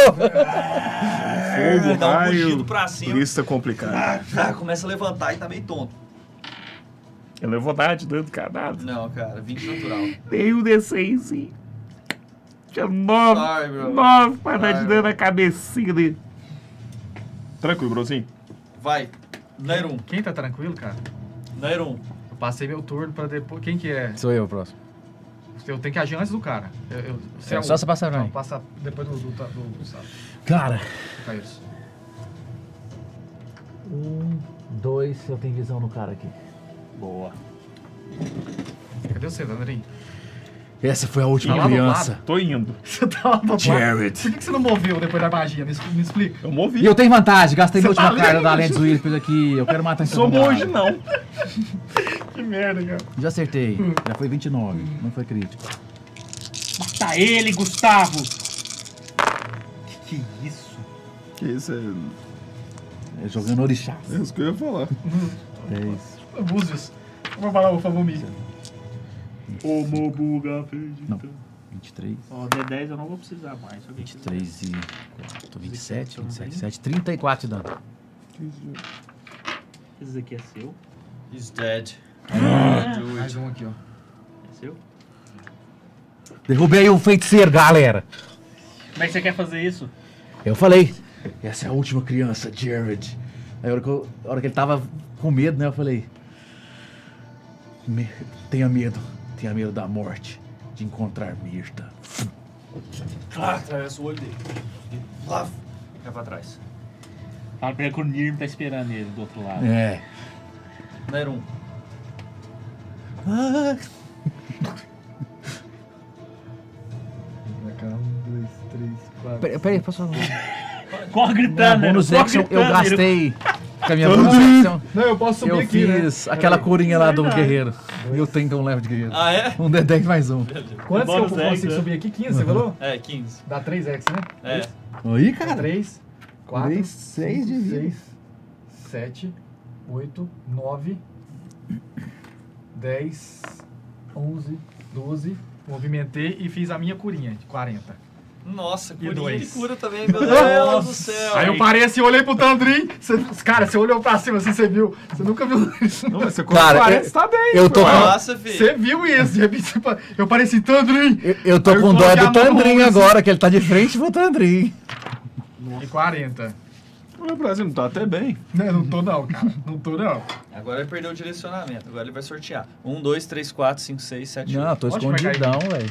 Fogo,
dá um fugido
raio.
pra cima.
Lista complicada.
Ah, começa a levantar e tá meio tonto.
Eu não vou dar de dano, cara. Nada.
Não, cara, 20 natural.
Dei um D6 e... Tinha nove.
Sorry, bro.
Nove pra dar
Ai,
de dano na cabecinha dele. Tranquilo, brozinho.
Vai. um, Nairum,
Quem tá tranquilo, cara?
Nairum.
Eu passei meu turno pra depois. Quem que é?
Sou eu, o próximo.
Eu tenho que agir antes do cara. Eu, eu, você um
É,
o-
só você passar pra
Não,
mim.
passa depois do, do, do, do, Tá do,
Cara.
Caíros.
Um, dois, eu tenho visão no cara aqui. Boa.
Cadê você, Tandrin?
Essa foi a última criança.
Tô indo.
Você tava do lado.
Jared.
Por que que você não moveu depois da magia? Me, expl- me explica.
Eu
E
movi.
eu tenho vantagem, gastei minha
Você
última
tá
carga
lendo?
da lente do Íris aqui. Eu quero matar esse
Sou
arrombado.
monge, não.
(laughs)
Que merda, cara.
Já acertei. Já foi 29. Não foi crítico.
Mata Tá ele, Gustavo! Que que é isso?
Que isso é...
É jogando orixás.
É isso que eu ia falar.
10.
Búzios. Eu Vou falar o Favomi.
Ô, Mobuga, acredita.
Não. 23.
Ó, D10 eu não vou precisar mais.
23 e 4. 27, 27, 7. 34 de dano.
Esse aqui é seu.
He's dead.
Mais um aqui, ó.
É seu.
Derrubei um feiticeiro, galera.
Como é que você quer fazer isso?
Eu falei. Essa é a última criança, Jared. Aí a hora que, eu- a hora que ele tava com medo, né? Eu falei. "Me- tenha medo. Tenha medo da morte. De encontrar Mirta.
Claro, atravessa o olho dele. E lá, vai pra trás.
Fala pra ele que o Nirm tá esperando ele do outro lado.
É.
Nairum.
Um, dois, três, quatro.
Pera- Peraí, posso falar? Na
Corre gritando, né?
bonus
Corre
action, eu
gritando, ele-
gastei. Com a minha bonus action,
Não, eu posso subir
eu
aqui, né?
fiz
É
aquela curinha lá do guerreiro. E eu tenho que um leve de guerreiro.
Ah, é?
Um D10 mais um.
Quantos que eu
Bônus dez,
consigo
né?
subir aqui? 15,
Uhum.
você falou?
É, 15.
Dá 3x, né?
É.
Aí,
Dá
cara.
3, 4,
Dei seis de vida.
6, 7, 8, 9, 10, 11, 12.
Movimentei e fiz a minha curinha de 40.
Nossa,
E
curinha
dois.
de cura também, meu Deus do céu.
Aí eu parei assim, olhei pro Tandrin. cê- cara, você olhou pra cima assim, você viu. Você nunca viu isso. é,
Não, mas você colocou
Cara,
40,
eu-
tá bem.
Eu tô, com,
Nossa, filho.
Você viu isso. De repente, cê pa- eu parei assim, Tandrin.
eu, eu tô
Aí eu
com dó
coloquei a
do
mão no
Tandrin
ombro, assim.
agora, que ele tá de frente pro Tandrin.
E 40.
Meu Brasil, não tá até bem.
Não, não tô não, cara. Não tô não.
Agora ele perdeu o direcionamento. Agora ele vai sortear. 1, 2, 3, 4, 5, 6, 7,
Não,
8.
tô
Onde vai cair?
escondidão, velho.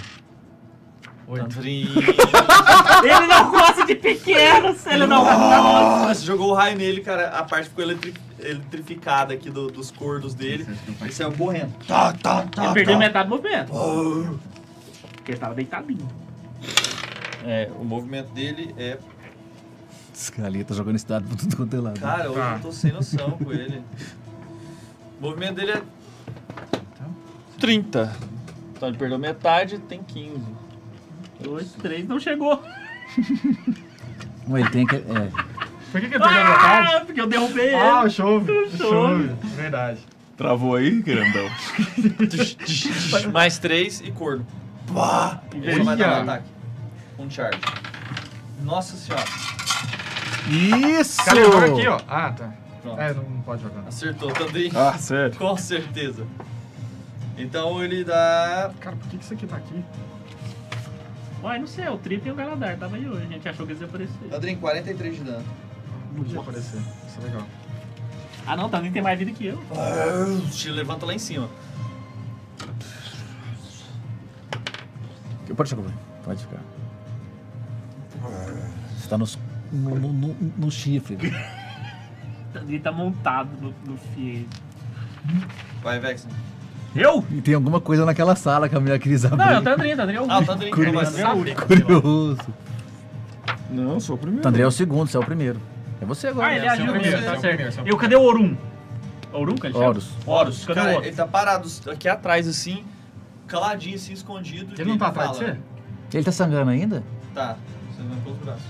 Ele não gosta de pequenos, ele não gosta.
Nossa, jogou o raio nele, cara. A parte ficou eletri- eletrificada aqui do- dos cordos dele. Ele saiu correndo. Tá, tá, tá.
Ele perdeu metade do movimento. Porque ele tava deitadinho.
É, o movimento dele é.
Esse cara ali tá jogando esse dado pra tudo quanto é lado.
Cara, hoje
Tá.
eu tô sem noção com ele. O movimento dele é. 30. Então ele perdeu metade, tem 15.
Dois, três, não chegou.
Ué, ele tem que. É.
Por que, que eu tô jogando metade?
Ah, porque eu derrubei ele.
Ah, o chove. o
chove.
Chove. Verdade.
Travou aí, grandão.
Mais 3 e corno. Ele só vai dar um ataque. Um charge. Nossa senhora.
é.
Isso!
Cara, joga aqui, ó. Ah, tá.
Pronto.
É, não não pode jogar.
Acertou também.
Ah, sério.
Com certeza. Então ele dá.
Cara, por que, que isso aqui tá aqui?
Uai, não sei, o Trip e o Galadar tava aí hoje. A gente achou que eles iam aparecer.
Tadrim, 43 de dano.
Não podia aparecer. Isso é legal.
Ah, não, Tandrin tem mais vida que eu.
Te levanta lá em cima.
Pode jogar, Bruno. pode ficar. Você tá nos, no, no- no- no chifre. velho.
Tandrin tá montado no, no fio.
Vai, Vex.
Eu?
E tem alguma coisa naquela sala que a mulher quis abrir.
Não, é o Tandrin, Tandrin é o
Ah, o
último.
Tadrim não vai saber.
Curioso.
Não, sou o primeiro.
Tandré é o segundo, você é o primeiro. É você agora.
Ah, ele
É,
agiu
são
mesmo,
primeiros,
tá
são primeiros,
certo.
são
Eu, cadê o Orum? Orum, que ele chama?
Horus.
Horus, cadê o
Cara,
Horus?
ele tá parado aqui atrás, assim, caladinho, assim, escondido.
Ele não tá atrás de
fala.
você?
Ele tá sangrando ainda?
Tá. Você não pôs o braço.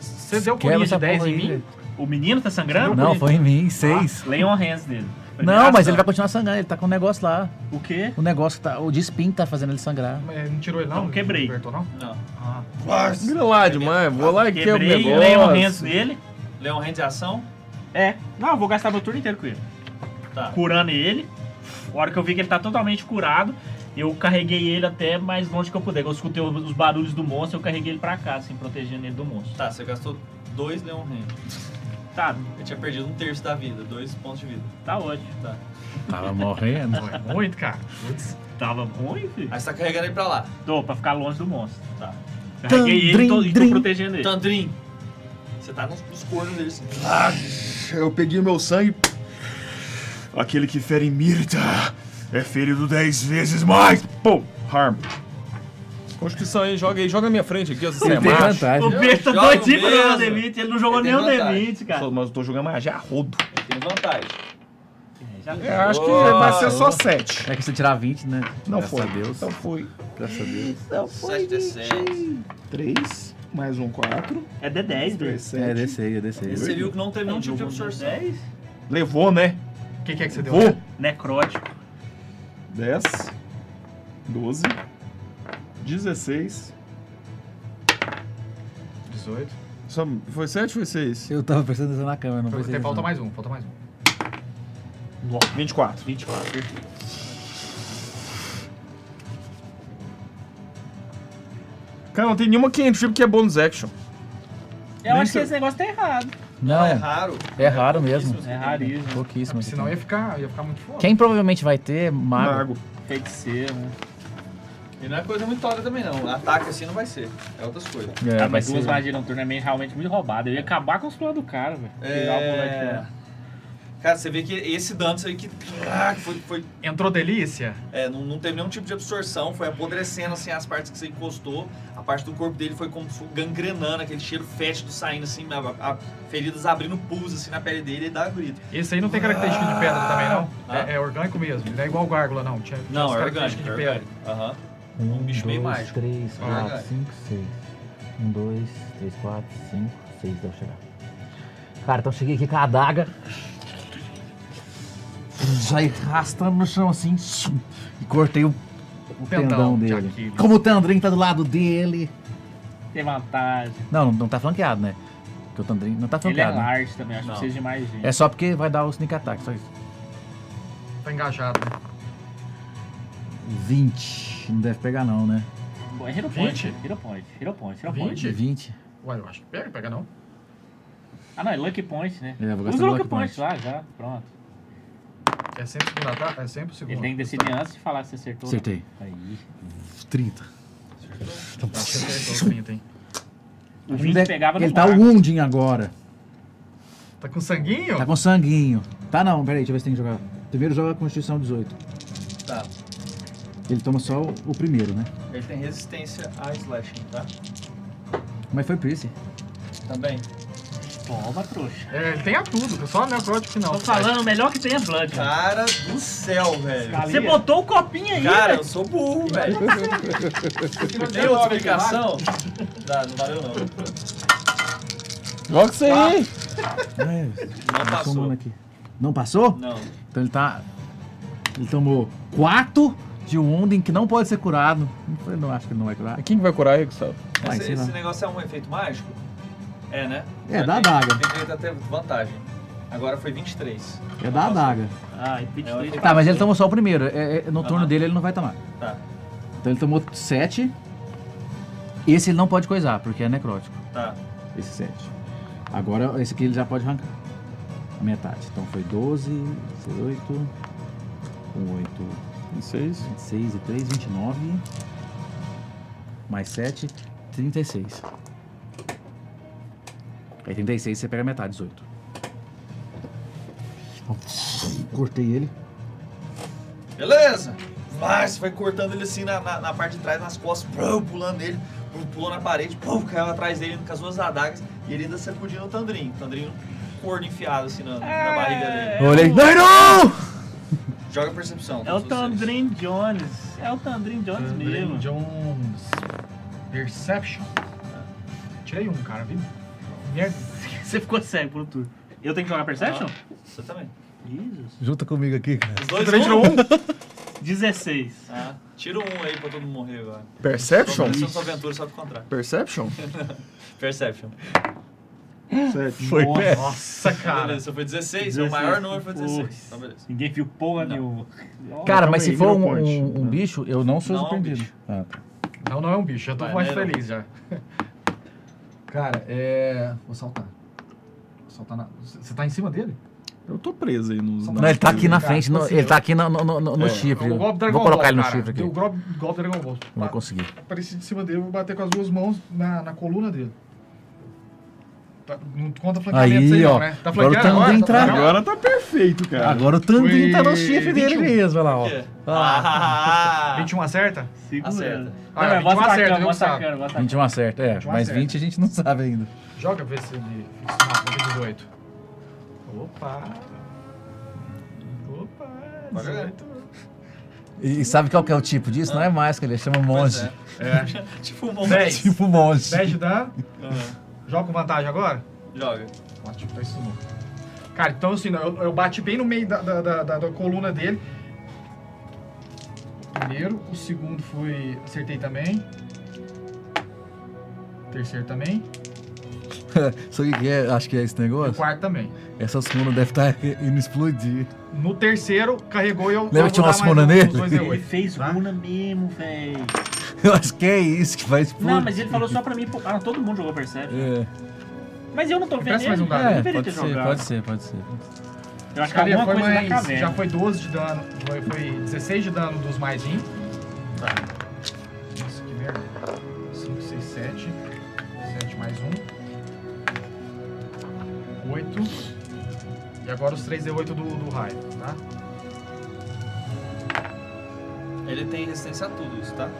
Você deu
Quebra
Corinha de
essa
10
porra
em
aí,
mim?
velho.
O menino tá sangrando?
Não, foi em mim, seis.
Ah, Leon Hans dele. Primeira
Não, mas ele vai
ação.
continuar sangrando, ele tá com um negócio lá.
O quê?
O negócio que tá. O de espinho tá fazendo ele sangrar.
Mas Não tirou ele, não?
Não, quebrei.
Não apertou, não?
Não.
Ah.
Vira lá demais, vou lá e
é
é um
quebro o
Quebrei né, o Leon Hans
negócio.
dele.
Leão rende ação.
É. Não, eu vou gastar meu turno inteiro com ele.
Tá.
Curando ele. A hora que eu vi que ele tá totalmente curado, eu carreguei ele até mais longe que eu puder. Eu escutei os barulhos do monstro, eu carreguei ele pra cá, assim, protegendo ele do monstro.
Tá, você gastou dois Leão rende.
Tá,
Eu tinha perdido um terço da vida, dois pontos de vida.
tá ótimo.
Tá.
Tava morrendo.
Foi muito, cara. Putz.
Tava ruim, filho.
Aí você tá carregando ele pra lá.
Tô, pra ficar longe do monstro. Tá.
Dum,
Carreguei ele
drim,
e tô, e tô
drim.
protegendo ele.
Tandrin, você tá nos, nos cornos dele, assim.
Eu peguei o meu sangue. Aquele que fere Mirta é ferido dez vezes mais. Pô, harm.
Constituição aí, joga aí, joga na minha frente aqui, ó. Você é
Ele tem
macho.
vantagem.
O tá Besta
jogo
doidinho pra jogar
mesmo.
D20, ele não jogou
Ele
nenhum
tem vantagem.
D20, cara.
Sou- Mas eu tô jogando magia a rodo.
Ele tem vantagem.
É, já-
Eu acho que vai ser só 7.
É que você tirar 20, né?
Não
Graças
foi.
a Deus.
Não foi. então
Graças a Deus.
Não
7 de 6.
3, mais um 4,
É D10, velho.
3,
É,
7.
descei, eu descei.
Você viu que não teve nenhum
Não
tipo de absorção.
10?
Levou, né?
O que, que é que você deu?
Vou.
né?
Necrótico.
10, 12, 16.
18.
Só foi 7 ou foi 6?
Eu tava prestando atenção na câmera, não
Foi-
prestei
tem- falta
atenção.
mais um, falta mais um.
24.
24.
Cara, não tem nenhuma cantrip que é bonus action.
Eu
Nem
acho que
sei.
esse negócio tá errado.
Não, é
Não,
raro.
é raro mesmo.
É raríssimo.
Ah,
Pouquíssimo. assim.
porque senão ia ficar, ia ficar muito foda.
Quem provavelmente vai ter é mago.
Mago.
Feiticeiro. né?
E não é coisa muito hora também, não. Ataque assim não vai ser. É outras coisas.
É,
ah,
vai
mas
ser-
duas magias no turno é meio- realmente muito roubado. Eu ia acabar com os planos é do cara, velho. Tirar o moleque né?
É...
lá.
Cara, você vê que esse dano aí que ah, que foi, foi-
Entrou delícia?
é, não, não teve nenhum tipo de absorção, foi apodrecendo assim as partes que você encostou, a parte do corpo dele foi como se fosse gangrenando, aquele cheiro fétido saindo assim, a- a- feridas abrindo pus assim na pele dele e dá grito.
Esse aí não tem característica de pedra também, não?
Ah.
É, é orgânico mesmo. Ele é igual gárgula, não. Tinha, tinha
Não,
as
é orgânico.
características
é
de pedra.
orgânico. Aham.
Um,
bicho meio
dois,
mágico.
três,
Ah.
quatro, cinco, seis. Um, dois, três, quatro, cinco, seis. Deu chegar. Cara, então eu cheguei aqui com a adaga. Saí arrastando no chão assim. sum, E cortei o, o
Tendão
tendão
de
dele.
Aquiles.
Como o Tandrin tá do lado dele.
Tem vantagem.
Não, não tá flanqueado, né? Porque o Tandrin não tá
Ele é
flanqueado. né?
large também, acho que precisa de mais gente.
É só porque vai dar o sneak attack, só isso.
Tá engajado. né?
20. Não deve pegar não, né?
Bom, É Hero Point,
20?
Hero Point, Hero Point, Hero Point.
20?
20.
Ué, eu acho que pega, pega não.
Ah, não, é Lucky Point, né?
É, vou gastar
Usa o
meu
Lucky
Lucky
Point lá já, pronto.
É sempre o segundo ataque? É sempre o segundo.
Ele tem que decidir antes de falar se acertou. né?
Acertei.
Aí.
30.
Acho que acertou o 30, hein?
O
Ele
20
deve-
pegava no
Ele tá
ar.
wounding agora.
Tá com sanguinho?
Tá com sanguinho. Tá não, peraí, deixa eu ver se tem que jogar. Primeiro joga a Constituição 18.
Tá.
Ele toma só o, o primeiro, né?
Ele tem resistência a slashing, tá?
Mas foi piercing.
Também.
Toma, trouxa.
É, ele tem a tudo, só necrótico que não.
Tô falando, o melhor que tem é Blood. mano.
Cara do céu, velho.
Você botou o copinho aí,
Cara,
velho.
eu sou burro, velho. Tem né? outra explicação? Não, não valeu não.
Joga isso aí!
Não passou.
Somando Tá aqui. Não passou?
Não.
Então ele tá. Ele tomou 4 de wounding que não pode ser curado. Eu não acho que ele não vai curar.
Quem que vai curar aí, Gustavo?
Vai,
Esse,
sei lá.
esse negócio é um efeito mágico? É, né?
É,
Já
dá
tem-
adaga.
Tem direito a ter vantagem. Agora foi 23.
É da adaga.
Ah, e pitch
É,
três.
Tá, mas ele tomou só o primeiro. É, é- no turno
Aham.
dele ele não vai tomar.
Tá.
Então ele tomou 7. Esse ele não pode coisar, porque é necrótico.
Tá.
Esse 7. Agora esse aqui ele já pode arrancar. A metade. Então foi 12, 18, com 8,
Não sei isso.
26 e 3, 29. Mais 7, 36. Aí 36 você pega a metade, 18. Cortei ele.
Beleza! Vai, você vai cortando ele assim na, na, na parte de trás, nas costas, brum, pulando nele, brum, pulou na parede, brum, caiu atrás dele com as duas adagas e ele ainda sacudindo o Tandrinho. O Tandrinho corno enfiado assim na, na barriga dele.
Eu olhei. Não, não!
Joga a percepção.
É o
todos vocês.
Tandrin Jones. É o Tandrin Jones
Andrew
mesmo.
Jones. Perception. Tirei um, cara, viu? Merda.
Você ficou cego por um turno. Eu tenho que jogar Perception?
Você também.
Jesus.
Junta comigo aqui, cara.
Os dois tirou um?
16.
Ah, tira um aí pra todo mundo morrer agora.
Perception?
Começando sua aventura, só do contrário.
Perception?
Perception.
Foi péssimo.
Nossa, cara.
Beleza, foi 16, o maior número foi 16.
Putz.
Então, beleza.
Ninguém viu porra nenhuma.
Cara,
Calma
mas
aí,
se for
Hero
um,
Point.
um- um bicho, eu não sou
Não é um
surpreendido.
bicho.
Ah, tá.
Não, não é um bicho, eu tô
Vai,
mais
né, não.
feliz já. Cara, é. Vou saltar. Vou saltar na. Você tá em cima dele?
Eu tô preso aí nos.
Não, ele tá aqui na
Cara,
frente, no-
assim,
ele
eu-
tá aqui no, no- no- no- no chifre.
É O golpe do Dragon
Vou colocar
Ball,
ele no
cara.
chifre aqui.
Deu o
Não
golpe golpe do Dragon Ball.
vou
Ba-
conseguir.
Apareci de cima dele, vou bater com as duas mãos na, na coluna dele. Tá- não conta flanqueamento
Aí,
aí,
ó.
não, né? Tá
Agora um o
flanqueando
Tandem
agora?
entra-
Tá flanqueando
Agora tá perfeito, cara.
Ah,
Agora o Tandrinho tá no chifre dele
21.
mesmo, olha lá, ó.
Por quê?
Ah,
Ah,
21 acerta?
Acerta.
Segura.
Ah,
mas
21
bota
acerta, viu,
atacando, bota
Gustavo?
atacando, bota atacando.
21 acerta, é.
21
Mas
acerta.
20 a gente não sabe ainda.
Joga pra ver se ele. Não, foi 18. Opa! Opa! é
Pode jogar.
18.
E, e sabe qual que é o tipo disso? Não é máscara, ele chama
pois
monge.
É. tipo um monte.
Dez.
(laughs) Tipo monge.
10 de dano.
Ah,
É.
Joga com vantagem agora?
Joga.
Ótimo, tá isso não. Cara, então assim, eu, eu bati bem no meio da, da, da- da- da coluna dele. Primeiro, o segundo foi. Acertei também. Terceiro também.
Sabe o que é? Acho que é esse
E o
negócio?
quarto também.
Essa segunda deve
tá (laughs)
estar indo explodir.
No terceiro, carregou e eu.
Lembra
eu vou
que tinha
dar
umas
mais
runa
um-
nele?
uns dois
Ele
D8.
fez
Tá?
runa mesmo, velho.
Eu acho que é isso que vai explodir.
Não, mas ele falou só pra mim. pô, Ah, todo mundo jogou Perception.
É,
Mas eu não tô vendo
Peça mais
ele.
um dado.
Eu
é
deveria
pode,
ter
ser,
jogado.
pode ser, pode ser,
Eu acho que é
Cara,
alguma
foi
coisa na
mais. Já
caverna.
foi 12 de dano. Foi, foi 16 de dano dos mais um.
Tá.
Nossa, que merda. 5, 6, 7. 7 mais 1. 8. E agora os 3 D8 do, do raio, tá?
Ele tem resistência a tudo isso, tá?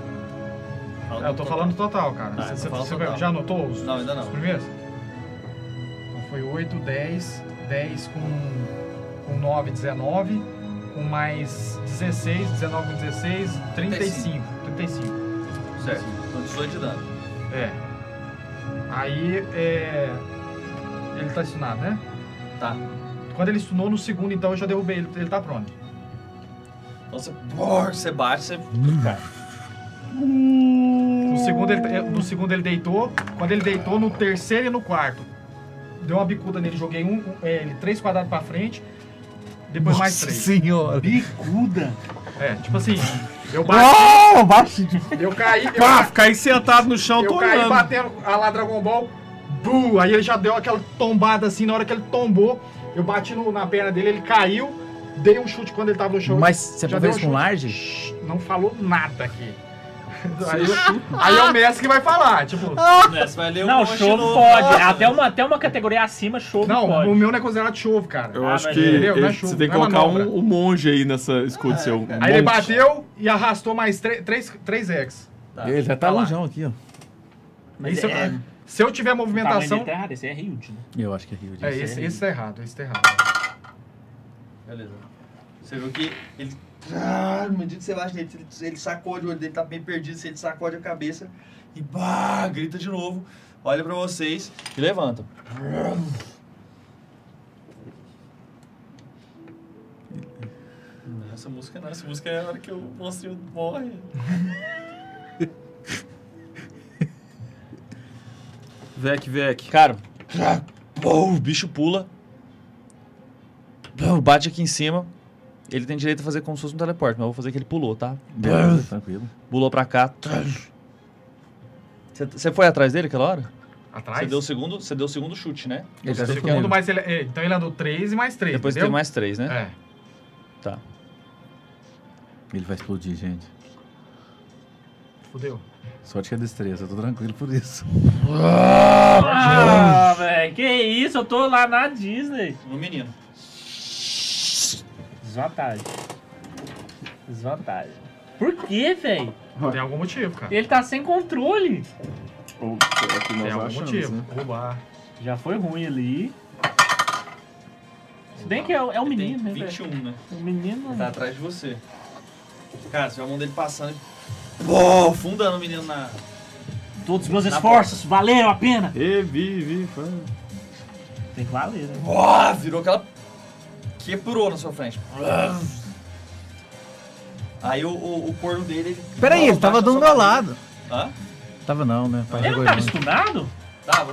É, eu tô falando total, cara.
Tá,
Você-
eu tô
você-
falando
você
total.
já anotou os,
Não, ainda
os
não.
primeiros? Então foi 8, 10. 10 com, com 9, 19. Com mais 16, 19 com 16, 35. 35.
Certo. Então 18 de dano.
É. Aí é. Ele tá stunado, né?
Tá.
Quando ele stunou no segundo, então eu já derrubei ele, ele tá pronto.
Então você, brrr, você bate, você.
Com No segundo, ele, eh, no segundo ele deitou. Quando ele deitou, no terceiro e no quarto. Deu uma bicuda nele, joguei um, um, eh, ele três quadrados pra frente. Depois mais três.
Senhora.
Bicuda.
É, tipo assim, eu bati.
Oh, baixo.
Eu caí, eu,
Pá, ficar aí sentado no chão,
eu
tô
caí
olhando.
batendo a lá Dragon Ball. Bu! Aí ele já deu aquela tombada assim, na hora que ele tombou, eu bati no- na perna dele, ele caiu, dei um chute quando ele tava no chão.
Mas você
Já
fez
deu
com
um
large?
Shhh, Não falou nada aqui. Aí, eu- aí é o mestre que vai falar, tipo.
Né, Você vai ler o
Não,
post
choro
no-
pode. Até uma, até uma categoria acima, choro
Não,
pode.
o meu não é considerado chove, cara.
Eu
Ah,
acho
mas
que
entendeu? Não é
ele-
chuva,
você tem que
não é
colocar um,
manobra.
um monge aí nessa escudo seu. Um
Aí ele
monge.
bateu e arrastou mais tre- três, três ex.
Ele já tá
Tá lá.
longeão aqui, ó.
Aí se, eu,
é-
se eu tiver
Tamanho
movimentação.
de terra, esse é huge, né?
Eu acho que é Rio de
É, esse, esse tá errado, esse tá errado.
Beleza. Você viu que ele. Ah, no medida que você bate nele, ele, ele sacode o olho dele, tá bem perdido, ele sacode a cabeça e bah, grita de novo, olha pra vocês e levanta. Não, Essa música não, essa música é a hora que o monstro morre.
(laughs) Vec, Vec. Ah,
Cara, pô, o bicho pula, pô, bate aqui em cima. Ele tem direito a fazer como se fosse um teleporte, mas eu vou fazer que ele pulou, tá?
Beleza, tranquilo.
Pulou pra cá. Você- Você foi atrás dele aquela hora? Você
Atrás?
deu o segundo, você deu o segundo chute, né?
Ele já
Segundo,
definiu.
mas ele, é, então ele andou 3 e mais 3.
Depois teve mais três, né?
É.
Ele vai explodir, gente.
Fudeu.
Sorte que é destreza, eu tô tranquilo por isso.
Ah, velho, que isso? Eu tô lá na Disney.
No menino.
Desvantagem. Desvantagem. Por quê, velho?
Tem algum motivo, cara.
Ele tá sem controle.
Ou é o que
Tem
nós
algum
achamos,
motivo.
né?
Roubar.
Já foi ruim ali. Se bem que é, é um
Ele
menino, né,
tem
velho?
21, né?
O menino.
Tá atrás de você. Cara, você vê a mão dele passando e. Pô, afundando o menino na.
é
Todos os meus esforços valeram a pena.
Revive. fã.
Tem que valer, né?
Pô, virou aquela. Quebrou na sua frente. Aí o, o, o corno dele. Ele
Peraí, ele tava
Baixa
do
sua
meu
barriga.
lado.
Hã?
Tava não, né? Pai
Ele
jogou
não tava
ele.
estunado?
Tava.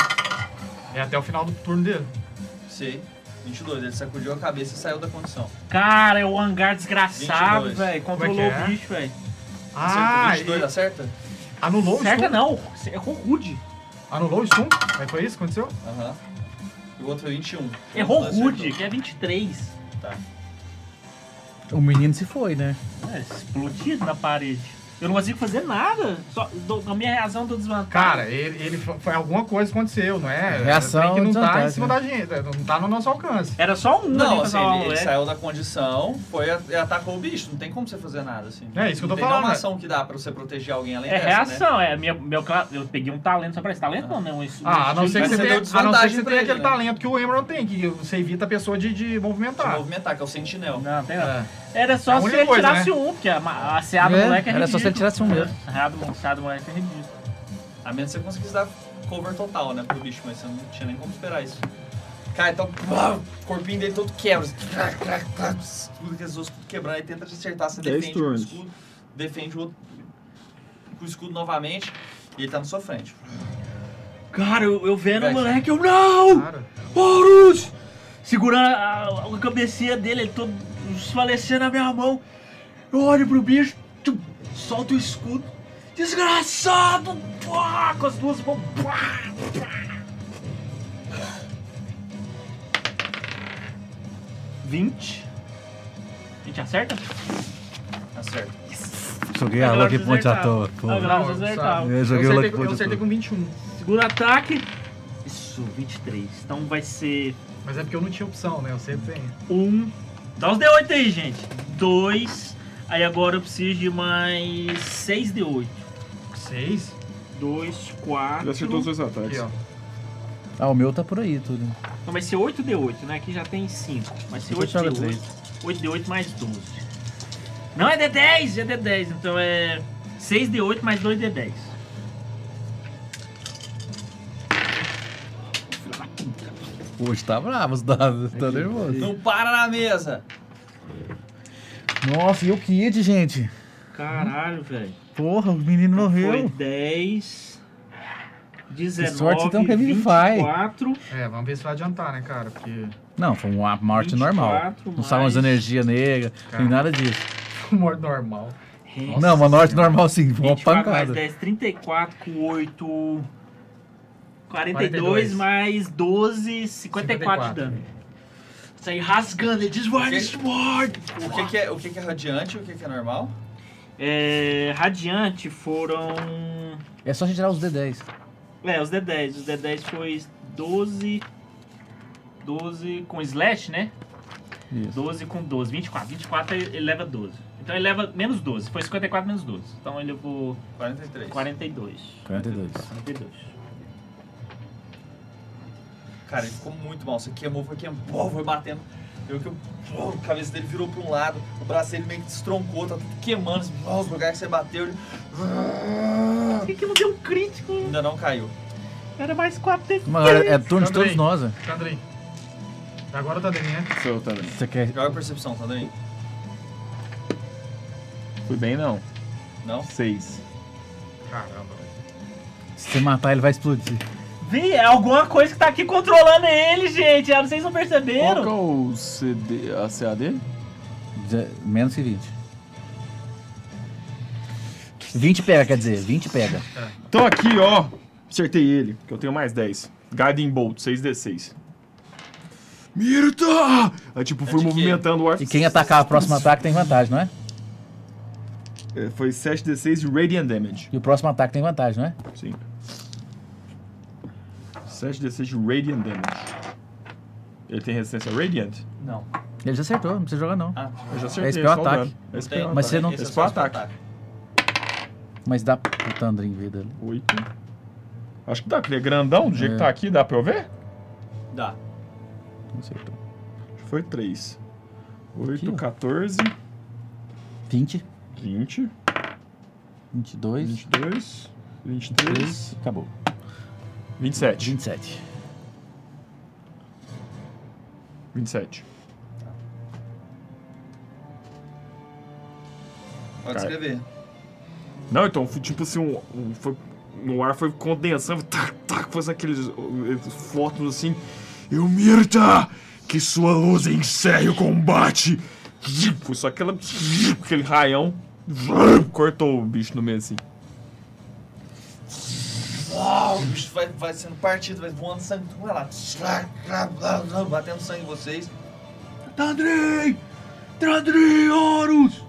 É até o final do turno dele.
Sei. 22. Ele sacudiu a cabeça e saiu da condição.
Cara, é o hangar desgraçado,
22.
velho.
Como é que
Controlou
é?
o bicho, velho.
Ah,
Acerta 22,
e-
acerta?
anulou o
Certa
stun.
não. É com o Rude.
Anulou o stun? Aí foi isso que aconteceu?
Aham. E o outro foi 21.
Errou o
Acertou.
Rude, que é 23.
O menino se foi, né?
É, explodido na parede. Eu não consigo fazer nada. Só, dou- a minha reação do desvantagem.
Cara, ele, ele fo- foi alguma coisa que aconteceu, não é?
Reação
Tem que não tá em
desvantagem,
cima
né?
da gente, é, não tá no nosso alcance.
Era só um
Não,
ali
assim,
pra
ele,
salvar o
ele
é?
moleque.
saiu da condição, foi a- e atacou o bicho. Não tem como você fazer nada, assim.
É isso que eu
Não
tô
tem
falando,
uma
né?
ação que dá pra você proteger alguém além
É
dessa, né?
reação, é. Minha, meu, cla- eu peguei um talento só pra esse talento, não, né? Um, es- um
Ah, a não ser
instinto.
Mas
que você
você
tenha,
deu
a não ser que
desvantagem
você
pra
tenha
ele,
aquele
né?
talento que o Emerald tem, que você evita a pessoa de, de
Se
movimentar.
movimentar, que é o sentinel.
Não, tem não.
É.
Era
É
só
a
se
única
ele
coisa,
tirasse
né?
um, porque a, ma- a seada do
É,
moleque é
era só se ele
ridículo.
tirasse um mesmo.
A seada do- a seada do moleque é ridículo.
A menos que você conseguisse dar cover total, né, pro bicho, mas você não tinha nem como esperar isso. Cara, então, pá, o corpinho dele todo quebra. assim, crac, crac, crac, Tudo que esses tudo quebrando, aí tenta te acertar, você
Dez
defende com o
turnos.
escudo, defende o outro com o escudo novamente, e ele tá na sua frente.
Cara, eu, eu vendo o
Vai,
moleque, eu não!
Cara,
Horus! Segurando a, a cabecinha dele, ele todo desfalecendo na minha mão. Eu olho pro bicho, tum, solto o escudo. Desgraçado! Pá, com as duas mãos. Pá, pá.
20. A gente acerta?
Acerta.
Joguei a Lucky Ponte à toa. pô.
Agora você
Não,
acertava.
Eu
eu
joguei o
acertei,
Lucky
com- eu
Ponte à toa.
acertei com 21,
Segura ataque. Isso, 23. Então vai ser
mas é porque eu não tinha opção, né? Eu sempre tenho.
um. Dá os D8 aí, gente. Dois. Aí agora eu preciso de mais seis D8.
6?
Dois,
Já
quatro.
acertou os dois
Aqui,
ataques.
ó.
Ah, o meu tá por aí, tudo.
Então vai ser 8 D8, né? Aqui já tem 5. Vai ser
Então
8
joga
D8. 8 D8 mais 12. Não, é D10! É D10. Então é 6 D8 mais 2 D10.
Hoje tá bravo, os dados. Tá nervoso. Então,
Não para na mesa!
Nossa, e o Kid, gente?
Caralho, velho.
Pô, Porra, o menino
Foi
morreu.
10. 19,
sorte, então, que é Vivify.
24,
É, vamos ver se vai adiantar, né, cara? Porque (laughs)
Não, foi uma morte normal.
24
Não saiu as
mais-
energia negra, nem nada disso.
humor normal.
não, uma morte normal sim, foi uma
24 mais
pancada.
10, 34 com 8. 42,
42.
mais 12, 54, de
54.
dano. Sai rasgando, é ele diz: Ward is Ward!
O que, que é, o que, que é radiante e o que, que é normal?
É, radiante foram.
É só a gente tirar os D10.
É, os D10. Os D10 foi 12. 12 com slash, né? 12 com 12. 24. 24 ele ele leva 12. Então ele leva menos 12. Foi 54 menos 12. Então ele levou
43.
42.
42.
42.
Cara, ele ficou muito mal. é Você queimou, foi queimando, pô, foi batendo. Eu que eu, pô, a cabeça dele virou pra um lado, o braço dele meio que destroncou, tá tudo queimando. Assim, ó, os lugares que você bateu, ele
Por que, que não deu um crítico?
ainda não caiu.
Era mais 4 D.
Mano, é, é turno de todos
Também.
nós. né?
Tandrin. Agora o Tandrin, né?
Seu também.
Você quer.
Joga a percepção, tá daí?
Fui bem, não.
Não?
Seis.
Caramba, velho.
Se você matar, ele vai explodir.
Vê, é alguma coisa que tá aqui controlando ele, gente. Ah, Vocês não
Qual que
perceberam?
é o CD, a CAD?
Deze- Menos que 20. 20 pega, quer dizer, 20 pega.
Tô aqui, ó. Acertei ele, que eu tenho mais 10. Guiding Bolt, 6d6.
Mirta!
É
Aí, tipo, fui
de quê?
movimentando o arco.
É E quem atacar o próximo ataque tem vantagem, não é?
É, Foi 7d6 de Radiant Damage.
E o próximo ataque tem vantagem, não é?
Sim. 7d6 de Radiant Damage. Ele tem resistência Radiant?
Não.
Ele já acertou, não precisa jogar não.
Ah,
Eu já acertei,
spell
só o
attack.
dano. É spell
Mas
attack.
você não-
Esse é
Esse foi
só
ataque.
Mas dá pro Tandrin em vida ali.
8. Acho que dá, porque ele é grandão, do jeito
É.
que tá aqui, dá pra eu ver?
Dá.
Acertou.
Foi 3.
Aqui,
8,
ó.
14,
20,
20,
22,
22, 23,
acabou.
27.
27.
27.
Pode
Cara.
escrever.
Não, então, foi tipo assim, um, um- foi- no ar foi condensando, (laughs) tac, tac, fazendo aqueles uh, fotos assim.
Eu, Mirta! Que sua luz encerre o combate!
Foi só aquela, aquele raião. Cortou o bicho no meio assim.
Uau, Ah, o bicho vai, vai sendo partido, vai voando sangue, tudo, vai lá. Slá, blá, blá, blá, Batendo sangue em vocês.
Tandrin! Tandrin, Horus!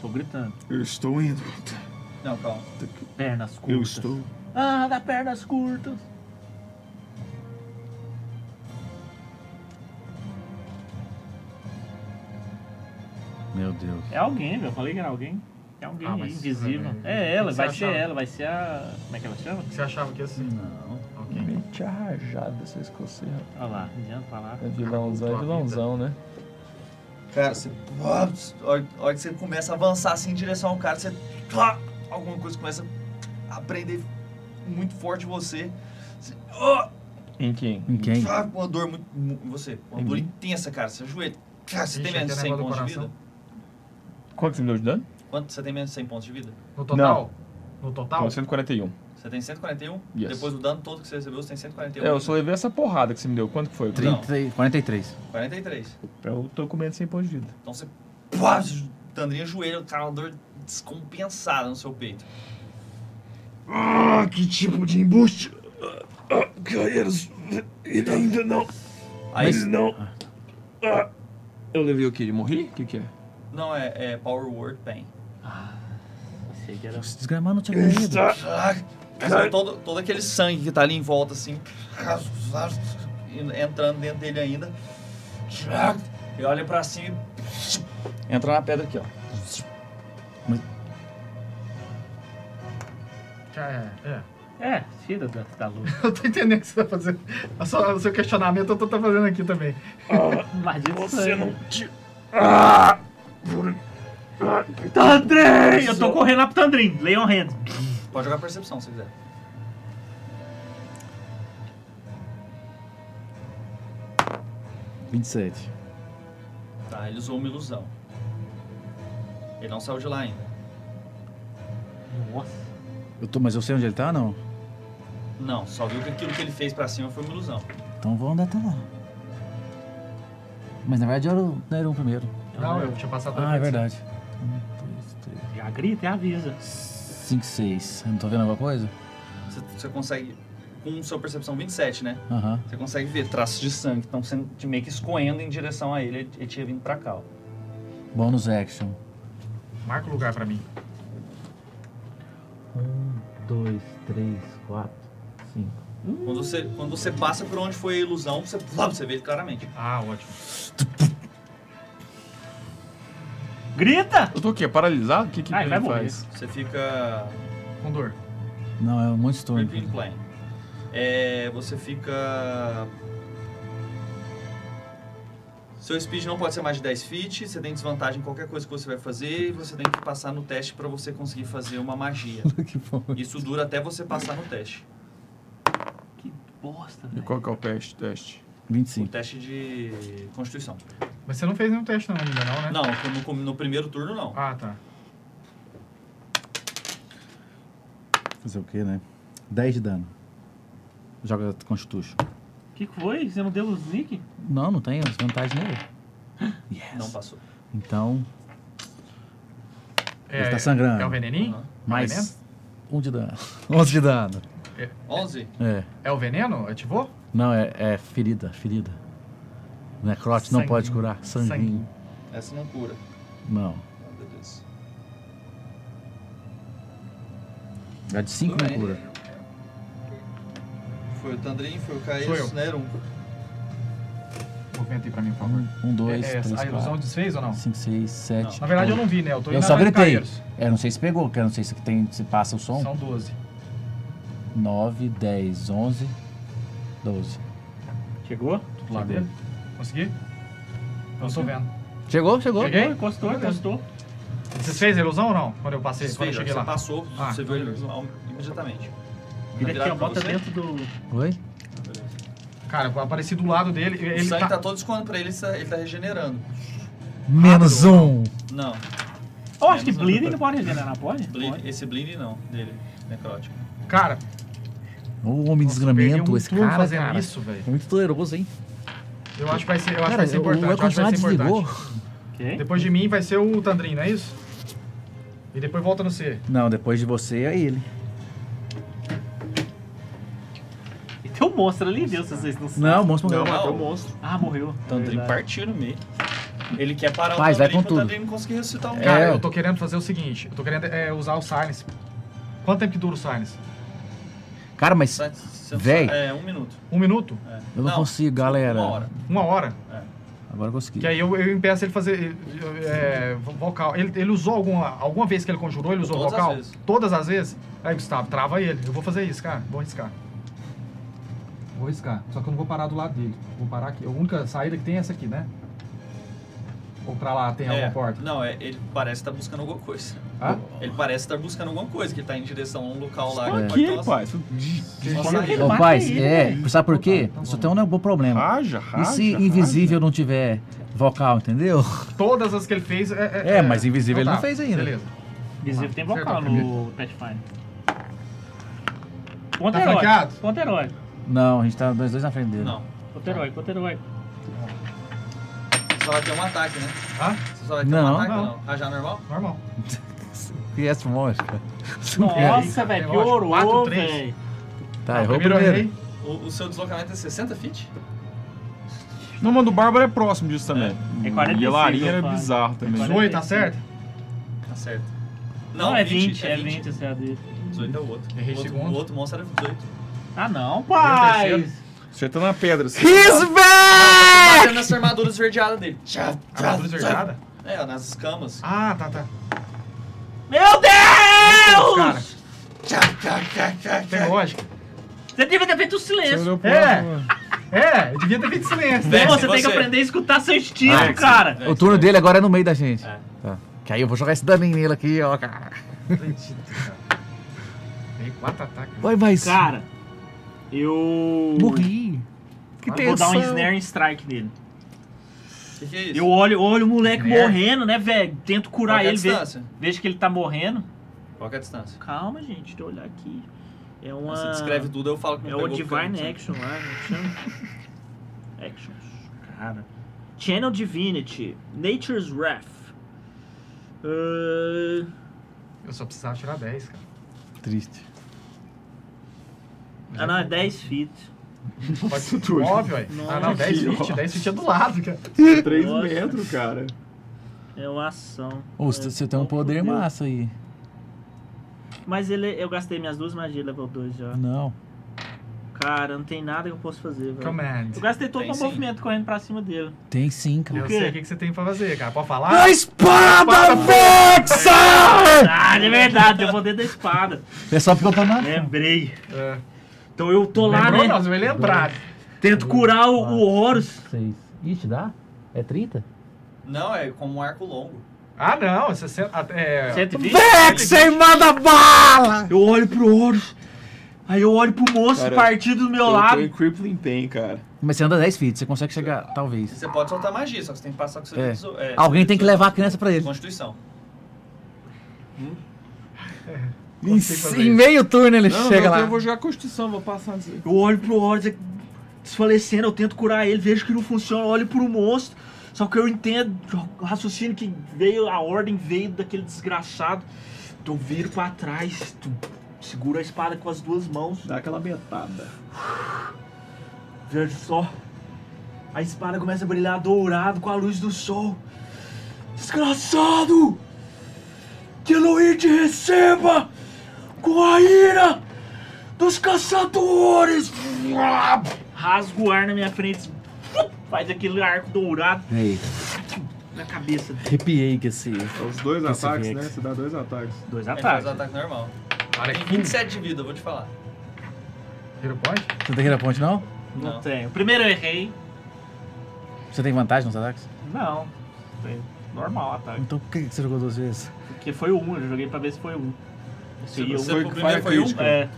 Tô gritando.
Eu estou indo, Mirta.
Não, calma.
Pernas curtas.
Eu estou.
Ah, dá pernas curtas.
Meu Deus.
É alguém, velho. Eu falei que era alguém. É alguém
Ah,
aí,
mas-
invisível.
é,
É,
é.
ela,
Você
vai ser
achava?
ela, vai ser a. Como é que ela chama?
Você achava que ia ser?
Não.
Ok.
Mente arrajada, essa escoceira.
Olha lá, adianta pra lá.
É vilãozão, é vilãozão, né?
Cara, você. Uau, A hora- a hora que você começa a avançar assim em direção ao cara, você. Clá, Alguma coisa começa a prender muito forte em você. Você- ó,
Em quem?
Em quem?
clá, Uma dor muito. mu- Em você. Uma
Em
dor
mim?
intensa, cara. Seu joelho. Cara, você
Ixi,
tem menos de
aquele
100
negócio
pontos
do
de vida?
coração.
Quanto você me deu de dano?
Quanto? Você tem menos de 100 pontos de vida?
No total? No total?
Então, 141.
Você tem 141?
Yes.
Depois do dano todo que você recebeu, você tem 141.
É, eu só levei essa porrada que você me deu. Quanto que foi?
30, 43.
43.
Eu tô comendo 100 pontos de vida.
Então você. Pá, Tandrinha joelho, cara, uma dor descompensada no seu peito.
Ah, que tipo de embuste! Ah, ah, Guerreiros, ainda, ainda não.
Aí.
Mas não.
Eu levei o quê? De morrer? O que que é?
Não, é, é Power Word Pain.
Achei que era.
Se desgramar, não tinha morrido.
Ah, Mas todo, todo aquele sangue que tá ali em volta, assim, entrando dentro dele ainda. Ele olha pra cima e entra na pedra aqui, ó.
Já é, é. (laughs)
É, tira da, da luz.
Eu tô entendendo o que você tá fazendo. A sua- O seu questionamento eu tô tá fazendo aqui também.
Imagina Você não.
Tandrei!
Ah! Eu tô correndo lá pro Tandrin, Leon Hand.
Pode jogar percepção se quiser. Tá, ele usou uma ilusão. Ele não saiu de lá ainda.
Nossa.
Eu tô, mas eu sei onde ele tá, não?
Não, só viu que aquilo que ele fez pra cima foi uma ilusão.
Então vou andar até lá. Mas na verdade eu era o Nairon primeiro. Um,
Não, eu tinha passado
Ah, é
antes.
verdade.
Já grita e avisa.
5, 6. Não tô vendo alguma coisa?
Você, você consegue, com sua percepção 27, né?
Aham.
Você consegue ver traços de sangue que estão sendo te meio que escoendo em direção a ele. Ele, ele tinha vindo pra cá, ó.
Bônus action.
Marca o lugar pra mim.
Um, dois, três, quatro, cinco.
Quando você, quando você passa por onde foi a ilusão, você, você vê ele claramente.
Ah, ótimo.
Grita!
Eu tô o quê? Paralisado? O que que
Ah, ele vai
ele
morrer.
faz?
Você fica
Com dor.
Não, é muito
Ripping
turno.
Plane. É, você fica. Seu speed não pode ser mais de 10 feet, você tem desvantagem em qualquer coisa que você vai fazer e você tem que passar no teste pra você conseguir fazer uma magia.
(laughs) que bom.
Isso dura até você passar no teste.
Que bosta,
E
velho.
qual que é o teste? teste?
O
25.
teste de Constituição.
Mas você não fez nenhum teste não ainda, não, né?
Não, no, no primeiro turno não.
Ah, tá.
Fazer o quê, né? 10 de dano. Joga Constitution.
O que que foi? Você não deu os nick?
Não, não tem desvantagem nele. Yes.
Não passou.
Então, Ele tá sangrando.
É o veneninho?
mais um de dano. (laughs) 11 de dano.
11?
É.
É o veneno? Ativou?
Não, é, é ferida, ferida. Necrote não
Sanguinho.
pode curar. Sanguinho.
Sanguinho.
Essa não cura.
Não.
Ah, beleza.
A É de 5
Tudo
não
é-
bem.
cura.
Foi o Tandrin, foi o
Sou
Caes,
eu.
né? Era um.
Movimento aí pra mim, por favor.
1, 2,
É, é,
3,
a ilusão
4,
desfez ou não?
5, 6, 7.
Na verdade eu não vi, né? Eu tô
Eu
indo
só
atrás do
gritei.
Calheiros.
É, não sei se pegou, porque eu não sei se, tem, se passa o som.
São 12.
9, 10, 11, 12.
Chegou?
Do lado dele. Consegui? Não tô vendo.
Chegou, chegou.
Cheguei?
Encostou, encostou.
Desfez a ilusão ou não? Quando eu passei, quando eu
Desfeira,
cheguei
você tá-
lá.
passou,
Ah,
você viu ele
beleza.
ao- imediatamente.
Vira aqui,
virado
ó.
pra
Bota
você?
dentro do.
Oi?
Cara, eu apareci do lado dele.
O
Ele
sangue
tá...
tá... todo escoando pra ele, ele tá, ele tá regenerando.
Menos um.
Não,
Eu acho que Bleeding não pode regenerar, pode?
bleed-
Pode.
esse bleed não, dele, necrótico.
Cara,
O homem
nossa, eu perdi
desgramento,
um
esse
turno
cara,
fazendo
cara.
isso, velho.
Muito toleroso, hein?
Eu acho que vai ser, eu acho que
Cara,
vai ser
o-
importante.
o
Eu acho que vai
ar-condicionado
ser
desligou.
importante.
Ok.
Depois de mim vai ser o Tandrin, não é isso? E depois volta no C.
Não, depois de você é ele.
E tem um monstro ali, Deus, se vocês não sabem.
Não, o monstro morreu. Então,
Não,
o monstro.
Ah, morreu.
Ele Então, partiu no meio. Ele quer parar
Faz,
o
vai
Tandrin
com
pro
tudo.
Tandrin não conseguir ressuscitar um
É.
cara.
Cara, eu tô querendo fazer o seguinte. Eu tô querendo é, usar o Silence. Quanto tempo que dura o Silence?
Cara, mas
Sai- você não
Véi.
sabe- É, um minuto.
Um minuto?
É.
eu não, consigo, galera.
Uma hora.
Uma hora?
Agora eu consegui.
Que aí eu, eu impeço ele fazer é, é, vocal. Ele, ele usou alguma, alguma vez que ele conjurou, ele usou
Todas
vocal?
as vezes.
Todas as vezes? Aí, Gustavo, trava ele. Eu vou fazer isso, cara. Vou arriscar. Vou arriscar. Só que eu não vou parar do lado dele. Vou parar aqui. A única saída que tem é essa aqui, né? Ou pra lá tem
É,
alguma porta?
Não, é, ele parece estar buscando alguma coisa.
Hã?
Ele parece estar buscando alguma coisa, que ele tá em direção a um local lá.
Olha
que
aqui,
pode ter uma-
rapaz.
uma saída.
Ô,
Mata
paz,
ele,
é. Sabe por
Então tá,
quê?
então
Isso
vamos.
tem um bom problema.
Raja, raja.
e se
raja.
é invisível não tiver vocal, entendeu?
Todas as que ele fez. É,
É, mas invisível
Então
ele não fez ainda.
Beleza.
Inclusive tem vocal
Acertou
no Pathfinder. Ponto
Tá
herói.
flanqueado?
Ponto herói.
Não, a gente tá dois, dois na frente dele.
Não.
Ponto herói, ponto herói.
Você só vai ter um ataque, né?
Hã?
Você só vai ter
Não,
um ataque,
não.
não. Rajar normal?
Normal.
Que essa mosca. (laughs)
Nossa,
aí,
velho,
eu acho
piorou,
quatro, três.
velho.
Tá, errou o
primeiro eu
primeiro.
errei.
O, o seu deslocamento é 60 feet?
Não, mano, o Bárbaro é próximo disso também.
É
E
45,
a Larinha
eu
era
falo.
bizarro também.
18, tá certo?
Tá certo.
Não, é 20, é 20 esse AD.
18 é o outro.
Errei
o outro,
segundo.
o outro monstro era 18.
Ah, não, pai.
terceiro.
Você tá na pedra. assim.
Batendo nessa armadura esverdeada dele. Tchá,
Armadura deserdada?
É, nas escamas.
Ah, tá, tá.
Meu Deus!
Cara, tem lógica.
Você devia ter feito o silêncio.
É! É, eu devia ter feito silêncio. né?
Vem,
Você, tem
você.
que aprender a escutar seu estilo,
Ah, é,
cara.
sim.
O turno dele agora é no meio da gente.
É.
Tá. Que aí eu vou jogar esse daninho nele aqui, ó, cara.
Tem quatro ataques.
Vai, mas.
Cara, eu.
Morri.
Eu
Que
Tipo, vou dar um
tensão.
snare strike nele.
O que, que é isso?
Eu olho, olho o moleque
Snare?
morrendo, né, velho? Tento
Qual
curar
que é a
ele, ve-
distância?
vejo que ele tá morrendo.
Qual que é a distância?
Calma, gente, deixa eu olhar aqui. É uma.
Você descreve tudo, eu falo que não
É o
pegou, né? porque eu não
Divine
sei.
Action lá, como que chama? Actions. Cara. Channel Divinity. Nature's Wrath. Ah, Ahn,
Eu só precisava tirar 10, cara.
Triste.
Ah, não, é 10 feet.
Pode ser tudo. Óbvio, ué. Ah, não,
Nossa.
10 feet. 10 feet é do lado, cara.
3
Nossa.
metros, cara.
É uma ação.
Ô, você você tem um poder
Fudeu.
massa aí.
Mas ele, eu gastei minhas duas magias level 2 já.
Não.
Cara, não tem nada que eu possa fazer, velho.
Command.
Eu gastei todo
Tem
o
sim.
movimento correndo pra cima dele.
Tem sim, cara.
Eu
quê?
sei o que, que você tem pra fazer, cara. Pode falar?
A
Ah,
espada vexa!
Ah, é verdade, tem o poder da espada.
É só porque eu tô na...
Lembrei.
É.
Então eu tô lá,
Lembrou?
né?
Não, você vai lembrar.
Tento curar o, o Horus.
Seis. Ixi, dá? É 30?
Não, é como um arco longo.
Ah, não. 60, ah, é,
120.
Vexa e manda bala!
Eu olho pro Horus. Aí eu olho pro moço
Cara,
partido do meu
Eu tô
lado.
em Crippling Pain, cara.
Mas você anda 10 feet, você consegue chegar, talvez.
Você pode soltar magia, só que você tem que passar com seu
É.
deso- é,
Alguém tem que
dezoito.
levar a criança pra ele.
Constituição.
Em,
fazer
em
isso.
meio turno ele chega
não,
lá.
Eu vou jogar Constituição, vou passar assim. disso aí.
Eu olho pro Horus é, desfalecendo, eu tento curar ele, vejo que não funciona, eu olho pro monstro. Só que eu entendo, o raciocínio que veio, a ordem veio daquele desgraçado. Então eu viro pra trás, tu seguro a espada com as duas mãos,
Dá aquela metada.
vejo só. A espada começa a brilhar dourado com a luz do sol. Desgraçado! Que Elohim te receba com a ira dos caçadores! Rasgo o ar na minha frente, faz aquele arco dourado
Ei,
na cabeça.
arrepiei que esse.
É os dois
Esse
ataques, né?
Vex.
Você dá dois ataques.
Dois
É, faz um ataque normal.
Olha
Tem
aqui.
27 de vida, eu vou te falar.
Hero point?
Você tem que ir na ponte, não?
Não,
Não.
tenho. Primeiro eu errei.
Você tem vantagem nos ataques?
Não. Tem. Normal ataque.
Então por que que você jogou duas vezes?
Porque foi um, eu joguei pra ver se foi um.
Se
Seria
você
um.
for o primeiro foi um,
É,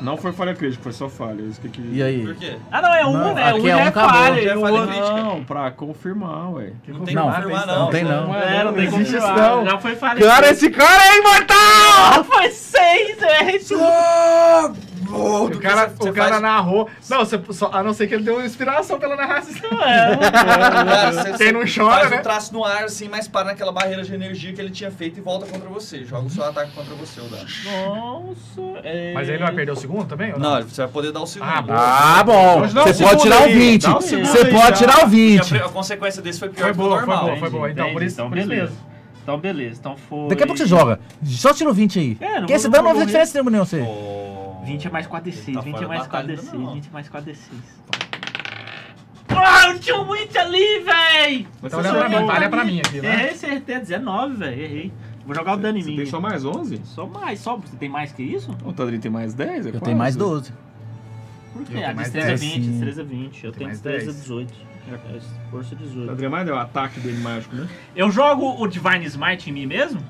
Não foi falha crítica, foi só falha. Isso que eu queria-
E aí?
por quê?
Ah, não, é um,
Não,
né?
aqui
Um
é
já
um,
é
acabou.
falha.
Já é
e o
falha
outro-
crítica.
Não, pra confirmar, ué.
Não tem que confirmar, não.
Não tem não.
É, não tem
não
como
existe isso,
tirar,
não.
Já foi falha.
Cara, esse cara é imortal!
Ah, foi seis, eu errei tudo.
Ou do
o
que
cara,
você- você
o cara
faz-
narrou. Não, você, só, a não ser que ele deu inspiração pela narração.
é.
Cara, você-
Quem
você
não chora,
faz um
né?
traço no ar assim, mas para naquela barreira de energia que ele tinha feito e volta contra você. Joga o seu ataque contra você, o dano.
Nossa. É...
Mas ele vai perder o segundo também? ou
Não, você vai poder dar o segundo.
Ah, boa.
Ah, bom.
Mas dá um
Você pode
segundo
tirar o
aí,
20.
dá um segundo
Você
aí,
pode
já.
tirar o
E a
20.
pre- a, consequência desse é foi pior
Foi
que o
boa, foi
normal.
boa. Então, por isso-
então,
por isso
beleza.
mesmo.
Então, beleza. Então foi.
Daqui a pouco você joga. Só tira o 20 aí.
É, não
Porque
vou-
esse
não
dano não vai
vou
fazer
morrer.
diferença nenhuma em você.
20 é mais 4d6,
Ele tá
20 é
fora
mais
da batalha ainda
4d6,
não.
20 é mais 4d6. Ah, eu tinha um hit ali, véi!
Mas
Então
você
olha pra
só-
mim, olha pra mim aqui, né?
Errei, acertei, 19, véi, errei. Vou jogar o dano em
Você
um
mim.
tem só mais 11?
Só mais, só. Você tem mais que isso?
O Tadrinho tem mais 10? É
Eu
quase.
tenho mais 12.
Por quê?
Eu
A
tenho mais
destreza é
10.
20, a destreza é 20. Eu tenho
mais
destreza
10.
18. É, Força
O
18.
Tadrinho mais deu o ataque dele mágico, né?
Eu jogo o Divine Smite em mim mesmo?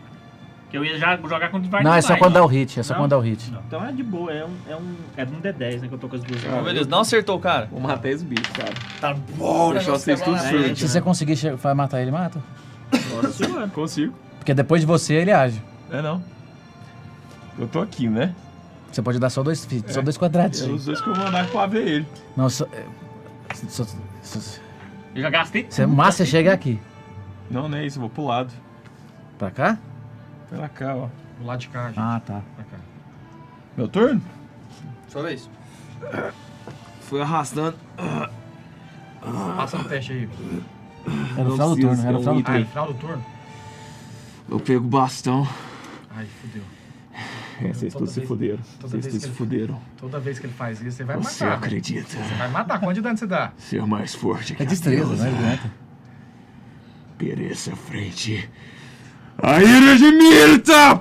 Que eu ia já jogar com o Divine Smite.
Não, é só quando dá o hit. É só
Não.
quando dá o hit.
Então é de boa, é um, é um, é um D10, né? Que eu tô com as duas.
Ah,
Então,
mãos.
beleza, não acertou o cara.
Vou matar esse bicho, cara.
Tá bom,
Deixar
negócio
vocês
tá
tudo
lá na
surdo.
frente.
Se você conseguir che- vai matar ele, mata.
Nossa senhora.
Consigo.
Porque depois de você ele age.
É não. Eu tô aqui, né?
Você pode dar só dois feet, só dois
É
quadradinhos.
os dois que eu vou mandar pra ver ele.
Não, só. é, só- só-
Eu já gastei.
Você, mas você chega aqui.
Não, não é isso, eu vou pro lado.
Pra cá?
Pela cá, ó.
Do lado de cá, gente.
Ah, tá.
Pra cá.
Meu turno?
Sua vez.
Fui arrastando.
Passa no teste aí.
Era o final do turno, era o final do
Ai,
turno.
final do turno?
Eu pego o bastão.
Ai, fudeu.
É,
Toda
vocês todos se
vez-
fuderam.
toda
Vocês
vez
todos
que
se
ele-
fuderam.
Toda vez que ele faz isso, você vai
é
Você
matar. velho.
acredita
Vai matar. Quanto de dano você dá?
ser mais forte que
É
a
destreza,
deusa.
né? Ele aguenta.
Pereça frente. A ira de Mirta!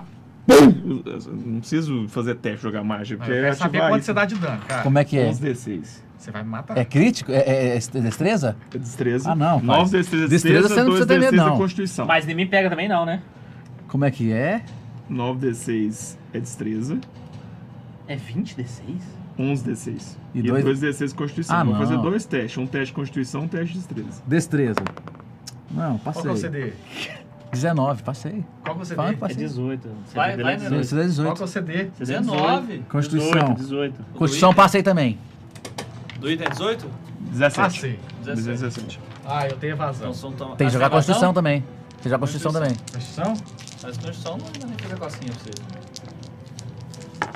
Pum! Eu Não preciso fazer teste jogar mágica,
Ah, Eu
É,
porque
quero saber quanto você dá de dano, cara.
Como é que é?
Uns D6.
Você vai me matar.
É crítico? É, é- é destreza?
É destreza.
Ah, não,
Nove
faz.
é destreza,
Destreza você não
dois
precisa ter medo,
D6 é
não.
Constituição.
Mas nem me pega também, não, né?
Como é que é?
9 D6 é destreza,
É 20 D6?
11 D6.
E
E,
dois-
2 D6 de Constituição.
Ah,
Vou
não.
fazer dois testes, um teste de Constituição, um teste de destreza.
Destreza. Não,
Qual que é
passei.
o CD?
19, passei.
Qual você
Fala que
deu?
passei.
É 18.
Vai- vai, né?
Você dá
Qual
18.
que é você dê?
19.
é
Constituição.
18. 18.
Constituição, passei também.
Do item é 18?
é
17.
Passei.
17.
17.
Ah, eu tenho evasão.
Então, são tão...
Tem
Ah,
que jogar
você vai
Constituição
não?
também. Tem que jogar Constituição também.
Constituição?
Mas Constituição não vai nem fazer cocinha pra você.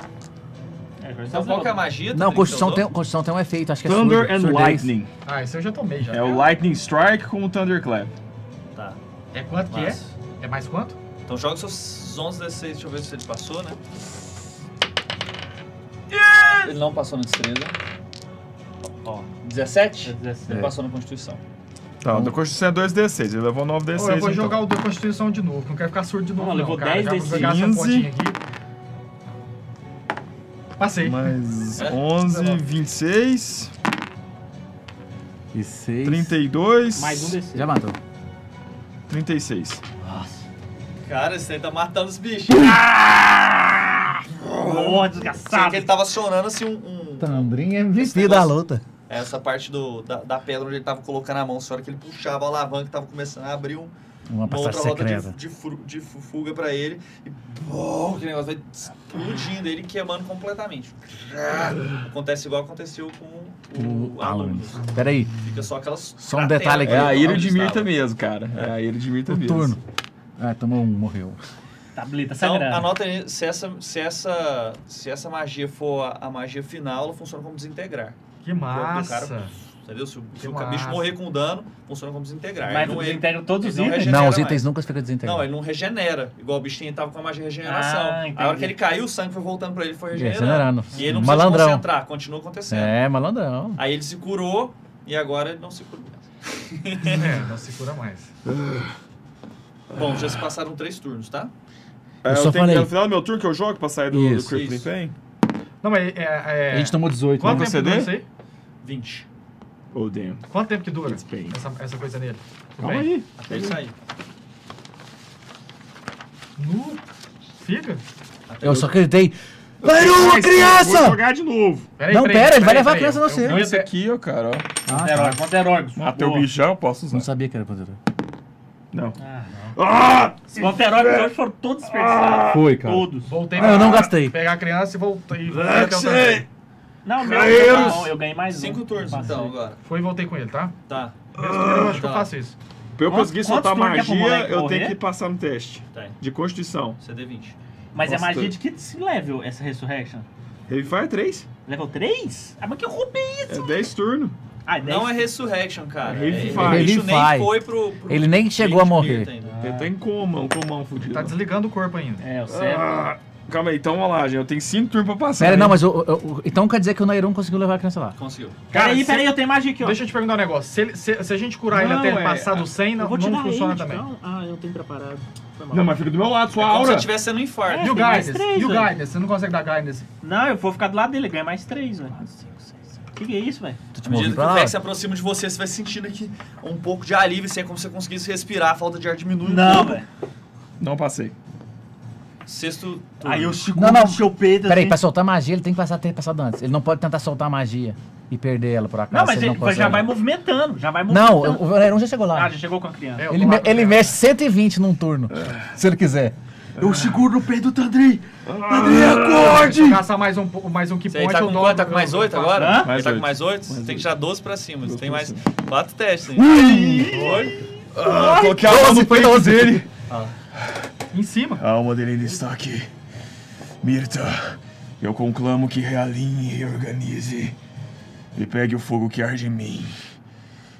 É,
Então qual que é a magia?
Não,
Tudo que
Constituição
você
tem, Constituição tem um efeito, acho que é
Thunder
surdo-
and
surdez.
Lightning.
Ah, esse eu já tomei já.
É o Lightning Strike com o Thunderclap.
usou? Tá.
É quanto que
Mas...
é? É mais quanto?
Então joga seus 11 D6, deixa eu ver se ele passou, né? Ele não passou na destreza. Ó,
é
17? Ele passou na Constituição.
Tá, o da Constituição é 2D6, ele levou 9D6.
Ô, eu vou
então.
jogar o da Constituição de novo, não quero ficar surdo de novo.
Não,
Não,
levou
cara.
10
já vou
desse
jogar essa
15.
pontinha aqui. Passei.
Mais
É?
Tá
11, 26,
E 6.
32,
Mais um desse.
Já matou.
36.
Cara, esse aí tá matando os bichos.
Porra,
Sei
desgraçado.
que ele tava acionando assim um.
Tá
um-
é
Tandrinha
Esse
MVP
negócio-
da luta.
essa parte do, da, da pedra onde ele tava colocando a mão, só hora que ele puxava a alavanca, tava começando a abrir um, uma
Uma
outra
passagem
rota
secreta.
de, de, fru- de fu- fuga pra ele. E bom, aquele negócio vai explodindo ele, queimando completamente. Acontece igual aconteceu com o,
O Alan.
Alunos.
Peraí,
Fica só aquelas.
Só um
crateras
detalhe aqui.
É a
onde
Ira de
estava.
Mirta mesmo, cara. É a Ira de Mirta
o
mesmo.
turno. Ah, tomou um, morreu.
Tablita
Então,
sagrada.
anota aí, se essa, se, essa, se essa magia for a, a magia final, ela funciona como desintegrar.
Que
Do
massa.
cara. Entendeu? Se, o- se o
massa.
bicho morrer com dano, funciona como desintegrar.
Mas
Ele não- é Então,
eles
ele-
integram todos os
ele não
itens.
regenera
não, os
mais.
itens nunca ficam desintegrados.
Não, ele não regenera. Igual o bichinho tava com a magia de regeneração.
Ah, entendi.
a hora que ele caiu, o sangue foi voltando pra ele foi regenerando.
Regenerando.
E ele não precisa se
Malandrão.
concentrar, continua acontecendo.
É, malandrão.
Aí ele se curou e agora ele não se curou.
(laughs) É, não se cura mais.
Bom, já se passaram três turnos, tá?
É,
Eu
eu
só
tenho-
falei.
é no final do meu turno que eu jogo pra sair do, do
Isso,
Crippling
isso.
Pain?
Não, mas é. é-
A gente tomou né? 18.
Quanto
Vamos
tempo que dura
proceder?
isso aí?
20.
Oh, damn.
Quanto tempo que dura
It's pain.
essa, essa coisa nele? Tudo
Calma
bem?
aí.
Até ele sair.
Nu. Fica?
Eu só gritei. Vai uma criança!
Vou jogar de novo.
Peraí,
Não,
peraí,
pera, ele
peraí,
vai levar a
peraí.
criança no
Eu-
seio.
eu
Não,
ia
esse
pe-
aqui, ó, cara, ó.
Ah,
Contra
tá.
herói, Contra herói.
Matei o bicho já, eu posso usar.
Não sabia que era poder.
Não. Ah!
Os contra
Ah!
herói hoje foram todos desperdiçados.
Foi, cara.
Todos.
Voltei
Ah, eu não gastei.
Pegar a criança e voltei. e voltei até o Tantan.
Não, meu,
Caíros.
não, eu ganhei mais um.
é Cinco turnos,
Passei.
então, agora.
Foi e voltei com ele, tá?
Tá,
Mesmo que eu acho que eu
Tá.
faço isso.
Pra eu
Quantos- quantos
conseguir soltar
turnos que é pro
magia,
moleque
eu
correr?
tenho que passar no teste.
tem.
De Constituição.
CD20.
Mas é
Nossa.
magia de que level essa Resurrection?
Revify é 3.
Level 3? Ah, mas que roupa é
É
isso?
10 turnos.
Ah, 10.
Não é Resurrection, cara.
É Revify.
O bicho nem
Revify.
foi pro. pro
Ele nem chegou a morrer.
Spirit ainda.
Ele tá em coma, um comão fudido.
Tá desligando o corpo ainda.
É, o certo.
Ah, calma aí, então, vamos lá, gente. Eu tenho 5 turnos pra passar.
Pera,
hein?
não, mas eu, eu- eu- Então quer dizer que o Nairon conseguiu levar a criança lá.
Conseguiu. É
peraí,
se-
peraí, eu tenho magia aqui, ó.
Deixa eu te perguntar um negócio. Se, ele- se- se a gente curar ele
Não,
até ele
é-
passar do 100,
eu
não,
vou te
não
dar
funciona
ele,
também.
então. Ah, eu tenho preparado. Foi mal.
Não, mas fica do meu lado, sua
Como se
aura.
eu estivesse sendo um infarto.
E o
tem mais
Guidance?
três,
E o
velho.
Guidance? Você não consegue dar Guidance?
Não, eu vou ficar do lado dele, ganha mais 3, velho. Que que é isso, velho?
Tu te
À medida
movendo
que
pra
o
lá.
Vex se aproxima de você, você vai sentindo aqui um pouco de alívio, assim, é como se você conseguisse respirar, a falta de ar diminui um
Não,
pouco.
velho.
Não passei.
Sexto turno.
Aí eu seguro
Não, não.
o seu peito
Peraí,
assim.
pra soltar magia, ele tem que passar ter passado antes. Ele não pode tentar soltar magia e perder ela por acaso.
Não, mas
se
ele
não
já
consegue.
vai movimentando, já vai
Não,
movimentando.
o o Nairon já chegou lá.
então. Ah, já chegou com a criança.
É, eu
Ele,
tô lá
me-
com
ele
ela.
mexe 120 num turno. Se ele quiser.
Eu seguro no peito do Tandri.
Ah,
Se eu gastar mais um, po- mais um que
Você aí
é
point,
tá
eu
com quanto?
dobro.
Tá com mais
eu- eu
8
faço.
agora?
Hã?
Ele
Mais
tá com
oito.
mais 8? Você tem que tirar 12 pra cima. Você tem mais 4 testes ainda. Oi.
Ah, coloquei a alma no peito dele.
Em cima.
A alma dele ainda está aqui. Mirta, eu conclamo que realinhe e reorganize. E pegue o fogo que arde em mim.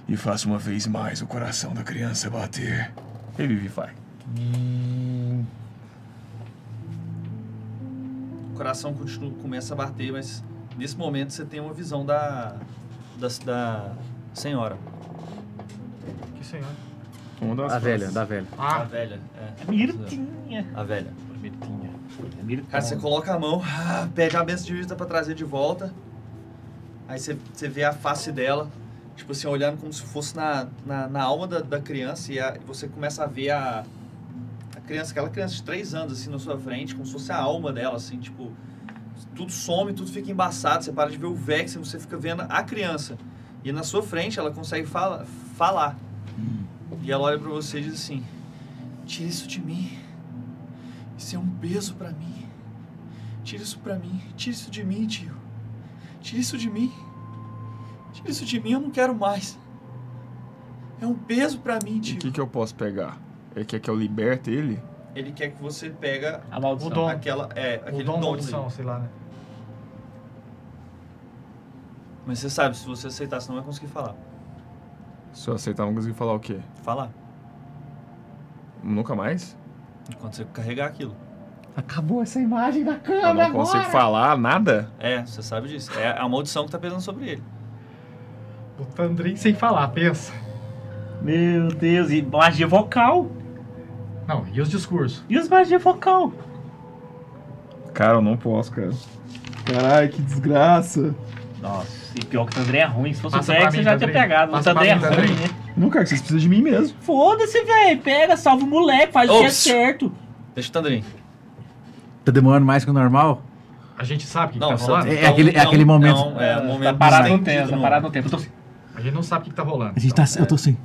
E faça uma vez mais o coração da criança bater.
Revivify.
O coração continua, começa a bater, mas nesse momento você tem uma visão da. da, da senhora.
Que senhora.
Vamos dar umas
Da velha,
frases.
da velha.
A
Ah,
velha. É.
Mirtinha.
A velha.
Mirtinha.
Cara, você coloca a mão, ah, pede a benção de vista pra trazer de volta. Aí você, você vê a face dela, tipo assim, olhando como se fosse na, na, na alma da, da criança. E, a- e você começa a ver a, a criança, aquela criança de 3 anos, assim, na sua frente, como se fosse a alma dela, assim, tipo. Tudo some, tudo fica embaçado. Você para de ver o Vex e você fica vendo a criança. E na sua frente ela consegue fala, falar. E ela olha pra você e diz assim: Tira isso de mim. Isso é um peso pra mim. Tira isso pra mim. Tira isso de mim, tio. Tira isso de mim. Tira isso de mim, eu não quero mais. É um peso pra mim,
E o
tio.
que, que eu posso pegar? Ele quer que eu liberte ele?
Ele quer que você pega
A maldição.
O dom.
aquela, é,
O
aquele
dom
dom
da
dele.
audição, sei lá, né?
Mas você sabe, se você aceitar, você não vai conseguir falar.
Se eu aceitar, eu não consigo falar o quê?
Falar.
Nunca mais?
Enquanto você carregar aquilo.
Acabou essa imagem da
Eu
câmera
não consigo
agora.
falar nada?
É, você sabe disso. É a maldição que tá pesando sobre ele.
O Tandrin sem falar, pensa.
Meu Deus, e magia vocal.
Não, e os discursos?
E os magia vocal?
Cara, eu não posso, cara. Caralho, que desgraça.
Nossa, e pior que o Tandré é ruim. Se fosse
Passa
o Zé,
pra
você
mim,
já
Tandré.
tinha pegado.
Passa
o Tandré é
pra mim,
ruim,
Tandré.
né?
Não, cara, vocês precisam de mim mesmo.
Foda-se, velho. Pega, salva o moleque, faz o que é
Ops.
certo.
Deixa o Tandrin.
Tá demorando mais que o normal?
A gente sabe o que, que
Não,
tá
você
rolando?
tá-
É aquele- é aquele momento.
Não, é o momento
Tá parado no
estendido
tempo, tá
no-
parado no tempo. Eu tô assim,
A gente não sabe o que, que tá rolando.
A gente tá. Eu tô assim.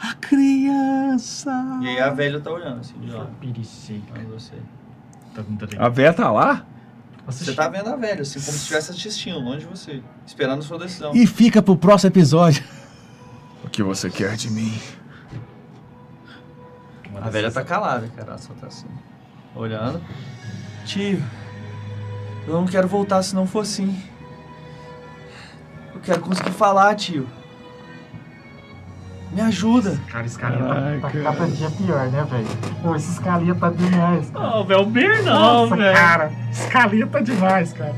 A criança.
E aí a velha tá olhando assim, de lá.
Piricica.
Mas você.
Tá com Tandrin.
A véia tá lá?
Ah, Você tá vendo a velha, assim, como se estivesse assistindo, longe de você. Esperando a sua decisão.
E fica pro próximo episódio.
O que você quer de mim?
A velha tá calada, cara. Ela só tá assim. Olhando. Tio, eu não quero voltar se não for assim. Eu quero conseguir falar, tio. Me ajuda.
Cara, esse carinha tá, tá cada dia pior, né, velho? Pô, esses carinha tá demais, cara.
Ô, velho, o Ber não,
Nossa,
velho.
cara. Esse carinha tá demais, cara.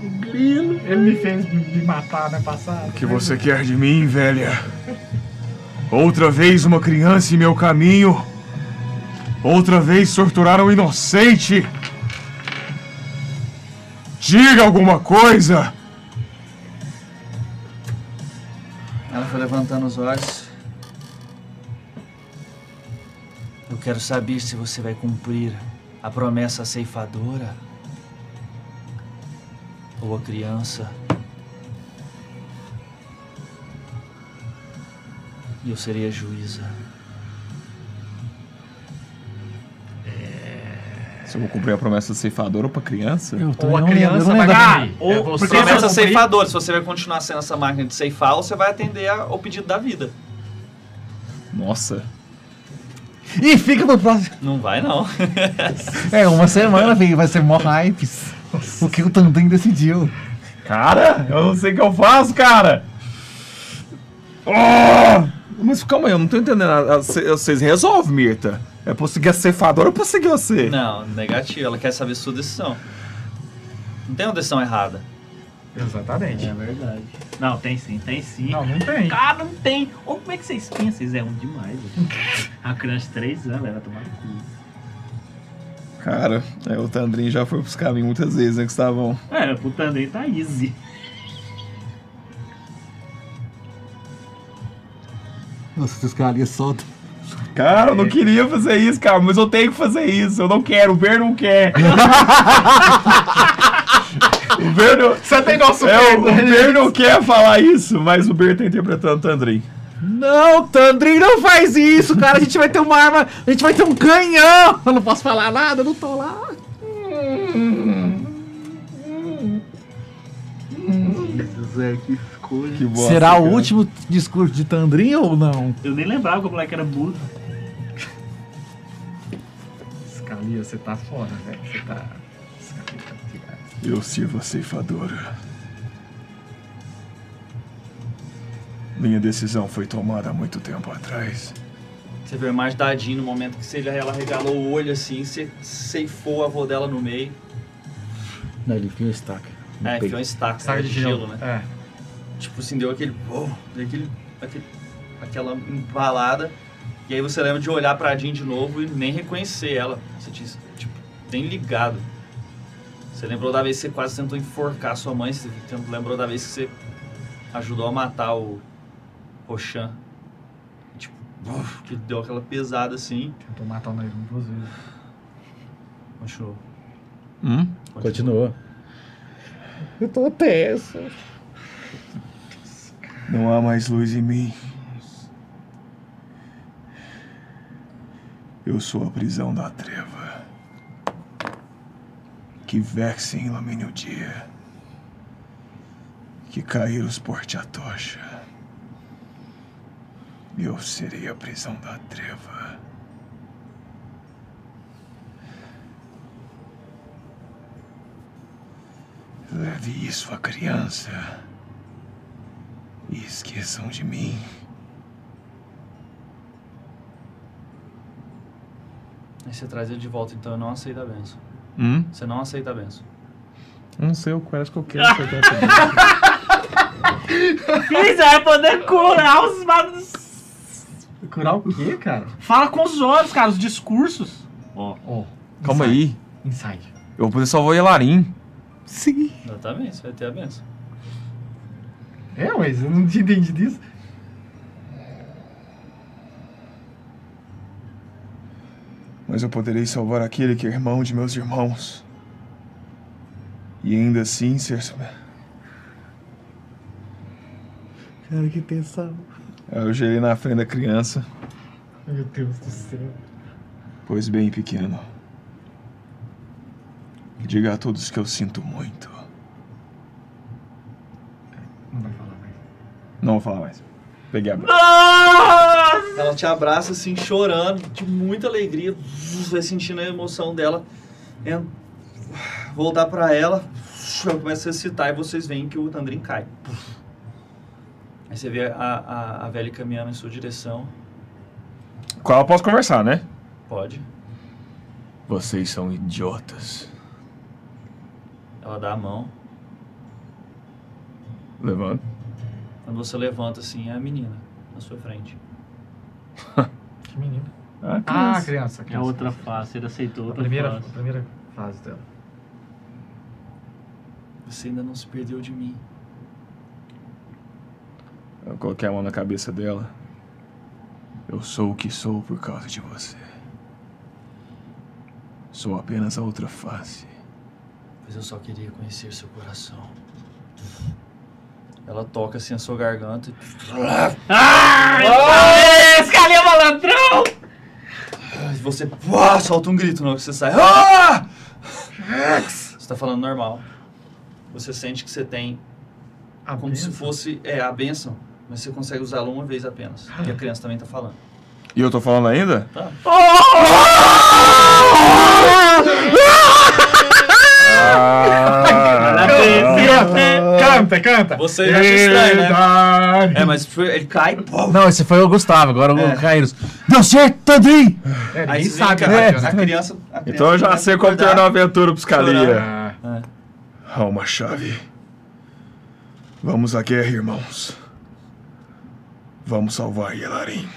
O grilo. Ele me fez me me matar na passada. né?
O que você quer de mim, velha? Outra vez uma criança em meu caminho. Outra vez torturaram um inocente. Diga alguma coisa!
Ela foi levantando os olhos. Eu quero saber se você vai cumprir a promessa ceifadora ou a criança. E eu serei a juíza.
Se eu vou cumprir a promessa de ceifadora pra criança?
Eu
Ou a
eu- eu
criança
não
vai
lembrava.
cair.
ou-
É você
porque
vai
essa
Promessa
cumprir.
ceifadora, se você vai continuar sendo essa máquina de ceifar, ou você vai atender a- ao pedido da vida.
Nossa.
E fica pro próximo.
Não vai, não. (laughs)
É, uma semana, filho. Vai ser mó hypes. O que o Tandem decidiu.
Cara, eu não sei o que eu faço, cara. Ah! Mas calma aí, eu não tô entendendo. A- a- cê- ah, Vocês resolvem, Mirta. É pra eu seguir a ceifadora ou pra eu seguir você?
Não, negativo. Ela quer saber sua decisão. Não tem uma decisão errada.
(laughs) Exatamente.
É verdade. Não, tem sim, tem sim.
Não, não tem.
Cara, Ah, não tem. Ou como é que vocês pensam? Vocês é um demais. velho. A criança de 3 anos, ela vai tomar no cu.
Cara, é, o Tandrin já foi pros caminhos muitas vezes, né, Gustavão?
É, pro Tandrei tá easy.
Nossa, esses carinhas soltam.
Cara, eu
É.
não queria fazer isso, cara, mas eu tenho que fazer isso. Eu não quero, o Ver não
(laughs)
quer. o Ver não... Você tem nosso é, o, o
né,
Ver não quer falar isso, mas o Ber tá interpretando o Tandrin.
Não, Tandrin, não faz isso, cara. A gente vai ter uma arma, a gente vai ter um canhão. Eu não posso falar nada, eu não tô lá.
Que bosta,
Será
cara.
o último discurso de Tandrin ou não?
Eu nem lembrava que o moleque era burro.
Scalia, você tá fora, velho. Você tá. Scalia, tá tirado.
Eu sirvo a ceifadora. Minha decisão foi tomada há muito tempo atrás.
Você viu a imagem da Jean no momento que você, ela regalou o olho assim, você ceifou a avó dela no meio.
Não, ele um enfia o estaca. no
É,
peito.
enfiou um estaca
Saga de gelo,
né?
É.
Tipo assim, deu aquele. Oh, deu aquele, aquele- aquela embalada. E aí você lembra de olhar pra Jean de novo e nem reconhecer ela. Você tinha, tipo, nem ligado. Você lembrou da vez que você quase tentou enforcar sua mãe, você tem- lembrou da vez que você ajudou a matar o Rochan. Tipo, uf, que deu aquela pesada assim.
Tentou matar o Nairon duas vezes.
Continuou.
Continuou. Eu tô tenso.
Não há mais luz em mim.
Eu sou a prisão da treva. Que vexem ilumine o dia. Que Caíros porte a tocha. Eu serei a prisão da treva. Leve isso à criança. E esqueçam de mim.
Aí você traz ele de volta, então eu não aceito a benção.
Hum?
Você não aceita a benção.
Não sei, eu acho que eu quero acertar essa benção.
Cris vai poder curar os magos.
Curar o quê, cara?
Fala com os olhos, cara, os discursos.
Ó,
(laughs) Calma aí.
inside.
Eu vou poder salvar o Elarim.
Sim.
Exatamente, você vai ter a benção.
É, mas eu não tinha entendido isso.
Mas eu poderei salvar aquele que é irmão de meus irmãos. E ainda assim ser.
Cara, que tensão.
É, Eu gerei na frente da criança.
Meu Deus do céu.
Pois bem, pequeno. Diga a todos que eu sinto muito.
Não vai falar mais.
Não vou falar mais. Peguei a bola.
Ela te abraça assim, chorando, de muita alegria. Zzz, Vai sentindo a emoção dela. En- Voltar pra ela. Zzz, Ela começa a recitar e vocês veem que o Tandrin cai. Puf. Aí você vê a, a, a velha caminhando em sua direção.
Com ela eu posso conversar, né?
Pode.
Vocês são idiotas.
Ela dá a mão.
Levanta.
Quando você levanta assim, é a menina na sua frente.
Que menino.
Ah,
Ah, criança.
É
criança.
outra face, ele aceitou
A
outra
primeira, a
face.
primeira fase dela.
Você ainda não se perdeu de mim.
Eu coloquei a mão na cabeça dela.
Eu sou o que sou por causa de você. Sou apenas a outra face.
Mas eu só queria conhecer seu coração. Ela toca assim a sua garganta.
Ah, esse cara é malandrão!
E você pá, solta um grito na hora que você sai. Ah! Você tá falando normal. Você sente que você tem
Ah,
como se fosse é, a benção, mas você consegue usá-la uma vez apenas. E a criança também tá falando.
E eu tô falando ainda?
Tá.
Ah.
Ah!
Canta, canta!
Você já acha estranho, né?
Verdade.
É, mas foi- ele cai. pô.
Não, esse foi o Gustavo, agora
É.
o Caíros. Deu certo, Tandrin!
É, ninguém
Aí você
sabe,
sabe,
né?
a criança. a criança
Então eu já
começa
sei
a
como
acordar.
terminar a aventura pros carinha.
Ah,
Há uma chave. Vamos à guerra, irmãos. Vamos salvar Yelarim.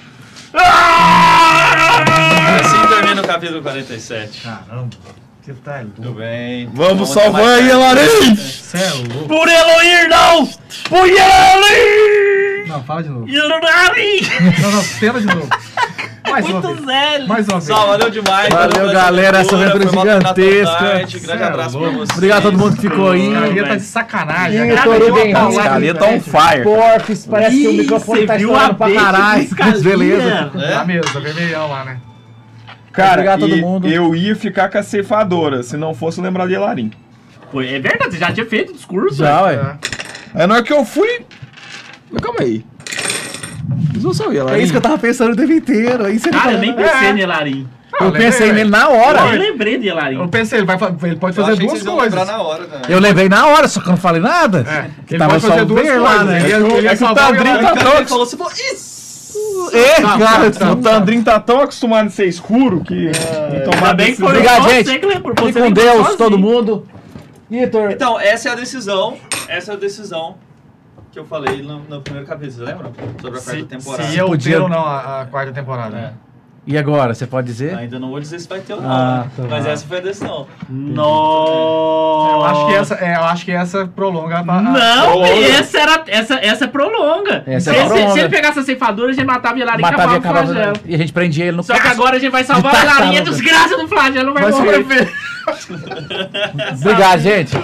Ah!
Assim termina o capítulo 47.
Caramba, você tá
Tudo
louco.
bem.
Vamos
tomar
salvar
mais-
Yelarim!
Você é louco.
Por Eloir, não! Por Eloir!
Não, fala de novo.
Eloir!
Não, não, tenta de novo. Mais uma
Muito
vez.
Zélio!
Mais uma vez.
Pessoal, valeu demais.
Valeu,
pela
galera, essa aventura
foi uma
gigantesca.
Natal Night, Grande
Cê é
abraço pra
louco.
vocês.
Obrigado a todo mundo que ficou aí.
Cara, ele tá
velho.
de sacanagem.
Ih,
Cada
Toru
dia uma
bem
palavra
Os carinha tá on
diferente.
fire.
Corpus, parece que o microfone tá estourando pra caralho.
Beleza.
Tá
É?
mesmo, tá vermelhão lá, né?
Cara,
Obrigado a todo
e
mundo.
eu ia ficar com a ceifadora, se não fosse lembrar de Elarim.
Foi, é verdade, você já tinha feito o discurso.
Já, ué.
Aí É na hora que eu fui. Mas Calma aí. Mas eu sou Elarim.
É isso que eu tava pensando o tempo inteiro. Aí você
Cara,
tá-
eu nem
É.
pensei em Elarim.
Ah,
Eu
lembrei,
pensei nele na hora.
Eu lembrei de Elarim.
Eu pensei, ele, vai, fa- ele pode
Eu
fazer
achei que
duas
vocês iam lembrar
coisas.
na hora, né?
Eu lembrei na hora, só que eu não falei nada.
É,
Que
ele
tava
pode
só
fazer
o
duas
ver
coisas.
lá, né?
Ele ia, ele ia
é que o
salvar o
Tandrin
Yolanda.
tá
então Ele
tão.
falou, você falou, tá, isso!
Ei, cara,
O Tandrin tá tão acostumado a ser escuro que.
Ainda bem que foi
Obrigado,
só
gente.
você que lembrou,
Fique
você
com
lembrou
Deus,
sozinho.
todo mundo. Vitor,
Então, essa é a decisão, essa é a decisão que eu falei no, no primeiro capítulo, lembra? Sobre a quarta temporada.
Se é eu
Podia-
ter ou não a, a quarta temporada.
É.
e agora? Você pode dizer?
Ainda não vou dizer se vai ter ou não,
Ah,
né?
tá
mas
bom.
essa foi a decisão.
Nossa.
Eu acho que essa, é, eu acho que essa prolonga a, a
Não, essa era. Essa, essa é prolonga.
Essa
se,
é
ele-
prolonga.
Se ele pegasse a ceifadora, a gente matava o Elarim e
Matava e
acabava com o
acabava.
flagelo.
E a gente prendia ele no
Só que
caso.
agora
(laughs)
a gente vai salvar
De
o Elarim, a
tartaruga.
desgraça do flagelo vai
Vai
morrer.
sobreviver. Obrigado, gente.